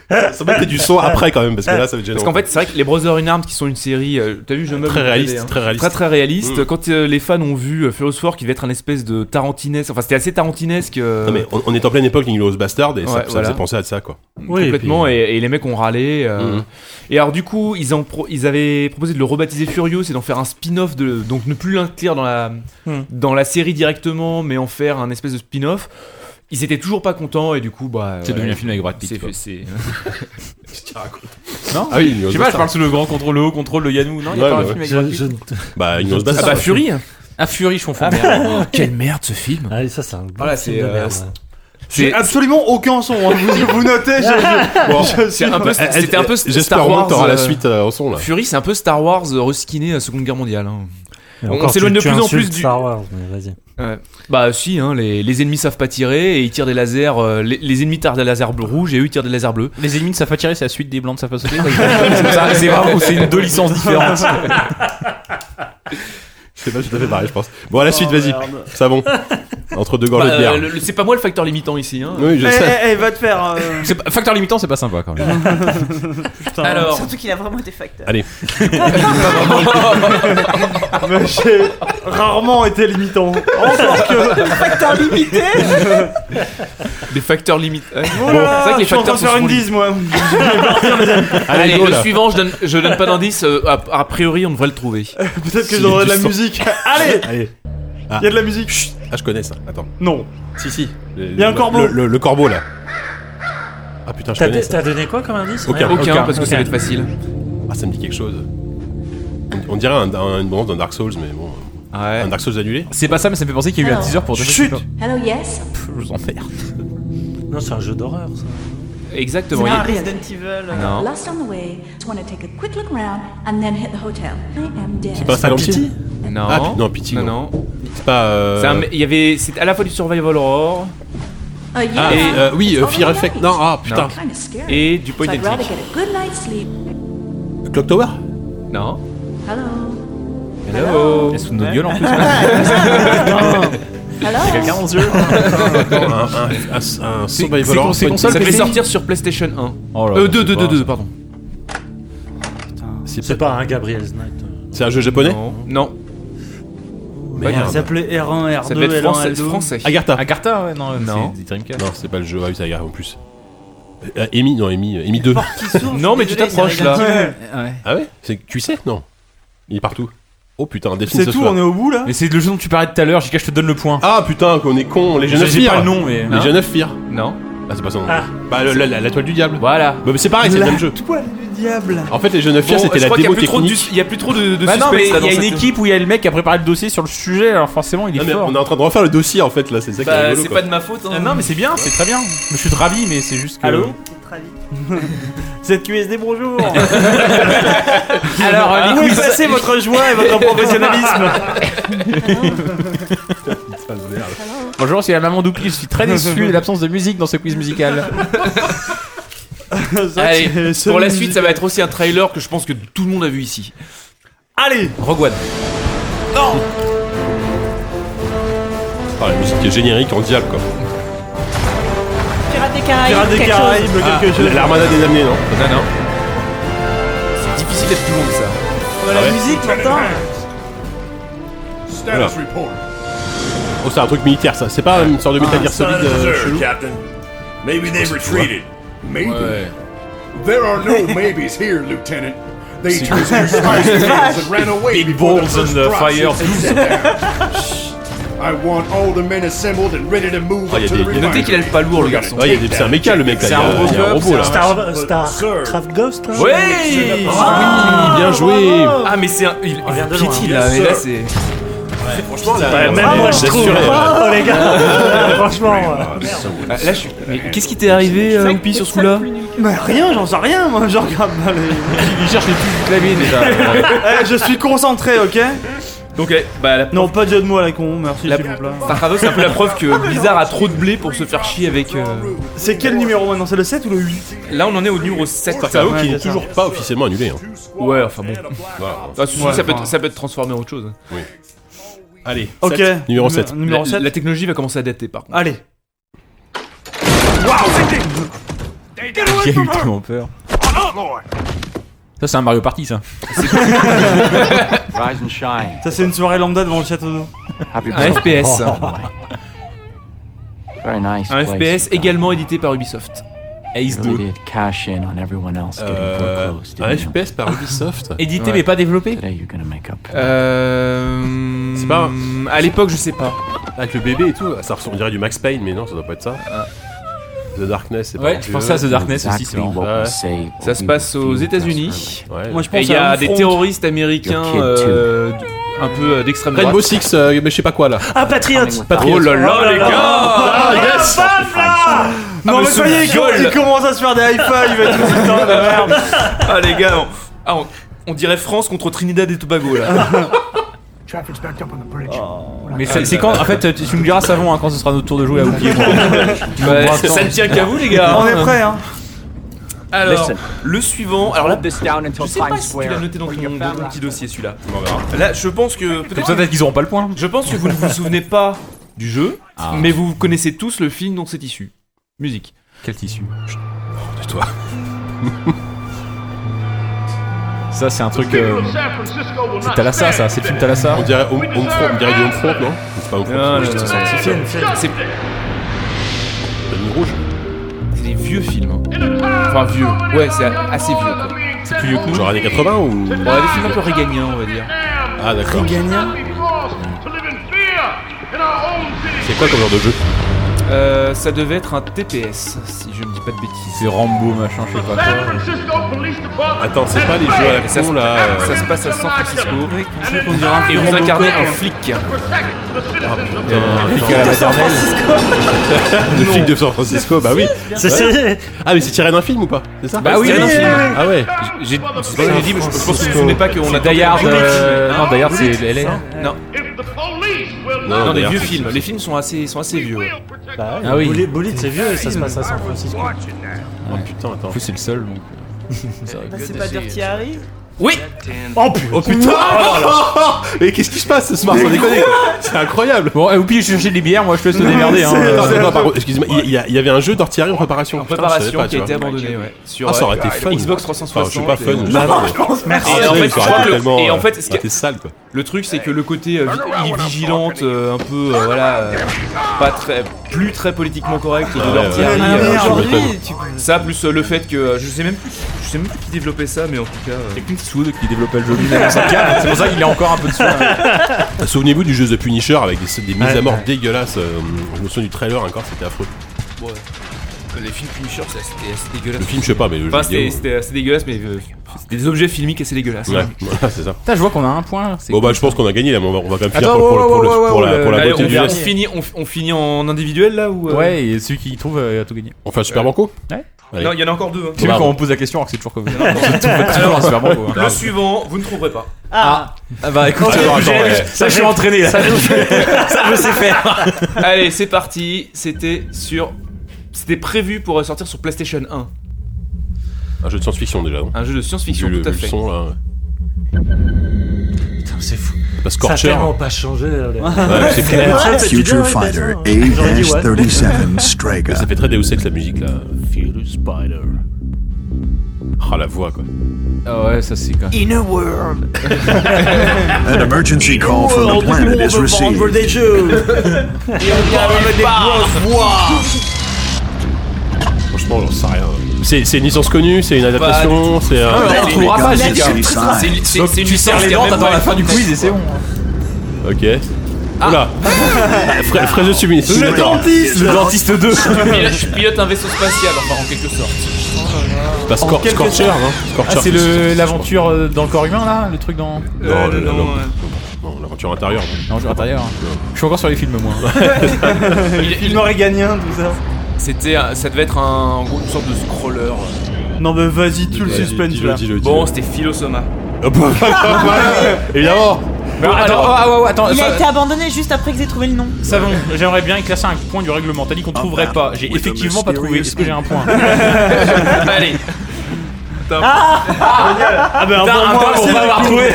S2: Ça mettait du son après quand même, parce que là, ça va être
S9: Parce qu'en fait, c'est vrai que les Brothers in Arms qui sont une série, euh, t'as vu, je meuble
S2: très
S9: le
S2: réaliste,
S9: DVD, hein.
S2: très réaliste.
S9: Très très réaliste.
S2: Mm.
S9: Quand euh, les fans ont vu euh, Furious 4 qui devait être un espèce de tarantinesque, enfin c'était assez tarantinesque euh,
S3: Ah,
S2: Non, mais on, on est en pleine époque Inglourious Bastard et ça,
S9: Ouais,
S2: ça
S9: voilà.
S2: faisait penser à ça quoi.
S8: Oui,
S9: complètement,
S8: et
S9: et, et les mecs ont râlé. euh,
S3: Mm.
S2: Mhm.
S9: Et alors du coup, ils, en pro- ils avaient proposé de le rebaptiser Furious et d'en faire un spin-off, de... donc ne plus l'inclure dans la...
S8: Mm.
S9: dans la série directement, mais en faire un espèce de spin-off. Ils étaient toujours pas contents et du coup, bah...
S3: C'est
S9: ouais,
S3: devenu un film avec Brad Pitt.
S9: c'est-
S3: quoi.
S9: c'est-
S2: Ah oui,
S3: Je sais
S2: Inglourious
S3: pas, je
S2: Bastard.
S3: parle sous le grand contrôle, le haut contrôle, le Yanou. Non, il y
S2: Ouais,
S3: a pas
S2: bah
S3: un
S2: ouais.
S3: film avec
S8: je,
S3: Brad
S8: je...
S3: Pitt.
S2: Bah Inglourious
S9: Ah
S2: Bastard.
S9: bah Fury
S3: Ah, Fury, je confonds. merde.
S9: Quelle merde ce film
S8: Allez, ça, c'est un bon
S9: Voilà,
S8: film
S9: c'est,
S8: de
S9: euh,
S8: merde.
S9: c'est-
S5: J'ai
S7: Ah,
S5: absolument aucun son. hein. Vous, vous notez, je, je- je suis-
S9: C'est un peu- C'était un peu
S2: J'espère
S9: Star
S2: au moins
S9: Wars.
S2: que t'auras la
S9: euh,
S2: suite euh, en son là.
S9: Fury, c'est un peu Star Wars euh, reskiné à Seconde Guerre mondiale. hein.
S8: Et
S9: on
S8: encore, tu-
S9: s'éloigne de
S8: tu
S9: plus en
S8: insultes
S9: plus du-
S8: Star Wars, mais vas-y.
S9: Bah si, hein, les, les ennemis savent pas tirer et ils tirent des lasers. euh, les, les ennemis tirent des lasers rouges et eux ils tirent des lasers bleus.
S3: Les ennemis ne savent pas tirer, c'est la suite des blancs ne savent pas sauter.
S9: C'est ça, c'est vraiment c'est une-
S3: Deux licences différentes.
S2: C'est pas tout à fait pareil, je pense. Bon, à la suite, vas-y.
S5: Oh, merde.
S2: Ça bon. Entre deux gorges
S9: Bah,
S2: de
S9: euh,
S2: bière.
S9: le- le- c'est pas moi le facteur limitant ici. Hein.
S2: Oui, je
S5: Eh,
S2: sais.
S5: eh, eh, va te faire. euh,
S3: C'est pas- Facteur limitant, c'est pas sympa quand même.
S5: putain.
S9: Alors,
S11: Surtout qu'il a vraiment été facteur.
S5: Mais j'ai rarement été limitant. Encore que.
S11: Facteur limité
S9: des facteurs limites.
S5: Oh là là,
S9: Bon, c'est vrai que les
S5: je suis en train
S9: facteurs
S5: de faire
S9: sont
S5: une
S9: souvent
S5: 10 moi.
S9: Allez,
S2: go,
S9: le
S2: là.
S9: suivant, je donne, je donne pas d'indice. euh, a, a priori, on devrait le trouver.
S5: Peut-être que
S2: Si,
S5: j'aurai de
S2: du
S5: la
S2: son.
S5: musique. Allez,
S2: Allez.
S5: il y a de la musique.
S2: Chut. Ah, je connais ça. Attends.
S5: Non.
S2: Si, si. Il
S5: y a un corbeau.
S2: Le, le- le corbeau là. Ah putain, je
S8: T'as
S2: connais
S8: t'as
S2: ça.
S8: donné quoi comme indice
S2: Aucun.
S8: Rien.
S9: Aucun, hein, parce que
S8: Aucun.
S9: ça va être facile.
S2: Ah, ça me dit quelque chose. On, on dirait un, un- une bande d'un Dark Souls, mais bon.
S9: Ouais.
S2: Un Dark Souls annulé
S3: C'est pas ça, mais ça me fait penser qu'il y a eu un
S11: Alors.
S3: teaser pour.
S5: Chut.
S12: Hello, yes.
S3: Je vous emmerde.
S8: Non, c'est un jeu d'horreur, ça.
S9: Exactement.
S11: C'est
S9: il y
S11: un
S9: a-
S11: Resident Evil. euh.
S9: Non.
S12: Lost on the way. Just want to take a quick look around and then hit the hotel. I am dead.
S2: C'est pas Silent
S12: Pity.
S2: Hill
S9: Non.
S2: Ah, puis- non, Pity,
S9: Non,
S2: non.
S9: non.
S2: C'est pas. euh,
S9: C'est un- Il y avait, c'est à la fois du survival horror
S12: Uh, yeah.
S2: Ah, et, euh, oui, euh,
S12: Oh,
S2: Fear
S12: nice.
S2: Effect. Non, ah putain.
S12: Kind of scary.
S9: et du
S12: So
S9: point
S12: I'd
S9: and
S12: rather
S9: click.
S12: get a good night's sleep.
S2: Clock Tower
S9: Non.
S12: Hello.
S9: Hello.
S3: Elles sont nos gueules en plus.
S12: Hello.
S3: dans yeux.
S9: Ah,
S2: Non, un, un, un, un
S9: C'est-
S2: survival
S9: c'est-
S2: horror
S9: c'est
S2: point-
S9: Ça devait
S2: c'est-
S9: sortir sur PlayStation 1.
S3: Oh là
S9: Euh,
S3: là,
S9: 2,
S3: c'est
S9: 2,
S3: pas-
S9: 2, 2, pardon.
S8: C'est pas un Gabriel Knight.
S2: C'est un jeu japonais
S9: Non.
S5: Il
S2: Merde.
S5: s'appelait R1, R2,
S9: Ça devait être
S5: L1,
S9: français.
S5: L2.
S9: français.
S2: Agartha.
S3: Agartha, ouais, non,
S9: Non.
S3: c'est des Dreamcast.
S2: Non, c'est pas le jeu. Ah oui, ça y est, en plus. Euh, Amy, non, Amy, euh, Amy 2.
S9: Non, mais tu t'approches là.
S5: Ouais.
S2: Ah ouais C'est tu sais Non. Il est partout. Oh putain, définissez
S5: C'est
S2: ce
S5: tout,
S2: soir.
S5: on est au bout là.
S3: Mais c'est le jeu dont tu parlais tout à l'heure, JK, je te donne le point.
S2: Ah putain, qu'on est con, les jeunes
S3: J'ai
S2: firent.
S3: pas le nom, mais.
S2: Les jeunes firent.
S9: Non. Ah.
S2: Ah, c'est pas son nom. Bah, le- la, la- la toile du diable.
S9: Voilà.
S2: Bah, mais c'est pareil, c'est le même jeu.
S5: Toi, du diable.
S2: En fait, les jeunes filles,
S9: Bon,
S2: c'était
S9: je
S2: la
S9: crois qu'il y a
S2: démo
S9: plus trop de
S2: technique.
S9: dus- il y a plus trop de, de
S3: Bah non, mais
S9: suspense là,
S3: il y a
S9: dans
S3: une
S9: cette-
S3: équipe où il y a le mec qui a préparé le dossier sur le sujet, alors forcément il est
S2: Non, Ah, mais
S3: fort.
S2: on est en train de refaire le dossier en fait là, c'est ça qui est
S9: Bah,
S2: rigolo,
S9: c'est
S2: quoi.
S9: pas de ma faute. hein.
S3: Ah non, mais c'est bien, c'est très bien. Je suis ravi, mais c'est juste que.
S5: Allô
S6: Ravi.
S5: ZQSD, bonjour
S3: Alors, euh,
S5: Où
S3: les
S5: est
S3: quiz-
S5: passé votre joie et votre professionnalisme
S3: Bonjour, c'est la maman d'Oupli, je suis très déçu de l'absence de musique dans ce quiz musical.
S5: Ça,
S9: euh, Allez,
S5: c'est-
S9: pour la suite, ça va être aussi un trailer que je pense que tout le monde a vu ici.
S5: Allez
S3: Rogue One.
S2: Ah, la musique est générique en diable quoi.
S11: Pirates des Caraïbes.
S5: Pirates des
S11: quelque chose.
S5: Caraïbes, quelque chose.
S2: Ah, L'armada des damnés, non
S9: Non, non. C'est difficile d'être tout le monde, ça.
S6: Oh, La
S2: ouais.
S6: musique, t'entends
S1: Status report.
S2: Oh, c'est un truc militaire ça, c'est pas une sorte de Metal Gear Solid
S1: Status
S2: euh,
S1: observed, Ah,
S2: chelou. Oh,
S1: Captain. Maybe they
S2: hein.
S1: retreated. Maybe. There are no maybes here, Lieutenant. They took their spice skills and ran away
S3: Big
S1: before
S3: balls
S1: the first
S3: and, uh,
S1: process
S3: fire.
S1: had set down. Shh. I want all the men assembled and ready to move
S2: Ah, y a
S1: up to
S2: des-
S1: the
S2: y a des-
S1: refinery.
S9: qu'il a le pas lourd, le garçon.
S2: Ouais, il y a des- c'est un méca le mec là,
S3: C'est un
S2: il y a- il y a un
S3: robot,
S2: robot là.
S3: c'est
S8: Star, Star Craft Ghost là
S5: Ah,
S9: Ouais
S2: Oui, bien joué
S9: Ah, mais c'est un. Il, il
S5: Regarde de loin.
S9: pitié, là,
S1: Yes,
S9: mais
S1: sir.
S9: là, c'est.
S2: Franchement,
S8: Ouais, même moi je trouve pas, oh les gars Franchement ouais.
S9: Ah, Là, je suis. Mais qu'est-ce qui t'est arrivé, euh, Oupi, sur ce coup-là
S5: Mais Bah, rien, j'en sais rien, moi, je regarde pas les...
S3: Il cherche les plus du clavier déjà.
S5: Eh, je suis concentré, ok
S9: Donc, eh, bah, la
S5: Non, pas de jeu de mots à la con, merci,
S9: La-
S5: s'il vous plaît.
S9: Starcraft, c'est un peu la preuve que Blizzard a trop de blé pour se faire chier avec. euh,
S5: C'est quel numéro maintenant C'est le 7 ou le 8
S9: Là, on en est au numéro 7.
S2: Tarkao
S5: Ouais,
S2: qui
S5: c'est
S2: n'est
S5: ça.
S2: toujours pas officiellement annulé. Hein.
S9: Ouais, enfin bon. Ah, ceci dit,
S5: Ouais,
S9: ça, peut être,
S5: enfin.
S9: ça peut être transformé en autre chose. hein.
S2: Allez,
S5: Ok.
S2: Numéro
S5: Numé-
S2: 7.
S5: Numéro
S9: la,
S5: 7
S9: la technologie va commencer à dater par contre.
S5: Allez.
S3: Qui a eu tellement peur. Ça, c'est un Mario Party, ça.
S13: Rise and shine.
S5: Ça, c'est une soirée lambda devant le château d'eau.
S13: Happy
S9: Un
S13: birthday.
S9: FPS.
S13: Very nice.
S9: Un
S13: place you've
S9: FPS également édité par Ubisoft.
S13: got.
S9: Eh,
S3: Ace
S13: Really
S3: 2.
S13: did cash in on everyone else getting
S2: Euh,
S13: too close,
S2: un
S13: didn't you?
S2: FPS par Ubisoft.
S3: Édité
S9: Ouais.
S3: mais pas développé.
S13: Today you're gonna make up. for it.
S9: Euh.
S2: C'est pas-
S9: À l'époque, je sais pas.
S2: Avec le bébé et tout, ça ressemble on dirait du Max Payne, mais non, ça doit pas être ça. The Darkness, c'est pas
S3: Ah. Ouais, je pensais à The Darkness aussi, c'est
S13: Exactly
S3: marrant.
S13: what
S2: Ouais.
S13: we say, what
S9: Ça se
S13: we
S9: passe aux
S13: refuse, that's
S9: États-Unis.
S2: Ouais.
S5: Moi, je pense
S9: Et il y
S5: à
S9: a
S5: Homefront.
S9: des terroristes américains
S13: Your kid,
S9: euh, d- un peu euh, d'extrême droite.
S2: Rainbow Six, euh, mais je sais pas quoi là.
S5: Ah, Patriote
S2: Patriot.
S9: Oh là
S5: Oh
S9: là,
S5: là
S9: les
S5: là.
S9: gars
S5: Ah, yes Non,
S9: Ah, mais
S5: mais
S9: ce
S5: ça y est, il com-
S9: viol.
S5: il commence à se faire des high five et tout, c'est dans la merde.
S9: Ah, les gars, on... ah, on- on dirait France contre Trinidad et Tobago là.
S1: Traffic's backed up on the bridge.
S3: Mais c'est c'est quand En fait, tu tu me diras savon hein, quand ce sera notre tour de jouer à Oublier.
S9: Bah, ça ne tient qu'à vous, les gars.
S5: On est prêt, hein
S9: Alors,
S13: Listen.
S9: le suivant. Alors là,
S13: Hold this down
S9: je
S13: until
S9: sais pas
S13: Times
S9: si tu l'as
S13: Square.
S9: noté dans ton,
S13: Bring your
S9: dans
S13: family.
S9: ton petit dossier celui-là. Là, je pense que
S3: Comme
S9: peut-être.
S3: ça, peut-être qu'ils auront pas le point. Ah.
S9: Je pense que vous ne vous souvenez pas du jeu, mais vous connaissez tous le film dont c'est issu. Musique.
S3: Quel tissu
S2: De toi.
S3: Ça, c'est un truc. euh, C'est Talassa, ça. C'est le film Talassa.
S2: On dirait, Home- Homefront- on dirait du Homefront, non C'est pas Homefront,
S9: Ah,
S2: c'est
S9: là,
S2: juste
S9: là.
S2: ça.
S9: C'est
S2: La ligne rouge.
S9: c'est des vieux films. hein. Enfin, vieux. Ouais, c'est assez vieux. Quoi.
S2: C'est plus vieux que nous. Genre années 80 ou.
S9: Bon, des films un peu réganiens, on va dire.
S2: Ah d'accord. C'est quoi comme genre de jeu
S9: Euh, ça devait être un TPS, si je ne dis pas de bêtises.
S3: C'est Rambo, machin, je sais pas quoi.
S2: Attends, c'est pas les jeux à la
S9: Et ça, ah,
S2: con
S9: se-
S2: là. euh,
S9: ça se passe à San Francisco. Et
S5: Rambo
S9: vous incarnez un
S5: Corps.
S9: flic.
S2: Le film de San Francisco, bah oui.
S8: C'est sérieux
S2: Ah mais c'est tiré d'un film ou pas C'est ça
S9: Bah oui,
S2: C'est tiré d'un
S9: oui.
S2: film. Ah ouais.
S9: J'ai c'est pas que j'ai dit, mais je je pense que vous ne souvenez pas qu'on a
S3: C'est Die Hard.
S9: Daillard.
S3: euh, Non, Die Hard, c'est LA.
S2: Non,
S9: Non, non, des
S2: d'ailleurs,
S9: vieux
S2: c'est-
S9: films. Les films sont assez, sont assez vieux. ouais.
S8: Bah ouais,
S3: Ah oui.
S8: Bullet, Bullet, c'est vieux et ça se passe à San Francisco.
S2: Oh putain, attends.
S3: En plus, c'est le seul. donc.
S6: Bah, C'est pas Dirty Harry
S9: Oui
S2: Oh putain Mais qu'est-ce qui se passe ce smart sans déconner C'est incroyable
S3: Bon, et ou puis, je cherchais des bières, moi, je te laisse te démerder. hein.
S2: Attends, attends, attends, par contre, excuse-moi, il y, a- il y avait un jeu d'artillerie en préparation.
S9: En
S2: Putain, je savais
S9: préparation
S2: pas,
S9: qui a
S2: tu
S9: été
S2: vois.
S9: abandonnée, ouais. Sur,
S2: Ah, ça
S9: euh,
S2: aurait été fun.
S9: Xbox
S2: Enfin, je
S9: 360.
S2: sais pas fun.
S9: et-
S2: je sais pas, mais-
S5: Merci.
S9: Et en fait, je
S2: ça aurait
S9: crois
S2: été
S9: que-
S2: tellement,
S9: et en
S2: euh,
S9: fait, ce
S2: ça
S9: qui-
S2: aurait été sale quoi.
S9: Le truc, c'est que le côté euh, vi- il est vigilante, euh, un peu, euh, voilà, euh, pas très, plus très politiquement correct de
S2: Ah ouais,
S9: leur
S2: ouais.
S9: Harry,
S2: Ah,
S9: euh,
S2: merde.
S9: genre-
S6: Aujourd'hui, tu
S9: ça plus euh, le fait que euh, je sais même plus, qui- je sais même plus qui développait ça, mais en tout cas, euh,
S3: C'est Clint Eastwood qui développait le jeu de 1954, c'est pour ça qu'il est encore un peu dessus. hein.
S2: Ah, Souvenez-vous du jeu The Punisher avec des, des mises
S8: Ouais,
S2: à mort
S8: ouais.
S2: dégueulasses. euh, je me souviens du trailer encore, c'était affreux.
S9: Les films Punisher, c'est assez, c'est assez dégueulasse.
S2: Le film, je sais pas, mais le
S9: Enfin,
S2: jeu vidéo.
S9: c'était c'était assez dégueulasse, mais euh, c'était des objets filmiques assez dégueulasses.
S2: Ouais, voilà, c'est ça.
S7: Putain, je vois qu'on a un point.
S2: Bon, bah, je pense qu'on a gagné là, mais on va, on va quand même finir
S9: Attends,
S2: pour, pour-
S9: wow,
S2: pour le-
S9: wow, wow,
S2: pour la,
S9: wow,
S2: pour la
S9: allez,
S2: beauté
S9: Euh, bah, on,
S2: du
S9: on
S2: geste.
S9: finit, on, on finit en individuel là ou euh,
S7: Ouais, et celui qui y trouve euh, a tout gagné.
S2: On fait un super banco Bah,
S7: Ouais.
S2: Allez.
S9: Non, il y en a encore deux. hein.
S7: Tu sais,
S2: Bravo.
S7: quand on pose la question, alors que c'est toujours comme. Tout va- tout va
S3: Ah,
S9: Alors,
S7: en super banco, hein.
S9: Le suivant, vous ne trouverez pas.
S11: Ah,
S7: Ah bah écoute,
S9: euh,
S2: Attends,
S7: j'ai-
S2: attends,
S7: j'ai-
S2: ouais.
S7: ça je suis entraîné là.
S9: Ça,
S7: je sais
S9: faire. Allez, c'est parti. C'était sur. C'était prévu pour sortir sur PlayStation 1.
S2: Un jeu de science-fiction déjà. non
S9: Un jeu de science-fiction,
S2: Vu le-
S9: tout à
S2: vu le
S9: fait.
S2: son là. ouais.
S8: Putain, c'est fou.
S2: Pas
S8: Ça a
S2: Scorcher. hein.
S8: tellement pas changé. euh, les-
S2: Ouais, c'est clair.
S8: Ouais, c'est- tu dis,
S13: Future
S8: ouais, t'as
S13: Fighter
S8: raison. J'aurais dit, ouais.
S13: A-37
S2: Mais Ça
S13: Strega.
S2: fait très Deus Ex la musique là. Spider. Ah la voix quoi.
S7: Ah ouais, ça c'est quand même.
S11: In a world.
S13: An emergency call from the planet is received.
S2: Franchement j'en sais rien. C'est c'est une licence connue, c'est une adaptation, c'est un.
S7: on
S9: Ah,
S7: trouvera pas, les gars.
S13: Emergency
S9: C'est
S13: sign.
S9: une- c'est- c'est une
S7: Tu serres
S9: licence
S7: les
S9: qui a
S7: dents,
S9: même
S7: t'attends
S9: pas
S7: la
S9: été
S7: fin du quiz et c'est bon.
S2: Ok.
S9: Ah.
S2: Oula Fra- Fraise de submission.
S13: Le
S2: dentiste
S7: Le dentiste 2.
S9: Pilote- Je pilote un vaisseau spatial, enfin en quelque sorte.
S2: Pas Scor-
S7: quelque
S2: Scorcher,
S7: sorte.
S2: hein Scorcher,
S7: Ah, c'est
S2: plus,
S7: le-
S2: je
S7: l'aventure euh, dans le corps humain là Le truc dans.
S2: crois.
S5: Oh,
S2: Non,
S9: Euh,
S2: le- non, non, l'aventure intérieure.
S7: Non, je intérieur. Je suis encore sur les films moi.
S9: Il-
S5: Il
S9: il-
S5: m'aurait gagné un, tout ça.
S9: C'était, un- ça devait être un, en gros, une sorte de scroller.
S5: Non, mais vas-y, tue le
S2: Vas-y,
S5: suspense
S2: dis-le,
S5: là.
S2: dis-le, dis-le.
S9: Bon, c'était Philosoma.
S2: Hop, hop, hop, hop. Évidemment
S7: Alors, attends, ah, ouais, ouais, attends,
S11: Il a
S7: ça-
S11: été abandonné juste après que j'ai trouvé le nom.
S7: Savon, j'aimerais bien éclaircir un point du règlement. T'as dit qu'on trouverait pas. J'ai effectivement pas trouvé. Est-ce que j'ai un point
S9: Allez.
S5: Ah, ben, un
S9: Putain,
S5: bon
S9: un
S5: moi, c'est
S9: bon, on va
S5: la
S9: l'avoir
S5: clé.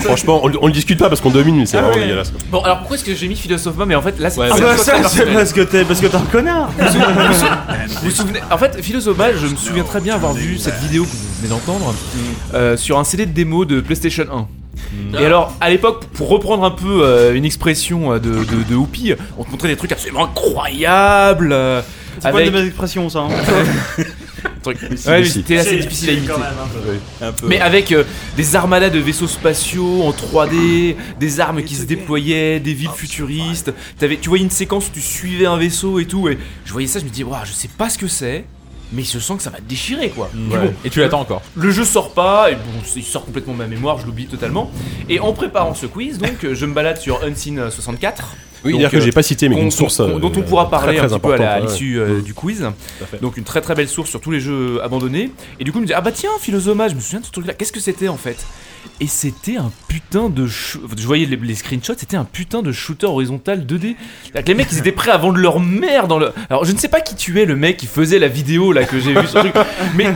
S2: Franchement, on, on le discute pas parce qu'on domine,
S9: Ah
S2: mais c'est vraiment dégueulasse.
S9: Bon, alors pourquoi est-ce que j'ai mis Philosoma Mais en fait, là, c'est
S2: Ouais,
S5: Ah,
S9: c'est
S5: bah,
S9: une chose
S5: ça, c'est
S9: personnelle.
S5: parce que t'es parce que t'es un connard.
S9: Vous vous souvenez En fait, Philosoma, je me souviens très bien avoir vu cette vidéo que vous venez d'entendre euh, sur un CD de démo de PlayStation 1. Et alors, à l'époque, pour reprendre un peu euh, une expression euh, de, de, de Whoopi, on te montrait des trucs absolument incroyables. euh,
S5: C'est pas une
S9: avec
S5: de mes expressions, ça. hein.
S9: des trucs. Ouais, mais c'était assez difficile à imiter. Mais avec euh, des armadas de vaisseaux spatiaux en 3D, des armes qui se déployaient, des villes futuristes. T'avais, tu voyais une séquence où tu suivais un vaisseau et tout. Et je voyais ça, je me dis, waouh, je sais pas ce que c'est. Mais il se sent que ça va te déchirer quoi.
S7: Mm,
S9: Mais bon,
S7: Et tu l'attends encore.
S9: le jeu sort pas, et bon, il sort complètement de ma mémoire, je l'oublie totalement. Et en préparant ce quiz, donc, euh, je me balade sur Unseen 64.
S2: Oui,
S9: Donc,
S2: dire que
S9: euh,
S2: j'ai pas cité, mais
S9: qu'on-
S2: une source.
S9: qu'on-
S2: euh,
S9: dont on pourra
S2: très,
S9: parler
S2: très
S9: un petit peu à la- à
S2: importante, ouais. Mm.
S9: l'issue euh, du quiz.
S2: fait.
S9: Donc une très très belle source sur tous les jeux abandonnés. Et du coup, je me dis ah bah tiens, Philosoma, je me souviens de ce truc-là. Qu'est-ce que c'était en fait Et c'était un putain de sh- je voyais les, les screenshots, c'était un putain de shooter horizontal 2D. Avec les mecs, ils étaient prêts à vendre leur mère dans le. Alors je ne sais pas qui tu es, le mec qui faisait la vidéo là que j'ai vu sur le truc, mais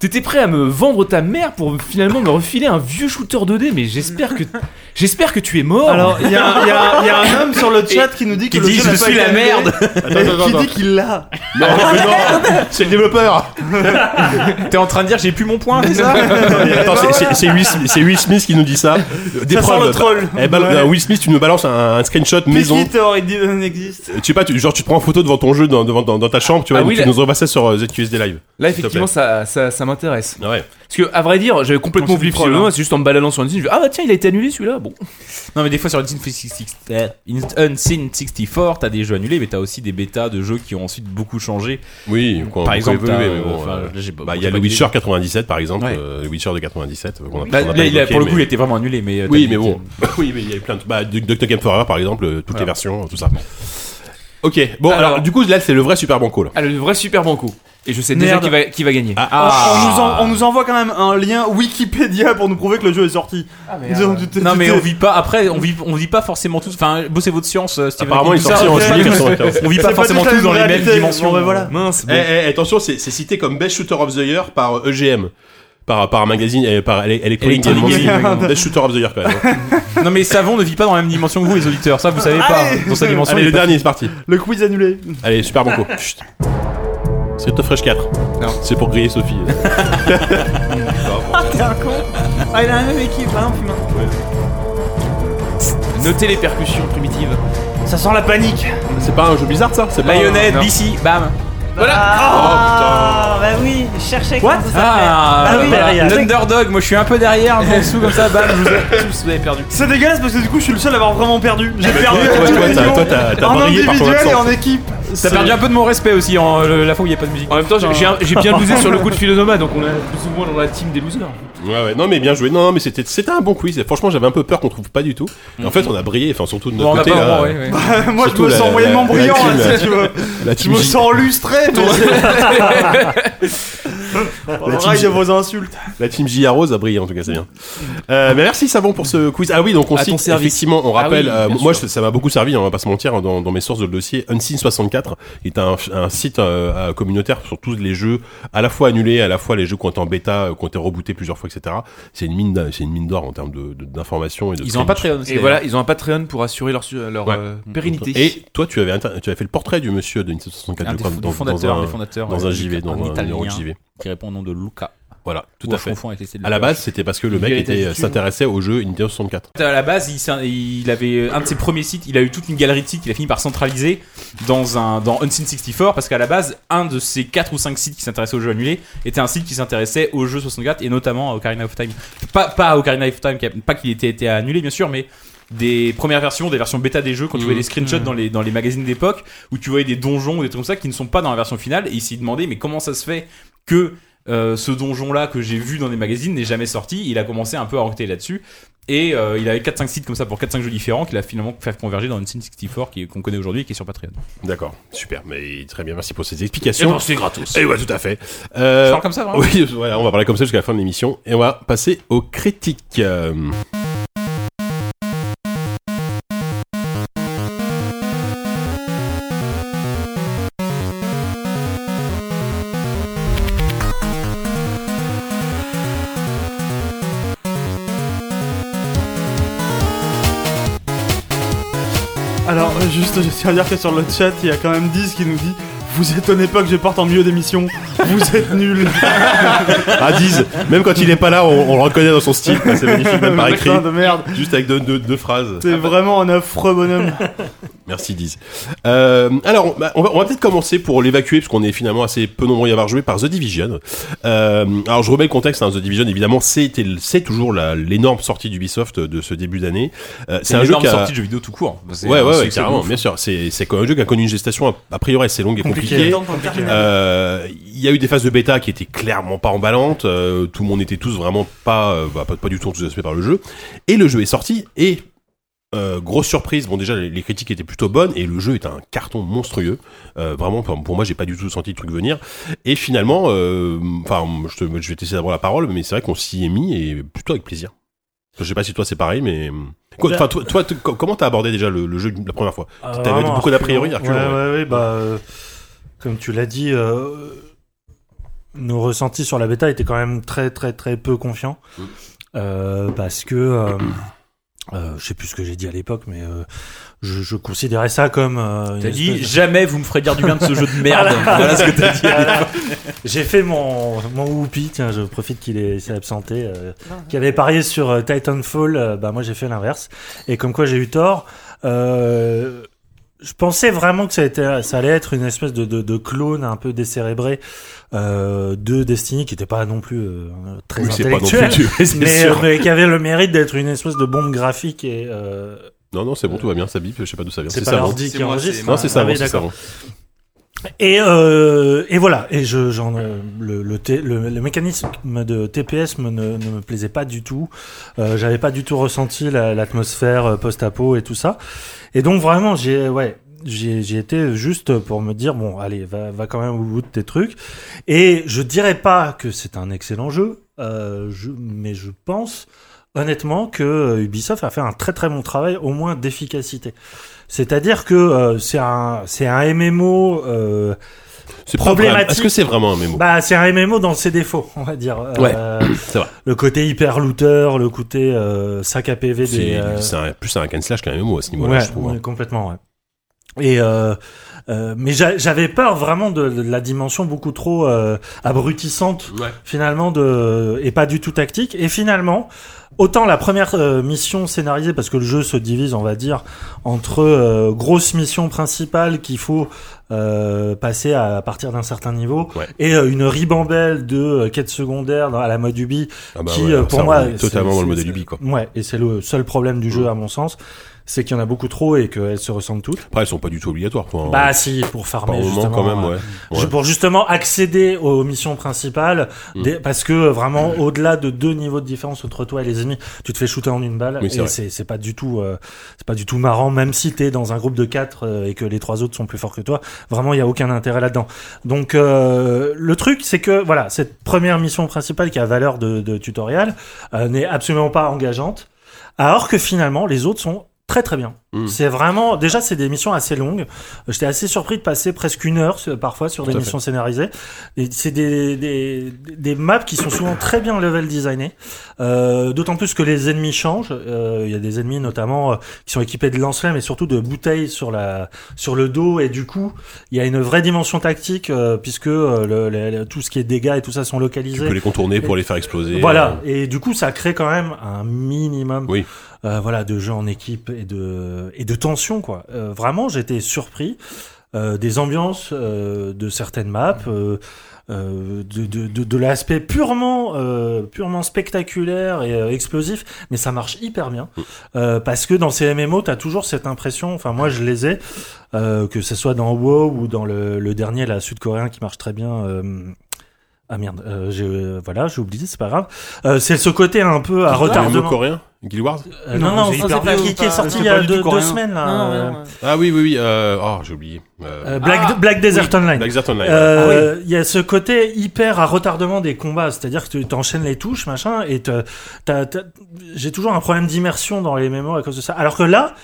S9: T'étais prêt à me vendre ta mère pour finalement me refiler un vieux shooter 2D, mais j'espère que j'espère que tu es mort.
S5: Alors, il y, a- il y a- il y a un homme sur le chat qui nous dit que
S9: qui
S5: le
S9: dit,
S5: jeu
S9: je
S5: n'a pas
S9: suis
S5: été
S9: la
S5: annulé,
S9: merde.
S5: et Qui dit qu'il l'a.
S2: Non,
S5: Ah,
S2: mais non C'est le développeur
S7: T'es en train de dire j'ai plus mon point, c'est ça
S2: Mais Attends, c'est- c'est- c'est Will, Smith- c'est Will Smith qui nous dit ça. Euh, Des
S5: Ça sent
S2: preuves.
S5: le troll.
S2: Eh ben, euh, Will Smith, tu nous balances un, un screenshot maison.
S5: Twitter, il dit il existe.
S2: Tu sais pas, tu, genre tu te prends en photo devant ton jeu dans, devant- dans, dans ta chambre, tu vois,
S9: Ah oui,
S2: tu
S9: là-
S2: nous repassais sur euh, ZQSD Live.
S9: Là,
S2: S'il te
S9: effectivement, ça, ça, ça m'intéresse.
S2: plaît. Ah ouais.
S9: Parce que, à vrai dire, j'avais complètement
S7: On s'est
S9: oublié
S7: dit, oh là.
S9: Philosoma, c'est juste en me baladant sur une scène, je me dis, ah bah tiens, il a été annulé celui-là, bon.
S7: Non mais des fois sur Unseen 66 euh, Unseen 64, t'as des jeux annulés, mais t'as aussi des bêtas de jeux qui ont ensuite beaucoup changé.
S2: Oui, quoi,
S7: Par
S2: beaucoup
S7: exemple,
S2: évolué,
S7: t'as,
S2: mais bon.
S7: euh, enfin,
S2: euh,
S7: là, j'ai pas-
S2: bah, il
S7: j'ai
S2: y a
S7: pas
S2: le
S7: d'idée.
S2: Witcher 97 par exemple,
S7: Ouais.
S2: euh, le Witcher de 97. qu'on a- qu'on a
S7: Bah,
S2: pas
S7: là, il a-
S2: évoqué,
S7: pour le
S2: mais-
S7: coup, il était vraiment annulé, mais euh,
S2: Oui,
S7: t'as
S2: mais
S7: dit-
S2: bon. oui, mais il y avait plein de. Bah, du- Dr. Game Forever, par exemple, euh, toutes les versions, tout ça. Ok, bon, alors,
S9: Alors-
S2: du coup, là, c'est le vrai Super Banco, là.
S9: Ah, le vrai super banco. Et je sais déjà
S5: Merde.
S9: qui va, qui va gagner.
S2: Ah,
S5: On, nous en- on nous envoie quand même un lien Wikipédia pour nous prouver que le jeu est sorti. Donc, tu t'es-
S7: Non
S5: tu
S7: mais
S5: t'es-
S7: on vit pas après on vit on vit pas forcément tous enfin bossez votre science euh, Stephen
S2: Apparemment, il est
S7: Hawking, tout ça,
S2: sorti en
S7: on vit
S2: juillet
S7: pas-
S2: 1995.
S7: On vit
S5: C'est
S7: pas forcément
S5: toute la
S7: tous dans les mêmes
S5: réalité,
S7: dimensions.
S5: bon, ben voilà.
S9: Mince,
S2: Eh, eh, attention, c'est c'est cité comme Best Shooter of the Year par euh, EGM. Par, par un magazine, euh, par Ele- Electronic Game
S7: Electronic
S5: Gaming,
S2: Magazine.
S5: ouais.
S2: Best Shooter of the Year, quand même. hein.
S7: Non mais Savon ne vit pas dans la même dimension que vous les auditeurs, ça vous savez pas. hein,
S5: Allez
S7: Dans sa dimension.
S2: Allez,
S7: il est
S2: le
S7: pas-
S2: dernier, c'est parti.
S5: Le quiz annulé.
S2: Allez, Super Banco. Chut. Street of Fresh 4. C'est pour griller Sophie.
S11: Ah, t'es un con. Ah, il a la même équipe, ah non, putain.
S9: notez les percussions primitives.
S5: Ça sent la panique.
S2: c'est pas un jeu bizarre, ça C'est pas
S7: Bayonnette,
S9: Non.
S7: BC, bam.
S11: Ah, bah oui, je cherchais
S5: What
S11: comment ça
S7: Ah,
S11: Ah oui,
S7: voilà.
S5: derrière.
S7: l'underdog, moi je suis un peu derrière, en dessous comme ça, bam, je vous ai- tous vous avez perdu.
S5: C'est dégueulasse parce que du coup, je suis le seul à avoir vraiment perdu. J'ai perdu.
S2: Ah, Toi,
S5: à tous
S2: toi,
S5: les
S2: t'as-
S5: niveaux.
S2: toi, t'as t'as
S5: en
S2: brillé par ton
S5: individuel et
S2: absence.
S5: en équipe.
S7: T'as perdu un peu de mon respect aussi en euh, la fois où il n'y a pas de musique.
S9: En même temps, j'ai- j'ai un- j'ai bien losé sur le coup de Philonoma, donc on est plus ou moins dans la team des losers.
S2: Ouais, ouais, non, mais bien joué. Non, non, mais c'était, c'était un bon quiz. Et franchement, j'avais un peu peur qu'on trouve pas du tout. Et en fait, on a brillé, enfin, surtout de notre
S9: Bon, on a
S2: côté.
S9: pas
S2: là.
S9: vraiment, ouais, ouais. Bah,
S5: moi, je
S2: Surtout
S5: me
S2: la-
S5: sens
S2: la-
S5: moyennement
S2: la
S5: brillant,
S2: team,
S5: là, si tu veux.
S2: La
S5: Je
S2: team
S5: me
S2: J-
S5: sens lustré, mais.
S2: La
S5: On
S2: team
S5: raille
S2: J-
S5: de vos insultes.
S2: La team J.R. Rose a brillé en tout cas, c'est bien. Euh, mais merci Savon pour ce quiz. Ah oui, donc on
S9: À ton
S2: cite
S9: service.
S2: effectivement, on
S9: Ah
S2: rappelle,
S9: oui,
S2: euh,
S9: bien
S2: moi
S9: sûr.
S2: je- ça m'a beaucoup servi, hein, on va pas se mentir, dans, dans mes sources de dossier. Unseen64 est un, un site euh, euh, communautaire sur tous les jeux, à la fois annulés, à la fois les jeux qui ont été en bêta, euh, qui ont été rebootés plusieurs fois, etc. C'est une mine, d'a- c'est une mine d'or en termes de- de- d'informations et de.
S14: Ils ont un Patreon
S7: hein.
S14: aussi,
S9: Et voilà, ils ont un Patreon pour assurer leur, su- leur
S2: Ouais.
S9: euh, pérennité.
S2: Et toi, tu avais, inter- tu avais fait le portrait du monsieur de 1964,
S7: Un
S2: je
S7: des
S2: crois,
S7: fou- des
S2: dans,
S7: fondateurs,
S2: dans un,
S7: des fondateurs,
S2: dans
S7: ouais,
S2: un JV,
S7: un
S2: dans un, numéro de
S7: Italien.
S2: JV.
S7: Qui répond au nom de Luca.
S2: Voilà, tout
S7: Ou
S2: à
S7: hein. je
S2: fait.
S7: confonds avec les Célèbres.
S2: À la base, c'était parce que le mec
S7: Vérité,
S2: était- euh,
S7: attitude.
S2: s'intéressait au jeu Nintendo 64.
S7: À la base, il, s'in- il avait euh, un de ses premiers sites. Il a eu toute une galerie de sites qu'il a fini par centraliser dans un dans Unseen 64 parce qu'à la base, un de ces 4 ou 5 sites qui s'intéressaient aux jeux annulés était un site qui s'intéressait aux jeux 64 et notamment à Ocarina of Time. Pas pas à Ocarina of Time, qui a- pas qu'il était été annulé bien sûr, mais des premières versions, des versions bêta des jeux, quand tu
S9: Mhm.
S7: voyais des screenshots
S9: Mhm.
S7: dans les, dans les magazines d'époque, où tu voyais des donjons ou des trucs comme ça qui ne sont pas dans la version finale, et ils s'y demandaient, mais comment ça se fait que euh, ce donjon-là que j'ai vu dans des magazines n'est jamais sorti Il a commencé un peu à enquêter là-dessus, et euh, il avait 4-5 sites comme ça pour 4-5 jeux différents qu'il a finalement fait converger dans une scene 64 qui- qu'on connaît aujourd'hui et qui est sur Patreon.
S2: D'accord, super, mais très bien, merci pour ces explications.
S7: Eh ben, c'est gratos.
S2: Et ouais, tout à fait. Euh,
S7: Je parle comme ça, vraiment
S2: Oui, voilà, on va parler comme ça jusqu'à la fin de l'émission. Et on va passer aux critiques. Euh,
S5: Alors, euh, juste, je tiens à dire que sur le chat, il y a quand même 10 qui nous dit Vous étonnez pas que je parte en milieu d'émission, vous êtes nuls.
S2: Ah, Diz, même quand il est pas là, on, on le reconnaît dans son style. C'est magnifique, même par écrit.
S5: Putain de merde.
S2: Juste avec deux, deux- deux phrases.
S5: C'est vraiment un affreux bonhomme.
S2: Merci Diz. Euh, alors, bah, on va, on va peut-être commencer pour l'évacuer, parce qu'on est finalement assez peu nombreux à y avoir joué, par The Division. Euh, alors, je remets le contexte, hein, The Division, évidemment, c'était le- c'est toujours la- l'énorme sortie d'Ubisoft de ce début d'année. Euh,
S7: C'est une énorme
S2: qui a-
S7: sortie de jeux vidéo tout court. C'est
S2: Ouais,
S7: un
S2: ouais, ouais,
S7: succès de
S2: carrément,
S7: ouf.
S2: bien sûr. C'est c'est quand même un jeu qui a connu une gestation, a- a priori, assez longue et compliquée.
S5: Compliquée.
S2: Euh, Il y a eu des phases de bêta qui étaient clairement pas emballantes. euh, tout le monde était tous vraiment pas, euh, bah, pas, pas du tout enthousiasmé par le jeu. Et le jeu est sorti et euh, grosse surprise, bon déjà les, les critiques étaient plutôt bonnes et le jeu est un carton monstrueux. Euh, vraiment, pour, pour moi, j'ai pas du tout senti le truc venir. Et finalement, euh, enfin, je, te- je vais te laisser d'abord la parole, mais c'est vrai qu'on s'y est mis et plutôt avec plaisir. Je sais pas si toi c'est pareil, mais
S8: Bah,
S2: Quoi, enfin, toi, toi, t- co- comment t'as abordé déjà le, le jeu la première fois
S8: Euh,
S2: T'avais
S8: vraiment,
S2: beaucoup d'a priori, à
S8: Ouais,
S2: reculons, ouais.
S8: ouais, ouais, bah, euh, comme tu l'as dit, euh, nos ressentis sur la bêta étaient quand même très, très, très peu confiants. Euh, parce que, euh, euh, je sais plus ce que j'ai dit à l'époque, mais euh, je, je considérais ça comme. euh, une
S7: T'as dit
S8: espèce de-
S7: jamais vous me ferez dire du bien de ce jeu de merde.
S8: Voilà.
S7: voilà ce que t'as dit. à
S8: Voilà.
S7: l'époque.
S8: J'ai fait mon, mon whoopi, tiens, je profite qu'il est, s'est absenté, euh, qui avait parié sur euh, Titanfall, euh, bah moi j'ai fait l'inverse. Et comme quoi j'ai eu tort, euh, je pensais vraiment que ça, était, ça allait être une espèce de, de, de clone un peu décérébré euh, de Destiny, qui n'était pas non plus euh, très
S2: Oui, c'est pas non plus
S8: intellectuel,
S2: dur, c'est
S8: mais,
S2: sûr.
S8: euh, mais qui avait le mérite d'être une espèce de bombe graphique et... euh,
S2: Non, non, c'est bon, tout va bien, ça bip, je sais pas d'où ça vient.
S8: c'est pas
S2: ça, hein. bon.
S8: l'ordi qui enregistre.
S2: Non, c'est ça,
S8: Ah
S2: bon,
S8: oui,
S2: c'est ça.
S8: d'accord.
S2: bon.
S8: Et, euh, et voilà. Et je, j'en, euh, le, le, T- le- le mécanisme de TPS me, ne, ne me plaisait pas du tout. Euh, j'avais pas du tout ressenti la- l'atmosphère euh, post-apo et tout ça. Et donc vraiment, j'ai, ouais, j'ai, j'ai été juste pour me dire bon, allez, va, va quand même au bout de tes trucs. Et je dirais pas que c'est un excellent jeu, euh, je, mais je pense honnêtement que euh, Ubisoft a fait un très très bon travail, au moins d'efficacité. C'est-à-dire que euh, c'est un c'est un MMO. Euh,
S2: C'est pas
S8: problématique.
S2: vrai. Est-ce que c'est vraiment un MMO
S8: Bah, c'est un MMO dans ses défauts, on va dire. Euh,
S2: Ouais, c'est vrai.
S8: Le côté hyper looter, le côté euh, sac à PV des.
S2: C'est
S8: euh,
S2: c'est un- plus un hack and slash qu'un MMO à ce niveau-là,
S8: Ouais,
S2: je trouve.
S8: ouais,
S2: hein.
S8: complètement, ouais. Et euh, euh, mais j'a- j'avais peur vraiment de, de la dimension beaucoup trop euh, abrutissante finalement de et pas du tout tactique. Et finalement, autant la première euh, mission scénarisée parce que le jeu se divise, on va dire, entre euh, grosses missions principales qu'il faut euh, passer à, à partir d'un certain niveau et euh, une ribambelle de euh, quêtes secondaires dans- à la mode Ubi
S2: Ah bah
S8: qui
S2: ouais,
S8: euh,
S2: ça
S8: pour moi
S2: remonte totalement
S8: c'est-
S2: dans le
S8: c'est-
S2: modèle Ubi, quoi. Mm.
S8: Ouais, et c'est le seul problème du jeu à mon sens, c'est qu'il y en a beaucoup trop et qu'elles se ressemblent toutes.
S2: Après, elles sont pas du tout obligatoires. Pour
S8: Bah si, pour farmer
S2: Par moment,
S8: justement,
S2: quand même, ouais.
S8: ju-
S2: Ouais. Mm.
S8: Pour justement accéder aux missions principales, des- parce que euh, vraiment au-delà de deux niveaux de différence entre toi et les ennemis, tu te fais shooter en une balle
S2: Oui, c'est
S8: et
S2: vrai.
S8: c'est c'est pas du tout, euh, c'est pas du tout marrant, même si t'es dans un groupe de quatre euh, et que les trois autres sont plus forts que toi. Vraiment, il y a aucun intérêt là-dedans. Donc euh, le truc, c'est que voilà, cette première mission principale qui a valeur de, de tutoriel euh, n'est absolument pas engageante. Alors que finalement, les autres sont très très bien.
S2: Hmm.
S8: C'est vraiment, déjà, c'est des missions assez longues. Euh, J'étais assez surpris de passer presque une heure euh, parfois sur des
S2: à fait.
S8: missions scénarisées. Et c'est des, des, des maps qui sont souvent très bien level designées. Euh, D'autant plus que les ennemis changent. Euh, Il y a des ennemis notamment euh, qui sont équipés de lance-flammes et surtout de bouteilles sur la sur le dos et du coup il y a une vraie dimension tactique euh, puisque euh, le- le- le- tout ce qui est dégâts et tout ça sont localisés.
S2: Tu peux les contourner pour
S8: Et-
S2: les faire exploser. euh,
S8: voilà, et du coup, ça crée quand même un minimum,
S2: Oui.
S8: euh, voilà, de jeu en équipe et de et de tension, quoi. Euh, vraiment, j'étais surpris euh, des ambiances euh, de certaines maps. euh, euh, de, de, de, de l'aspect purement euh, purement spectaculaire et euh, explosif mais ça marche hyper bien Euh, parce que dans ces MMO t'as toujours cette impression enfin moi je les ai euh, que ce soit dans WoW ou dans le, le dernier là sud-coréen qui marche très bien euh, ah merde, euh, j'ai- euh, voilà, j'ai oublié, c'est pas grave. Euh, c'est ce côté un peu à
S2: Guild Wars,
S8: retardement.
S2: MMO coréen Guild Wars
S8: Euh, Non, non,
S2: j'ai
S8: c'est
S2: hyper
S8: pas
S2: peur.
S8: qui, qui est sorti il y a deux, deux semaines là. euh,
S2: Ah oui, oui, oui. euh, oh, j'ai oublié.
S8: Euh, Black, Black Desert
S2: oui,
S8: Online.
S2: Black Desert Online,
S8: Euh, Il y a ce côté hyper à retardement des combats, c'est-à-dire que tu t'enchaînes les touches, machin, et te- t'as- t'as- j'ai toujours un problème d'immersion dans les mémoires à cause de ça. Alors que là,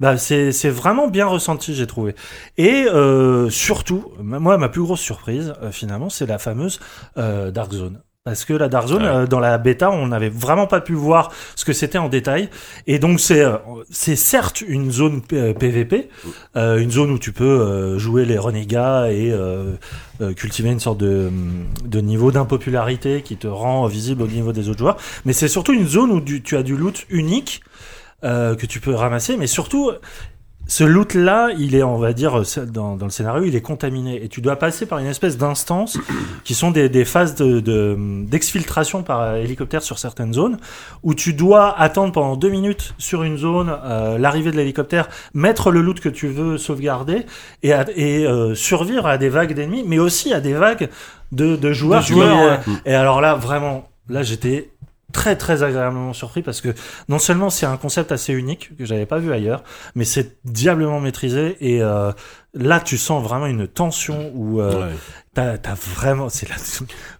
S8: bah, c'est c'est vraiment bien ressenti, j'ai trouvé. Et euh, surtout, ma- moi, ma plus grosse surprise, euh, finalement, c'est la fameuse euh, Dark Zone. Parce que la Dark Zone, euh, dans la bêta, on n'avait vraiment pas pu voir ce que c'était en détail. Et donc, c'est euh, c'est certes une zone P- euh, PVP, euh, une zone où tu peux euh, jouer les renégats et euh, euh, cultiver une sorte de, de niveau d'impopularité qui te rend visible au niveau des autres joueurs. Mais c'est surtout une zone où du- tu as du loot unique euh, que tu peux ramasser, mais surtout, ce loot là, il est, on va dire, euh, c'est- dans, dans le scénario, il est contaminé et tu dois passer par une espèce d'instance qui sont des, des phases de- de- d'exfiltration par euh, hélicoptère sur certaines zones où tu dois attendre pendant deux minutes sur une zone euh, l'arrivée de l'hélicoptère, mettre le loot que tu veux sauvegarder et, à- et, euh, survivre à des vagues d'ennemis, mais aussi à des vagues de, de joueurs.
S5: De joueurs,
S8: Et, euh,
S5: ouais.
S8: et alors là, vraiment, là j'étais très très agréablement surpris parce que non seulement c'est un concept assez unique que j'avais pas vu ailleurs, mais c'est diablement maîtrisé et euh, là tu sens vraiment une tension où euh,
S2: Ouais. Bah,
S8: t'as t'as vraiment c'est là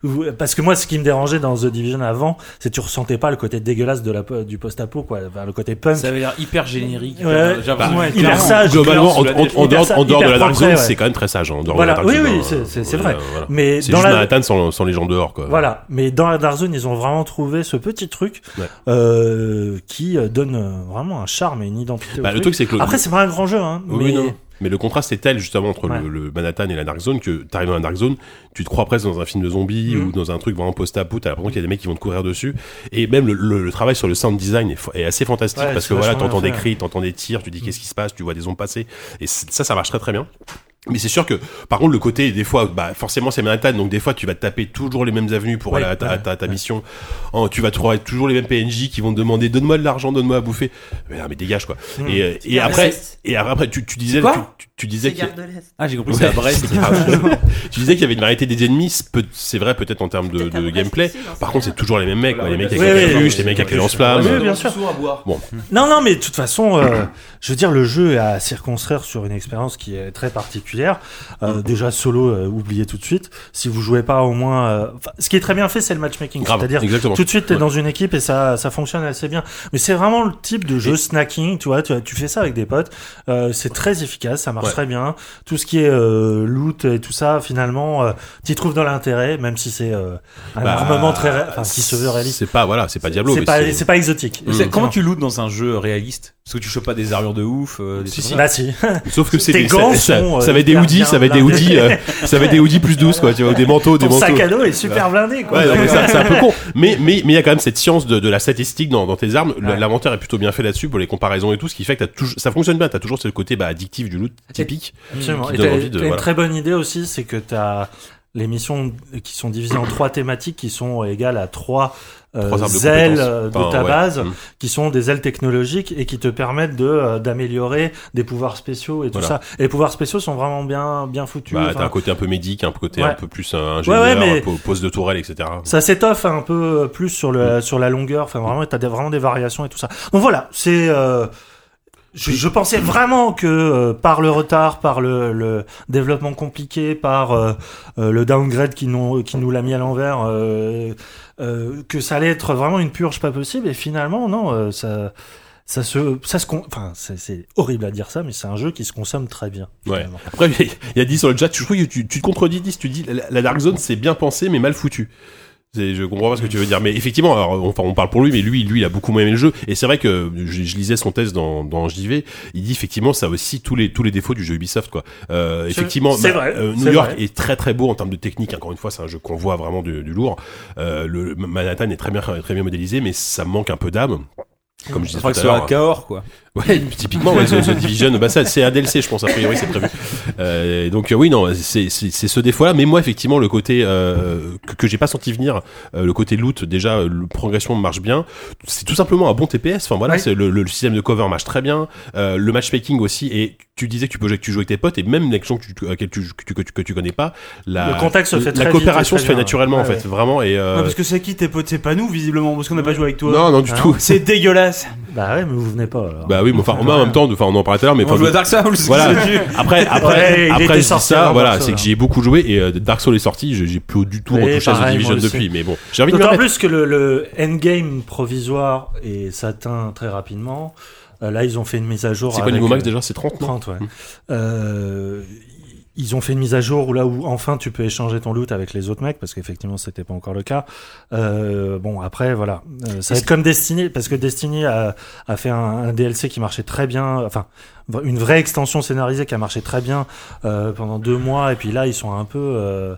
S8: où- parce que moi ce qui me dérangeait dans The Division avant c'est que tu ressentais pas le côté dégueulasse de la du post-apo quoi, enfin, le côté punk.
S7: Ça avait l'air hyper générique.
S8: Ouais.
S7: J'ai l'impression
S8: Ouais,
S7: que-
S8: hyper sage.
S2: Globalement, en, en-
S8: hyper
S2: en dehors,
S8: sage,
S2: en dehors de
S8: hyper
S2: la Dark
S8: propre,
S2: Zone,
S8: ouais.
S2: c'est quand même très sage. hein, en dehors de
S8: Voilà,
S2: la Dark
S8: oui,
S2: Zone,
S8: oui,
S2: hein,
S8: c'est- c'est- c'est
S2: euh,
S8: vrai.
S2: voilà.
S8: Mais
S2: c'est
S8: dans
S2: juste
S8: la-
S2: Manhattan sans, sans les gens dehors, quoi.
S8: Voilà, mais dans la Dark Zone, ils ont vraiment trouvé ce petit truc
S2: Ouais.
S8: euh, qui euh, donne euh, vraiment un charme et une identité. au
S2: Bah, le truc, c'est que le-
S8: Après, c'est pas un grand jeu, hein,
S2: Oui,
S8: mais
S2: non. Mais le contraste est tel justement entre
S8: Ouais.
S2: le, le Manhattan et la Dark Zone que t'arrives dans la Dark Zone, tu te crois presque dans un film de zombies
S8: Mm.
S2: ou dans un truc vraiment post-apo, t'as l'impression qu'il y a des mecs qui vont te courir dessus. Et même le, le- le travail sur le sound design est, fo- est assez fantastique
S8: Ouais, Mm.
S2: parce
S8: c'est
S2: que voilà,
S8: vachement
S2: t'entends
S8: bien
S2: des
S8: fait,
S2: cris, t'entends des tirs, tu dis qu'est-ce qui se passe, tu vois des ondes passer. Et c'est- ça, ça marche très très bien. Mais c'est sûr que, par contre, le côté, des fois, bah, forcément, c'est Manhattan, donc des fois, tu vas te taper toujours les mêmes avenues pour
S8: Ouais,
S2: aller à ta,
S8: ouais,
S2: à ta- à ta mission. Hein, tu vas trouver toujours les mêmes PNJ qui vont te demander donne-moi de l'argent, donne-moi à bouffer. Mais, non, mais dégage, quoi.
S8: Mm.
S2: Et, euh,
S6: C'est
S2: et
S6: Gare de
S2: après,
S6: l'Est.
S2: et après, tu, tu disais,
S6: Quoi
S2: tu, tu- tu disais
S6: C'est
S2: qu'il y a-
S6: Gare de l'Est.
S7: Ah, j'ai compris,
S2: Ouais,
S7: c'est à Brest.
S2: c'est grave. tu disais qu'il y avait une variété des ennemis, c'est peut- c'est vrai peut-être en termes de,
S6: Peut-être à
S2: de
S6: Brest
S2: gameplay.
S6: aussi, j'en sais
S2: Par contre, c'est toujours les mêmes mecs, quoi. les mecs avec
S8: oui,
S2: la
S8: oui,
S2: cartouche,
S8: oui,
S2: les mecs avec les
S8: Oui,
S2: lance-flammes.
S8: bien sûr.
S7: Souvent à boire.
S2: Bon,
S8: Non, non, mais de toute façon, euh, je veux dire, le jeu est à circonscrire sur une expérience qui est très particulière. Euh, Déjà, solo, euh, oubliez tout de suite. Si vous jouez pas, au moins, euh, enfin, ce qui est très bien fait, c'est le matchmaking.
S2: Grave,
S8: C'est-à-dire,
S2: exactement.
S8: tout de suite, t'es
S2: Ouais.
S8: dans une équipe et ça, ça fonctionne assez bien. Mais c'est vraiment le type de jeu snacking, tu vois, tu, tu fais ça avec des potes. Euh, c'est très efficace, ça marche
S2: Ouais.
S8: très bien. Tout ce qui est euh, loot et tout ça, finalement, euh, t'y trouves dans l'intérêt, même si c'est euh, un
S2: Bah,
S8: armement très, ré- enfin, qui se veut réaliste.
S2: C'est pas, voilà, c'est Mmh. pas Diablo.
S8: C'est
S2: mais
S8: pas, c'est pas exotique.
S7: C'est- Comment
S8: Exactement.
S7: tu lootes dans un jeu réaliste Parce que tu chopes pas des armures de ouf. euh, des
S2: Si,
S7: trucs
S2: si.
S7: comme ça.
S8: Bah si.
S2: Sauf que c'est
S8: Tes
S2: des-
S8: gants
S2: ça, ça-
S8: sont, euh,
S2: ça va être des
S8: hyper
S2: hoodies,
S8: bien
S2: ça va être des hoodies,
S8: blindés.
S2: euh, ça va être des hoodies plus 12 quoi, tu vois, ou des manteaux, des
S8: Ton
S2: manteaux.
S8: sac à dos est super blindé, quoi.
S2: Bah. Ouais, non, mais ça- c'est un peu con. Mais mais mais il y a quand même cette science de, de la statistique dans, dans tes armes. Le-
S8: Ouais.
S2: L'inventaire est plutôt bien fait là-dessus pour les comparaisons et tout, ce qui fait que t'as toujours, ça fonctionne bien. T'as toujours ce côté bah addictif du loot typique.
S8: Mmh. Absolument.
S2: qui
S8: Et
S2: donne
S8: t'as
S2: envie de-
S8: t'as une
S2: voilà.
S8: très bonne idée aussi, c'est que t'as les missions qui sont divisées en trois thématiques qui sont égales à trois, euh,
S2: Trois arbres de
S8: ailes
S2: compétences.
S8: euh, de
S2: Enfin,
S8: ta
S2: ouais.
S8: base
S2: Mm.
S8: qui sont des ailes technologiques et qui te permettent de euh, d'améliorer des pouvoirs spéciaux et tout
S2: Voilà.
S8: ça. Et les pouvoirs spéciaux sont vraiment bien bien foutus.
S2: Bah,
S8: Enfin,
S2: t'as un côté un peu médic, un côté
S8: Ouais.
S2: un peu plus euh, ingénieur,
S8: Ouais, ouais, mais-
S2: un peu pose de tourelle, etc.
S8: ça s'étoffe un peu euh, plus sur le sur la longueur. Enfin vraiment, t'as des, vraiment des variations et tout ça. Donc voilà, c'est euh, je, je pensais vraiment que euh, par le retard, par le, le développement compliqué, par euh, euh, le downgrade qui nous qui nous l'a mis à l'envers, euh, euh, que ça allait être vraiment une purge pas possible. Et finalement, non, euh, ça. Ça se, ça se, con- enfin, c'est- c'est horrible à dire ça, mais c'est un jeu qui se consomme très bien.
S2: Ouais. Après, il y a- il y a dit sur le chat, je trouve que tu, tu te contredis, 10, tu dis la, la Dark Zone c'est bien pensé mais mal foutu. C'est- Je comprends pas ce que tu veux dire, mais effectivement, alors, on, on parle pour lui, mais lui, lui, il a beaucoup moins aimé le jeu. Et c'est vrai que je, je lisais son test dans, dans JV. Il dit effectivement, ça a aussi tous les tous les défauts du jeu Ubisoft, quoi. Euh,
S8: C'est-
S2: effectivement,
S8: c'est vrai,
S2: euh, New
S8: c'est
S2: York
S8: vrai.
S2: est très très beau en termes de technique. Encore une fois, c'est un jeu qu'on voit vraiment du, du lourd. Euh, le Manhattan est très bien très bien modélisé, mais ça manque un peu d'âme. Comme je disais
S3: Faudrait
S2: tout
S3: que
S2: à
S3: ce soit
S2: l'heure.
S3: à Cahors, quoi.
S2: Ouais, typiquement, ouais, The, The Division, bah ça, c'est un DLC, je pense, a priori, c'est prévu. Euh, donc, euh, oui, non, c'est c'est- c'est ce défaut-là. Mais moi, effectivement, le côté euh, que, que j'ai pas senti venir, euh, le côté loot, déjà, euh, le progression marche bien. C'est tout simplement un bon TPS. Enfin, voilà, c'est le, le système de cover marche très bien. Euh, le matchmaking aussi. Et tu disais que tu peux jouer, que tu joues avec tes potes et même les gens que tu, que tu, que tu, que tu- que tu connais pas. La,
S8: Le contact se
S2: Ah,
S8: fait
S2: la
S8: très vite et
S2: coopération
S8: très
S2: se fait
S8: bien. hein.
S2: naturellement, en
S8: Ouais,
S2: fait,
S8: ouais.
S2: vraiment. Et, euh,
S5: Ouais, parce que c'est qui tes potes C'est pas nous, visiblement, parce qu'on n'a pas joué avec toi.
S2: Non, non, du
S8: hein,
S5: Ah
S2: tout.
S5: C'est dégueulasse.
S8: Bah ouais, mais vous venez pas alors.
S2: Bah oui, mais enfin, en même temps, de- enfin, on en parlait tout à l'heure, mais
S3: On
S2: enfin,
S3: joue à
S2: de-
S3: Dark Souls.
S2: Voilà.
S3: C'est-
S2: Après,
S8: Ouais,
S2: après,
S8: il était
S2: après, je dis
S8: sorti
S2: ça,
S8: avant
S2: voilà,
S8: Dark Souls,
S2: c'est que
S8: hein.
S2: j'y ai beaucoup joué et euh, Dark Souls est sorti, je- j'ai plus du tout
S8: Oui,
S2: retouché à The
S8: pareil,
S2: Division
S8: moi aussi.
S2: depuis, mais bon, j'ai envie de me
S8: D'autant
S2: remettre.
S8: plus que le, le endgame provisoire et s'atteint très rapidement. Euh, là, ils ont fait une mise à jour.
S2: C'est quoi le
S8: avec,
S2: niveau max
S8: euh,
S2: déjà C'est 30 non
S8: 30, ouais.
S2: Mm.
S8: Euh, ils ont fait une mise à jour où là où enfin tu peux échanger ton loot avec les autres mecs parce qu'effectivement c'était pas encore le cas. Euh, bon après voilà, Euh, ça va être comme Destiny parce que Destiny a, a fait un, un DLC qui marchait très bien, enfin v- une vraie extension scénarisée qui a marché très bien euh, pendant deux mois et puis là ils sont un peu euh,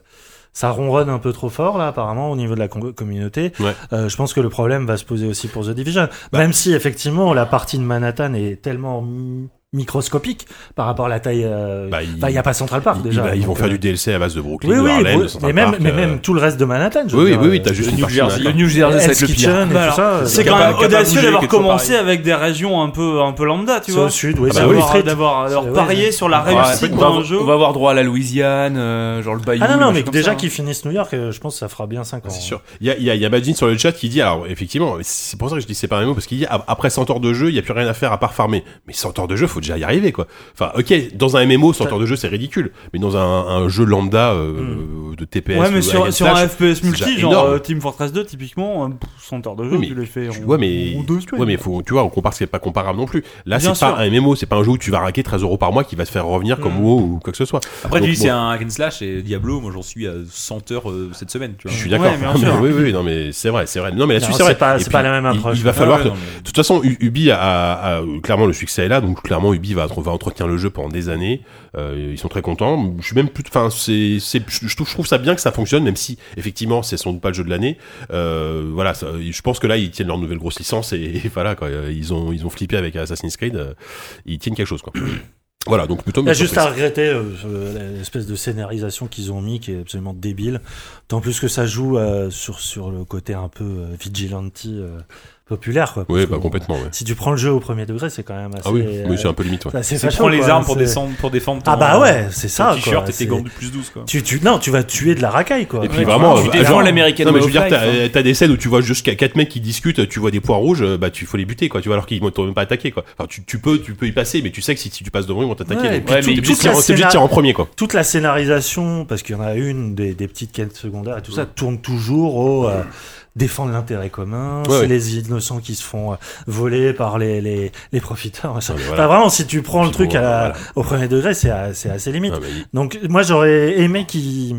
S8: ça ronronne un peu trop fort là apparemment au niveau de la com- communauté.
S2: Ouais. Bah.
S8: Euh, je pense que le problème va se poser aussi pour The Division. Même si effectivement la partie de Manhattan est tellement mi- microscopique par rapport à la taille. euh,
S2: Bah,
S8: bah,
S2: ils-
S8: il n'y a pas Central Park
S2: Ils-
S8: déjà.
S2: bah, ils vont
S8: donc,
S2: faire
S8: euh,
S2: du DLC à base de Brooklyn,
S8: oui,
S2: de
S8: oui,
S2: Harlem, de
S8: Bru-
S2: Central
S8: mais même,
S2: Park,
S8: mais
S2: euh,
S8: même tout le reste de Manhattan. je veux
S2: Oui, oui,
S8: dire,
S2: oui,
S8: euh,
S2: oui, t'as juste une partie de
S10: Le
S2: Manhattan.
S10: New Jersey, ça va être
S8: Hell's
S10: le pire.
S8: Kitchen
S5: Bah
S8: et tout
S5: alors,
S8: ça.
S5: c'est
S8: euh,
S5: quand
S10: capable-
S5: même
S10: capable de
S5: audacieux
S10: bouger,
S5: d'avoir
S10: quelque chose
S5: commencé
S10: pareil.
S5: avec des régions un peu, un peu lambda, tu
S8: c'est au
S5: vois.
S8: sud, oui,
S2: Ah
S8: c'est
S2: bah
S8: au
S2: oui.
S8: Street.
S5: D'avoir, d'avoir, d'avoir
S8: C'est-
S5: parié sur la
S7: Ah,
S8: Ouais,
S5: réussite
S8: on
S9: on, va,
S5: d'un jeu.
S9: on va avoir droit à la Louisiane, euh, genre le Bayou.
S8: Ah non, non,
S9: machin
S8: mais
S9: comme
S8: déjà
S9: ça.
S8: qu'ils finissent New York, euh, je pense que ça fera bien 5 ans.
S2: Bah, C'est sûr. Il y a, il y, a, il y a Badjin sur le chat qui dit, alors effectivement, c'est pour ça que je dis c'est pas un MMO, parce qu'il dit, a- après 100 heures de jeu, il n'y a plus rien à faire à part farmer. Mais 100 heures de jeu, faut déjà y arriver, quoi. Enfin, ok, dans un MMO, 100 heures de jeu, c'est ridicule. Mais dans un, un jeu lambda euh,
S8: Hmm.
S2: de TPS,
S5: Ouais, mais
S2: ou hack
S5: sur,
S2: and
S5: sur
S2: euh, slash,
S5: un FPS multi,
S2: déjà
S5: genre
S2: énorme.
S5: euh, Team Fortress 2, typiquement, euh, pff, 100 heures de jeu,
S2: Oui, mais
S5: tu les fais
S2: Tu
S5: en,
S2: vois, mais,
S5: en deux
S2: ouais, mais faut, tu vois, on compare, c'est pas comparable non plus. Là,
S5: Bien
S2: c'est pas
S5: sûr.
S2: un MMO, c'est pas un jeu où tu vas raquer 13 euros par mois qui va te faire revenir comme
S8: Mm.
S2: WoW ou quoi que ce soit.
S3: Après,
S2: Donc,
S3: tu dis,
S2: bon,
S3: c'est un hack and slash et Diablo, moi j'en suis à 100 heures euh, cette semaine, tu
S2: Je
S3: vois.
S2: suis d'accord.
S5: Ouais, bien
S2: Mais
S5: sûr.
S2: oui, oui, non, mais c'est vrai, c'est vrai. Non, mais là-dessus,
S8: Non,
S2: c'est vrai.
S8: c'est pas-
S2: Et
S8: c'est
S2: puis,
S8: pas la même
S2: il-
S8: approche.
S2: Il va
S8: Ah
S2: falloir.
S3: ouais,
S2: que-
S3: non, mais-
S2: De toute façon, U- Ubi a, a- a- clairement le succès est là, donc clairement Ubi va, va entretenir le jeu pendant des années. Euh, ils sont très contents. Je suis même plus. Enfin, c'est, c'est, je trouve, je trouve ça bien que ça fonctionne, même si effectivement, c'est sans doute pas le jeu de l'année. Euh, voilà, ça- je pense que là, ils tiennent leur nouvelle grosse licence et, et voilà quoi. Ils ont, ils ont flippé avec Assassin's Creed. euh, Ils tiennent quelque chose quoi. voilà, donc plutôt.
S8: Il y a
S2: bonne
S8: juste à
S2: surprise.
S8: regretter euh, euh, l'espèce de scénarisation qu'ils ont mis qui est absolument débile. Tant plus que ça joue euh, sur, sur le côté un peu euh, vigilante euh, populaire. Quoi, parce
S2: Ouais,
S8: que,
S2: bah
S8: bon,
S2: complètement. Ouais.
S8: Si tu prends le jeu au premier degré, c'est quand même assez.
S2: Ah oui, mais
S8: euh,
S2: c'est un peu limite. Ouais.
S8: assez
S3: C'est
S8: facho,
S3: prendre les
S8: quoi,
S3: armes pour
S8: c'est-
S3: descendre, pour défendre ton,
S8: Ah bah ouais, c'est
S3: ton
S8: ça. quoi,
S3: t-shirt et tes
S8: c'est-
S3: gants de plus 12, quoi.
S8: tu, tu, non, tu vas tuer de la racaille quoi.
S2: Et puis vraiment,
S9: tu
S2: euh,
S9: défends
S2: genre-
S9: l'American
S2: Non, mais
S9: Way
S2: je veux
S9: of
S2: dire,
S9: Life,
S2: t'as t'as des scènes où tu vois jusqu'à quatre mecs qui discutent, tu vois des points rouges, euh, bah tu faut les buter quoi. Tu vois alors qu'ils vont t'ont même pas attaquer quoi. Enfin, tu, tu peux, tu peux y passer, mais tu sais que si, si tu passes devant ils vont t'attaquer.
S8: Ouais, et
S2: donc,
S8: puis
S2: ouais,
S8: tout-
S2: mais t'es obligé de
S8: toute la
S2: tirer- t'es obligé de
S8: scénar-
S2: tirer en premier quoi.
S8: toute la scénarisation, parce qu'il y en a une, des, des petites quêtes secondaires et tout ça, tourne toujours au euh, défendre l'intérêt commun,
S2: Ouais,
S8: c'est
S2: ouais.
S8: les innocents qui se font euh, voler par les, les, les profiteurs. Ça.
S2: Ouais, mais
S8: Enfin,
S2: voilà.
S8: vraiment, si tu prends le
S2: Puis
S8: truc
S2: bon,
S8: à la-
S2: voilà.
S8: au premier degré, c'est à, c'est à ses limites.
S2: Ah, bah, il-
S8: Donc moi, j'aurais aimé qu'ils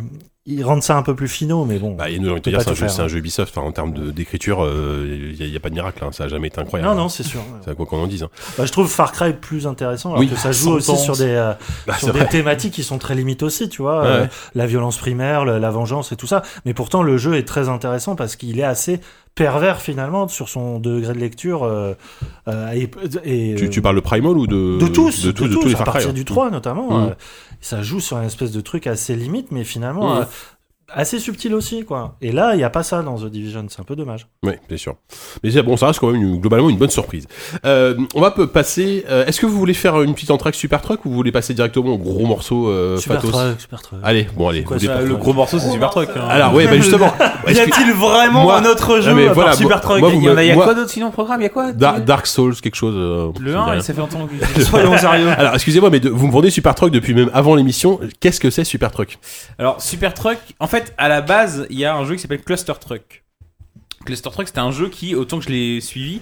S8: ils rendent ça un peu plus finaux, mais bon.
S2: Bah, et nous, j'ai envie de te
S8: peut
S2: dire,
S8: pas
S2: c'est un,
S8: tout
S2: jeu-
S8: faire,
S2: c'est un
S8: hein.
S2: jeu Ubisoft. Enfin, en termes de- d'écriture, il n'y a, pas de miracle. hein. Ça a jamais été incroyable.
S8: non, non, c'est sûr.
S2: C'est à quoi qu'on en dise. hein.
S8: Bah, je trouve Far Cry plus intéressant, alors
S2: Oui,
S8: que ça joue aussi
S2: sentence.
S8: sur des, euh,
S2: Bah, c'est
S8: sur des
S2: vrai.
S8: thématiques qui sont très limites aussi, tu vois,
S2: Ouais,
S8: euh,
S2: ouais.
S8: la violence primaire, le- la vengeance et tout ça. Mais pourtant, le jeu est très intéressant parce qu'il est assez pervers finalement sur son degré de lecture euh, euh, et, et,
S2: Tu,
S8: euh,
S2: tu parles de Primal ou de.
S8: de tous,
S2: De, tous, de tous les
S8: à
S2: Far Cry,
S8: partir
S2: hein.
S8: du 3 notamment.
S2: Mhm.
S8: euh, ça joue sur une espèce de truc assez limite, mais finalement,
S2: Mhm.
S8: euh, assez subtil aussi, quoi. Et là, il n'y a pas ça dans The Division, c'est un peu dommage.
S2: Oui, bien sûr. Mais c'est- bon, ça reste quand même une- globalement une bonne surprise. Euh, on va peu- passer. euh, Est-ce que vous voulez faire une petite entraque Super Truck ou vous voulez passer directement au gros morceau euh,
S8: Super
S2: Fatos
S8: Truck, Super Truck.
S2: Allez, bon, allez.
S8: Quoi,
S2: vous
S8: ça,
S2: voulez-
S8: le gros morceau, c'est Super Truck, hein.
S2: Alors, ouais, bah justement.
S5: Y a-t-il vraiment
S2: Moi-
S5: un autre jeu
S2: Ah, mais
S5: à part
S2: voilà, moi-
S5: Cybertruck
S2: moi, vous
S5: Il y en a, il y a
S2: moi-
S5: quoi d'autre sinon au programme Il y a quoi
S2: Da- Dark Souls, quelque chose. euh,
S5: Le
S2: je
S5: un,
S2: sais rien.
S5: ça fait longtemps que- Soyons sérieux.
S2: Alors, excusez-moi, mais de- vous me vendez Super Truck depuis même avant l'émission. Qu'est-ce que c'est Super Truck
S7: Alors, Super Truck, en fait, à la base, il y a un jeu qui s'appelle Cluster Truck. Cluster Truck, c'était un jeu qui, autant que je l'ai suivi,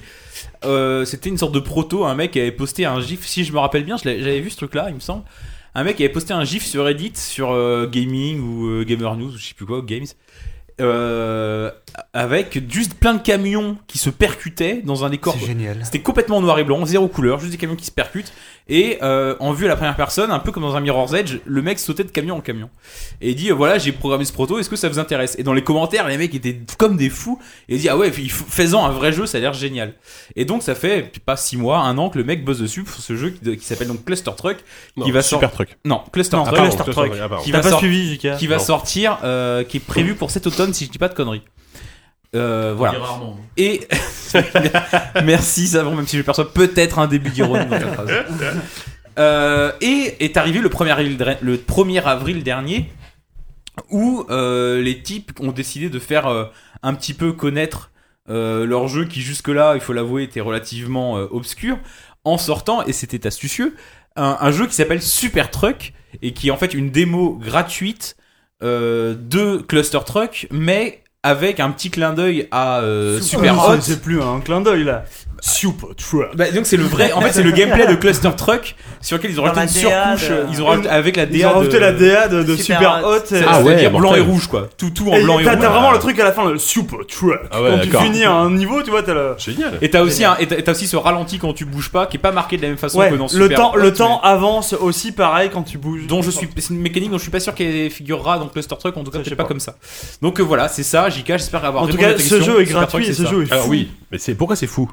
S7: euh, c'était une sorte de proto. Un mec qui avait posté un gif, si je me rappelle bien, je l'ai- j'avais vu ce truc-là, il me semble. Un mec qui avait posté un gif sur Reddit, sur euh, Gaming ou euh, Gamer News, ou je sais plus quoi, Games, euh, avec juste plein de camions qui se percutaient dans un décor.
S5: C'est génial.
S7: C'était complètement noir et blanc, zéro couleur, juste des camions qui se percutent. Et euh, en vue à la première personne, un peu comme dans un Mirror's Edge, le mec sautait de camion en camion. Et il dit euh, voilà, j'ai programmé ce proto, est-ce que ça vous intéresse Et dans les commentaires, les mecs étaient comme des fous. Et ils disaient ah ouais, il faut- fais-en un vrai jeu, ça a l'air génial. Et donc ça fait pas 6 mois, un an que le mec bosse dessus pour ce jeu qui, qui s'appelle donc Cluster Truck.
S2: Non,
S7: qui va sor-
S2: Super Truck.
S7: Non, Cluster
S2: Non,
S7: Truck.
S2: pardon, Cluster Truck, ah, pardon.
S7: Qui
S2: T'as
S7: va,
S2: pas
S7: sor-
S2: suivi, J.K.
S7: qui va
S2: Non.
S7: sortir, euh, qui est prévu pour cet automne si je dis pas de conneries. Euh, voilà.
S3: dit rarement.
S7: Et merci Savon, même si je perçois peut-être un début d'ironie dans ta phrase. Euh, et est arrivé le 1er avril, dre- le 1er avril dernier où euh, les types ont décidé de faire euh, un petit peu connaître euh, leur jeu qui jusque-là, il faut l'avouer, était relativement euh, obscur, en sortant, et c'était astucieux, un, un jeu qui s'appelle Super Truck, et qui est en fait une démo gratuite euh, de Cluster Truck, mais avec un petit clin d'œil à euh, Super
S5: Hot.
S7: Hot.
S5: C'est Oh, plus un clin d'œil là. Super Truck.
S7: Bah, donc c'est le vrai, en fait c'est le gameplay de Cluster Truck sur lequel ils ont
S5: Dans
S7: rajouté une
S5: la DA
S7: surcouche, euh,
S5: de-
S7: ils ont rajouté avec la DA
S5: Ils ont rajouté
S7: de-
S5: la DA de, de
S7: Super
S5: Super
S7: Hot.
S5: Hot. euh,
S7: C'est- Ah ouais, c'est-à-dire blanc et rouge, quoi. Tout- tout en Ah, blanc et
S5: t'as-
S7: rouge.
S5: T'as vraiment le truc à la fin, le Super Truck.
S7: Ah ouais,
S5: Quand tu
S7: d'accord.
S5: finis à un niveau, tu vois, t'as le.
S2: Génial.
S7: Et t'as aussi, un- et t'as- et t'as aussi ce ralenti quand tu bouges pas qui est pas marqué de la même façon
S5: Ouais,
S7: que dans
S5: le
S7: Super
S5: temps,
S7: Hot,
S5: le
S7: mais-
S5: temps avance aussi pareil quand tu bouges.
S7: dont je suis, c'est une mécanique dont je suis pas sûr qu'elle figurera dans Cluster Truck, en tout cas, je sais pas comme ça. Donc euh, voilà, c'est ça, JK, j'espère avoir
S5: En tout
S7: répondu à
S5: cas,
S7: ta
S5: ce
S7: question.
S5: jeu est
S7: Super
S5: gratuit
S7: Truck,
S5: et
S7: c'est
S5: ce
S7: ça. Ah
S5: jeu est
S2: Alors oui, mais c'est pourquoi c'est fou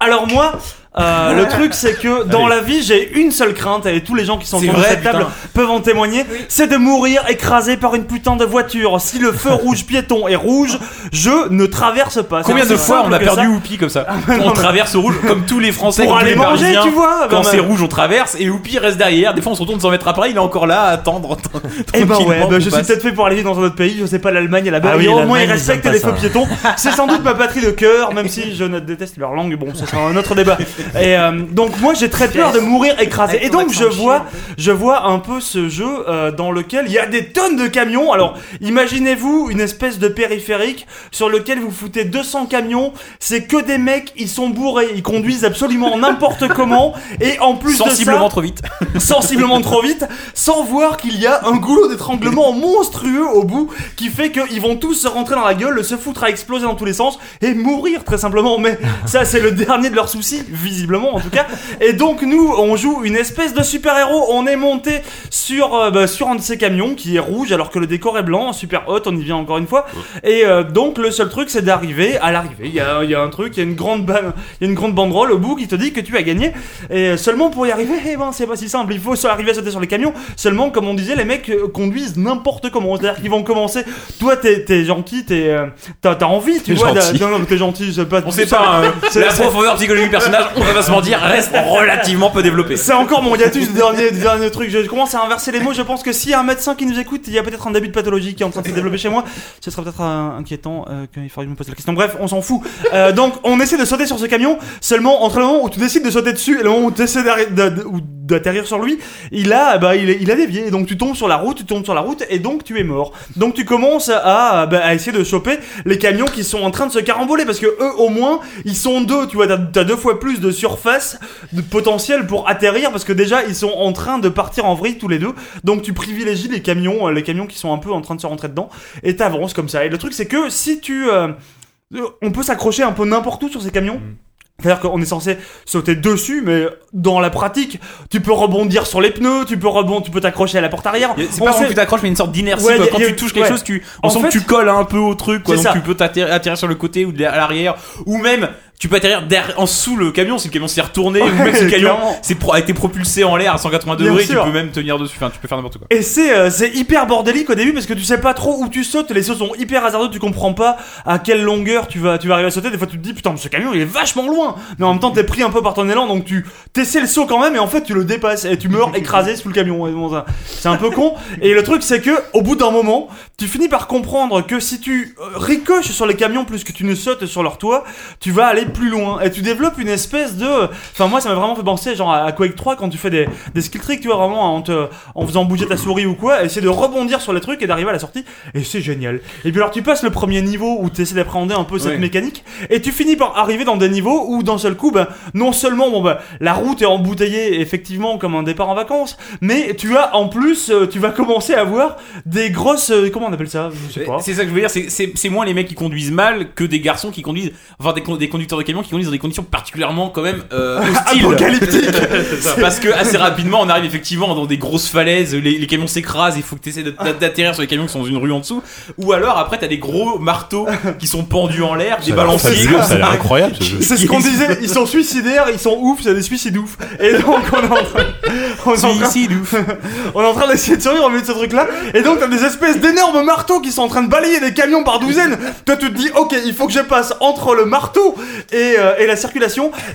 S5: Alors moi, euh, le truc c'est que dans
S2: Allez.
S5: la vie j'ai une seule crainte et tous les gens qui sont
S7: C'est
S5: autour de
S7: vrai,
S5: cette table
S7: putain.
S5: peuvent en témoigner, c'est de mourir écrasé par une putain de voiture. Si le feu rouge piéton est rouge, je ne traverse pas. C'est
S7: Combien de
S5: aussi
S7: fois on
S5: simple
S7: a
S5: que
S7: perdu
S5: ça.
S7: Whoopi comme ça
S5: mais non,
S7: On
S5: mais-
S7: traverse au rouge comme tous les Français,
S5: Pour
S7: comme tous
S5: aller
S7: les
S5: manger,
S7: Parisiens.
S5: tu vois, bah euh,
S7: Quand
S5: quand
S7: c'est
S5: même.
S7: rouge, on traverse et Whoopi reste derrière. Des fois, on se retourne 100 mètres après, il est encore là à attendre.
S5: Eh ben ouais,
S7: tranquillement
S5: bah
S7: qu'on
S5: je suis
S7: passe.
S5: peut-être fait pour aller vivre dans un autre pays, je sais pas l'Allemagne et la
S7: Ah
S5: Belgique.
S7: oui,
S5: au moins
S7: l'Allemagne,
S5: ils
S7: ils
S5: respectent
S7: aiment
S5: les
S7: pas
S5: feux
S7: ça.
S5: piétons. C'est sans doute ma patrie de cœur, même si je ne déteste leur langue. Bon, ce sera un autre débat. Et euh, donc moi j'ai très peur de mourir écrasé. Et donc je vois, je vois un peu ce jeu euh, dans lequel il y a des tonnes de camions. Alors imaginez-vous une espèce de périphérique sur lequel vous foutez 200 camions. C'est que des mecs, ils sont bourrés, ils conduisent absolument n'importe comment. Et en plus
S7: Sensiblement
S5: de ça,
S7: trop vite.
S5: sensiblement trop vite, sans voir qu'il y a un goulot d'étranglement monstrueux au bout qui fait qu'ils vont tous se rentrer dans la gueule, se foutre à exploser dans tous les sens et mourir très simplement. Mais ça, c'est le dernier de leurs soucis, visiblement en tout cas. Et donc, nous, on joue une espèce de super-héros. On est monté sur, euh, bah, sur un de ces camions qui est rouge alors que le décor est blanc, super hot, on y vient encore une fois. Et euh, donc, le seul truc, c'est d'arriver à l'arrivée. Il y a, il y a un truc, il y a une grande ban- il y a une grande banderole au bout qui te dit que tu as gagné. Et euh, seulement pour y arriver, eh ben, c'est pas si simple. Il faut se- arriver à sauter sur les camions. Seulement, comme on disait, les mecs euh, conduisent n'importe comment. C'est-à-dire qu'ils vont commencer. Toi, t'es, t'es gentil, t'es, euh, t'as, t'as envie,
S7: T'es
S5: tu vois. d'a-
S7: gentil.
S5: Non, non, mais t'es gentil, c'est pas.
S7: On sait pas, hein, la profondeur psychologique du personnage, on va pas se mentir, reste relativement peu développée.
S5: C'est encore mon hiatus du dernier, du dernier truc. Je commence à inverser les mots. Je pense que s'il y a un médecin qui nous écoute, il y a peut-être un début de pathologie qui est en train de se développer chez moi. Ce serait peut-être euh, inquiétant euh, qu'il faudrait me poser la question. Bref, on s'en fout. Euh, donc, on essaie de sauter sur ce camion. Seulement, entre le moment où tu décides de sauter dessus et le moment où tu essaies d'arri- d'a- d- ou d'atterrir sur lui, il a, bah, il, est- il a dévié. Et donc, tu tombes sur la route, tu tombes sur la route et donc tu es mort. Donc, tu commences à, bah, à essayer de choper les camions qui sont en train de se caramboler parce que eux, au moins, ils sont deux. Tu vois, t'as t'as deux fois plus de surface de potentiel pour atterrir parce que déjà ils sont en train de partir en vrille tous les deux donc tu privilégies les camions euh, les camions qui sont un peu en train de se rentrer dedans et t'avances comme ça et le truc c'est que si tu euh, euh, on peut s'accrocher un peu n'importe où sur ces camions
S7: Mm.
S5: c'est-à-dire qu'on est censé sauter dessus, mais dans la pratique, tu peux rebondir sur les pneus, tu peux rebondir, tu peux t'accrocher à la porte arrière.
S7: C'est pas
S5: On
S7: vraiment
S5: sait-
S7: que tu t'accroches, mais une sorte d'inertie.
S5: Ouais,
S7: quoi.
S5: y a-
S7: quand
S5: y a-
S7: tu touches quelque
S5: ouais.
S7: chose, tu, on
S5: En
S7: sent
S5: fait-
S7: que tu colles un peu au truc. Quoi,
S5: C'est
S7: donc
S5: ça.
S7: tu peux t'atter- atterrir sur le côté ou de- à l'arrière. Ou même, tu peux atterrir derrière- en dessous le camion si le camion s'est retourné ou même si le
S5: Ouais,
S7: camion
S5: clairement.
S7: s'est pro- a été propulsé en l'air à 180
S5: Bien
S7: degrés, tu
S5: sûr.
S7: peux même tenir dessus. Enfin, tu peux faire n'importe quoi.
S5: Et c'est euh, c'est hyper bordélique au début parce que tu sais pas trop où tu sautes, les sauts sont hyper hasardeux, tu comprends pas à quelle longueur tu vas, tu vas arriver à sauter. Des fois tu te dis putain, mais ce camion il est vachement loin, mais en même temps t'es pris un peu par ton élan donc tu t'essaies le saut quand même et en fait tu le dépasses et tu meurs écrasé sous le camion. Ouais, bon, ça, c'est un peu con. Et le truc c'est que au bout d'un moment, tu finis par comprendre que si tu euh, ricoches sur les camions plus que tu ne sautes sur leur toit, tu vas aller plus loin et tu développes une espèce de. Enfin, moi ça m'a vraiment fait penser genre à à Quake 3 quand tu fais des, des skill tricks, tu vois, vraiment en, te, en faisant bouger ta souris ou quoi, essayer de rebondir sur les trucs et d'arriver à la sortie. Et c'est génial. Et puis alors tu passes le premier niveau où tu essaies d'appréhender un peu cette
S7: Ouais.
S5: mécanique et tu finis par arriver dans des niveaux où d'un seul coup, bah, non seulement bon, bah, la route est embouteillée effectivement comme un départ en vacances, mais tu as en plus, euh, tu vas commencer à avoir des grosses. euh, comment on appelle ça Je sais pas.
S7: C'est ça que je veux dire, c'est- c'est c'est moins les mecs qui conduisent mal que des garçons qui conduisent, enfin des, con- des conducteurs de camions qui conduisent dans des conditions particulièrement quand même euh, hostiles.
S5: Apocalyptiques.
S7: C'est ça. Parce que assez rapidement on arrive effectivement dans des grosses falaises, les, les camions s'écrasent, il faut que tu essaies d'atterrir sur les camions qui sont dans une rue en dessous. Ou alors après t'as des gros marteaux qui sont pendus en l'air, des
S2: Ça a l'air
S7: balanciers.
S2: fabuleux, ça a l'air incroyable ce jeu.
S5: C'est ce qu'on disait, ils sont suicidaires, ils sont ouf, c'est des suicides ouf. Et donc on est en train, on est en train, on est en train d'essayer de survivre au milieu de ce truc-là. Et donc t'as des espèces d'énormes marteaux qui sont en train de balayer des camions par douzaines. Toi tu te dis, ok, il faut que je passe entre le marteau et, euh, et la circulation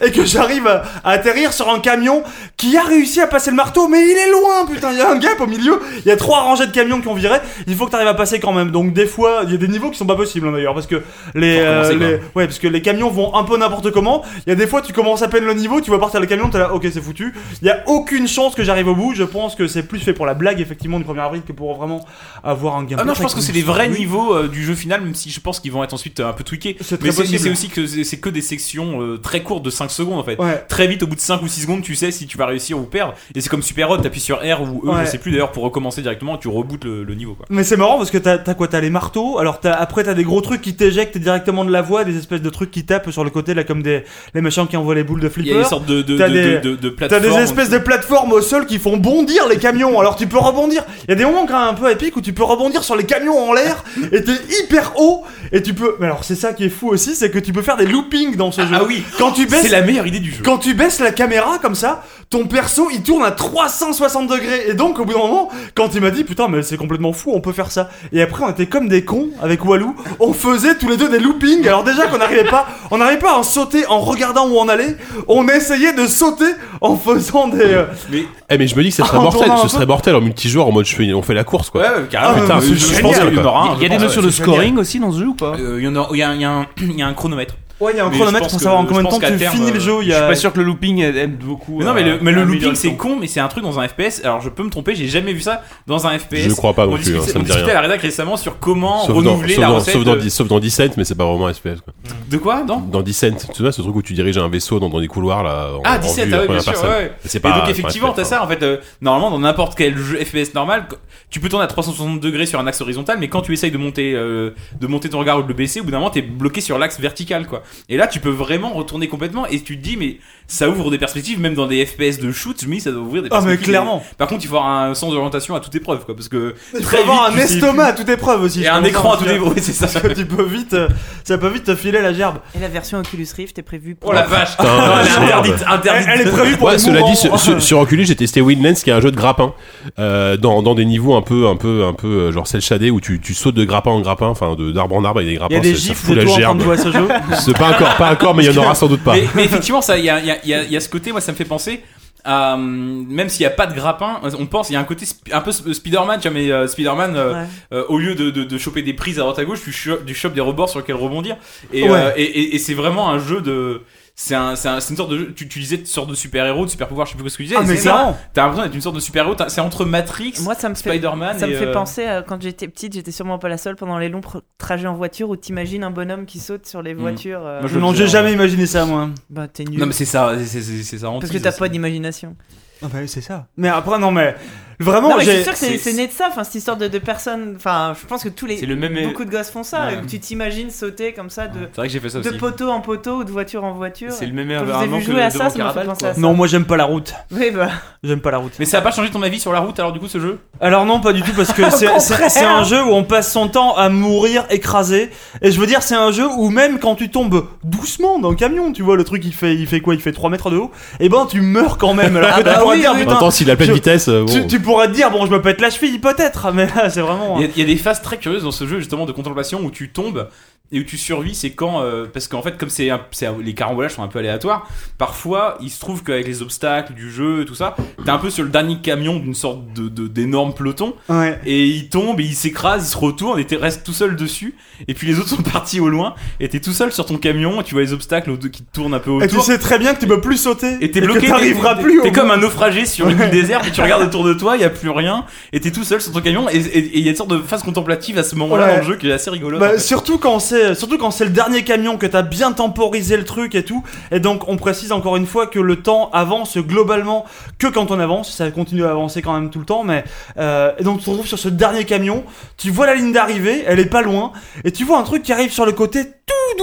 S5: et que j'arrive à, à atterrir sur un camion qui a réussi à passer le marteau, mais il est loin, putain, il y a un gap au milieu. Il y a trois rangées de camions qui ont viré. Il faut que t'arrives à passer quand même. Donc des fois, il y a des niveaux qui sont pas possibles hein, d'ailleurs parce que les,
S7: Faut recommencer,
S5: euh, les-
S7: quoi.
S5: Ouais, parce que les camions vont un peu n'importe comment. Il y a des fois, tu commences à peine le niveau, tu vois partir le camion, t'es là, ok, c'est foutu. Il y a aucune chance que j'arrive au bout. Je pense que c'est plus fait pour la blague, effectivement, du 1er avril que pour vraiment avoir un gameplay.
S7: Ah non, je pense que c'est les vrais
S5: Oui.
S7: niveaux euh, du jeu final, même si je pense qu'ils vont être ensuite euh, un peu tweakés.
S5: C'est très
S7: Mais c'est mais
S5: possible.
S7: c'est aussi que c'est c'est que des sections euh, très courtes de 5 secondes en fait.
S5: Ouais.
S7: Très vite, au bout de 5 ou 6 secondes, tu sais si tu vas réussir ou perdre. Et c'est comme Super Hot, t'appuies sur R ou E,
S5: Ouais.
S7: je sais plus d'ailleurs, pour recommencer directement, tu rebootes le, le niveau quoi.
S5: Mais c'est marrant parce que t'as t'as quoi T'as les marteaux, alors t'as- après t'as des gros trucs qui t'éjectent directement de la voie, des espèces de trucs qui tapent sur le côté, là, comme des les machins qui envoient les boules de
S7: Il
S5: flipper.
S7: y a une sorte de, de, de,
S5: T'as des-
S7: de- de- de
S5: T'as
S7: plateforme.
S5: des espèces de plateformes au sol qui font bondir les camions, alors tu peux rebondir. Il y a des moments quand même un peu épiques où tu peux rebondir sur les camions en l'air et t'es hyper haut et tu peux. Mais alors c'est ça qui est fou aussi, c'est que tu peux faire des loopings dans ce jeu.
S7: Ah oui,
S5: Quand tu baisses.
S7: c'est la meilleure idée du jeu.
S5: Quand tu baisses la caméra comme ça, ton perso il tourne à 360 degrés et donc au bout d'un moment, quand il m'a dit putain mais c'est complètement fou, on peut faire ça. Et après on était comme des cons avec Walou, on faisait tous les deux des loopings. Alors déjà qu'on n'arrivait pas, on n'arrivait pas à en sauter en regardant où on allait, on essayait de sauter en faisant des euh,
S7: Mais
S2: Eh mais je me dis que ça serait
S5: En
S2: mortel,
S5: tournant un
S2: ce
S5: peu.
S2: serait mortel en multijoueur en mode je fais, on fait la course quoi.
S7: ouais, carrément. Euh,
S5: Ah,
S2: Putain,
S5: mais
S2: je,
S5: c'est
S2: je
S5: génial.
S2: pense
S7: Il y a-
S2: que quoi.
S7: il y a des notions
S10: de
S5: c'est génial.
S10: scoring aussi dans ce jeu ou pas
S7: Euh, Il y en a, il y a, il y a un, il y a un chronomètre.
S5: Ouais, il y a un
S7: Mais je
S5: chronomètre
S7: pense
S5: pour
S7: que-
S5: savoir en combien
S7: je
S5: de
S7: pense
S5: temps
S7: qu'à
S5: tu
S7: terme,
S5: finis
S7: euh,
S5: le jeu. il y
S10: Je
S5: a-
S10: suis pas sûr que le looping aide beaucoup.
S7: Mais non, mais le, mais le looping c'est
S10: con
S7: con, mais c'est un truc dans un FPS. Alors je peux me tromper, j'ai jamais vu ça dans un FPS.
S2: Je crois pas non
S7: on
S2: plus, hein,
S7: discutait,
S2: ça me
S7: on
S2: dit
S7: discutait
S2: rien.
S7: à la rédac récemment sur comment
S2: Sauf dans,
S7: renouveler
S2: sauf,
S7: la
S2: dans,
S7: recette.
S2: sauf dans
S7: de-
S2: dix- sauf dans Descent, mais c'est pas vraiment un SPS. Quoi.
S7: De quoi Non
S2: Dans Descent, tu sais, ce truc où tu diriges un vaisseau dans, dans des couloirs là. En,
S7: Ah,
S2: en
S7: 17,
S2: vue,
S7: ah ouais,
S2: la
S7: bien
S2: première
S7: sûr,
S2: personne.
S7: ouais.
S2: Mais C'est
S7: Et
S2: pas.
S7: donc
S2: c'est
S7: effectivement,
S2: pas un
S7: t'as
S2: FPS,
S7: ça en fait. euh, normalement, dans n'importe quel jeu FPS normal, qu- tu peux tourner à 360 degrés sur un axe horizontal, mais quand tu essayes de monter, euh, de monter ton regard ou de le baisser, au bout d'un moment, t'es bloqué sur l'axe vertical, quoi. Et là, tu peux vraiment retourner complètement, et tu te dis, mais ça ouvre des perspectives, même dans des FPS de shoot, mais ça doit ouvrir des
S5: Ah, mais
S7: perspectives.
S5: clairement.
S7: Par contre, il faut avoir un sens d'orientation à toute épreuve, quoi, parce que
S5: Tu
S7: très
S5: peux avoir
S7: vite,
S5: un
S7: tu sais
S5: estomac à
S7: plus.
S5: toute épreuve aussi.
S7: Et
S5: je
S7: un
S5: pense,
S7: écran
S5: hein,
S7: à toute
S5: parce que-
S7: épreuve, oui, c'est ça.
S5: parce que tu peux vite, euh, ça peut vite te filer la gerbe.
S6: Et la version Oculus Rift est prévue pour.
S7: Oh la vache!
S2: Putain,
S7: Non, elle est
S2: merde.
S7: interdite, interdite.
S5: Elle- elle est prévue pour
S2: ouais,
S5: les
S2: cela
S5: mourants.
S2: dit, sur, sur, sur Oculus, j'ai testé Windlands, qui est un jeu de grappin, euh, dans, dans des niveaux un peu, un peu, un peu euh, genre cel shaded où tu, tu sautes de grappin en grappin, enfin de d'arbre en arbre avec des
S7: Ah,
S2: grappins.
S5: Il y a des
S2: ça- ça
S5: gifs
S2: fout
S5: de
S2: la
S5: toi en train de
S2: gerbe.
S5: jouer à ce jeu. Ah,
S2: C'est pas encore, pas encore, mais il y en aura sans doute pas.
S7: Mais, mais effectivement, ça, il y a, il y a- il y a- il y a ce côté, moi, ça me fait penser. à, hum, même s'il n'y a pas de grappin, on pense, il y a un côté sp- un peu sp- Spider-Man, tu vois, mais euh, Spider-Man, euh,
S6: Ouais.
S7: euh, au lieu de, de, de choper des prises à droite à gauche, tu, cho- tu chopes des rebords sur lesquels rebondir. Et,
S5: Ouais.
S7: euh, et, et, et c'est vraiment un jeu de. C'est un, c'est un- c'est une sorte de jeu- tu, tu disais une sorte de super-héros, de super-pouvoir, je sais plus ce que tu disais.
S5: Ah,
S7: et
S5: mais
S7: c'est ça,
S5: clairement.
S7: T'as l'impression d'être une sorte de super-héros, t'as- c'est entre Matrix,
S6: Moi, ça me fait.
S7: Spider-Man
S6: Ça
S7: et,
S6: me fait
S7: euh,
S6: penser à quand j'étais petite, j'étais sûrement pas la seule pendant les longs pro- trajets en voiture où t'imagines un bonhomme qui saute sur
S5: Mm.
S6: les voitures. euh,
S7: Moi, je-
S5: Non, j'ai jamais imaginé ça, moi.
S6: Bah t'es nul.
S7: Non, mais c'est ça, c'est- c'est c'est- c'est ça.
S6: Parce que
S7: hantise,
S6: t'as
S7: ça.
S6: pas d'imagination.
S5: Ah bah oui, c'est ça. Mais après, non, mais Vraiment,
S6: Non, mais je
S5: j'ai-
S6: suis sûr que c'est c'est né de ça, enfin, cette histoire de, de personnes. Enfin, je pense que tous les.
S5: C'est le même-
S6: Beaucoup de gosses font ça.
S5: Ouais.
S6: où Tu t'imagines sauter comme ça de.
S5: C'est vrai que j'ai fait ça
S6: De
S5: aussi.
S6: poteau en poteau ou de voiture en voiture.
S5: C'est le même
S6: Quand je vous ai
S5: environnement
S6: vu
S5: que
S6: jouer à
S5: devant
S6: ça, ça m'a fait
S5: Carapace,
S6: penser
S5: quoi.
S6: à ça.
S5: Non, moi j'aime pas la route.
S6: Oui, bah.
S5: J'aime pas la route.
S7: Mais ça a pas changé ton avis sur la route alors du coup ce jeu
S5: Alors non, pas du tout, parce que
S7: Au
S5: c'est- c'est
S7: contraire.
S5: c'est un jeu où on passe son temps à mourir écrasé. Et je veux dire, c'est un jeu où même quand tu tombes doucement dans le camion, tu vois, le truc il fait, il fait quoi Il fait 3 mètres de haut. Et ben tu meurs quand même. Alors que
S2: Ah
S5: tu
S2: bah
S5: pourrais
S2: oui,
S5: dire,
S2: oui.
S5: putain,
S2: Attends, s'il a pleine
S5: je-
S2: vitesse, euh,
S5: tu,
S2: bon.
S5: tu pourrais te dire, bon, je me pète la cheville peut-être, mais là c'est vraiment.
S7: Il y, a- il y a des phases très curieuses dans ce jeu justement de contemplation où tu tombes et où tu survis. C'est quand euh, parce qu'en fait comme c'est un- c'est un- les carambolages sont un peu aléatoires. Parfois il se trouve qu'avec les obstacles du jeu et tout ça, t'es un peu sur le dernier camion d'une sorte de de- d'énorme peloton
S5: Ouais.
S7: et il tombe et il s'écrase, il se retourne et tu restes tout seul dessus. Et puis les autres sont partis au loin et t'es tout seul sur ton camion et tu vois les obstacles au- qui te tournent un peu autour.
S5: Et tu sais très bien que tu peux plus sauter.
S7: Et t'es
S5: que
S7: bloqué,
S5: t'arriveras
S7: t'es-
S5: plus. au
S7: T'es comme
S5: bout.
S7: un naufragé sur une
S5: Ouais.
S7: île déserte et tu regardes autour de toi, il y a plus rien, et t'es tout seul sur ton camion, et et- et il y a une sorte de phase contemplative à ce moment-là
S5: Ouais.
S7: dans le jeu qui est assez rigolote.
S5: Bah,
S7: en fait.
S5: surtout quand c'est surtout quand c'est le dernier camion que t'as bien temporisé le truc et tout et donc on précise encore une fois que le temps avance globalement que quand on avance ça continue à avancer quand même tout le temps mais euh, et donc tu te retrouves sur ce dernier camion tu vois la ligne d'arrivée elle est pas loin et tu vois un truc qui arrive sur le côté tout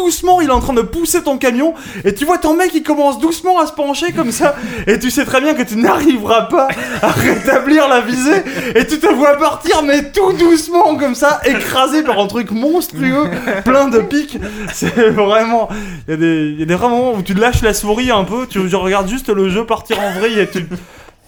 S5: doucement il est en train de pousser ton camion et tu vois ton mec il commence doucement à se pencher comme ça et tu sais très bien que tu n'arriveras pas à rétablir la visée et tu te vois partir mais tout doucement comme ça écrasé par un truc monstrueux plein de pics c'est vraiment il y, a des- il y a des vrais moments où tu lâches la souris un peu tu, tu regardes juste le jeu partir en vrille et tu,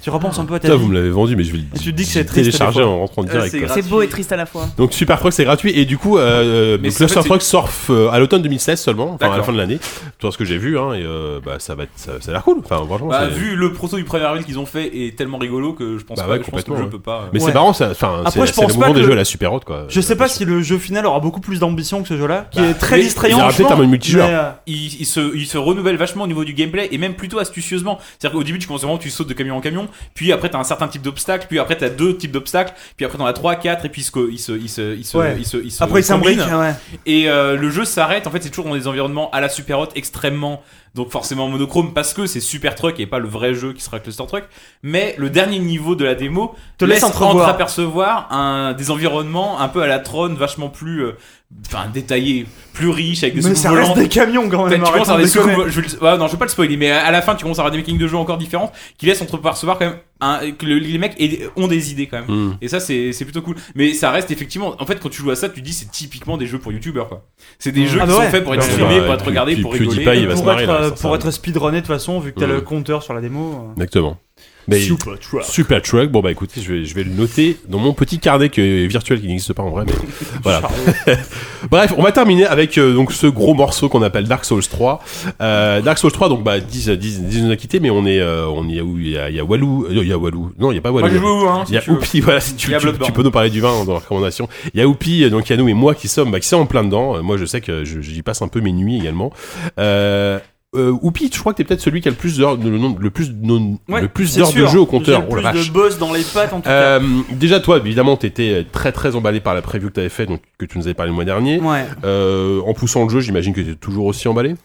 S5: tu repenses un peu à ta
S2: Putain,
S5: vie
S2: vous me l'avez vendu, mais je vais
S5: Et
S2: le
S5: tu te dis que c'est
S2: je vais
S5: triste, des
S2: télécharger
S5: fois.
S2: en rentrant
S5: Euh,
S2: direct.
S5: c'est
S2: quoi.
S6: C'est beau et triste à la fois.
S2: Donc Super Frog c'est gratuit et du coup euh,
S7: Mais
S2: euh,
S7: c'est- en
S2: Cluster
S7: fait, c'est-
S2: Frog sort euh, à l'automne 2016 seulement, enfin à la
S7: D'accord.
S2: fin de l'année, tout ce que j'ai vu hein, et euh, bah ça va être, ça, ça a l'air cool. Enfin franchement
S7: Bah,
S2: c'est-
S7: vu le proto du premier ville qu'ils ont fait est tellement rigolo que je pense,
S2: Bah
S7: pas,
S2: ouais,
S7: je pense que
S2: complètement,
S7: je
S2: ouais.
S7: peux pas. euh,
S2: Mais c'est marrant, ça- enfin,
S5: Après,
S2: c'est-
S5: je
S2: c'est le
S5: pense pas
S2: moment
S5: que
S2: des
S5: le-
S2: jeux à la super haute, quoi.
S5: Je sais pas si le jeu final aura beaucoup plus d'ambition que ce jeu-là, qui est très
S7: Mais-
S5: distrayant.
S2: Bah, il y aura peut-être
S5: franchement,
S2: un mode multijoueur.
S5: mais, euh,
S7: il, il se, il se renouvelle vachement au niveau du gameplay et même plutôt astucieusement. C'est-à-dire qu'au début, tu commences vraiment, tu sautes de camion en camion, puis après, t'as un certain type d'obstacle, puis après, t'as deux types d'obstacles, puis après, t'en as trois, quatre, et puis il se, co- il se, il se, il se,
S5: Ouais.
S7: il se- il se
S5: Après, il s'imbrique,
S7: combine.
S5: ouais.
S7: Et euh, le jeu s'arrête. En fait, c'est toujours dans des environnements à la super haute, extrêmement, donc forcément monochrome, parce que c'est Super Truck et pas le vrai jeu qui sera Cluster Truck. Mais le dernier niveau de la démo
S5: Te laisse entrevoir.
S7: entreapercevoir un, des environnements un peu à la trône, vachement plus, euh, enfin, détaillés, plus riches, avec des
S5: mais
S7: soucoupes
S5: ça reste
S7: volantes.
S5: des camions quand même.
S7: Peut-être tu commences à avoir
S5: arrêtons
S7: des
S5: de déconner.
S7: soucoupes- je vais le- ouais, non, je vais pas le spoiler, mais à la fin, tu commences à avoir des making de jeu encore différents qui laissent entrepercevoir quand même un- que le- les mecs aient- ont des idées
S5: euh,
S7: quand même.
S2: Mm.
S7: Et ça, c'est c'est plutôt cool. Mais ça reste effectivement. En fait, quand tu joues à ça, tu te dis c'est typiquement des jeux pour youtubeurs quoi. C'est des jeux
S5: Ah
S7: qui
S5: bah ouais.
S7: sont faits pour être
S2: Bah ouais.
S7: streamés,
S2: Bah,
S7: pour être
S2: puis-
S7: regardés,
S2: puis-
S7: pour
S2: puis
S7: rigoler.
S2: PewDiePie, Ah, il va se
S5: Pour
S2: marrer,
S5: être,
S2: là,
S5: euh,
S2: ça, ça
S5: pour
S2: va.
S5: être speedrunné de toute façon, vu que t'as
S2: Mm.
S5: le compteur sur la démo. euh.
S2: Exactement. Mais
S5: Super Truck.
S2: Super Truck, bon bah écoutez, je vais, je vais le noter dans mon petit carnet que- virtuel qui n'existe pas en vrai, mais voilà. Bref, on va terminer avec euh, donc ce gros morceau qu'on appelle Dark Souls 3. Euh, Dark Souls 3, donc bah 10 10 10 nous a quittés, mais on est euh, on est où Il y a, il y a Walou, euh, il y a Walou, non il y a pas Walou.
S7: Moi, j'ai joué au
S5: hein.
S7: un, si
S2: Il y a
S7: tu veux.
S2: Oupi, voilà, si tu,
S7: Il y a
S2: tu-
S7: Bloodborne.
S2: tu peux nous parler du vin hein, dans la recommandation. Il y a Oupi, euh, donc il y a nous et moi qui sommes bah, qui sommes en plein dedans. Euh, Moi je sais que je- j'y passe un peu mes nuits également. Euh, euh, Oupi, je crois que t'es peut-être celui qui a le plus d'heures, le, nombre- le plus, non-
S5: Ouais,
S2: le plus
S5: c'est
S2: d'heures de
S5: sûr.
S2: jeu au compteur.
S5: J'ai
S2: Oh
S5: le
S2: la
S5: plus
S2: vache.
S5: de boss dans les pattes en tout cas.
S2: Euh, déjà, toi, évidemment, t'étais euh, très très emballé par la preview que t'avais fait, donc que tu nous avais parlé le mois dernier.
S5: Ouais.
S2: Euh, en poussant le jeu, j'imagine que t'es toujours aussi emballé.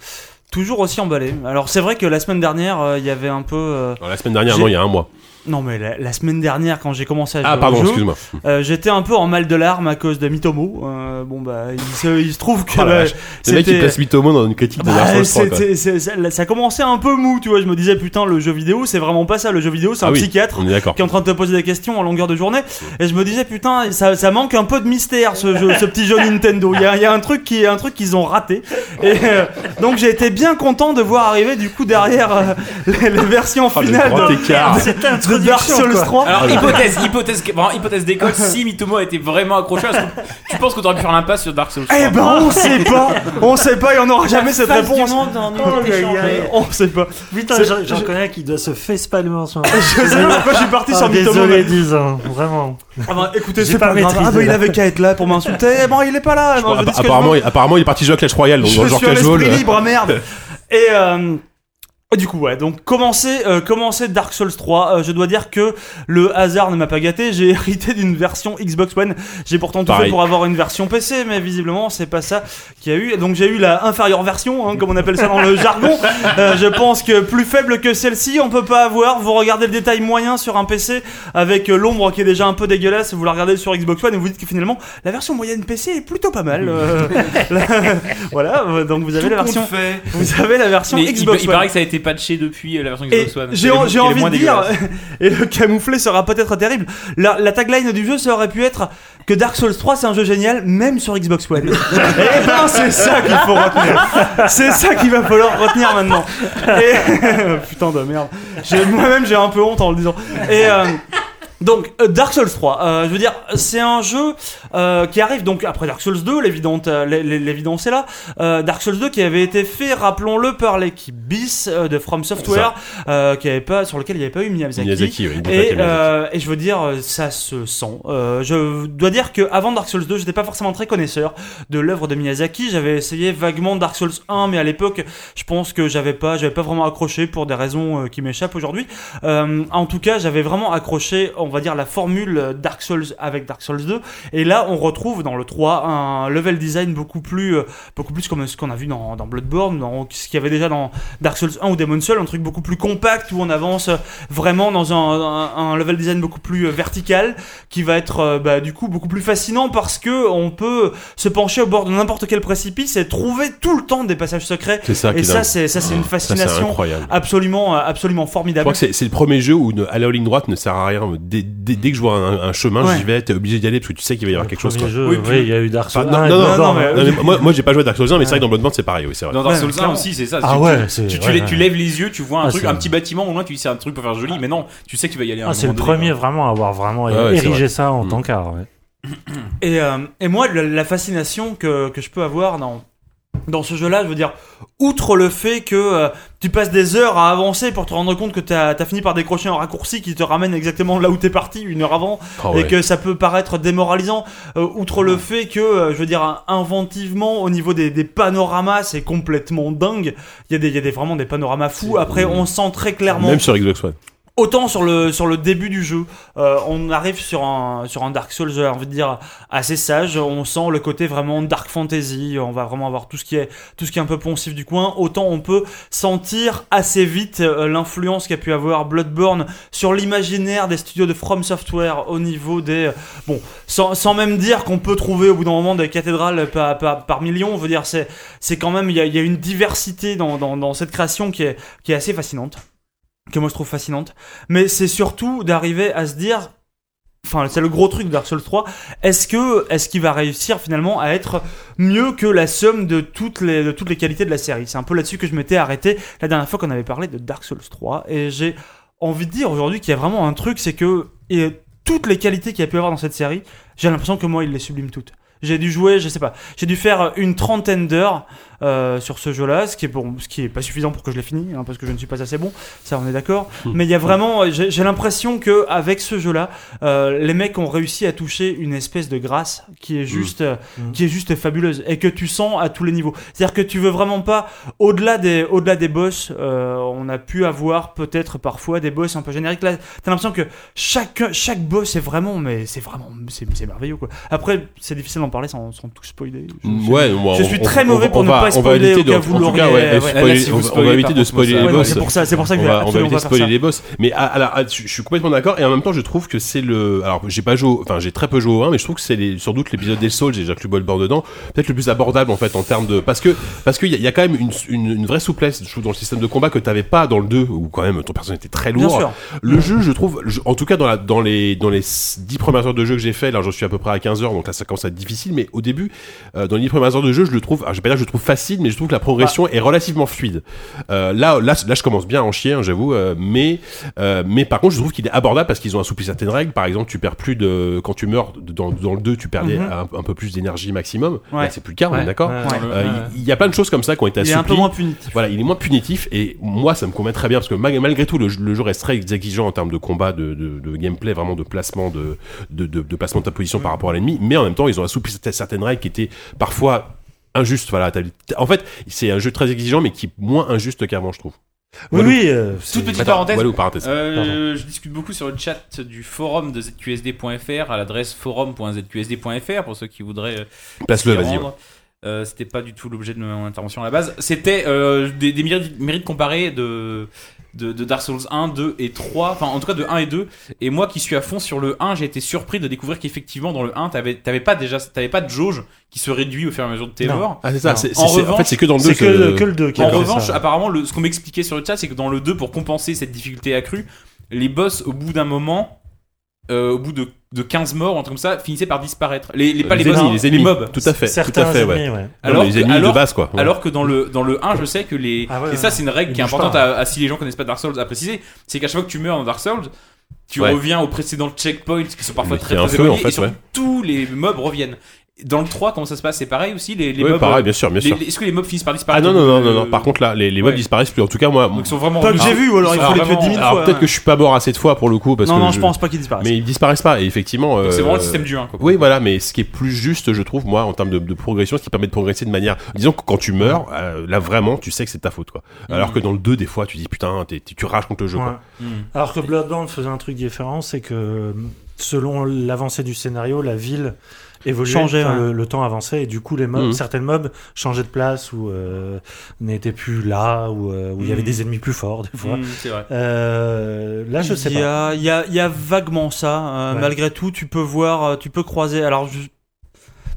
S5: Toujours aussi emballé. Alors c'est vrai que la semaine dernière, euh, il y avait un peu. euh,
S2: Alors, la semaine dernière,
S5: J'ai-
S2: non, il y a un mois.
S5: Non mais la, la semaine dernière quand j'ai commencé à jouer
S2: Ah, pardon,
S5: au jeu,
S2: excuse-moi.
S5: euh, j'étais un peu en mal de larmes à cause de Mitomo. Euh, bon bah il se, il se trouve que
S2: Oh la
S5: bah,
S2: vache. Le mec qui
S5: c'était-
S2: place Mitomo dans une critique de
S5: Bah,
S2: Dark Souls 3. quoi.
S5: c'était- c'est- ça, ça commençait un peu mou, tu vois. Je me disais, putain, le jeu vidéo, c'est vraiment pas ça. Le jeu vidéo, c'est
S2: Ah
S5: un
S2: oui,
S5: psychiatre
S2: on est d'accord.
S5: qui est en train de te poser des questions en longueur de journée. Et je me disais, putain, ça, ça manque un peu de mystère, ce, jeu, ce petit jeu Nintendo. Il y a, il y a un truc qui, un truc qu'ils ont raté. Et euh, donc, j'ai été bien content de voir arriver, du coup, derrière euh, les, les versions
S2: Ah, le
S5: finales
S2: grand
S5: de,
S2: écart.
S5: de-
S2: Cette
S5: de Dark
S2: introduction,
S5: Souls
S2: quoi.
S5: 3.
S7: Alors, hypothèse, hypothèse, vraiment, hypothèse d'école, si Mitomo a été vraiment accroché, est-ce que tu penses qu'on aurait pu faire l'impasse sur Dark Souls
S5: Eh ben, on sait pas, on sait pas, il y en aura jamais cette
S6: face du
S5: réponse.
S6: monde en
S5: Oh,
S6: été
S5: là, là,
S6: changé.
S5: On sait pas.
S8: Putain,
S5: C'est-
S8: j'en- j'en
S5: je-
S8: connais qui doit se facepalmer en ce moment.
S5: Je sais pas pourquoi je suis parti
S8: Ah,
S5: sur Mythomo,
S8: Désolé,
S5: mais-
S8: Diz, hein, vraiment.
S5: Ah bah, écoutez,
S8: J'ai
S5: c'est
S8: pas
S5: pas, grave.
S8: maîtrisé.
S5: Ah bah, il avait qu'à être là pour m'insulter. Eh ben, il est pas là. Non, je dis ce que je
S2: apparemment, il- apparemment, il est parti jouer à Clash Royale, donc dans
S5: je
S2: le genre
S5: suis un
S2: casual.
S5: esprit libre, merde. Et hein, euh, Ouais, Du coup, ouais, donc commencer, euh, commencer Dark Souls 3. Euh, je dois dire que le hasard ne m'a pas gâté. J'ai hérité d'une version Xbox One. J'ai pourtant tout
S7: Pareil.
S5: fait pour avoir une version PC, mais visiblement, c'est pas ça qu'il y a eu. Donc j'ai eu la inférieure version, hein, comme on appelle ça dans le jargon. Euh, je pense que plus faible que celle-ci, on peut pas avoir. Vous regardez le détail moyen sur un PC avec euh, l'ombre qui est déjà un peu dégueulasse. Vous la regardez sur Xbox One et vous dites que finalement, la version moyenne PC est plutôt pas mal. euh, la- voilà, euh, donc vous avez la version. Vous avez la version
S7: Mais il-
S5: Xbox
S7: il,
S5: One.
S7: paraît que ça a été patché depuis euh, la version
S5: Et
S7: Xbox One.
S5: j'ai
S7: Elle est-
S5: j'ai
S7: elle est
S5: envie
S7: moins
S5: de dire,
S7: dégueulasse.
S5: et le camouflet sera peut-être terrible. La, la tagline du jeu, ça aurait pu être que Dark Souls 3 c'est un jeu génial, même sur Xbox One. et ben c'est ça qu'il faut retenir. C'est ça qu'il va falloir retenir maintenant. Et- Putain de merde. J'ai- Moi-même j'ai un peu honte en le disant. Et euh, donc euh, Dark Souls 3, euh, je veux dire, c'est un jeu euh, qui arrive donc après Dark Souls 2, l'évidente, euh, l'é- l'é- l'évidence est là. Euh, Dark Souls 2 qui avait été fait, rappelons-le, par l'équipe bis euh, de From Software, euh, qui avait pas, sur lequel il n'y avait pas eu Miyazaki.
S2: Miyazaki, oui, il n'y avait
S5: et,
S2: pas Miyazaki.
S5: euh, et je veux dire, euh, ça se sent. Euh, je dois dire que avant Dark Souls 2, j'étais pas forcément très connaisseur de l'œuvre de Miyazaki. J'avais essayé vaguement Dark Souls 1, mais à l'époque, je pense que j'avais pas, j'avais pas vraiment accroché pour des raisons euh, qui m'échappent aujourd'hui. Euh, en tout cas, j'avais vraiment accroché, on va dire, la formule euh, Dark Souls avec Dark Souls 2. Et là, on retrouve dans le 3 un level design beaucoup plus, euh, beaucoup plus comme ce qu'on a vu dans, dans Bloodborne, dans ce qu'il y avait déjà dans Dark Souls 1 ou Demon Souls, un truc beaucoup plus compact où on avance euh, vraiment dans un, un- un level design beaucoup plus euh, vertical qui va être euh, bah, du coup beaucoup plus fascinant parce que on peut se pencher au bord de n'importe quel précipice et trouver tout le temps des passages secrets.
S2: C'est ça qui
S5: et
S2: est
S5: ça,
S2: dingue.
S5: c'est ça, c'est une
S2: Ça, c'est
S5: fascination
S2: incroyable.
S5: absolument, euh, absolument
S2: Je
S5: formidable.
S2: crois que c'est c'est le premier jeu où une- aller en ligne droite ne sert à rien. Dès, dès- dès que je vois un, un chemin,
S5: Ouais.
S2: j'y vais, t'es obligé d'y aller parce que tu sais qu'il va y avoir quelque chose.
S8: premier
S2: quoi.
S8: jeu, Oui, ouais, puis- il y a eu Dark Souls Ah,
S2: Enfin, Non,
S8: un et
S2: non, non,
S8: Bloodborne,
S2: non,
S8: ouais.
S2: mais moi, moi, j'ai pas joué à Dark Souls 1, mais c'est vrai que dans Bloodborne, c'est pareil. Oui, c'est vrai.
S7: Dans Dark Souls 1 aussi, c'est ça.
S2: Ah
S7: tu,
S2: ouais,
S7: tu-
S2: c'est-
S7: tu, tu
S2: ouais,
S7: lè-
S2: ouais.
S7: tu lèves les yeux, tu vois un
S8: Ah,
S7: truc,
S8: c'est-
S7: un petit bâtiment, au loin, tu dis c'est un truc pour faire joli, mais non, tu sais que tu vas y aller. à un
S8: Ah, c'est le
S7: moment donné,
S8: premier
S7: quoi.
S8: vraiment à avoir vraiment
S7: Ouais, ouais, c'est
S8: érigé
S7: vrai.
S8: ça en tant qu'art. ouais.
S5: Et, euh, et moi, la, la fascination que, que je peux avoir dans, dans ce jeu-là, je veux dire, outre le fait que euh, tu passes des heures à avancer pour te rendre compte que t'as as fini par décrocher un raccourci qui te ramène exactement là où t'es parti une heure avant,
S2: Ah
S5: et
S2: ouais.
S5: que ça peut paraître démoralisant, euh, outre le fait que, euh, je veux dire, inventivement, au niveau des, des panoramas, c'est complètement dingue. Il y a, des, il y a des, vraiment des panoramas fous. Après, on sent très clairement...
S2: Même sur Xbox One.
S5: Autant sur le, sur le début du jeu, euh, on arrive sur un, sur un Dark Souls, j'ai envie de dire, assez sage. On sent le côté vraiment Dark Fantasy. On va vraiment avoir tout ce qui est, tout ce qui est un peu poncif du coin. Autant on peut sentir assez vite euh, l'influence qu'a pu avoir Bloodborne sur l'imaginaire des studios de From Software au niveau des, euh, bon, sans, sans même dire qu'on peut trouver au bout d'un moment des cathédrales par, par, par millions. On veut dire, c'est, c'est quand même, il y a, il y a une diversité dans, dans, dans cette création qui est, qui est assez fascinante que moi je trouve fascinante. Mais c'est surtout d'arriver à se dire, enfin c'est le gros truc de Dark Souls 3, est-ce que est-ce qu'il va réussir finalement à être mieux que la somme de toutes les de toutes les qualités de la série C'est un peu là-dessus que je m'étais arrêté la dernière fois qu'on avait parlé de Dark Souls 3 et j'ai envie de dire aujourd'hui qu'il y a vraiment un truc, c'est que et toutes les qualités qu'il y a pu avoir dans cette série, j'ai l'impression que moi il les sublime toutes. J'ai dû jouer, je sais pas, j'ai dû faire une trentaine d'heures euh, sur ce jeu-là, ce qui est bon, ce qui est pas suffisant pour que je l'ai fini, hein, parce que je ne suis pas assez bon. Ça, on est d'accord. Mais il y a vraiment, j'ai j'ai l'impression que avec ce jeu-là, euh, les mecs ont réussi à toucher une espèce de grâce qui est juste, euh, qui est juste fabuleuse et que tu sens à tous les niveaux. C'est-à-dire que tu veux vraiment pas, au-delà des, au-delà des boss, euh, on a pu avoir peut-être parfois des boss un peu génériques. Là, t'as l'impression que chaque, chaque boss est vraiment, mais c'est vraiment, c'est c'est merveilleux quoi. Après, c'est difficile d'en parler sans, sans tout spoiler. Je-
S2: Mm,
S5: je-
S2: ouais, bon,
S5: je
S2: on-
S5: suis
S2: on-
S5: très
S2: on-
S5: mauvais
S2: on
S5: pour ne
S2: va-
S5: pas
S2: on va
S5: spoiler
S2: éviter
S5: au cas
S2: de-
S5: où vous
S2: en tout cas,
S5: l'auriez-
S2: ouais,
S5: ouais.
S2: spoiler- on va- on va éviter de spoiler les
S5: Ouais,
S2: boss.
S5: C'est pour ça, c'est pour ça que
S2: on
S5: je vais
S2: va, on va
S5: absolument
S2: éviter de
S5: pas faire
S2: spoiler
S5: ça.
S2: les boss. Mais à- à la- à- je je suis complètement d'accord et en même temps, je trouve que c'est le. Alors, j'ai pas joué, au- enfin, j'ai très peu joué au 1, mais je trouve que c'est les- sans doute l'épisode des Souls, j'ai Jacques Le Bolbord dedans, peut-être le plus abordable en fait en termes de. Parce que parce qu'il y, a- il y a quand même une, une, une vraie souplesse, je trouve, dans le système de combat que t'avais pas dans le 2, où quand même ton personnage était très
S5: Bien
S2: lourd.
S5: sûr.
S2: Le jeu, je trouve, je- en tout cas dans, la, dans, les, dans les 10 premières heures de jeu que j'ai fait, là, je suis à peu près à 15 heures, donc là, ça commence à être difficile, mais au début, euh, dans les 10 premières heures de jeu, je le trouve, alors, je vais pas dire que je le trouve facile, mais je trouve que la
S5: Bah.
S2: progression est relativement fluide. Euh, là, là, c- là, je commence bien à en chier, hein, j'avoue, euh, mais, euh, mais par contre, je trouve qu'il est abordable parce qu'ils ont assoupli certaines règles. Par exemple, tu perds plus de. Quand tu meurs de- dans, dans le 2, tu perdais
S5: Mhm.
S2: un, un peu plus d'énergie maximum.
S5: Ouais.
S2: Là, c'est plus le cas, on est
S5: Ouais.
S2: d'accord
S5: Ouais.
S2: Euh,
S5: Ouais.
S2: Il il y a plein de choses comme ça qui ont été
S5: Il est
S2: assouplies.
S5: un peu moins punitif.
S2: Voilà, il est moins punitif et moi ça me convient très bien parce que mal- malgré tout le, jeu- le jeu reste très exigeant en termes de combat, de, de- de gameplay, vraiment de placement de, de, de- de placement de ta position par rapport à l'ennemi. Mais en même temps, ils ont assoupli certaines- certaines règles qui étaient parfois injustes. Voilà, t'as- t'as- en fait, c'est un jeu très exigeant mais qui est moins injuste qu'avant, je trouve.
S8: Oui,
S7: Walou.
S8: oui, euh, c'est-
S7: Toute petite
S8: Attends,
S7: parenthèse.
S8: Walou, parenthèse.
S7: Euh,
S8: Pardon.
S7: je discute beaucoup sur le chat du forum de zqsd.fr à l'adresse forum.zqsd.fr pour ceux qui voudraient. euh,
S2: Place-le,
S7: s'y
S2: vas-y,
S7: rendre. Euh, c'était pas du tout l'objet de mon intervention à la base. C'était euh, des, des mérites, mérites comparés de, de, de Dark Souls 1, 2 et 3. Enfin, en tout cas de 1 et 2. Et moi qui suis à fond sur le 1, j'ai été surpris de découvrir qu'effectivement dans le 1, t'avais, t'avais pas déjà, t'avais pas de jauge qui se réduit au fur et à mesure de tes
S8: Non.
S7: morts.
S2: Ah, c'est ça,
S7: Non.
S2: c'est-
S7: En
S2: c'est- c'est- en
S7: revanche-
S2: fait, c'est que dans le euh, deux
S7: c'est
S2: que-
S7: le-
S2: que le deux qui
S7: En
S2: a fait
S7: revanche, ah,
S2: ça.
S7: apparemment, le- ce qu'on m'expliquait sur le chat, c'est que dans le 2, pour compenser cette difficulté accrue, les boss, au bout d'un moment, euh, au bout de, de 15 morts, ou un truc comme ça, finissaient par disparaître. Les, les, pas les,
S2: Les ennemis,
S7: boss,
S2: les ennemis.
S7: mobs.
S2: Tout à fait, Certains tout à fait, ennemis, ouais. ouais. Non,
S7: Alors,
S2: les
S7: que-
S2: ennemis de
S7: alors,
S2: base, quoi. Ouais.
S7: alors que dans le, dans le 1, je sais que les.
S2: Ah ouais,
S7: et ça,
S2: ouais.
S7: c'est une règle
S2: Ils
S7: qui est
S2: bougent
S7: importante
S2: pas.
S7: à, à- si les gens connaissent pas Dark Souls à préciser. C'est qu'à chaque fois que tu meurs dans Dark Souls, tu
S2: Ouais.
S7: reviens aux précédents checkpoints qui sont parfois
S2: Mais
S7: très
S2: il y a un
S7: très
S2: feu, en
S7: éloignés,
S2: fait,
S7: et surtout,
S2: ouais.
S7: tous les mobs reviennent. Dans le 3, comment ça se passe C'est pareil aussi les, les
S2: Oui,
S7: mobs. euh,
S2: pareil, bien sûr, bien
S7: les-
S2: sûr.
S7: les- Est-ce que les mobs finissent par
S2: Ah
S7: disparaître Euh,
S2: non,
S7: au
S2: non,
S7: bout
S2: non,
S7: de-
S2: non, non. Par contre, là, les, les mobs disparaissent plus. En tout cas, moi.
S7: ils sont vraiment
S5: Pas que j'ai vu, ou alors il faut les tuer 10 000
S2: Alors
S5: fois,
S2: peut-être
S5: hein.
S2: que je suis pas mort assez de fois pour le coup. Parce
S5: Non,
S2: que
S5: non, je pense pas qu'ils disparaissent.
S2: Mais ils disparaissent pas, et effectivement.
S7: c'est vraiment le
S2: euh,
S7: système du un, quoi.
S2: Oui, voilà, mais ce qui est plus juste, je trouve, moi, en termes de, de progression, ce qui permet de progresser de manière. Disons que quand tu meurs, euh, là, vraiment, tu sais que c'est de ta faute, quoi.
S5: Mm.
S2: Alors
S8: Mhm.
S2: que dans le 2, des fois, tu dis putain, t'es- tu tu rages contre le jeu, quoi.
S8: Ouais. Alors que Bloodborne faisait un truc différent, c'est que euh, selon l'avancée du scénario, la ville évoluait,
S5: Changeait, ouais.
S8: enfin, le, le temps avançait et du coup les mobs,
S5: Mhm.
S8: certaines mobs changeaient de place ou euh, n'étaient plus là ou euh, où il y avait
S5: Mhm.
S8: des ennemis plus forts des fois.
S5: Mhm, c'est vrai.
S8: Euh, là je sais
S5: il y
S8: pas.
S5: A, il, y a, il y a vaguement ça. euh,
S8: Ouais.
S5: Malgré tout, tu peux voir, euh, tu peux croiser. Alors, je-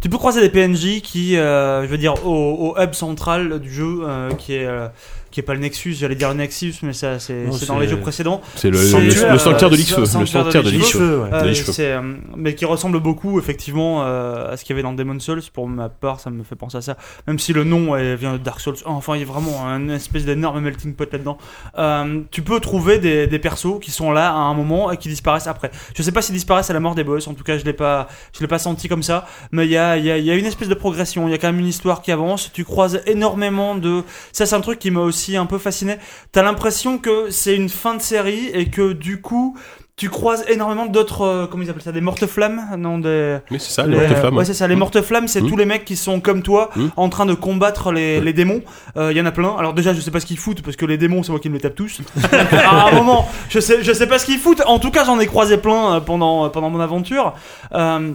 S5: tu peux croiser des PNJ qui, euh, je veux dire, au, au hub central du jeu, euh, qui est euh, qui est pas le Nexus. J'allais dire le Nexus, mais ça, c'est
S8: Non,
S5: c'est
S8: c'est-
S5: dans les jeux précédents.
S2: c'est le- le-
S5: Sanctuaire,
S2: le sanctuaire de
S5: euh,
S2: l'X-Feu, le sanctuaire de E. l'X-Feu, ouais.
S5: Euh,
S2: de l'X-Feu.
S5: c'est, euh, mais qui ressemble beaucoup, effectivement, euh, à ce qu'il y avait dans Demon Souls. Pour ma part, ça me fait penser à ça. Même si le nom euh, vient de Dark Souls. Enfin, il y a vraiment un espèce d'énorme melting pot là-dedans. Euh, tu peux trouver des, des persos qui sont là à un moment et qui disparaissent après. Je sais pas s'ils disparaissent à la mort des boss. En tout cas, je l'ai pas, je l'ai pas senti comme ça. Mais il y a, il y a- il y a une espèce de progression. Il y a quand même une histoire qui avance. Tu croises énormément de. Ça, c'est un truc qui m'a aussi un peu fasciné. T'as l'impression que c'est une fin de série et que du coup. Tu croises énormément d'autres, euh, comment ils appellent ça, des mortes flammes, non des.
S2: Oui, c'est ça, les mortes-flammes.
S5: Ouais, c'est ça, les
S2: Mm.
S5: mortes flammes, c'est
S2: Mm.
S5: tous les mecs qui sont comme toi,
S2: Mm.
S5: en train de combattre les, les démons. Euh, Il y en a plein. Alors déjà, je sais pas ce qu'ils foutent parce que les démons, c'est moi qui me les tape tous. à un moment, je sais, je sais pas ce qu'ils foutent. En tout cas, j'en ai croisé plein euh, pendant pendant mon aventure. Euh,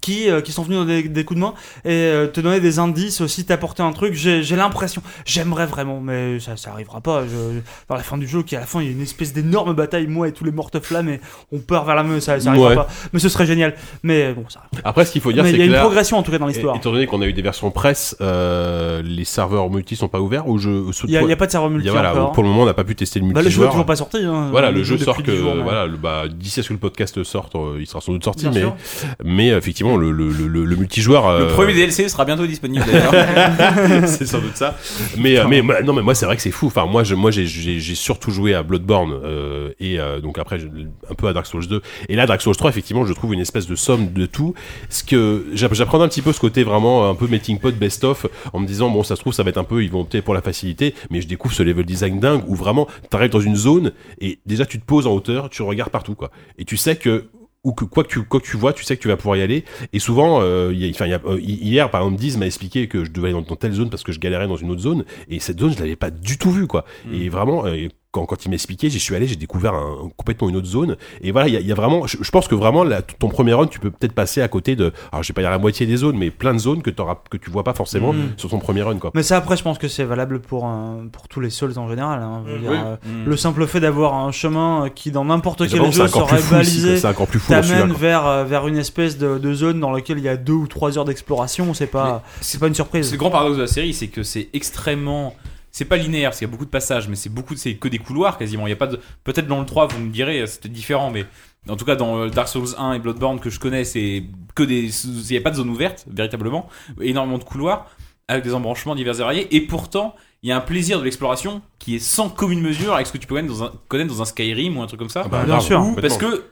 S5: qui, euh, qui sont venus donner des, des coups de main et euh, te donner des indices aussi, t'apporter un truc. J'ai j'ai l'impression, j'aimerais vraiment, mais ça, ça arrivera pas. Je, dans la fin du jeu, qui à la fin, il y a une espèce d'énorme bataille, moi et tous les mortes-flammes, et on part vers la meuse, ça, ça arrivera
S2: Ouais.
S5: pas. Mais ce serait génial. Mais bon, ça arrive.
S2: Après, ce qu'il faut dire,
S5: Mais
S2: c'est
S5: il y a
S2: que
S5: une
S2: là,
S5: progression en tout cas dans l'histoire.
S2: é- Étant donné qu'on a eu des versions presse, euh, les serveurs multi sont pas ouverts ou je.
S5: Il y a- il y a pas de serveur multi
S2: Voilà,
S5: encore.
S2: Pour le moment, on n'a pas pu tester le
S5: Bah, le
S2: multijoueur.
S5: jeu est toujours pas sorti, hein.
S2: Voilà, le,
S5: Le
S2: jeu
S5: jeu
S2: sort
S5: depuis
S2: que
S5: dix jours, ouais.
S2: voilà, le- bah, d'ici à ce que le podcast sorte, euh, il sera sans doute sorti,
S7: Bien
S2: mais
S7: sûr.
S2: mais euh, effectivement, le, le, le, le- le multijoueur.
S7: Le
S2: euh,
S7: premier DLC sera bientôt disponible d'ailleurs.
S2: c'est sans doute ça. Mais, euh, mais moi- non, mais moi c'est vrai que c'est fou. Enfin, moi, je- moi, j'ai- j'ai j'ai surtout joué à Bloodborne euh, et euh, donc après je- un peu à Dark Souls 2. Et là, Dark Souls 3, effectivement, je trouve une espèce de somme de tout. Ce que j'app- j'apprends un petit peu ce côté vraiment un peu meeting pot best of en me disant bon, ça se trouve, ça va être un peu ils vont opter pour la facilité, mais je découvre ce level design dingue où vraiment t'arrives dans une zone et déjà tu te poses en hauteur, tu regardes partout quoi, et tu sais que ou que quoi que tu quoi que tu vois, tu sais que tu vas pouvoir y aller. Et souvent, euh, il y a- enfin, il y a- euh, hi- hier, par exemple, Diz m'a expliqué que je devais aller dans, dans telle zone parce que je galérais dans une autre zone. Et cette zone, je l'avais pas du tout vue, quoi. Et vraiment, euh, quand, quand il m'a expliqué, j'y suis allé, j'ai découvert un- complètement une autre zone. Et voilà, il y a, il y a vraiment, je, je pense que vraiment, là, ton premier run, tu peux peut-être passer à côté de, alors je vais pas dire la moitié des zones, mais plein de zones que t'auras, que tu vois pas forcément
S5: Mm.
S2: sur ton premier run, quoi.
S5: Mais ça, après, je pense que c'est valable pour, euh, pour tous les Souls en général. hein. Je veux
S2: Mm.
S5: dire,
S2: Oui.
S5: euh,
S7: Hmm.
S2: Mm.
S5: Le simple fait d'avoir un chemin euh, qui, dans n'importe
S2: Mais
S5: quel
S2: d'abord, c'est
S5: jeu,
S2: encore
S5: serait
S2: plus fou ici,
S5: balisé,
S2: quoi. C'est encore plus fou dans celui-là,
S5: t'amène
S2: quoi.
S5: vers, euh, vers une espèce de, de zone dans laquelle il y a deux ou trois heures d'exploration. C'est pas, c'est pas une surprise.
S7: C'est le grand paradoxe de la série, c'est que c'est extrêmement. C'est pas linéaire, parce qu'il y a beaucoup de passages, mais c'est beaucoup, de- c'est que des couloirs quasiment. Il y a pas de. Peut-être dans le 3, vous me direz, c'était différent, mais en tout cas dans euh, Dark Souls 1 et Bloodborne que je connais, c'est que des. Il n'y a pas de zone ouverte véritablement, énormément de couloirs avec des embranchements divers et variés, et pourtant il y a un plaisir de l'exploration qui est sans commune mesure avec ce que tu peux connaître dans un, connaître dans un Skyrim ou un truc comme ça.
S2: bah, Bien grave, sûr.
S7: Ou- parce
S2: complètement.
S7: que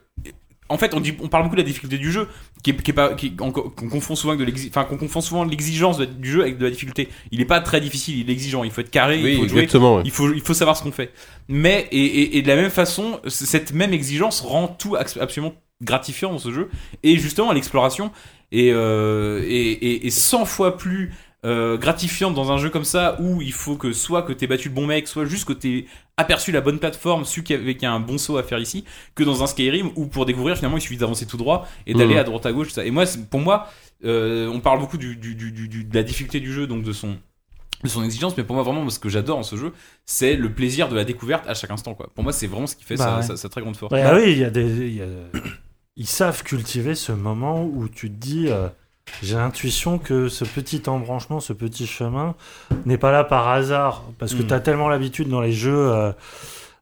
S7: en fait, on, dit, on parle beaucoup de la difficulté du jeu, qui est, qui est pas, qui est- en- qu'on confond souvent avec de l'exi- enfin, qu'on confond souvent l'exigence de- du jeu avec de la difficulté. Il est pas très difficile, il est exigeant, il faut être carré,
S2: Oui,
S7: il faut jouer,
S2: exactement, ouais.
S7: il faut, il faut savoir ce qu'on fait. Mais et, et- et de la même façon, c- cette même exigence rend tout abs- absolument gratifiant dans ce jeu. Et justement, l'exploration est, euh, est, est- est 100 fois plus
S3: euh, gratifiante dans un jeu comme ça où il faut que soit que t'aies battu le bon mec, soit juste que t'aies aperçu la bonne plateforme, su qu'il y avait qu'il y a un bon saut à faire ici, que dans un Skyrim où pour découvrir finalement il suffit d'avancer tout droit et d'aller
S2: Mmh.
S7: Mhm.
S3: à droite à gauche. Ça. Et moi, c'est- pour moi, euh, on parle beaucoup du, du- du- du- du- de la difficulté du jeu, donc de son de son exigence, mais pour moi vraiment ce que j'adore en ce jeu, c'est le plaisir de la découverte à chaque instant. Quoi. Pour moi, c'est vraiment ce qui fait
S8: Bah
S3: sa,
S8: ouais.
S3: sa- sa très grande force.
S8: Bah oui, il y a des. il y a- Ils savent cultiver ce moment où tu te dis euh, j'ai l'intuition que ce petit embranchement, ce petit chemin n'est pas là par hasard. Parce que
S10: Mm.
S8: tu as tellement l'habitude dans les jeux. euh,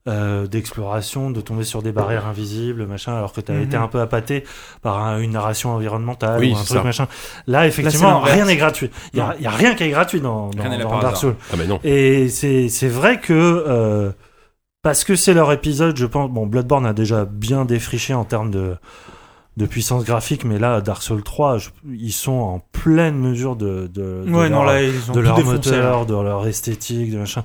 S8: euh, d'exploration, de tomber sur des barrières invisibles, machin, alors que tu as
S10: Mhm.
S8: été un peu appâté par un- une narration environnementale
S10: Oui,
S8: ou un
S10: c'est
S8: truc
S10: ça.
S8: machin. Là,
S10: Là, c'est
S8: effectivement,
S10: l'inverse.
S8: rien n'est gratuit. Il y a,
S10: Non.
S8: il y a rien qui est gratuit dans, dans,
S10: Rien n'est là
S8: dans
S10: par
S8: Dark
S10: hasard.
S8: Souls.
S10: Ah bah non.
S8: Et c'est c'est vrai que euh, parce que c'est leur épisode, je pense. Bon, Bloodborne a déjà bien défriché en termes de de puissance graphique, mais là, Dark Souls 3, je- ils sont en pleine mesure de, de, de
S5: Ouais,
S8: leur,
S5: non, là, ils ont
S8: de
S5: tout
S8: leur
S5: défoncé,
S8: moteur,
S5: là.
S8: de leur esthétique, de machin.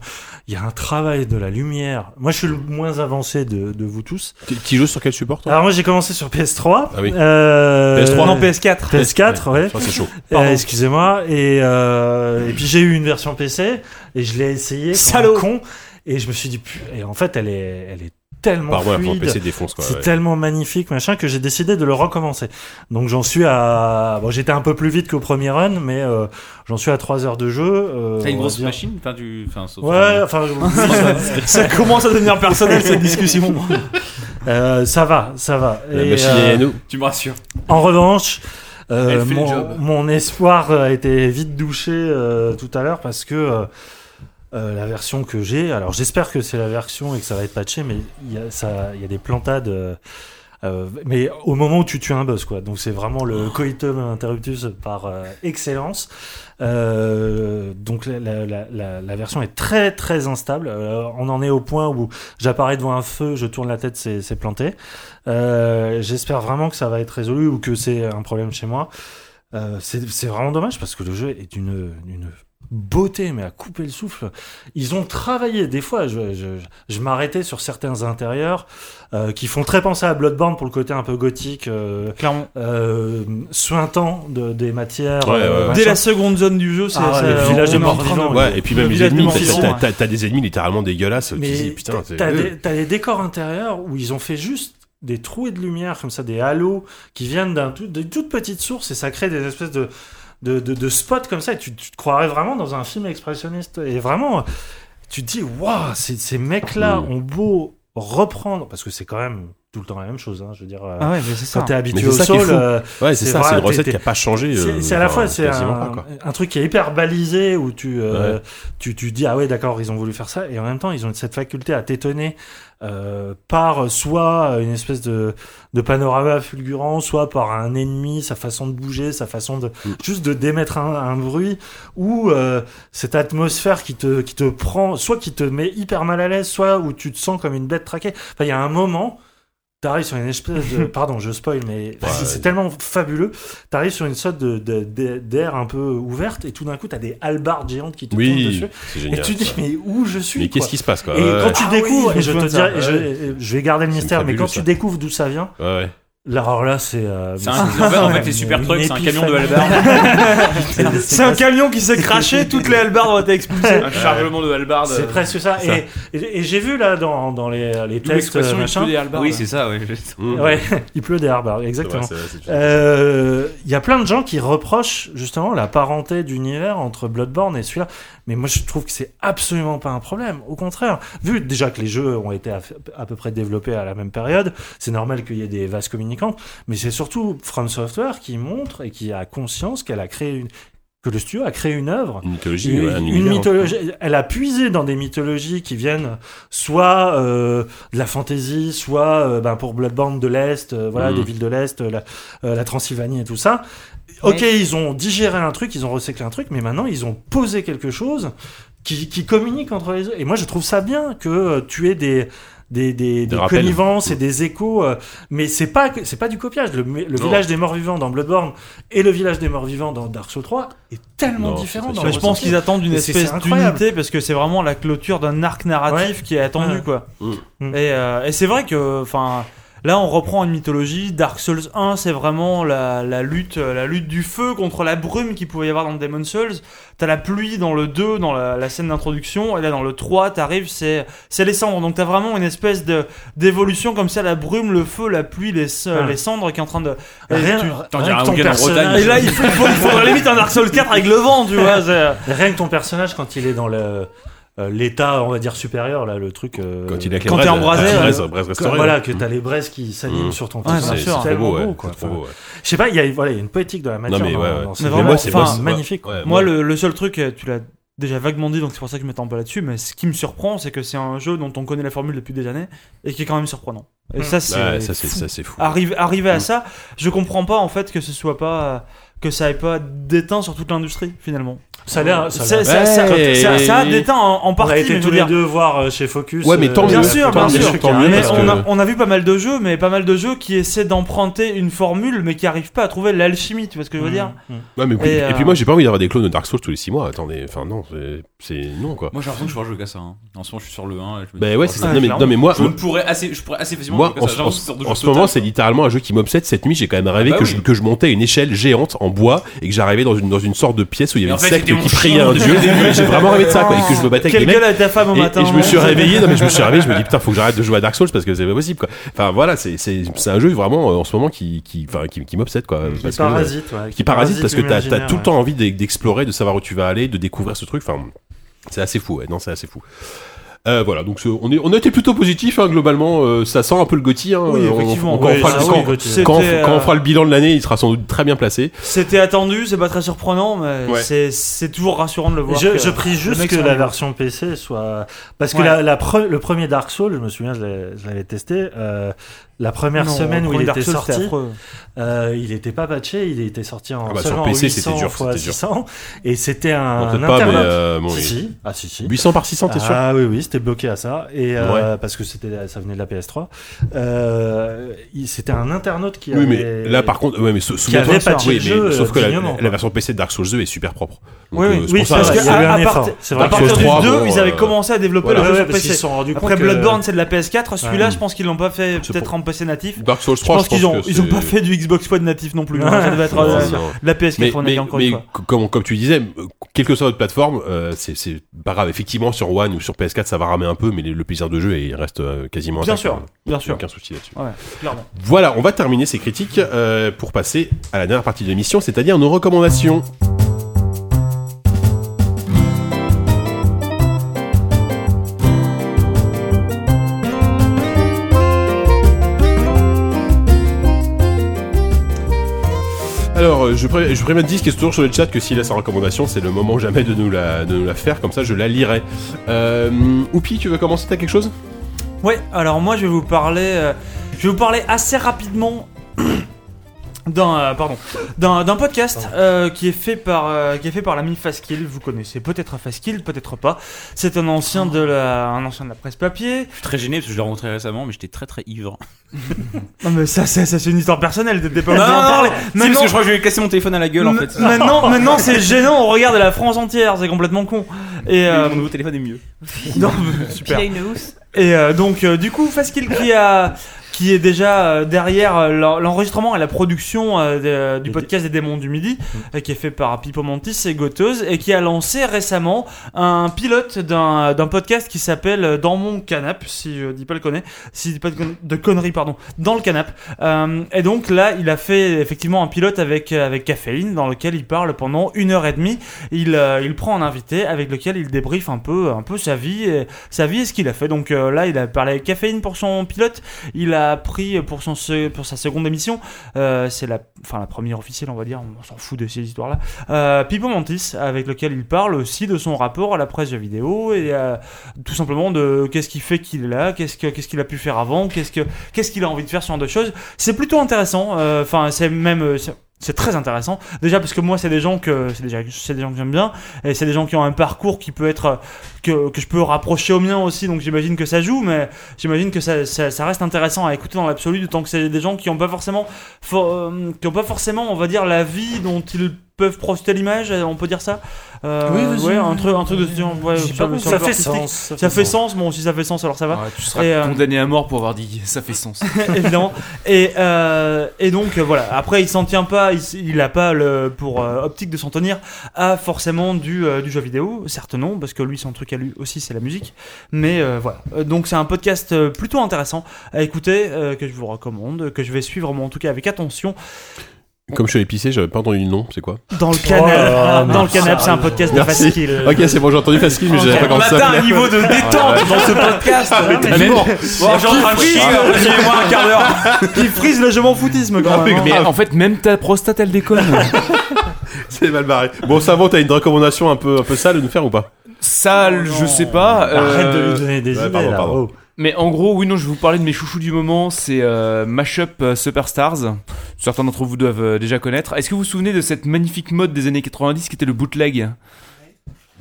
S8: Il y a un travail de la lumière. Moi, je suis le moins avancé de, de vous tous.
S2: Qui joue sur quel support
S8: Alors, moi, j'ai commencé sur PS3.
S2: Ah oui.
S8: Euh,
S2: PS3. Non,
S5: PS4.
S8: PS4, ouais.
S2: Ça, c'est chaud.
S8: Euh,
S2: Pardon.
S8: Excusez-moi. Et, euh, et puis, j'ai eu une version PC et je l'ai essayé.
S5: Salaud.
S8: comme un con. Et je me suis dit, pu- et en fait, elle est, elle est tellement
S2: Par moi, pour
S8: fluide.
S2: PC défonce, quoi,
S8: c'est
S2: ouais.
S8: tellement magnifique, machin, que j'ai décidé de le recommencer. Donc j'en suis à, bon, j'étais un peu plus vite qu'au premier run, mais euh, j'en suis à 3 heures de jeu. euh,
S3: T'as
S8: on
S3: une
S8: va
S3: grosse
S8: dire.
S3: machine enfin, du, enfin, sauf-
S8: Ouais, enfin, je-
S5: Ça commence à devenir personnel, cette discussion.
S8: Euh, ça va, ça va. euh,
S2: La machine est à nous.
S3: Tu me rassures.
S8: En revanche, euh,
S3: Elle fait le job.
S8: mon, mon espoir euh, a été vite douché euh, tout à l'heure parce que euh, euh, la version que j'ai, alors j'espère que c'est la version et que ça va être patché, mais il y a, ça, il y a des plantades. euh, euh, mais au moment où tu tues un boss, quoi. Donc c'est vraiment
S3: Oh.
S8: le coitum interruptus par euh, excellence. Euh, donc la, la- la- la- la version est très très instable. Euh, on en est au point où j'apparais devant un feu, je tourne la tête, c'est c'est planté. Euh, J'espère vraiment que ça va être résolu ou que c'est un problème chez moi. Euh, c'est c'est vraiment dommage parce que le jeu est d'une d'une beauté, mais à couper le souffle. Ils ont travaillé. Des fois, je, je, je m'arrêtais sur certains intérieurs euh, qui font très penser à Bloodborne pour le côté un peu gothique, euh, euh, sointant de- des matières. euh,
S2: Ouais, ouais, ouais.
S5: Dès la
S8: machin.
S5: seconde zone du jeu, c'est
S8: Ah ouais,
S5: ça-
S8: le village
S5: on est
S8: des
S5: en
S8: morts
S5: train de-
S8: vivants,
S2: Ouais, et puis même
S5: Le
S2: les
S5: village des
S2: ennemis,
S5: morts
S2: t'as-
S5: vivants,
S2: t'as
S5: ouais.
S2: t'as- t'as des ennemis littéralement dégueulasses. tu dis,
S8: Mais
S2: putain,
S8: t'as-
S2: c'est-
S8: t'as
S2: euh.
S8: des, t'as des décors intérieurs où ils ont fait juste des trous et de lumière comme ça, des halos qui viennent d'un tout- d'une toute petite source et ça crée des espèces de, de, de- de spots comme ça. Et tu, tu te croirais vraiment dans un film expressionniste. Et vraiment, tu te dis, waouh, ces, ces mecs-là
S2: Mm.
S8: ont beau reprendre, parce que c'est quand même tout le temps la même chose. hein, je veux dire, euh,
S5: Ah ouais, mais c'est ça.
S8: quand t'es habitué
S2: Mais
S8: au
S2: c'est ça qui est
S8: sol,
S2: fou.
S8: euh,
S2: Ouais, c'est ça,
S8: vrai,
S2: c'est une
S8: t'es-
S2: recette
S8: t'es-
S2: qui a pas changé,
S8: C'est
S2: euh,
S8: c'est à la
S2: enfin,
S8: fois c'est
S2: quasiment
S8: un,
S2: pas, quoi.
S8: un truc qui est hyper balisé où tu, euh, tu, tu dis ah ouais d'accord ils ont voulu faire ça et en même temps ils ont cette faculté à t'étonner euh, par soit une espèce de, de panorama fulgurant soit par un ennemi sa façon de bouger sa façon de
S2: Mm.
S8: juste de démettre un, un bruit ou euh, cette atmosphère qui te, qui te prend soit qui te met hyper mal à l'aise soit où tu te sens comme une bête traquée enfin il y a un moment T'arrives sur une espèce de. Pardon, je spoil, mais c'est c'est tellement fabuleux. T'arrives sur une sorte de- de- de- d'air un peu ouverte et tout d'un coup, t'as des halbardes géantes qui te
S2: Oui,
S8: tournent dessus.
S2: c'est génial,
S8: et tu te dis,
S2: ça.
S8: mais où je suis
S2: Mais qu'est-ce
S8: quoi
S2: qui se passe, quoi
S8: Et
S2: Ouais.
S8: quand tu
S2: Ah
S8: découvres,
S2: oui,
S8: et
S2: je
S8: je te
S2: vois ça,
S8: dirais, et je-
S2: ouais.
S8: je vais garder le
S2: C'est
S8: mystère, mais
S2: fabuleux,
S8: quand
S2: ça.
S8: tu découvres d'où ça vient.
S2: Ouais, ouais.
S8: Là, alors là, c'est. euh,
S3: C'est un- en fait- en fait, les
S8: mais
S3: super trucks,
S8: une
S3: c'est un camion de
S8: épiphanie.
S3: hallebardes.
S5: C'est un camion qui s'est craché, toutes les halbardes ont été expulsées.
S3: Un chargement de halbardes.
S7: euh,
S8: C'est presque ça.
S3: Ça.
S8: Et, et- et j'ai vu là dans, dans les, les
S3: D'où
S8: tests.
S3: l'expression, il
S8: machin,
S3: pleut des halbardes. Oui, c'est ça, ouais. Mmh.
S8: Ouais, il pleut des halbardes, exactement.
S3: C'est vrai, c'est vrai, c'est vrai.
S8: Euh, Il y a plein de gens qui reprochent justement la parenté d'univers entre Bloodborne et celui-là. Mais moi, je trouve que c'est absolument pas un problème. Au contraire, vu déjà que les jeux ont été à, à peu près développés à la même période, c'est normal qu'il y ait des vases communicantes. Mais c'est surtout From Software qui montre et qui a conscience qu'elle a créé une que le studio a créé une œuvre,
S2: Une mythologie,
S8: une,
S2: ouais, un
S8: une
S2: univers.
S8: mythologie. Elle a puisé dans des mythologies qui viennent soit euh, de la fantasy, soit euh, ben, pour Bloodborne de l'est, euh, voilà,
S10: Mm.
S8: des villes de l'est, euh, la, euh, la Transylvanie et tout ça. Ok, ils ont digéré un truc, ils ont recyclé un truc, mais maintenant ils ont posé quelque chose qui, qui communique entre les œuvres. Et moi, je trouve ça bien que euh, tu aies des des, des, des
S2: rappels.
S8: connivences et des échos, euh, mais c'est pas que- c'est pas du copiage. Le, le
S2: Non.
S8: village des morts vivants dans Bloodborne et le village des morts vivants dans Dark Souls 3 est tellement
S5: Non,
S8: différent.
S5: c'est
S8: dans
S5: sûr.
S8: le
S5: je pense
S8: ressenti.
S5: qu'ils attendent une
S8: Et c'est-
S5: espèce
S8: c'est incroyable.
S5: d'unité parce que c'est vraiment la clôture d'un arc narratif qui est attendu
S8: Ouais.
S5: quoi.
S8: Ouais.
S5: Et, euh, et c'est vrai que enfin Là, on reprend une mythologie. Dark Souls 1, c'est vraiment la, la lutte, la lutte du feu contre la brume qu'il pouvait y avoir dans Demon Souls. T'as la pluie dans le 2, dans la, la scène d'introduction, et là dans le 3, t'arrives, c'est c'est les cendres. Donc t'as vraiment une espèce de d'évolution comme ça, la brume, le feu, la pluie, les ce-
S8: Ah.
S5: les cendres qui est en train de.
S8: Rien-
S5: Et tu-
S8: rien que ton personnage-
S5: Et là, il faut- il faut- il faudrait limite un Dark Souls 4 avec le vent, tu vois. c'est- euh,
S8: Rien que ton personnage, quand il est dans le. euh, L'état, on va dire supérieur, là, le truc. euh,
S2: Quand il est avec les
S8: quand t'es
S2: braises,
S8: embrasé,
S2: euh,
S8: euh,
S2: braises, braises
S8: que-
S2: restaurées,
S8: voilà,
S2: ouais.
S8: que t'as les braises qui s'animent
S2: Mmh.
S8: sur ton
S2: Ouais,
S8: personnage.
S2: c'est- c'est
S8: tellement
S2: trop beau, ouais,
S8: quoi.
S2: c'est trop beau, ouais.
S8: Je sais pas, il y a, voilà, il y a une poétique de la matière.
S2: Non, mais
S8: dans-
S2: ouais,
S8: dans-
S2: ouais.
S8: dans
S2: Mais
S8: ce
S5: Mais
S8: film.
S5: vraiment,
S2: c'est
S5: enfin,
S2: moi, c'est-
S5: magnifique.
S2: ouais,
S5: moi,
S2: moi-
S5: le, le seul truc, euh, tu l'as déjà vaguement dit, donc c'est pour ça que je m'étends pas là-dessus, mais ce qui me surprend, c'est que c'est un jeu dont on connaît la formule depuis des années et qui est quand même surprenant. Et ça, c'est
S2: Mmh. Ouais, Bah, ça,
S5: fou. Ah,
S2: c'est- ça, c'est fou.
S5: Arrive- arriver à
S2: Mm.
S5: ça, je comprends pas en fait que ce soit pas que ça ait pas déteint sur toute l'industrie finalement.
S8: Ça a l'air- ça a
S5: C'est-
S8: l'air-
S5: ça- ça-
S8: Ouais.
S5: ça- ça a déteint en, en
S8: On a
S5: partie.
S8: été
S5: mais je
S8: tous
S5: veux
S8: les
S5: dire-
S8: deux voir, euh, chez Focus,
S2: Ouais, mais tant
S5: bien
S2: mieux,
S5: sûr,
S2: tant
S5: bien
S2: mieux,
S5: sûr.
S2: tant mieux,
S5: Mais
S2: parce
S5: on, a,
S2: que-
S5: on a vu pas mal de jeux, mais pas mal de jeux qui essaient d'emprunter une formule, mais qui arrivent pas à trouver l'alchimie. Tu vois ce que je veux
S2: Mmh.
S5: dire
S2: Ouais, mais puis- et,
S5: euh,
S2: puis moi j'ai pas envie d'avoir des clones de Dark Souls tous les 6 mois. Attendez, enfin non, c'est- c'est non quoi.
S7: Moi j'ai l'impression que je pourrais jouer qu'à ça. hein. En ce moment je suis sur le 1. et je me
S2: Bah
S7: dis,
S2: ouais,
S3: oh,
S7: je pourrais
S2: c'est ça.
S7: pas
S2: Non, mais-
S7: clairement.
S2: non, mais moi-
S7: je me pourrais assez, je pourrais assez facilement.
S2: Moi,
S7: jouer
S2: en,
S7: qu'à ça. J'ai
S2: en-
S7: l'impression que c'est une sorte de
S2: en
S7: jeu
S2: ce
S7: total.
S2: moment, c'est littéralement un jeu qui m'obsède. Cette nuit, j'ai quand même rêvé
S7: Ah bah
S2: que,
S7: oui.
S2: je, que je montais une échelle géante en bois et que j'arrivais dans une, dans une sorte de pièce où il y
S7: Mais
S2: avait
S7: en
S2: une
S7: fait,
S2: secte
S7: c'était mon
S2: qui priait
S7: chien
S2: un
S7: depuis
S2: dieu.
S7: le début.
S2: J'ai vraiment rêvé de ça, quoi, et que je me battais avec
S5: Oh. Quelle
S2: des mecs.
S5: gueule a ta femme au
S2: Et-
S5: matin, hein.
S2: Et je me
S5: non
S2: suis réveillé, non mais je me suis réveillé, je me dis putain, faut que j'arrête de jouer à Dark Souls parce que c'est pas possible, quoi. Enfin voilà, c'est c'est- c'est un jeu vraiment euh, en ce moment qui, qui, enfin, qui, qui m'obsède, quoi. parce que, euh,
S8: parasite, ouais,
S2: Qui
S8: qui
S2: parasite parce que t'as
S8: parasite
S2: t'as tout le
S8: l'imaginaire,
S2: temps envie d'e- d'explorer, de savoir où tu vas aller, de découvrir ce truc. Enfin, c'est assez fou, ouais. Non, c'est assez fou. Euh, voilà, donc ce- on, est, on a été plutôt positif hein, globalement. euh, ça sent un peu le Gotti. Hein,
S5: Oui,
S2: euh, on-
S5: effectivement,
S2: on- quand,
S5: oui,
S2: on fera,
S5: ça,
S2: le-
S5: oui,
S2: quand-
S5: Gotti.
S2: quand on-
S5: C'était, euh,
S2: quand on fera le bilan de l'année, il sera sans doute très bien placé.
S5: C'était attendu, c'est pas très surprenant, mais
S2: Ouais.
S5: c'est- c'est toujours rassurant de le voir.
S8: Je,
S5: que
S8: je prie
S5: le
S8: juste
S5: mec
S8: que
S5: s'en
S8: la
S5: rende.
S8: version PC soit. Parce que
S5: Ouais.
S8: la, la pre- le premier Dark Souls, je me souviens, je l'ai- je l'avais testé. euh, la première
S5: Non,
S8: semaine
S5: le
S8: où
S5: premier
S8: il
S5: Dark
S8: était
S5: Souls, c'était
S8: sorti,
S5: affreux.
S8: euh, il n'était pas patché, il était sorti en
S2: Ah bah, sur
S8: seulement
S2: PC,
S8: 800
S2: c'était dur,
S8: fois
S2: c'était dur.
S8: 600, et c'était
S2: Non,
S8: un
S2: peut-être pas, mais,
S8: internaute.
S2: euh, bon,
S8: si,
S2: il-
S8: si. Ah, si, si.
S2: 800 par 600, t'es sûr
S8: Ah oui, oui, c'était bloqué à ça, et euh, parce que c'était, ça venait de la PS3. Euh, il- c'était un internaute qui
S2: Oui,
S8: avait.
S2: mais là par contre, ouais, mais sou-
S8: qui avait
S2: souviens-toi,
S8: patché
S2: oui,
S8: le
S2: mais
S8: jeu,
S2: sauf que la,
S8: dignement,
S2: la
S8: quoi.
S2: version PC de Dark Souls 2 est super propre. Donc,
S5: Oui,
S2: euh,
S5: oui,
S2: c'est
S5: oui
S2: pour ça,
S5: parce
S2: euh,
S5: que
S8: il y a eu
S5: à,
S8: un
S5: à
S8: effort,
S5: partir-
S8: c'est
S5: à
S8: vrai.
S5: partir
S2: Dark
S5: du
S2: Souls
S5: 2,
S2: trois, bon,
S5: ils
S2: euh,
S5: avaient commencé à développer
S8: Voilà,
S5: le
S8: ouais,
S5: jeu sur
S8: parce qu'ils
S5: PC.
S8: se sont rendus compte
S5: Après
S8: que-
S5: Bloodborne, c'est de la PS4. Celui-là,
S8: Ouais.
S5: je pense qu'ils l'ont pas fait peut-être en PC natif.
S2: Dark Souls 3,
S5: ah, je pense qu'ils ont,
S2: que
S5: ils ont
S2: c'est-
S5: pas fait du Xbox One natif non plus.
S8: Ouais.
S5: hein. Ça devait être
S2: Non,
S5: euh,
S2: non.
S5: la PS4
S2: mais,
S5: on a
S2: mais-
S5: dit encore
S2: mais
S5: une fois.
S2: co- comme, comme tu disais, euh, quelle que soit votre plateforme, euh, c'est- c'est pas grave. Effectivement, sur One ou sur PS4, ça va ramer un peu, mais le, le plaisir de jeu il reste euh, quasiment
S5: Bien
S2: intact,
S5: sûr,
S2: hein.
S5: bien
S2: Aucun
S5: sûr.
S2: souci là-dessus.
S5: Ouais, clairement.
S2: Voilà, on va terminer ces critiques euh, pour passer à la dernière partie de l'émission, c'est-à-dire nos recommandations. Alors, euh, je, pré je préviens Disque qui est toujours sur le chat que s'il a sa recommandation, c'est le moment jamais de nous la, de nous la faire, comme ça je la lirai. Euh, Oupi, tu veux commencer T'as quelque chose
S5: Ouais, alors moi je vais vous parler, euh, je vais vous parler assez rapidement d'un, euh, pardon, d'un, d'un podcast euh, qui est fait par, euh, qui est fait par l'ami Faskill. Vous connaissez peut-être Faskill, peut-être pas. C'est un ancien de la, un ancien de la presse papier.
S7: Je suis très gêné parce que je l'ai rencontré récemment, mais j'étais très très ivre.
S5: Non mais ça, c'est, ça, c'est une histoire personnelle. T'es pas obligé d'en parler.
S7: C'est parce que je crois que je lui ai cassé mon téléphone à la gueule en fait.
S5: Maintenant, maintenant c'est gênant. On regarde la France entière. C'est complètement con. Et euh,
S7: Mon nouveau téléphone est mieux.
S5: non,
S6: Puis
S5: super.
S6: il a une housse.
S5: Et euh, donc, euh, du coup, Faskill qui a qui est déjà euh, derrière euh, l'en- l'enregistrement et la production euh, de- du podcast des démons du midi, euh, qui est fait par Pippo Mantis et Goteuse, et qui a lancé récemment un pilote d'un d'un podcast qui s'appelle euh, Dans mon canap, si je dis pas le connais, si je dis pas de, con- de conneries, pardon, dans le canap. Euh, et donc là, il a fait effectivement un pilote avec, euh, avec Caféine, dans lequel il parle pendant une heure et demie. Il, euh, il prend un invité avec lequel il débriefe un peu, un peu sa vie, et, sa vie et ce qu'il a fait. Donc euh, là, il a parlé avec Caféine pour son pilote. Il a pris pour, son, se- pour sa seconde émission, euh, c'est la, enfin, la première officielle, on va dire, on s'en fout de ces histoires-là. Euh, Pippo Mantis, avec lequel il parle aussi de son rapport à la presse de vidéo et euh, tout simplement de qu'est-ce qui fait qu'il est là, qu'est-ce que- qu'est-ce qu'il a pu faire avant, qu'est-ce que qu'est-ce qu'il a envie de faire, ce genre de choses. C'est plutôt intéressant. euh, Enfin, c'est même euh, c'est- c'est très intéressant. Déjà parce que moi, c'est des gens que c'est déjà c'est des gens que j'aime bien et c'est des gens qui ont un parcours qui peut être euh, que, que je peux rapprocher au mien aussi. Donc j'imagine que ça joue, mais j'imagine que ça, ça, ça reste intéressant à écouter dans l'absolu, d'autant que c'est des gens qui n'ont pas forcément for- euh, qui ont pas forcément, on va dire, la vie dont ils peuvent projeter l'image, on peut dire ça Euh,
S8: Oui, vas-y,
S5: ouais, un
S8: oui.
S5: truc, un truc de ce
S9: euh,
S5: genre, ouais,
S8: Je sais
S5: sur
S8: pas
S5: le-
S8: comment
S5: sur
S8: ça
S5: le
S8: fait
S5: plan artistique.
S8: sens, ça
S5: Ça
S8: fait
S5: fait
S8: sens.
S5: sens, bon, si ça fait sens, alors ça va.
S15: Ouais, tu seras
S5: Et, euh,
S15: condamné à mort pour avoir dit ça fait sens.
S5: évidemment. Et, euh, et donc euh, voilà, après il s'en tient pas, il, s- il a pas le, pour euh, optique de s'en tenir à forcément du, euh, du jeu vidéo, certes non, parce que lui son truc à lui aussi c'est la musique, mais euh, voilà. Euh, Donc c'est un podcast euh, plutôt intéressant à écouter, euh, que je vous recommande, que je vais suivre moi en tout cas avec attention.
S2: Comme je suis allé pisser, j'avais pas entendu le nom, c'est quoi
S5: Dans le
S2: Oh
S5: canal, dans le canal, c'est un podcast de
S2: Merci.
S5: Faskill.
S2: Ok, c'est bon, j'ai entendu Faskill, mais je savais pas
S5: On
S2: comment ça
S5: atteint
S2: s'appelait.
S5: un niveau de détente dans ce podcast. hein,
S2: Ah, mais
S5: Mais
S2: tellement.
S5: bon, j'ai en train de chier,
S7: hein.
S5: euh, j'ai moins un quart d'heure. Qui frise le jeu m'en foutisme quand même. hein.
S9: Mais en fait, même ta prostate, elle déconne.
S2: C'est mal barré. Bon, Savon, t'as une recommandation un peu, un peu sale à nous faire ou pas
S9: Sale, je sais pas.
S8: Arrête de
S9: euh,
S8: lui donner des
S2: ouais,
S8: idées
S2: pardon,
S8: là.
S2: pardon.
S8: oh.
S9: Mais en gros, oui, non, je vais vous parler de mes chouchous du moment, c'est euh, Mashup euh, Superstars. Certains d'entre vous doivent euh, déjà connaître. Est-ce que vous vous souvenez de cette magnifique mode des années 90 qui était le bootleg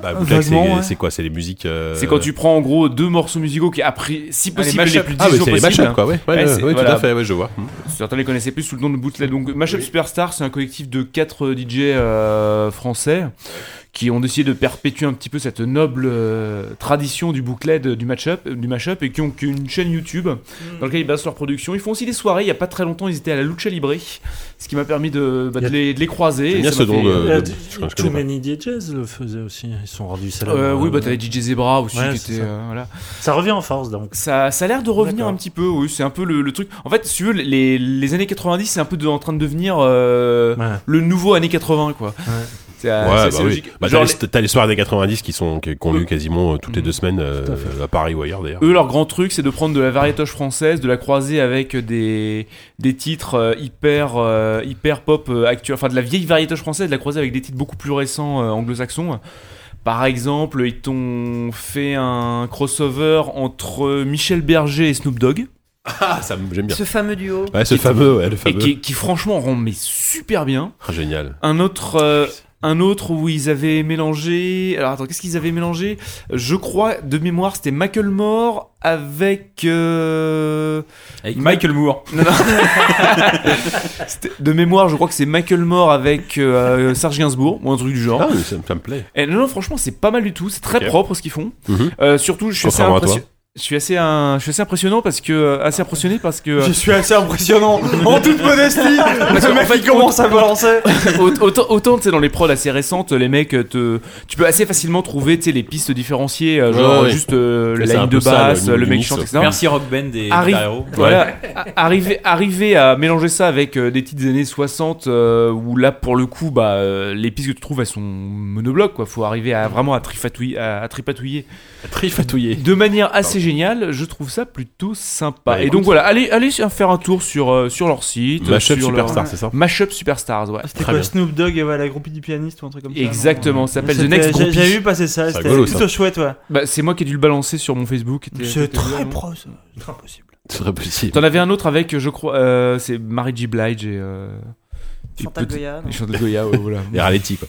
S2: Bah, bootleg, c'est
S5: vaguement, ouais.
S2: c'est quoi C'est les musiques. euh,
S9: C'est quand tu prends en gros deux morceaux musicaux qui a pris, si possible,
S15: les
S9: les,
S15: mashups.
S9: plus
S2: Ah, mais
S9: digitaux
S2: c'est les
S9: possibles.
S2: mashups, quoi, ouais. Ouais, ouais,
S9: c'est-
S2: ouais, tout
S9: voilà.
S2: à fait, ouais, je vois. Hmm.
S9: Certains les connaissaient plus sous le nom de bootleg. Donc, Mashup Superstar, c'est un collectif de 4 DJ euh, français qui ont décidé de perpétuer un petit peu cette noble euh, tradition du bootleg, euh, du match-up, du mashup, et qui ont qui ont une chaîne YouTube dans laquelle ils basent leur production. Ils font aussi des soirées. Il y a pas très longtemps, ils étaient à la Lucha Libre, ce qui m'a permis de, bah, de
S8: Il y a-
S9: les, de les croiser.
S2: J'aime
S9: et
S2: bien
S9: ça
S2: ce
S9: m'a
S2: don
S9: fait-
S2: de-
S8: Euh,
S2: de- je connais
S8: Too
S2: pas.
S8: Many DJs le faisaient aussi.
S5: hein.
S8: hein, Ils sont rendus célèbres.
S9: Euh, oui, bah t'avais DJ Zebra aussi
S8: Ouais,
S9: qui
S8: c'est
S9: était,
S8: ça.
S9: euh, voilà.
S8: Ça revient en force donc.
S9: Ça, ça a l'air de revenir
S8: D'accord.
S9: un petit peu, oui, c'est un peu le, le truc. En fait, si tu veux, les, les années 90, c'est un peu de- en train de devenir euh,
S8: Ouais.
S9: le nouveau années 80, quoi. C'est euh,
S2: Ouais,
S9: c'est-
S2: bah
S9: c'est
S2: oui.
S9: logique.
S2: Bah,
S9: Genre,
S2: t'as les- t'as les soirs des 90 qui sont qui- qu'on
S9: Euh,
S2: eu quasiment euh, toutes les deux semaines euh,
S8: tout à
S2: à Paris ou ailleurs d'ailleurs.
S9: eux, leur grand truc, c'est de prendre de la variétoche française, de la croiser avec des, des titres euh, hyper, euh, hyper pop euh, actuels, enfin de la vieille variétoche française, de la croiser avec des titres beaucoup plus récents euh, anglo-saxons. Par exemple, ils t'ont fait un crossover entre Michel Berger et Snoop Dogg.
S2: Ah, ça me- j'aime bien.
S6: Ce fameux duo.
S5: Ah,
S2: Ouais, ce fameux, ouais, le
S9: Et
S2: fameux.
S9: qui, qui franchement rend mais super bien.
S2: Ah, génial.
S9: Un autre, euh, un autre où ils avaient mélangé. Alors attends, qu'est-ce qu'ils avaient mélangé Je crois de mémoire c'était Macklemore avec. euh,
S7: Avec Michael Moore.
S9: c'était- De mémoire, je crois que c'est Macklemore avec euh, Serge Gainsbourg ou un truc du genre.
S2: Ah, mais ça, ça me plaît.
S9: Et non, non, franchement, c'est pas mal du tout. C'est très
S2: Ok.
S9: propre ce qu'ils font.
S2: Mhm.
S9: Euh, surtout, je suis assez
S2: Contrairement à toi.
S9: impressionné. Je suis assez, un- je suis assez impressionnant parce que euh, assez impressionné parce que
S5: Je suis assez impressionnant en toute modestie. Le mec qui commence à balancer.
S9: Aut- autant, autant tu sais, dans les prods assez récentes, les mecs, euh, te, tu peux assez facilement trouver, tu sais, les pistes différenciées, euh,
S2: Ouais,
S9: genre
S2: ouais.
S9: juste euh,
S2: C'est
S9: la
S2: un
S9: ligne
S2: peu
S9: de
S2: ça,
S9: basse,
S2: le-
S9: le,
S2: le
S9: mec
S2: mix.
S9: qui chante, etc.
S7: Merci Rock Ben, Band et
S9: Arrive-
S7: Guitar Hero.
S9: Voilà, a- arriver, arriver à mélanger ça avec euh, des titres des années 60 euh, où là pour le coup bah, euh, les pistes que tu trouves elles sont monoblocs quoi. Faut arriver à vraiment à trifatouiller, à, à tripatouiller
S2: Trifatouillé.
S9: de manière assez géniale. Je trouve ça plutôt sympa.
S2: Bah,
S9: Et
S2: écoute.
S9: donc voilà, allez, allez faire un tour sur euh, sur leur site,
S2: Mashup
S9: sur leur-
S2: Superstar, c'est ça
S9: Mashup Superstars, ouais.
S5: C'était
S2: Très
S5: quoi
S2: bien.
S5: Snoop Dogg et ouais, la groupie du pianiste ou un truc comme ça non
S9: Exactement, ça s'appelle The
S5: C'était-
S9: Next
S5: j'ai-
S9: Groupie.
S5: J'ai vu passer ça,
S2: C'est
S5: c'était
S2: rigolo, ça.
S5: plutôt chouette, ouais.
S9: Bah, c'est moi qui ai dû le balancer sur mon Facebook. T'es- t'es-
S5: C'est
S9: t'es bien,
S5: très
S9: non
S5: pro, ça. C'est impossible.
S2: C'est très possible.
S9: T'en avais un autre avec, je crois, euh, c'est Mary G. Blige et. Euh, et
S6: Chantal
S9: petit-
S6: Goya. non.
S9: et Chantal Goya, ouais, voilà.
S2: Et Raletti, quoi.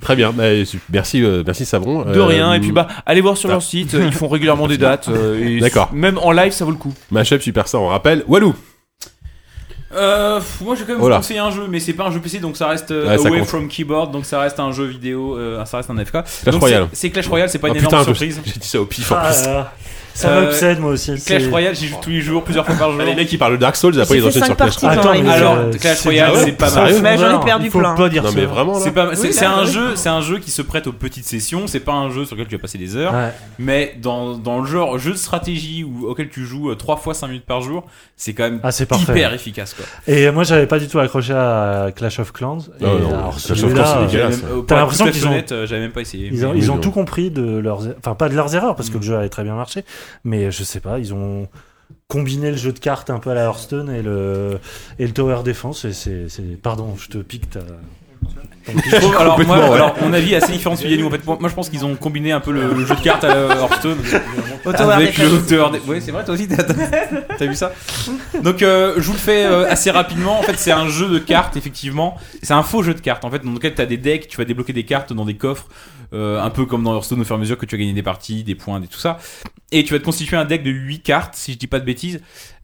S2: Très bien. bah, su- merci, euh, merci Savon.
S9: De
S2: Euh,
S9: rien, et puis bah, allez voir sur
S2: ah.
S9: leur site, euh, ils font régulièrement des dates. euh, et
S2: D'accord.
S9: s- Même en live, ça vaut le coup.
S2: Mashup Superstar, on rappelle. Walou.
S7: Euh, pff, moi, je vais quand même
S2: Voilà.
S7: vous conseiller un jeu, mais c'est pas un jeu PC, donc ça reste euh,
S2: Ouais, ça
S7: Away
S2: compte.
S7: from Keyboard, donc ça reste un jeu vidéo, euh, ça reste un FK.
S2: Clash
S7: Donc,
S2: Royale.
S7: c'est- C'est Clash Royale, c'est pas
S2: Ah,
S7: une
S2: putain,
S7: énorme
S2: je-
S7: surprise.
S2: J'ai dit ça au pif en
S8: Ah,
S2: plus.
S8: là, là. ça
S7: Euh,
S8: m'obsède moi aussi.
S7: Clash
S8: c'est-
S7: Royale, j'y joue tous les jours, plusieurs fois par jour.
S2: Ah, les mecs, ils parlent de Dark Souls, après
S6: J'ai
S2: ils
S6: fait
S2: enchaînent sur
S6: cinq
S2: Clash.
S6: parties.
S2: Ah,
S6: Attends,
S8: mais
S6: mais
S7: alors,
S8: euh,
S7: Clash
S8: c'est-
S7: Royale, c'est pas
S8: ça
S7: mal.
S8: reste
S6: Mais j'en ai
S8: ouvert,
S6: perdu
S8: il faut
S6: plein.
S8: pas dire
S2: Non,
S8: ça.
S2: mais vraiment, là. Ah,
S7: C'est pas, c'est,
S6: Oui,
S7: c'est
S6: bah,
S7: un
S6: oui.
S7: jeu, c'est un jeu qui se prête aux petites sessions. C'est pas un jeu sur lequel tu vas passer des heures,
S8: Ouais.
S7: mais dans, dans le genre jeu de stratégie ou auquel tu joues euh, trois fois 5 minutes par jour, c'est quand même
S8: Ah, c'est parfait.
S7: hyper efficace. Quoi.
S8: Et moi, j'avais pas du tout accroché à Clash of Clans. Et
S2: Ah, non,
S8: alors,
S2: Clash of
S8: celui-là,
S2: Clans, c'est dégueulasse.
S7: J'avais même-
S2: ça.
S7: euh, pour
S8: T'as
S7: être
S8: l'impression
S7: tout à fait
S8: qu'ils ont-
S7: honnête, euh, j'avais même pas essayé.
S8: Ils ont,
S2: Oui,
S8: ils ont
S2: non.
S8: tout compris de leurs, enfin pas de leurs erreurs parce que le jeu avait très bien marché, mais je sais pas, ils ont combiné le jeu de cartes un peu à la Hearthstone et le et le tower defense et c'est, c'est- pardon, je te pique ta.
S7: Je trouve- alors, moi, alors, mon avis est assez différent de celui de nous. En fait, moi, moi, je pense qu'ils ont combiné un peu le, le jeu de cartes à la Hearthstone
S6: Auteur
S7: avec
S6: des
S7: le
S6: fesses.
S7: hauteur des. Ouais, c'est vrai, toi aussi, t'as, t'as- t'as vu ça Donc, euh, je vous le fais euh, assez rapidement. En fait, c'est un jeu de cartes, effectivement. C'est un faux jeu de cartes, en fait, dans lequel t'as des decks, tu vas débloquer des cartes dans des coffres, euh, un peu comme dans Hearthstone au fur et à mesure que tu as gagné des parties, des points, des tout ça. Et tu vas te constituer un deck de 8 cartes, si je dis pas de bêtises.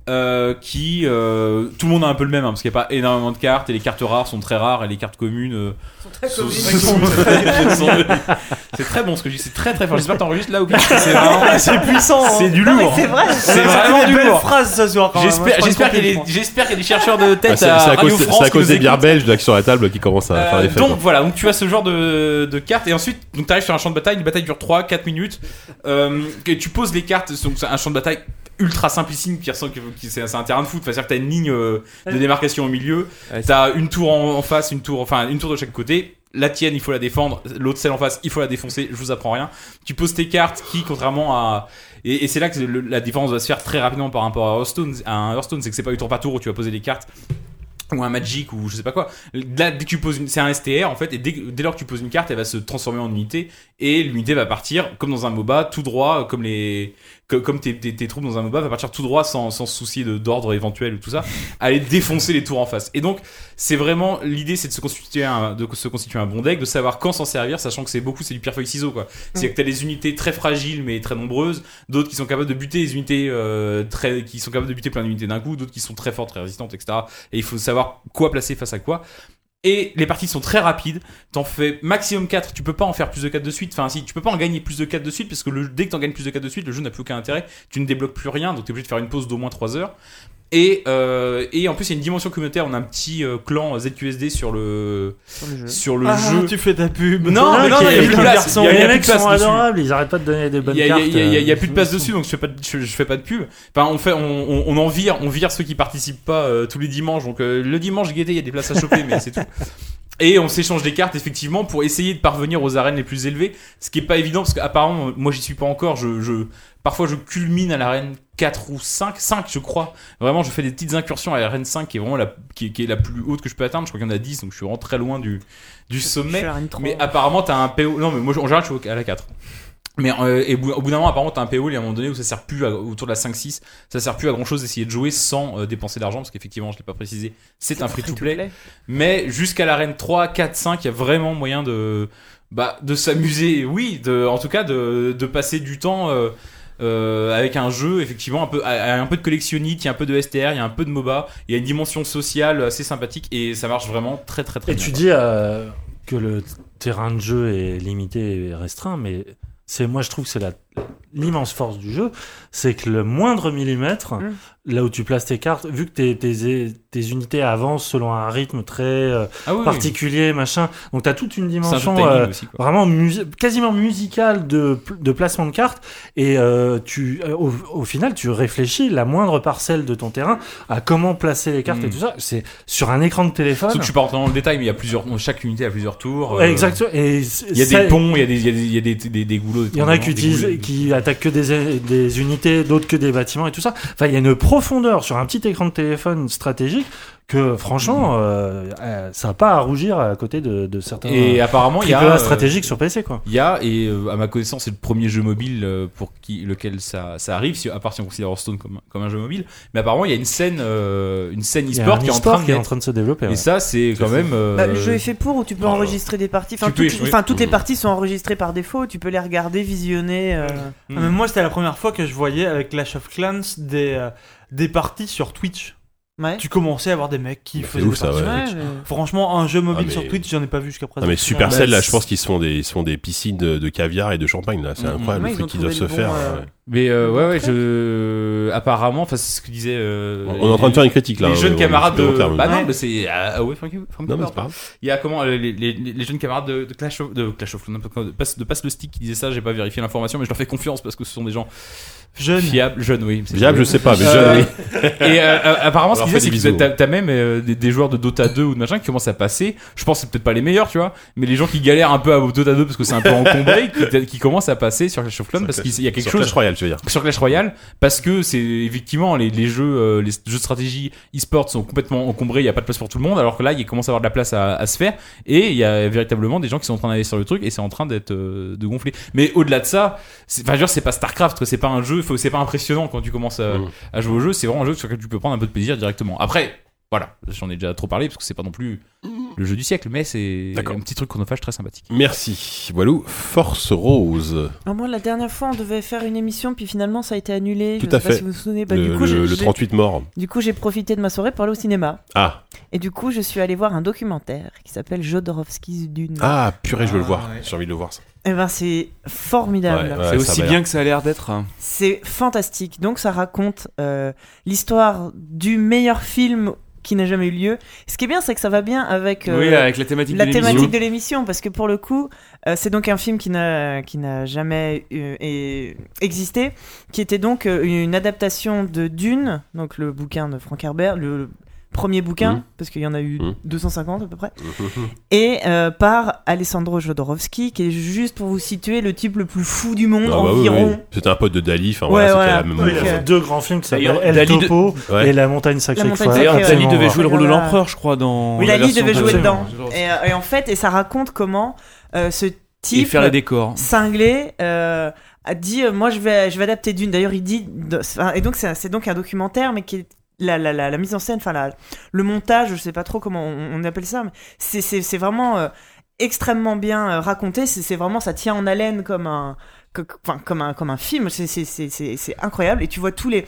S7: euh, qui euh, tout le monde a un peu le même hein, parce qu'il n'y a pas énormément de cartes et les cartes rares sont très rares et les cartes communes euh,
S6: Ils sont très
S7: Ce-
S6: communes.
S7: ce sont très- sont- C'est très bon ce que je dis, c'est très très fort. J'espère que t'enregistres là au pire. parce que C'est
S6: Ah,
S7: vraiment-
S5: C'est puissant, hein.
S7: C'est du
S5: Non, mais
S7: lourd.
S5: c'est vrai.
S7: C'est
S5: C'est
S7: vraiment
S5: des
S7: du
S5: belles
S7: lourd.
S5: phrases ce soir, quand même.
S6: hein.
S5: Moi, je
S7: J'espère
S5: prends
S7: j'espère
S5: le
S7: qu'il y a des-
S5: complet,
S7: j'espère qu'il y a des chercheurs de
S2: Ah,
S7: tête
S2: c'est
S7: à
S2: c'est à
S7: Radio
S2: cause, c'est
S7: France
S2: à
S7: qui
S2: cause
S7: nous
S2: des
S7: écoutent.
S2: bières belges là, qui sont à la table qui commencent à faire
S7: Euh,
S2: des fêtes. hein.
S7: donc voilà, donc tu as ce genre de, de cartes et ensuite donc arrives sur un champ de bataille, une bataille dure 3 4 minutes. Euh, que tu poses les cartes, donc c'est un champ de bataille ultra simplissime qui ressemble qui c'est c'est un terrain de foot, enfin c'est-à-dire que t'as une ligne euh, de démarcation au milieu, t'as une tour en, en face, une tour enfin une tour de chaque côté. La tienne, il faut la défendre. L'autre, celle en face, il faut la défoncer. Je vous apprends rien. Tu poses tes cartes qui, contrairement à. Et, et c'est là que le- la différence va se faire très rapidement par rapport à Hearthstone. À un Hearthstone, c'est que c'est pas du tour par tour où tu vas poser les cartes ou un Magic ou je sais pas quoi. Là, dès que tu poses une, c'est un STR en fait, et dès, que- dès lors que tu poses une carte, elle va se transformer en unité et l'unité va partir comme dans un MOBA, tout droit, euh, comme les, co- comme tes, tes, tes troupes dans un MOBA va partir tout droit sans, sans se soucier de- d'ordre éventuel ou tout ça, aller défoncer les tours en face. Et donc, c'est vraiment l'idée, c'est de se constituer un, de se constituer un bon deck, de savoir quand s'en servir, sachant que c'est beaucoup, c'est du pierre feuille ciseau quoi. C'est que t'as des unités très fragiles mais très nombreuses, d'autres qui sont capables de buter les unités euh, très, qui sont capables de buter plein d'unités d'un coup, d'autres qui sont très fortes, très résistantes, etc. Et il faut savoir quoi placer face à quoi. Et les parties sont très rapides. T'en fais maximum 4. Tu peux pas en faire plus de 4 de suite. Enfin, si, tu peux pas en gagner plus de 4 de suite parce que le, dès que t'en gagnes plus de 4 de suite, le jeu n'a plus aucun intérêt. Tu ne débloques plus rien. Donc t'es obligé de faire une pause d'au moins 3 heures. Et, euh, et en plus, il y a une dimension communautaire. On a un petit euh, clan ZQSD sur le, sur
S6: Mmh.
S7: le jeu.
S5: Ah, tu fais ta pub.
S7: Non, non, non, il y a plus de place. Il y a- il y
S8: les
S7: a plus
S8: mecs
S7: de place
S8: sont
S7: dessus.
S8: adorables, ils arrêtent pas de donner des bonnes
S7: Il y a,
S8: cartes.
S7: il y a- il y a- il y a
S8: euh,
S7: plus de place dessus, donc je fais pas de, je, je fais pas de pub. Enfin, on fait, on, on, on en vire, on vire ceux qui participent pas euh, tous les dimanches. Donc euh, le dimanche guetté, il y a des places à choper, mais c'est tout. Et on s'échange des cartes effectivement pour essayer de parvenir aux arènes les plus élevées, ce qui est pas évident parce qu'apparemment moi j'y suis pas encore. Je, je parfois je culmine à l'arène 4 ou 5, 5 je crois. Vraiment je fais des petites incursions à l'arène 5 qui est vraiment la qui est, qui est la plus haute que je peux atteindre. Je crois qu'il y en a 10 donc je suis vraiment très loin du du
S6: Je
S7: sommet.
S6: suis à l'arène 3.
S7: Mais apparemment t'as un PO. Non mais moi en général je suis au- à la 4. Mais euh, et au bout- au bout d'un moment, apparemment, t'as un PO, il y a un moment donné où ça sert plus à- autour de la 5-6, ça sert plus à grand chose d'essayer de jouer sans euh, dépenser d'argent, parce qu'effectivement, je l'ai pas précisé, c'est un free-to-play. Mais jusqu'à l'arène 3, 4, 5, il y a vraiment moyen de, bah, de s'amuser, oui, de, en tout cas, de, de passer du temps euh, euh, avec un jeu, effectivement, un peu, à- à un peu de collectionnite, il y a un peu de STR, il y a un peu de MOBA, il y a une dimension sociale assez sympathique, et ça marche vraiment très, très, très
S8: Et
S7: bien.
S8: tu dis euh, que le terrain de jeu est limité et restreint, mais c'est moi je trouve que c'est la l'immense force du jeu, c'est que le moindre millimètre,
S5: Mm.
S8: là où tu places tes cartes, vu que tes, tes, tes unités avancent selon un rythme très euh,
S7: Ah oui, oui.
S8: particulier, machin, donc tu as toute une dimension
S7: timing
S8: euh,
S7: aussi, quoi.
S8: vraiment musi- quasiment musicale de, de placement de cartes, et euh, tu, euh, au, au final tu réfléchis la moindre parcelle de ton terrain à comment placer les cartes et tout ça, c'est sur un écran de téléphone.
S7: Hmm. Sauf que je suis pas rentré dans le détail, mais il y a plusieurs, chaque unité a plusieurs tours.
S8: Ouais,
S7: euh,
S8: exactement. Et c'est-
S7: Il y a
S8: ça-
S7: des ponts, il y a des, il y a des, il y a des, des- des goulots. des
S8: Il y en a qui
S7: tournements, des
S8: utilisent,
S7: goulets.
S8: qui attaquent que des, des unités, d'autres que des bâtiments et tout ça. Enfin, il y a une profondeur sur un petit écran de téléphone stratégique que, franchement,
S7: Hmm.
S8: euh, euh, ça n'a pas à rougir à côté de, de certains.
S7: Et apparemment, il y a,
S8: AAA
S7: euh,
S8: stratégique sur PC, quoi.
S7: Il y a, et euh, à ma connaissance, c'est le premier jeu mobile euh, pour qui, lequel ça, ça arrive, si, à part si on considère Hearthstone comme, comme un jeu mobile. Mais apparemment, il y a une scène, euh, une scène
S8: Il y a
S7: e-sport
S8: un
S7: qui, est en
S8: e-sport
S7: train de
S8: qui est en
S7: naître.
S8: train de se développer,
S7: Et
S8: ouais.
S7: ça, c'est quand même. euh,
S6: Bah, le jeu est fait pour où tu peux enregistrer des parties. Enfin,
S7: tu peux Mm. y
S6: toutes-
S7: jouer.
S6: enfin, toutes les
S7: Oui.
S6: parties sont enregistrées par défaut. Tu peux les regarder, visionner. euh.
S5: Ah, mais moi, c'était la première fois que je voyais avec Clash of Clans des, euh, des parties sur Twitch.
S6: Ouais.
S5: Tu commençais à avoir des mecs qui
S6: Bah, c'est
S5: faisaient
S2: ouf,
S5: des parties
S2: ça, ouais.
S5: sur Twitch.
S6: Ouais, mais-
S5: Franchement, un jeu mobile
S2: Ah, mais-
S5: sur Twitch, j'en ai pas vu jusqu'à présent.
S2: Non mais Supercell
S5: Ah,
S2: là, je pense qu'ils se font des, ils se font des piscines de, de caviar et de champagne là, c'est
S7: Mhm.
S2: incroyable
S7: Ouais,
S2: le
S7: ils ont
S2: truc qu'ils
S7: trouvé
S2: doivent se
S7: le bon,
S2: faire.
S7: euh,
S2: ouais.
S7: Mais euh, ouais, ouais, je. Apparemment, enfin, c'est ce que disait. euh,
S2: On est en train de faire une critique, là, hein,
S7: Les
S2: ouais,
S7: jeunes
S2: ouais,
S7: camarades
S2: c'est
S7: de.
S2: volontaire,
S7: Bah
S2: mais-
S7: non, mais c'est. Ah ouais, Frank Frank
S2: Non, mais
S7: Herbert.
S2: c'est pas grave.
S7: Il y a comment euh, les, les, les- les jeunes camarades de, de Clash of. De Clash of. n'importe quoi, De passe, de passe le stick qui disaient ça, j'ai pas vérifié l'information, mais je leur fais confiance parce que ce sont des gens.
S5: Jeunes.
S7: Fiables, jeunes, oui. c'est
S2: Fiables,
S7: vrai.
S2: je sais pas, mais
S7: Euh,
S2: jeunes, oui.
S7: Et euh, euh, apparemment, ce
S2: On leur
S7: qu'ils disaient,
S2: fait des
S7: c'est que
S2: bisous.
S7: t'as- t'as même euh, des, des joueurs de Dota 2 ou de machin qui commencent à passer. Je pense que c'est peut-être pas les meilleurs, tu vois, mais les gens qui galèrent un peu à Dota 2 parce que c'est un peu encombré, qui, qui commencent à passer sur Clash of Clans parce qu'il y a quelque
S2: Sur
S7: chose.
S2: Clash Royale, je veux dire.
S7: Sur Clash Royale, parce que c'est effectivement les, les jeux, euh, les jeux de stratégie e-sport sont complètement encombrés, il n'y a pas de place pour tout le monde, alors que là, il commence à avoir de la place à, à se faire, et il y a véritablement des gens qui sont en train d'aller sur le truc, et c'est en train d'être euh, de gonfler. Mais au-delà de ça, c'est- enfin, je veux dire, c'est pas Starcraft, quoi, c'est pas un jeu, faut- c'est pas impressionnant quand tu commences à,
S9: Mm.
S7: à jouer au jeu, c'est vraiment un jeu sur lequel tu peux prendre un peu de plaisir directement. Après, voilà, j'en ai déjà trop parlé, parce que c'est pas non plus le jeu du siècle, mais c'est un petit truc chronophage très sympathique.
S2: Merci. Walou, Force Rose.
S6: Ah, moi, la dernière fois, on devait faire une émission, puis finalement, ça a été annulé.
S2: Tout
S6: je
S2: à
S6: sais
S2: fait.
S6: Pas si vous vous souvenez. Bah,
S2: Le-
S6: du coup, j'ai-
S2: le- le
S6: j'ai-
S2: 38 morts.
S6: Du coup, j'ai profité de ma soirée pour aller au cinéma.
S2: Ah.
S6: Et du coup, je suis allé voir un documentaire qui s'appelle Jodorowsky's Dune.
S2: Ah, purée, je veux le voir. J'ai envie de le voir, ça.
S6: Eh ben, c'est formidable.
S2: Ouais, ouais, C'est ça aussi va bien l'air. que
S9: ça a l'air d'être. hein.
S6: C'est fantastique. Donc, ça raconte euh, l'histoire du meilleur film qui n'a jamais eu lieu. Ce qui est bien, c'est que ça va bien avec, euh,
S9: Oui, avec la thématique de l'émission.
S6: thématique de l'émission, parce que pour le coup, euh, c'est donc un film qui n'a qui n'a jamais eu- é- existé, qui était donc euh, une adaptation de Dune, donc le bouquin de Frank Herbert, le premier bouquin,
S11: Mhm.
S9: Mmh.
S6: parce qu'il y en a eu
S11: Mhm.
S6: 250 à peu près,
S11: Mhm.
S6: et euh, par Alessandro Jodorowsky, qui est juste pour vous situer le type le plus fou du monde
S2: Ah, bah oui,
S6: environ.
S2: oui. C'était un pote de Dali. Enfin,
S6: Ouais,
S2: voilà, c'était
S6: voilà.
S2: la même
S6: Oui,
S2: chose.
S6: il a fait
S8: Deux grands films qui s'appellent
S9: D'ailleurs,
S8: El
S9: Dali de-
S8: Topo
S2: Ouais.
S8: et La Montagne Sacrée.
S6: La
S8: qu'il faut
S6: montagne
S9: D'ailleurs,
S6: sacrée,
S9: Dali
S6: ouais.
S9: devait jouer le rôle de
S6: Voilà.
S9: l'empereur, je crois, dans.
S6: Oui,
S9: la
S6: Dali
S9: version
S6: devait jouer
S9: de-
S6: dedans. Et, euh, et en fait, et ça raconte comment euh, ce type
S9: faire les décors.
S6: cinglé euh, a dit euh, moi je vais je vais adapter d'une. D'ailleurs, il dit de- enfin, et donc c'est un- c'est donc un documentaire, mais qui est la, la, la, la mise en scène, enfin la- le montage, je sais pas trop comment on, on appelle ça, mais c'est- c'est c'est vraiment euh, extrêmement bien euh, raconté. C'est c'est vraiment ça tient en haleine comme un que- que- enfin, comme un comme un film. C'est- c'est- C'est c'est- c'est incroyable et tu vois tous les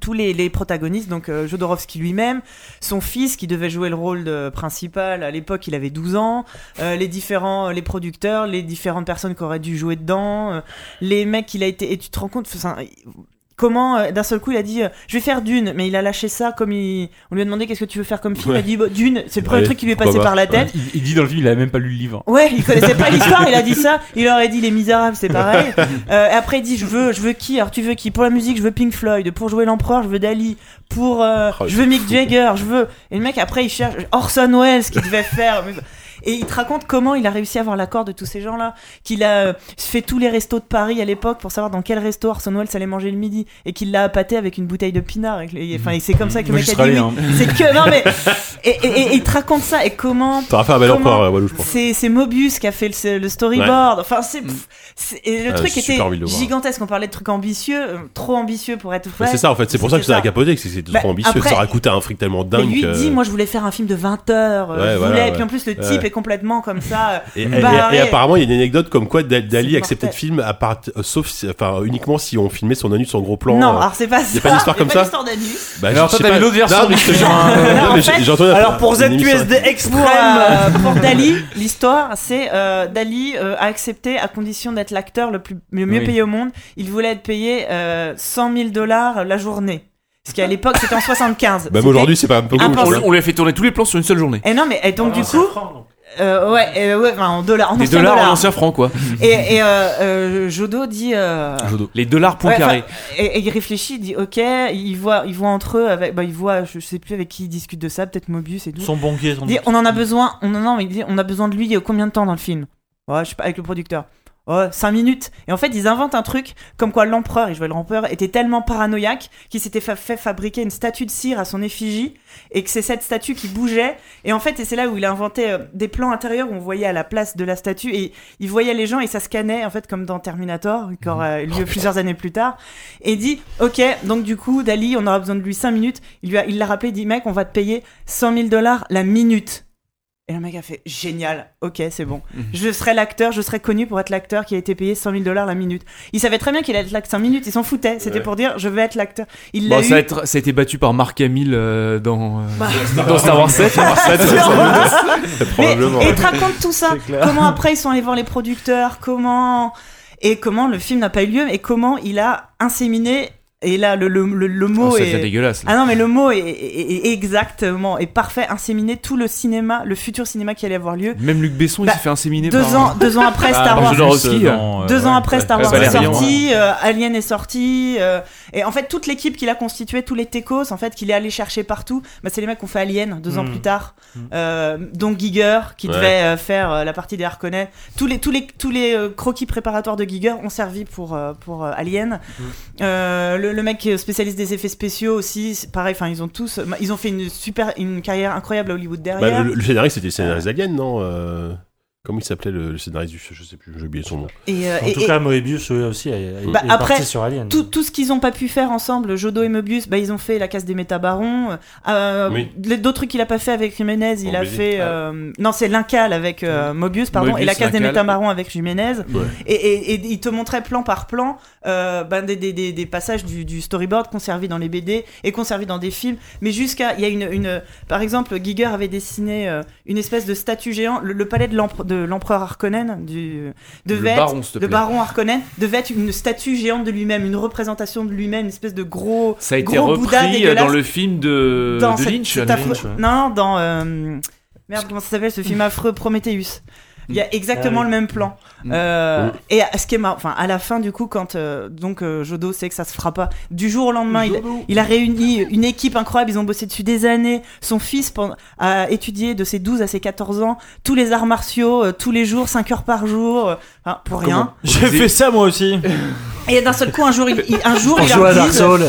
S6: tous les, les protagonistes, donc euh, Jodorowsky lui-même, son fils qui devait jouer le rôle de principal, à l'époque il avait 12 ans, euh, les différents les producteurs, les différentes personnes qui auraient dû jouer dedans, euh, les mecs qu'il a été... Et tu te rends compte, enfin, comment euh, d'un seul coup il a dit euh, je vais faire Dune, mais il a lâché ça comme il... On lui a demandé qu'est-ce que tu veux faire comme film,
S3: Ouais.
S6: il a dit Bah, Dune, c'est le premier
S3: Ouais,
S6: truc qui lui est
S3: pourquoi
S6: passé
S3: pas.
S6: par la tête.
S3: Il, il dit dans le film, il a même pas lu le livre.
S6: Ouais, il connaissait pas l'histoire, il a dit ça. Il aurait dit Les Misérables, c'est pareil. Euh, après, il dit Je veux, je veux qui Alors, tu veux qui Pour la musique, je veux Pink Floyd. Pour jouer l'empereur, je veux Dali. Pour. euh,
S11: Oh,
S6: je veux Mick Jagger, je veux. Et le mec, après, il cherche Orson Welles qui devait faire. Et il te raconte comment il a réussi à avoir l'accord de tous ces gens-là, qu'il a euh, fait tous les restos de Paris à l'époque pour savoir dans quel resto Orson Welles allait manger le midi, et qu'il l'a appâté avec une bouteille de pinard. Et que- et- Enfin, et c'est comme ça que le
S3: Moi,
S6: mec
S3: j'y
S6: a dit
S3: serais
S6: oui.
S3: allé, hein.
S6: C'est que non mais et, et- et- et il te raconte ça et comment
S2: T'auras fait un bel
S6: comment-
S2: empereur, euh, Walou, je pense.
S6: c'est c'est Mobius qui a fait le, le storyboard. Enfin, c'est pff, c'est- et le
S2: Ah,
S6: truc
S2: j'ai
S6: était
S2: super envie de le voir.
S6: gigantesque. On parlait de trucs ambitieux, euh, trop ambitieux pour être vrai.
S2: C'est ça, en fait. C'est pour ça que
S6: C'était
S2: ça a capoté, que c'est- c'est
S6: Bah,
S2: trop ambitieux.
S6: après-
S2: Ça aurait coûté un fric tellement
S6: Mais
S2: dingue.
S6: lui il
S2: que-
S6: dit, moi je voulais faire un film de 20 heures, euh,
S2: euh, Ouais,
S6: je
S2: voilà,
S6: voulais. Et
S2: ouais.
S6: puis en plus le
S2: Ouais.
S6: type est complètement comme ça. euh,
S2: Et, et-
S6: barré.
S2: et apparemment, il y a une anecdote comme quoi Da- Dali
S6: C'est
S2: acceptait de
S6: mortel.
S2: film à part, euh, sauf, si- enfin, uniquement si on filmait son anus en gros plan.
S6: Non,
S2: euh.
S6: alors c'est pas
S2: Il y
S6: ça.
S2: a pas une histoire
S6: Il y a
S2: comme
S6: pas
S2: ça.
S6: d'histoire d'anus.
S2: Bah,
S7: Alors,
S2: je-
S7: toi,
S2: je sais
S7: t'as hein,
S2: pas-
S7: une autre version
S2: Non, mais
S7: du
S2: je te
S7: film.
S2: jure.
S7: Non,
S2: Non,
S7: en
S2: mais j'ai-
S7: fait,
S2: j'ai entendu la-
S7: alors, pour
S2: une émission-
S7: ZQSD
S6: Extrême, euh, pour Dali, l'histoire, c'est euh, Dali euh, a accepté à condition d'être l'acteur le, plus- le mieux
S11: Oui.
S6: payé au monde. Il voulait être payé euh, 100 000 dollars la journée. Ce qui à l'époque c'était en 75.
S2: Bah, mais aujourd'hui, c'est pas un peu
S6: Ah,
S2: cool.
S6: pense-
S2: tu vois.
S9: On lui a fait tourner tous les plans sur une seule journée.
S6: Et non mais et
S8: Ah,
S6: donc du coup, euh, ouais, euh, ouais, enfin, en dollars, en
S9: Des
S6: anciens
S9: dollars en ancien franc, quoi.
S6: Et, et euh, euh, Jodo dit. euh,
S9: Les dollars
S6: Ouais,
S9: Poincaré.
S6: enfin, et, et il réfléchit, il dit ok, il voit, il voit entre eux, avec, bah, il voit, je, je sais plus avec qui il discute de ça, peut-être Mobius et tout.
S8: Son banquier, sans
S6: Il dit,
S8: doute.
S6: on en a besoin, on en a, il dit, on a besoin de lui euh, combien de temps dans le film Ouais, je sais pas, avec le producteur. Ouais, 5 minutes. Et en fait, ils inventent un truc comme quoi l'empereur, et je vois l'empereur, était tellement paranoïaque qu'il s'était fa- fait fabriquer une statue de cire à son effigie et que c'est cette statue qui bougeait. Et en fait, et c'est là où il a inventé euh, des plans intérieurs où on voyait à la place de la statue et il voyait les gens et ça scannait, en fait, comme dans Terminator, euh, qui aura lieu plusieurs années plus tard. Et il dit, OK, donc du coup, Dali, on aura besoin de lui 5 minutes. Il lui a- il l'a rappelé, il dit, mec, on va te payer 100 000 dollars la minute. Et le mec a fait génial, ok, c'est bon.
S11: Mhm.
S6: Je serai l'acteur, je serai connu pour être l'acteur qui a été payé 100 000 dollars la minute. Il savait très bien qu'il allait être l'acteur 5 minutes, il s'en foutait. C'était
S9: Ouais.
S6: pour dire je vais être l'acteur. Il
S2: Bah,
S6: l'a
S9: Bon, Bah, ça, a
S6: eu.
S9: être- ça a été battu par Mark Hamill euh, dans, euh,
S6: Bah.
S9: dans Star Wars 7.
S6: Star Wars 7,
S9: Sans doute.
S6: Mais- Et il te raconte tout ça. Comment après ils sont allés voir les producteurs, comment et comment le film n'a pas eu lieu et comment il a inséminé. Et là, le, le, le- le mot
S9: Oh, ça
S6: est
S9: devient dégueulasse, là.
S6: Ah non, mais le mot est, est- est- est exactement est parfait. Inséminer tout le cinéma, le futur cinéma qui allait avoir lieu.
S9: Même Luc Besson, il s'est fait inséminer
S6: Bah, Deux
S9: par-
S6: ans, deux ans après
S7: Ah,
S9: par
S6: Star Wars.
S9: Jodorowsky, euh,
S6: deux
S9: ouais.
S6: ans après Star
S9: Ouais,
S6: Wars est
S9: Valérian, hein.
S6: sorti, euh, Alien est sorti, euh, et en fait toute l'équipe qu'il a constituée, tous les techos, en fait qu'il est allé chercher partout, bah, c'est les mecs qui ont fait Alien deux ans
S9: Hmm.
S11: Mm.
S6: plus tard, euh, dont Giger qui
S11: Ouais.
S6: devait euh, faire euh, la partie des Harkonnen. Tous les tous les tous les euh, croquis préparatoires de Giger ont servi pour euh, pour euh, Alien.
S9: Hmm.
S6: Euh, le, le mec qui est spécialiste des effets spéciaux aussi, c'est pareil. Enfin ils ont tous, ils
S9: Bah,
S6: ont fait une super une carrière incroyable à Hollywood derrière.
S2: Bah, le, le scénariste, c'était le scénariste d'Alien, non euh, Comment il s'appelait le, le scénariste du jeu Je sais plus, j'ai oublié son nom.
S6: Et, euh,
S8: en tout
S6: et-
S8: cas,
S6: et-
S8: Moebius eux, aussi est, est-
S6: Bah,
S8: est
S6: après,
S8: parti sur Alien.
S6: Tout, tout ce qu'ils n'ont pas pu faire ensemble, Jodo et Mobius, bah, ils ont fait la case des métabarons. Euh,
S8: Oui.
S6: les- D'autres trucs qu'il a pas fait avec Jiménez, il
S8: En
S6: a
S8: Belgique,
S6: fait. euh, non, c'est l'Incal avec euh, Mobius, pardon,
S11: Moebius,
S6: et la case des
S11: l'Incal.
S6: métabarons avec Jiménez.
S11: Ouais.
S6: Et, et, et il te montrait plan par plan euh, ben, des, des- des- des passages du, du storyboard conservés dans les BD et conservés dans des films. Mais jusqu'à. Il y a une, une- Par exemple, Giger avait dessiné euh, une espèce de statue géant, le, le palais de l'empre- de l'empereur Harkonnen, du,
S9: Le
S6: devait
S9: baron,
S6: être,
S9: s'il te
S6: le
S9: plaît.
S6: baron Harkonnen devait être une statue géante de lui-même, une représentation de lui-même, une espèce de gros
S9: Ça a été
S6: gros Bouddha
S9: repris euh,
S6: dégueulasse.
S9: dans le film de,
S6: Dans
S9: de
S6: cette-
S9: Lynch.
S6: cet
S9: de
S6: affreux-
S9: Lynch, ouais.
S6: Non, dans euh, merde, comment ça s'appelle ce film affreux Prometheus. Il y
S9: Mm.
S6: a exactement
S11: Ah oui.
S6: le même plan.
S11: Mm.
S6: Euh,
S11: Mm.
S6: Et à- ce qui est marrant, enfin à la fin du coup, quand euh, donc euh, Jodo sait que ça se fera pas, du jour au lendemain, il,
S11: Jodo.
S6: il a réuni une équipe incroyable. Ils ont bossé dessus des années. Son fils pen- a étudié de ses 12 à ses 14 ans tous les arts martiaux, euh, tous les jours, 5 heures par jour, euh, enfin, pour rien.
S5: J'ai fait ça moi aussi.
S6: Et d'un seul coup, un jour, il, il- un jour,
S5: Pour
S6: il
S5: jouer à
S6: leur
S5: Dark
S6: dit,
S5: Souls.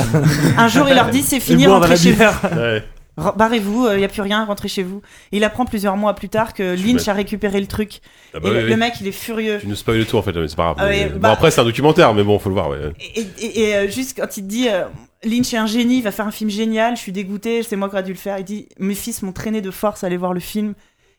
S6: un jour, il leur dit, c'est
S5: Et
S6: fini,
S5: boire de la
S6: rentrez chez vous.
S5: bière. Ouais.
S6: Re- Barrez-vous, il n'y a plus rien, rentrez chez vous. Et il apprend plusieurs mois plus tard que Lynch
S2: m'étonnes.
S6: a récupéré le truc.
S2: Ah bah
S6: et le,
S2: oui, oui.
S6: le mec, il est furieux.
S2: Tu nous spoil le tout en fait, mais c'est pas grave.
S6: Ah ouais,
S2: Bon,
S6: bah-
S2: après, c'est un documentaire, mais bon, faut le voir. ouais.
S6: Et, et- et, euh, juste quand il te dit euh, Lynch est un génie, il va faire un film génial, je suis dégoûté, c'est moi qui aurais dû le faire. Il dit Mes fils m'ont traîné de force à aller voir le film.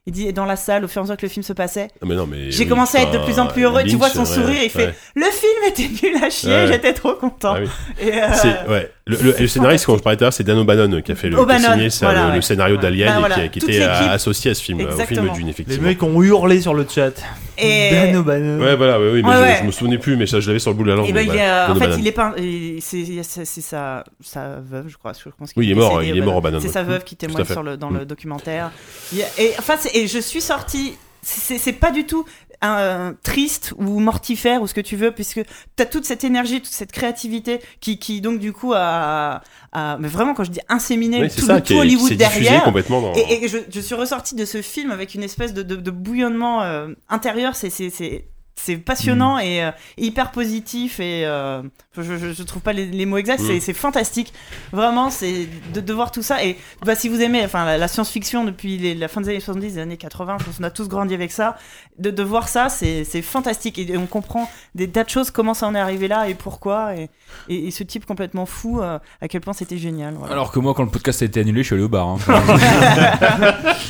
S6: Il dit Et dans la salle, au fur et à mesure que le film se passait,
S2: Ah, mais non, mais
S6: j'ai
S2: oui,
S6: commencé à être de
S2: enfin,
S6: plus en plus heureux. Et tu
S2: Lynch,
S6: vois son
S2: ouais,
S6: sourire, il fait
S2: ouais.
S6: Le film était nul à chier,
S2: Ouais.
S6: j'étais trop content.
S2: Ah oui.
S6: Et, euh,
S2: C'est- ouais. Le, le- le scénariste, quand je parlais tout à l'heure, c'est Dan O'Bannon qui a fait le, qui a
S6: O'Bannon,
S2: signé, ça,
S6: voilà,
S2: le, le
S6: ouais.
S2: scénario
S6: Ouais.
S2: d'Alien
S6: Bah
S2: et
S6: voilà,
S2: qui, a- qui
S6: toute
S2: était euh,
S6: l'équipe.
S2: associé à ce film, euh, au film
S6: Exactement.
S2: d'une,
S5: Les
S2: effectivement.
S5: mecs ont hurlé sur le chat.
S6: Et-
S2: Ben
S5: Dan O'Bannon.
S2: Ouais, voilà, ouais, oui, mais
S6: Ouais,
S2: je,
S6: ouais.
S2: je me souvenais plus, mais ça, je l'avais sur le bout de la langue.
S6: Et
S2: mais
S6: ben, il
S2: voilà.
S6: est, euh, en
S2: Dan
S6: fait,
S2: O'Bannon.
S6: il est peint. et C'est c'est- c'est sa, sa veuve, je crois. Je pense qu'il
S2: Oui, il est
S6: décédé,
S2: mort, il est
S6: O'Bannon.
S2: mort, O'Bannon,
S6: C'est
S2: ouais. Mmh.
S6: sa veuve
S2: Tout
S6: qui
S2: à
S6: témoigne
S2: fait.
S6: sur le, dans
S2: Mm.
S6: le documentaire. Il y a- Et, enfin, c'est- et je suis sortie. C'est c'est pas du tout un, triste ou mortifère ou ce que tu veux, puisque t'as toute cette énergie, toute cette créativité qui, qui donc, du coup, a. a- mais vraiment, quand je dis inséminé
S2: Oui, c'est
S6: tout,
S2: ça,
S6: le-
S2: qui
S6: tout
S2: est- qui
S6: Hollywood
S2: s'est diffusé
S6: derrière.
S2: complètement dans-
S6: Et, et je, je suis ressortie de ce film avec une espèce de, de- de bouillonnement euh, intérieur. C'est- c'est- C'est c'est passionnant et euh, hyper positif et euh, je, je, je trouve pas les, les mots exacts
S11: Mm.
S6: c'est- c'est fantastique vraiment c'est de, de voir tout ça et bah, si vous aimez enfin la, la science-fiction depuis les- la fin des années 70 des années 80 je pense qu'on a tous grandi avec ça de, de voir ça c'est c'est fantastique et on comprend des tas de choses comment ça en est arrivé là et pourquoi et, et- et ce type complètement fou euh, à quel point c'était génial voilà.
S7: Alors que moi, quand le podcast a été annulé, je suis allé au bar. hein.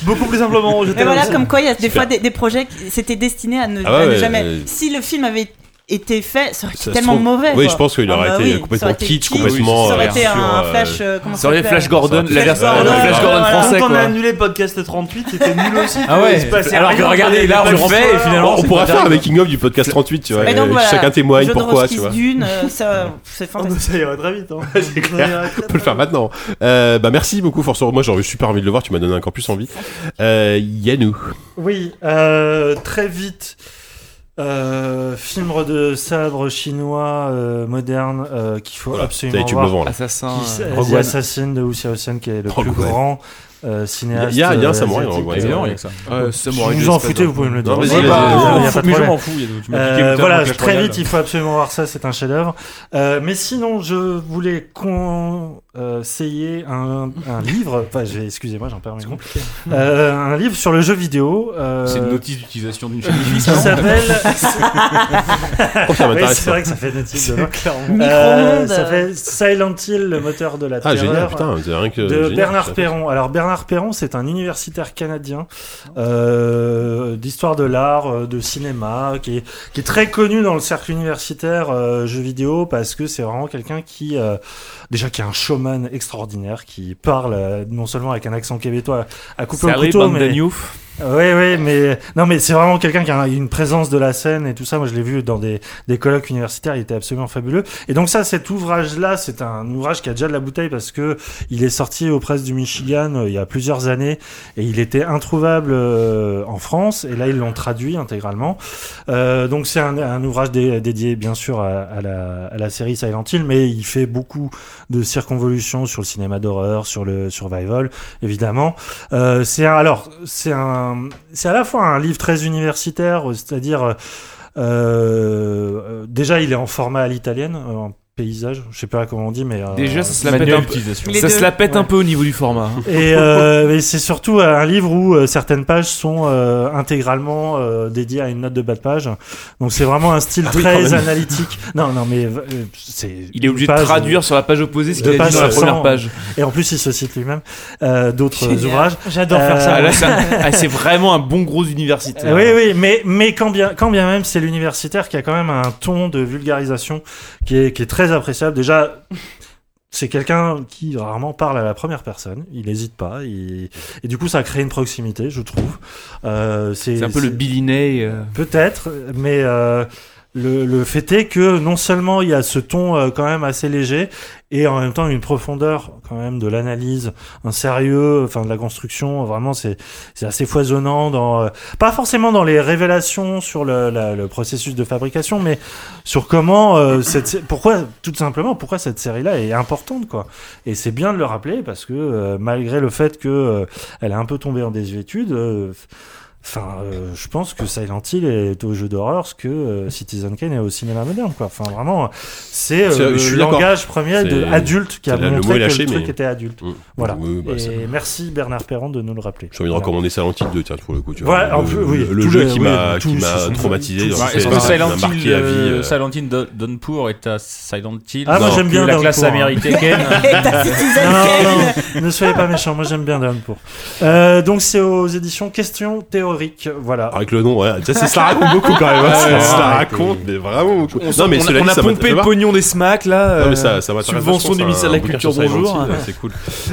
S5: Beaucoup plus simplement.
S6: Mais voilà, comme quoi, il y a des
S7: Super.
S6: fois des, des projets qui c'était destiné à ne,
S2: Ah ouais,
S6: à ne
S2: ouais,
S6: jamais.
S2: euh,
S6: Si le film avait été fait, ça aurait été
S2: Ça se
S6: tellement
S2: trouve-
S6: mauvais.
S2: Oui,
S6: quoi.
S2: je pense qu'il
S6: Ah
S2: aurait
S6: bah
S2: été
S6: oui, ça
S2: complètement
S6: aurait été
S2: kitsch, complètement.
S6: Ça aurait été
S2: euh,
S6: un
S2: sur,
S6: flash. euh, comment
S2: ça aurait
S6: s'appelle
S2: Flash Gordon, la version-
S5: le
S2: Ouais,
S5: Flash
S2: ouais,
S5: Gordon
S2: ouais,
S5: français.
S2: ouais.
S5: Quand on a
S2: quoi.
S5: annulé le podcast le 38, c'était nul aussi.
S7: Ah ouais.
S5: il se passait
S7: Alors
S5: rien,
S7: que regardez,
S5: il y
S7: là,
S5: avait
S7: on
S5: pas
S7: le
S5: de
S7: refait, et
S5: choix.
S7: finalement,
S2: on pourra faire un making of du podcast 38, tu vois.
S6: Mais
S2: et
S6: donc,
S2: que
S6: voilà,
S2: Chacun témoigne pourquoi,
S6: Jodorowsky's
S2: tu vois.
S6: Dune, euh, ça, c'est fantastique.
S5: Ça irait très vite. hein.
S2: On peut le faire maintenant. Euh, bah merci beaucoup Force. Moi j'aurais eu super envie de le voir. Tu m'as donné encore plus envie. Euh, Yannou.
S8: Oui, euh, très vite. Euh, film de sabre chinois euh, moderne euh, qu'il faut
S2: Voilà,
S8: absolument
S2: t'as YouTube
S8: voir.
S2: le vent, là.
S9: Assassin,
S8: Qui s-
S9: euh,
S8: The
S9: Rogue One.
S8: Assassin de Wu Xiaoxian qui est le
S9: Rogue
S8: plus
S9: One.
S8: grand euh, cinéaste.
S2: Il y a- il y a un
S8: euh,
S2: samouraï en
S8: asiatique,
S2: Rogue One. Il y a un
S8: euh,
S2: ça.
S9: Euh,
S8: si
S9: samouraï
S8: vous
S9: de
S8: en
S9: l'espace,
S8: foutez, vous
S9: hein.
S8: pouvez me le
S9: Non,
S8: dire. bah,
S9: vas-y,
S8: Il y a-
S9: vas-y,
S8: il y a
S9: vas-y.
S8: pas de
S9: Mais je
S8: problème.
S9: m'en fous, il y a- tu m'as piqué
S8: Euh,
S9: mon terme,
S8: Voilà,
S9: Clash
S8: très
S9: Royale.
S8: vite, il faut absolument voir ça, c'est un chef-d'œuvre. Euh, mais sinon, je voulais conseiller un, un livre. Enfin, j'ai- excusez-moi, j'en perds mes mots. Euh, un livre sur le jeu vidéo. euh,
S7: C'est une notice d'utilisation d'une chaîne
S8: qui
S7: Netflix, non
S8: s'appelle.
S7: Oh, ça m'intéresse,
S8: Oui, c'est
S7: ça.
S8: vrai que ça fait notice de
S7: C'est
S8: voix.
S7: clairement-
S8: Euh,
S7: Micro-ondes.
S8: Ça fait Silent Hill, le moteur de la
S2: Ah,
S8: terreur.
S2: génial, putain, c'est rien que-
S8: de
S2: génial,
S8: Bernard
S2: ça fait
S8: Perron. Alors Bernard Perron, c'est un universitaire canadien
S2: Ah.
S8: euh, d'histoire de l'art, euh, de cinéma, qui est, qui est très connu dans le cercle universitaire euh, jeux vidéo parce que c'est vraiment quelqu'un qui euh, déjà qui est un showman extraordinaire, qui parle euh, non seulement avec un accent québécois à couper au
S9: Salut,
S8: couteau,
S9: bande de
S8: mais
S9: gnoufs.
S8: oui, oui, mais non, mais c'est vraiment quelqu'un qui a une présence de la scène et tout ça. Moi, je l'ai vu dans des, des colloques universitaires, il était absolument fabuleux. Et donc ça, cet ouvrage-là, c'est un ouvrage qui a déjà de la bouteille parce que il est sorti aux presses du Michigan euh, il y a plusieurs années et il était introuvable euh, en France. Et là, ils l'ont traduit intégralement. Euh, donc c'est un, un ouvrage dé- dédié bien sûr à, à la, à la série Silent Hill, mais il fait beaucoup de circonvolutions sur le cinéma d'horreur, sur le survival, évidemment. Euh, c'est un- alors c'est un, c'est à la fois un livre très universitaire, euh, c'est-à-dire euh, euh, déjà il est en format à l'italienne. euh, en paysage, je sais pas comment on dit, mais euh,
S10: Déjà, ça se la pète un peu.
S8: Les
S10: Ça
S8: deux.
S10: se la pète un
S8: Ouais.
S10: peu au niveau du format. hein.
S8: Et euh, mais c'est surtout un livre où euh, certaines pages sont euh, intégralement euh, dédiées à une note de bas de page. Donc c'est vraiment un style
S10: Ah oui, quand
S8: très
S10: même.
S8: analytique. Non, non, mais euh, c'est.
S10: Il est
S8: une
S10: obligé de
S8: page,
S10: traduire
S8: euh,
S10: sur la page opposée ce
S8: de
S10: qu'il a dit
S8: page
S10: sur la
S8: 100.
S10: première page.
S8: Et en plus, il se cite lui-même euh, d'autres
S10: Génial.
S8: ouvrages.
S10: J'adore faire ça. Ah, là, c'est un- ah, c'est
S8: vraiment un bon gros universitaire. Euh. Ah
S10: Euh,
S8: Oui, oui, mais, mais quand, bien, quand bien même c'est l'universitaire qui a quand même un ton de vulgarisation qui est, qui est très appréciable. Déjà, c'est quelqu'un qui rarement parle à la première personne, il n'hésite pas, il- et du coup ça crée une proximité, je trouve. Euh, c'est
S10: C'est un peu le
S8: c'est-
S10: Billy Ney. euh.
S8: Peut-être, mais euh, le, le fait est que non seulement il y a ce ton euh, quand même assez léger, et en même temps une profondeur quand même de l'analyse, un sérieux, enfin de la construction, vraiment c'est c'est assez foisonnant, dans, euh, pas forcément dans les révélations sur le, la- le processus de fabrication, mais sur comment euh, cette sé- pourquoi tout simplement pourquoi cette série là est importante quoi. Et c'est bien de le rappeler parce que euh, malgré le fait que euh, elle est un peu tombée en désuétude. euh, Enfin, euh, je pense que Silent Hill est au jeu d'horreur ce que euh, Citizen Kane est au cinéma moderne, quoi. Enfin, vraiment, c'est euh,
S2: C'est- je
S8: le
S2: suis d'accord.
S8: langage premier de
S2: C'est-
S8: adulte qui a
S2: c'est la- le
S8: montré
S2: mot est
S8: que
S2: lâché,
S8: le truc
S2: mais-
S8: était adulte.
S2: Mm.
S8: Voilà.
S2: Oui, bah, c'est-
S8: Et merci Bernard Perron de nous le rappeler.
S2: J'ai envie de
S8: Voilà.
S2: recommander Silent Hill 2, tiens, pour le coup. Tu
S8: Voilà,
S2: vois,
S8: en
S2: le,
S8: plus, oui,
S2: le- le
S8: tout
S2: jeu
S8: le-
S2: qui
S8: oui,
S2: m'a qui
S8: tout,
S2: m'a
S8: tout, tout,
S2: traumatisé.
S8: tout,
S2: dans
S8: tout,
S2: ce fait,
S8: tout,
S2: ça
S8: tout, tout,
S2: m'a
S3: Silent Hill,
S2: marqué à vie,
S3: euh,
S2: euh.
S3: Silent Hill Don- Dunpour est à Silent Hill.
S8: Ah, moi
S3: Non,
S8: j'aime
S3: que
S8: bien
S3: la
S8: Downpour,
S3: classe
S8: hein.
S3: américaine.
S8: Non, non, ne soyez pas méchants, moi j'aime bien Downpour. Euh, donc c'est aux éditions Questions théoriques, voilà.
S2: Avec le nom, ouais. Tu sais, ça se la raconte beaucoup quand même. hein.
S8: Ouais,
S2: Ça
S8: ouais,
S2: se la
S8: ouais.
S2: raconte, mais vraiment beaucoup.
S10: On, on a-
S2: cela
S10: on
S2: dit,
S10: a
S2: ça m'a-
S10: pompé
S2: tu
S10: le
S2: vois
S10: pognon des SMAC là.
S2: Non, mais
S10: euh,
S2: ça, ça m'intéresse
S10: subvention
S2: vachement,
S10: du
S2: ça,
S10: ministère
S2: un
S10: de la
S2: bouquin
S10: Culture,
S2: sur Silent
S10: bonjour.
S2: Hill, C'est cool.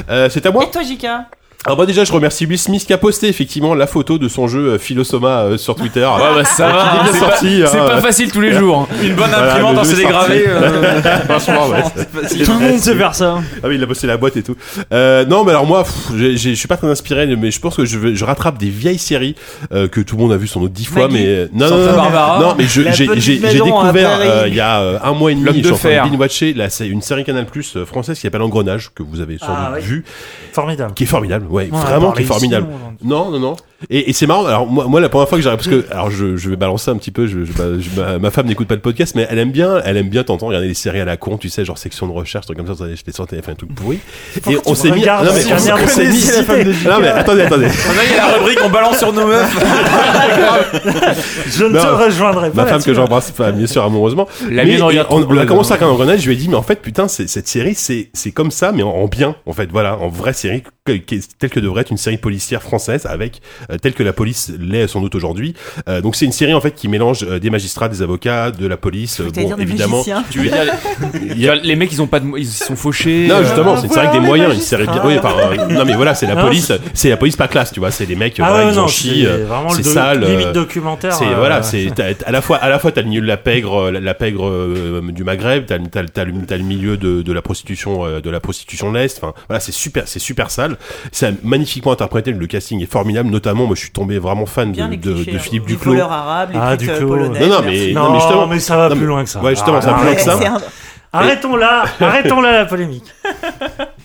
S2: Euh, C'est à moi
S11: Et toi, Jika
S2: Alors bah déjà je remercie Will Smith qui a posté effectivement la photo de son jeu euh, Philosoma euh, sur Twitter.
S10: Ouais, bah, ça
S2: Euh,
S10: va,
S2: qui est
S10: hein,
S2: bien
S10: c'est
S2: sorti,
S10: pas- c'est
S2: hein.
S10: pas facile tous les jours. Une bonne imprimante
S2: le
S10: en
S2: jeu est
S10: CD gravé,
S2: sorti.
S10: euh,
S2: Franchement, ouais.
S10: c'est facile. Tout le monde sait faire ça.
S2: Ah oui, il a posté la boîte et tout. Euh, non, mais alors moi, pff, j'ai- j'ai- je suis pas très inspiré, mais je pense que je, vais- je rattrape des vieilles séries euh, que tout le monde a vu sans doute dix fois,
S10: Maggie,
S2: mais euh, non,
S10: Santa
S2: non, non,
S10: Barbara,
S2: non, mais je-
S10: La
S2: j'ai
S10: Petite
S2: j'ai- j'ai
S10: Maison à
S2: découvert
S10: Paris.
S2: euh, il y a euh, un mois et demi,
S10: L'Homme
S2: je
S10: de
S2: suis en train
S10: fer.
S2: de binge-watcher, là, c'est une série Canal Plus euh, française qui s'appelle Engrenage que vous avez sans
S8: Ah,
S2: doute
S8: oui.
S2: vu,
S8: formidable,
S2: qui est formidable, ouais,
S8: On en a
S2: vraiment qui est
S8: parlé ici,
S2: formidable.
S8: on en
S2: Non, non, non. Et, et c'est marrant. Alors moi, moi, la première fois que j'arrive, parce que alors je, je vais balancer un petit peu. Je, je- bah, je- ma, ma femme n'écoute pas le podcast, mais elle aime bien, elle aime bien t'entendre regarder des séries à la con, tu sais, genre section de recherche, trucs comme ça, sur les- sur TF1, un truc pourri. Et on
S8: tu
S2: s'est mis.
S8: regardes
S2: Non mais
S8: si
S2: on
S8: on
S2: s'est- on s'est
S8: connaissait
S2: mis.
S8: la femme de J.K.
S2: Non mais attendez, attendez.
S10: On a eu la rubrique on balance sur nos meufs.
S8: Je ne
S2: Non,
S8: te rejoindrai pas.
S2: Ma femme
S8: là-dessus.
S2: que j'embrasse, enfin, bien sûr, amoureusement.
S10: La
S2: Mais
S10: mienne regarde
S2: on,
S10: tout
S2: on a
S10: bleu,
S2: commencé
S10: hein.
S2: avec un engrenage, je lui ai dit, mais en fait, putain, c'est- cette série, c'est c'est comme ça, mais en, en bien, en fait, voilà, en vraie série, que- que- telle que devrait être une série policière française, avec euh, telle que la police l'est sans doute aujourd'hui. Euh, donc, c'est une série, en fait, qui mélange euh, des magistrats, des avocats, de la police, euh,
S11: voulais
S2: bon,
S11: dire des
S2: évidemment.
S11: magiciens.
S10: Tu veux dire,
S2: Il y a-
S10: les mecs ils ont pas de, mo- ils sont fauchés.
S2: non
S10: euh,
S2: justement c'est vrai
S10: voilà,
S2: que des
S10: les
S2: moyens une
S10: magistrats.
S2: série bien oui enfin, euh, non mais voilà c'est la
S8: Non,
S2: police c'est la police pas classe tu vois c'est des mecs
S8: Ah
S2: voilà,
S8: ouais,
S2: ils
S8: non,
S2: en chient
S8: c'est
S2: euh,
S8: vraiment le
S2: c'est
S8: doc-
S2: sale euh,
S8: limite documentaire,
S2: c'est
S8: euh,
S2: voilà c'est t'as- t'as- à la fois à la fois t'as le milieu de la pègre euh, la, la pègre euh, du Maghreb t'as le- t'as le- t'as le t'as le milieu de, de la prostitution euh, de la prostitution de l'est enfin voilà c'est super c'est super sale c'est magnifiquement interprété le casting est formidable notamment moi je suis tombé vraiment fan de,
S11: Bien les
S2: de-
S11: clichés,
S2: de
S8: euh,
S11: hein.
S2: Philippe
S11: Les
S2: Duclos
S11: voleurs arabes, les Ah, flics, euh, Duclos, polonais,
S2: non non mais
S11: merci.
S2: non, mais justement
S8: Non, mais ça va
S2: Non,
S8: plus
S2: mais-
S8: loin que ça.
S2: ouais justement ça va
S8: Ah,
S2: plus loin que
S11: ouais, c'est
S2: ça
S11: un-
S8: Arrêtons là, arrêtons là la polémique.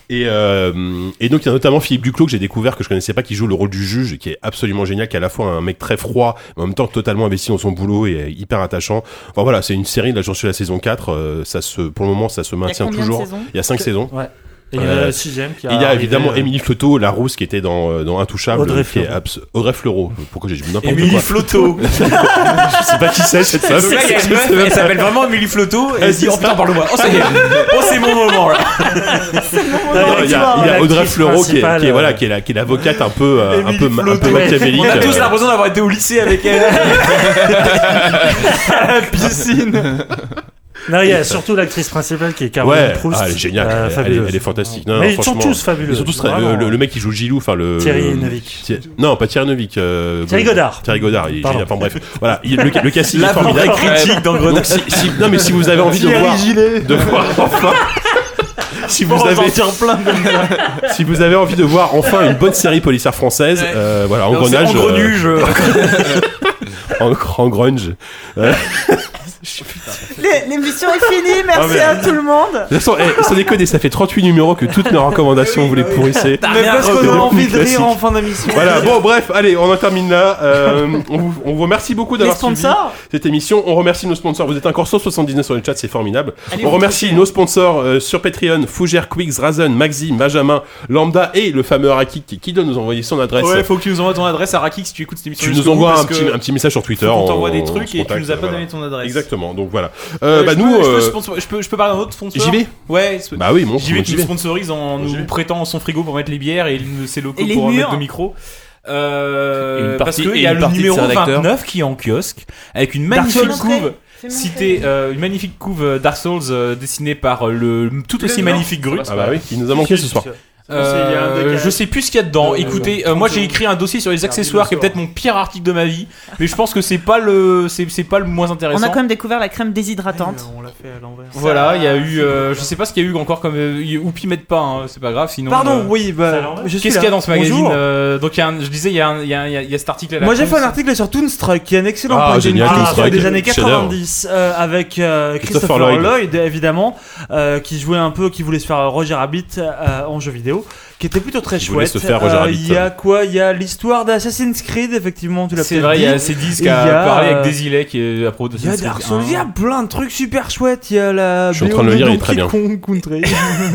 S2: Et, euh, et donc il y a notamment Philippe Duclos que j'ai découvert que je connaissais pas qui joue le rôle du juge qui est absolument génial qui est à la fois un mec très froid mais en même temps totalement investi dans son boulot et euh, hyper attachant. Enfin voilà, c'est une série là j'en suis à la saison 4, euh, ça se pour le moment ça se maintient
S8: combien de
S2: toujours.
S8: saisons
S2: Il y a 5
S8: Que-
S2: saisons.
S8: Ouais. Et il y en a la sixième qui a
S2: Et il y a
S8: arrivé,
S2: évidemment
S8: euh,
S2: Émilie Floto, la rousse qui était dans, euh, dans Intouchable,
S8: Audrey
S2: qui est
S8: Fleurot.
S2: abs- Audrey Fleurot. euh, Pourquoi j'ai dit n'importe quoi
S10: Émilie Floto.
S2: Je sais pas qui c'est cette femme.
S10: Donc là, il y a une meuf, elle s'appelle vraiment Emily Floto et elle se dit Oh putain, parle-moi. Oh, ça y est. Oh, c'est mon moment là.
S2: Non, il y a, il y a Audrey
S8: L'actrice
S2: Fleurot qui est,
S8: principale,
S2: qui est, voilà
S8: euh,
S2: qui est la- qui est l'avocate un peu euh, un peu ma- un peu machiavélique.
S10: On a
S2: euh,
S10: tous l'impression d'avoir été au lycée avec elle. À la piscine.
S8: Non, il y a surtout l'actrice principale qui est Caroline
S2: Ouais,
S8: Proust.
S2: ah, elle est géniale,
S8: euh,
S2: elle- elle, est-
S8: fabuleuse.
S2: elle est fantastique. Non, non,
S8: Mais ils sont
S2: franchement,
S8: tous fabuleux.
S2: Ils sont tous très-
S8: vraiment.
S2: le, le- le mec qui joue Gilou, enfin le.
S8: Thierry
S2: le-
S8: Neuvik.
S2: Thi- Non, pas Thierry Neuvik. euh,
S8: Thierry Godard.
S2: Thierry Godard, il est
S8: Pardon.
S2: génial. Enfin bref, voilà, il- le, le casting
S10: La
S2: est formidable.
S10: première critique dans Grenade.
S2: Donc, si- si- non, mais si vous avez envie de
S10: Thierry
S2: voir,
S10: Gillet.
S2: de voir enfin. Si vous,
S10: Oh, j'en
S2: avez,
S10: tire plein
S2: si vous avez envie de voir enfin une bonne série policière française, euh, voilà,
S10: Non, c'est
S2: engrenage.
S10: Engrenuge.
S2: euh, en, en grunge. Euh,
S6: L'é- L'émission est finie,
S2: Ah,
S6: merci
S2: mais-
S6: à tout le monde.
S2: De toute façon, eh, sans déconner, ça fait 38 numéros que toutes mes recommandations, vous les pourrissez.
S5: Ah, Mais parce qu'on a
S2: C'est devenu
S5: envie de
S2: classique.
S5: rire en fin d'émission.
S2: Voilà, bon, bref, allez, on en termine là. Euh, on, vous, on vous remercie beaucoup d'avoir
S5: Les
S2: suivi
S5: sponsors
S2: cette émission. On remercie nos sponsors. Vous êtes encore 179 sur le chat, c'est formidable.
S5: Allez,
S2: on
S5: vous
S2: remercie nos sponsors euh, sur Patreon Fougère, Quicks, Razen, Maxi, Benjamin, Lambda et le fameux Araki qui, qui doit nous envoyer son adresse.
S7: Ouais, faut que tu nous envoies ton adresse à Raki si tu écoutes cette émission.
S2: Tu nous
S7: jusqu'au bout,
S2: envoies un
S7: parce
S2: petit,
S7: que
S2: un petit message sur Twitter.
S7: On t'envoie des
S2: on se
S7: trucs et tu
S2: contacte,
S7: nous as pas
S2: voilà.
S7: donné ton adresse.
S2: Exactement, donc voilà. Euh,
S7: Euh,
S2: bah
S7: je
S2: nous.
S7: peux- je peux,
S2: euh,
S7: sponsor- je, peux, je peux parler d'un autre sponsor
S2: JV
S7: Ouais. c'est-
S2: Bah oui, mon-
S7: JV
S2: mon
S7: qui nous
S2: JV.
S7: sponsorise en nous prêtant son frigo pour mettre les bières et nous- ses locaux
S3: Et les
S7: pour en mettre
S3: murs.
S7: de micro. Euh,
S3: Et une
S7: parce
S3: partie-
S7: qu'il
S3: et
S7: y a
S3: une
S7: le
S3: partie de
S7: numéro
S3: ses rédacteurs.
S7: 29 qui est en kiosque avec une
S3: Dark
S7: magnifique
S3: Souls.
S7: couve
S6: Mmh,
S7: citée, euh, une magnifique couve euh, Dark Souls euh, dessinée par euh, le tout
S3: Le
S7: aussi
S3: Noir.
S7: magnifique Grut.
S2: Ah bah oui, qui nous a manqué ce soir.
S7: Euh, je sais plus ce qu'il y a dedans. Écoutez, euh, moi j'ai écrit un dossier sur les accessoires qui est peut-être mon pire article de ma vie, mais je pense que c'est pas le c'est c'est pas le moins
S6: On
S7: intéressant.
S6: a quand même découvert la crème déshydratante.
S5: On l'a fait à l'envers.
S7: Voilà, il y a eu, euh, je sais pas ce qu'il y a eu encore comme euh, y- Oupi met pas, hein, c'est pas grave sinon.
S5: Pardon,
S7: euh,
S5: oui, bah, je suis
S7: Qu'est-ce
S5: là.
S7: qu'il y a dans ce magazine
S5: Bonjour.
S7: euh, Donc il y a un- je disais, il y a, un- il y a un- il y a- il y a cet article. à la
S5: Moi j'ai
S7: con,
S5: fait un
S7: c'est-
S5: article sur Toonstruck qui est un excellent
S7: Ah,
S5: point de
S7: génial,
S5: vue
S7: Toonstruck,
S5: des années
S7: chef-d'œuvre.
S5: 90 euh, avec euh,
S7: Christopher
S5: Christopher
S7: Lloyd.
S5: Lloyd, évidemment euh, qui jouait un peu qui voulait se faire euh, Roger Rabbit euh, en jeu vidéo qui était plutôt très
S2: voulait
S5: chouette.
S2: se faire Roger
S5: Euh,
S2: Rabbit.
S5: Il y a quoi Il y a l'histoire d'Assassin's Creed effectivement tu l'as
S7: C'est
S5: peut-être
S7: vrai, il y a
S5: dit.
S7: ces disques
S5: Et
S7: à
S5: il y a,
S7: parler
S5: euh,
S7: avec Desilets qui est à propos de
S5: il y a
S7: Assassin's
S5: Dark
S7: Creed
S5: Souls, il y a
S7: 1.
S5: plein de trucs super chouettes. Il y a la.
S7: Je suis en train de le
S5: BO
S7: lire, il est
S5: E Donkey
S7: très bien.
S5: Kong Country.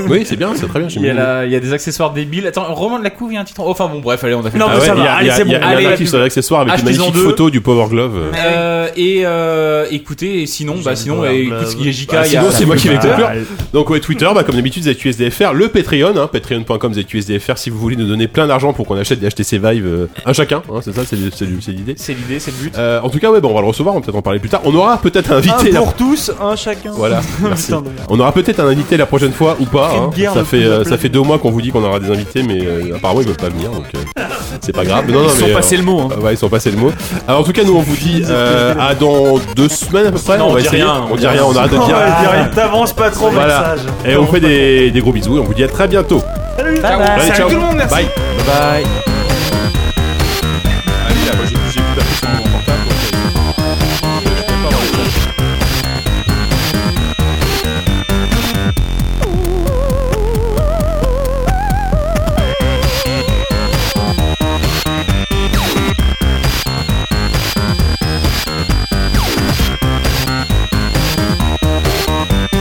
S2: Oui, c'est bien, c'est très bien. j'ai
S7: Il y, a
S2: mis-
S7: la- il y a des accessoires débiles. Attends, Roman de la Couve, il y a un titre. en- Enfin bon, bref, allez, on a fait
S5: Non,
S7: le
S2: Ah
S7: tour.
S2: ouais, il y a- il y a- il y a un article sur l'accessoire avec une
S7: Achetez-en
S2: magnifique
S7: deux.
S2: photo du Power Glove.
S7: Euh, et euh, écoutez, et sinon, bah sinon, euh, écoute ce qu'il y a JK,
S2: Bah,
S7: il y a-
S2: sinon, c'est moi qui vais conclure. Donc, ouais, Twitter, bah, comme d'habitude, ZQSDFR, le Patreon, hein, patreon.com ZQSDFR, si vous voulez nous donner plein d'argent pour qu'on achète des HTC Vive, euh, un chacun, hein, c'est ça, c'est c'est- c'est l'idée. Euh,
S7: C'est l'idée, c'est le but.
S2: en tout cas, ouais, bon, on va le recevoir, on va peut-être en parler plus tard. On aura peut-être un
S8: Ah,
S2: invité
S5: un
S2: la-
S5: pour tous, un chacun.
S2: Voilà, merci.
S5: Putain de merde.
S2: On aura peut-être un invité la prochaine fois ou pas.
S5: Cri de
S2: hein.
S5: guerre
S2: Ça,
S5: de
S2: fait,
S5: plus
S2: euh,
S5: en
S2: ça
S5: plus.
S2: fait deux mois qu'on vous dit qu'on aura des invités, mais euh, apparemment ils peuvent pas venir, donc euh, c'est pas grave. Non, non,
S9: Ils sont
S2: mais,
S9: passés le mot, hein.
S2: euh, ouais, ils sont passés le mot. Alors, en tout cas, nous on vous dit euh, à dans deux semaines à peu près.
S7: Non, on
S2: va
S7: dit
S2: essayer.
S7: rien,
S2: on dit rien, on arrête de
S5: Oh,
S2: dire.
S5: ouais, direct, T'avances pas trop,
S2: Voilà.
S5: message.
S2: Et on vous fait des, des gros bisous et on vous dit à très bientôt.
S5: Salut.
S6: Bye
S2: Allez,
S6: bye.
S7: Ah, Salut
S2: ciao.
S7: tout le monde, merci.
S2: Bye.
S7: Bye.
S2: euh,
S16: You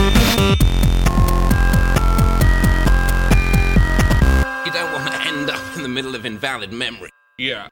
S16: don't want to end up in the middle of invalid memory. Yeah.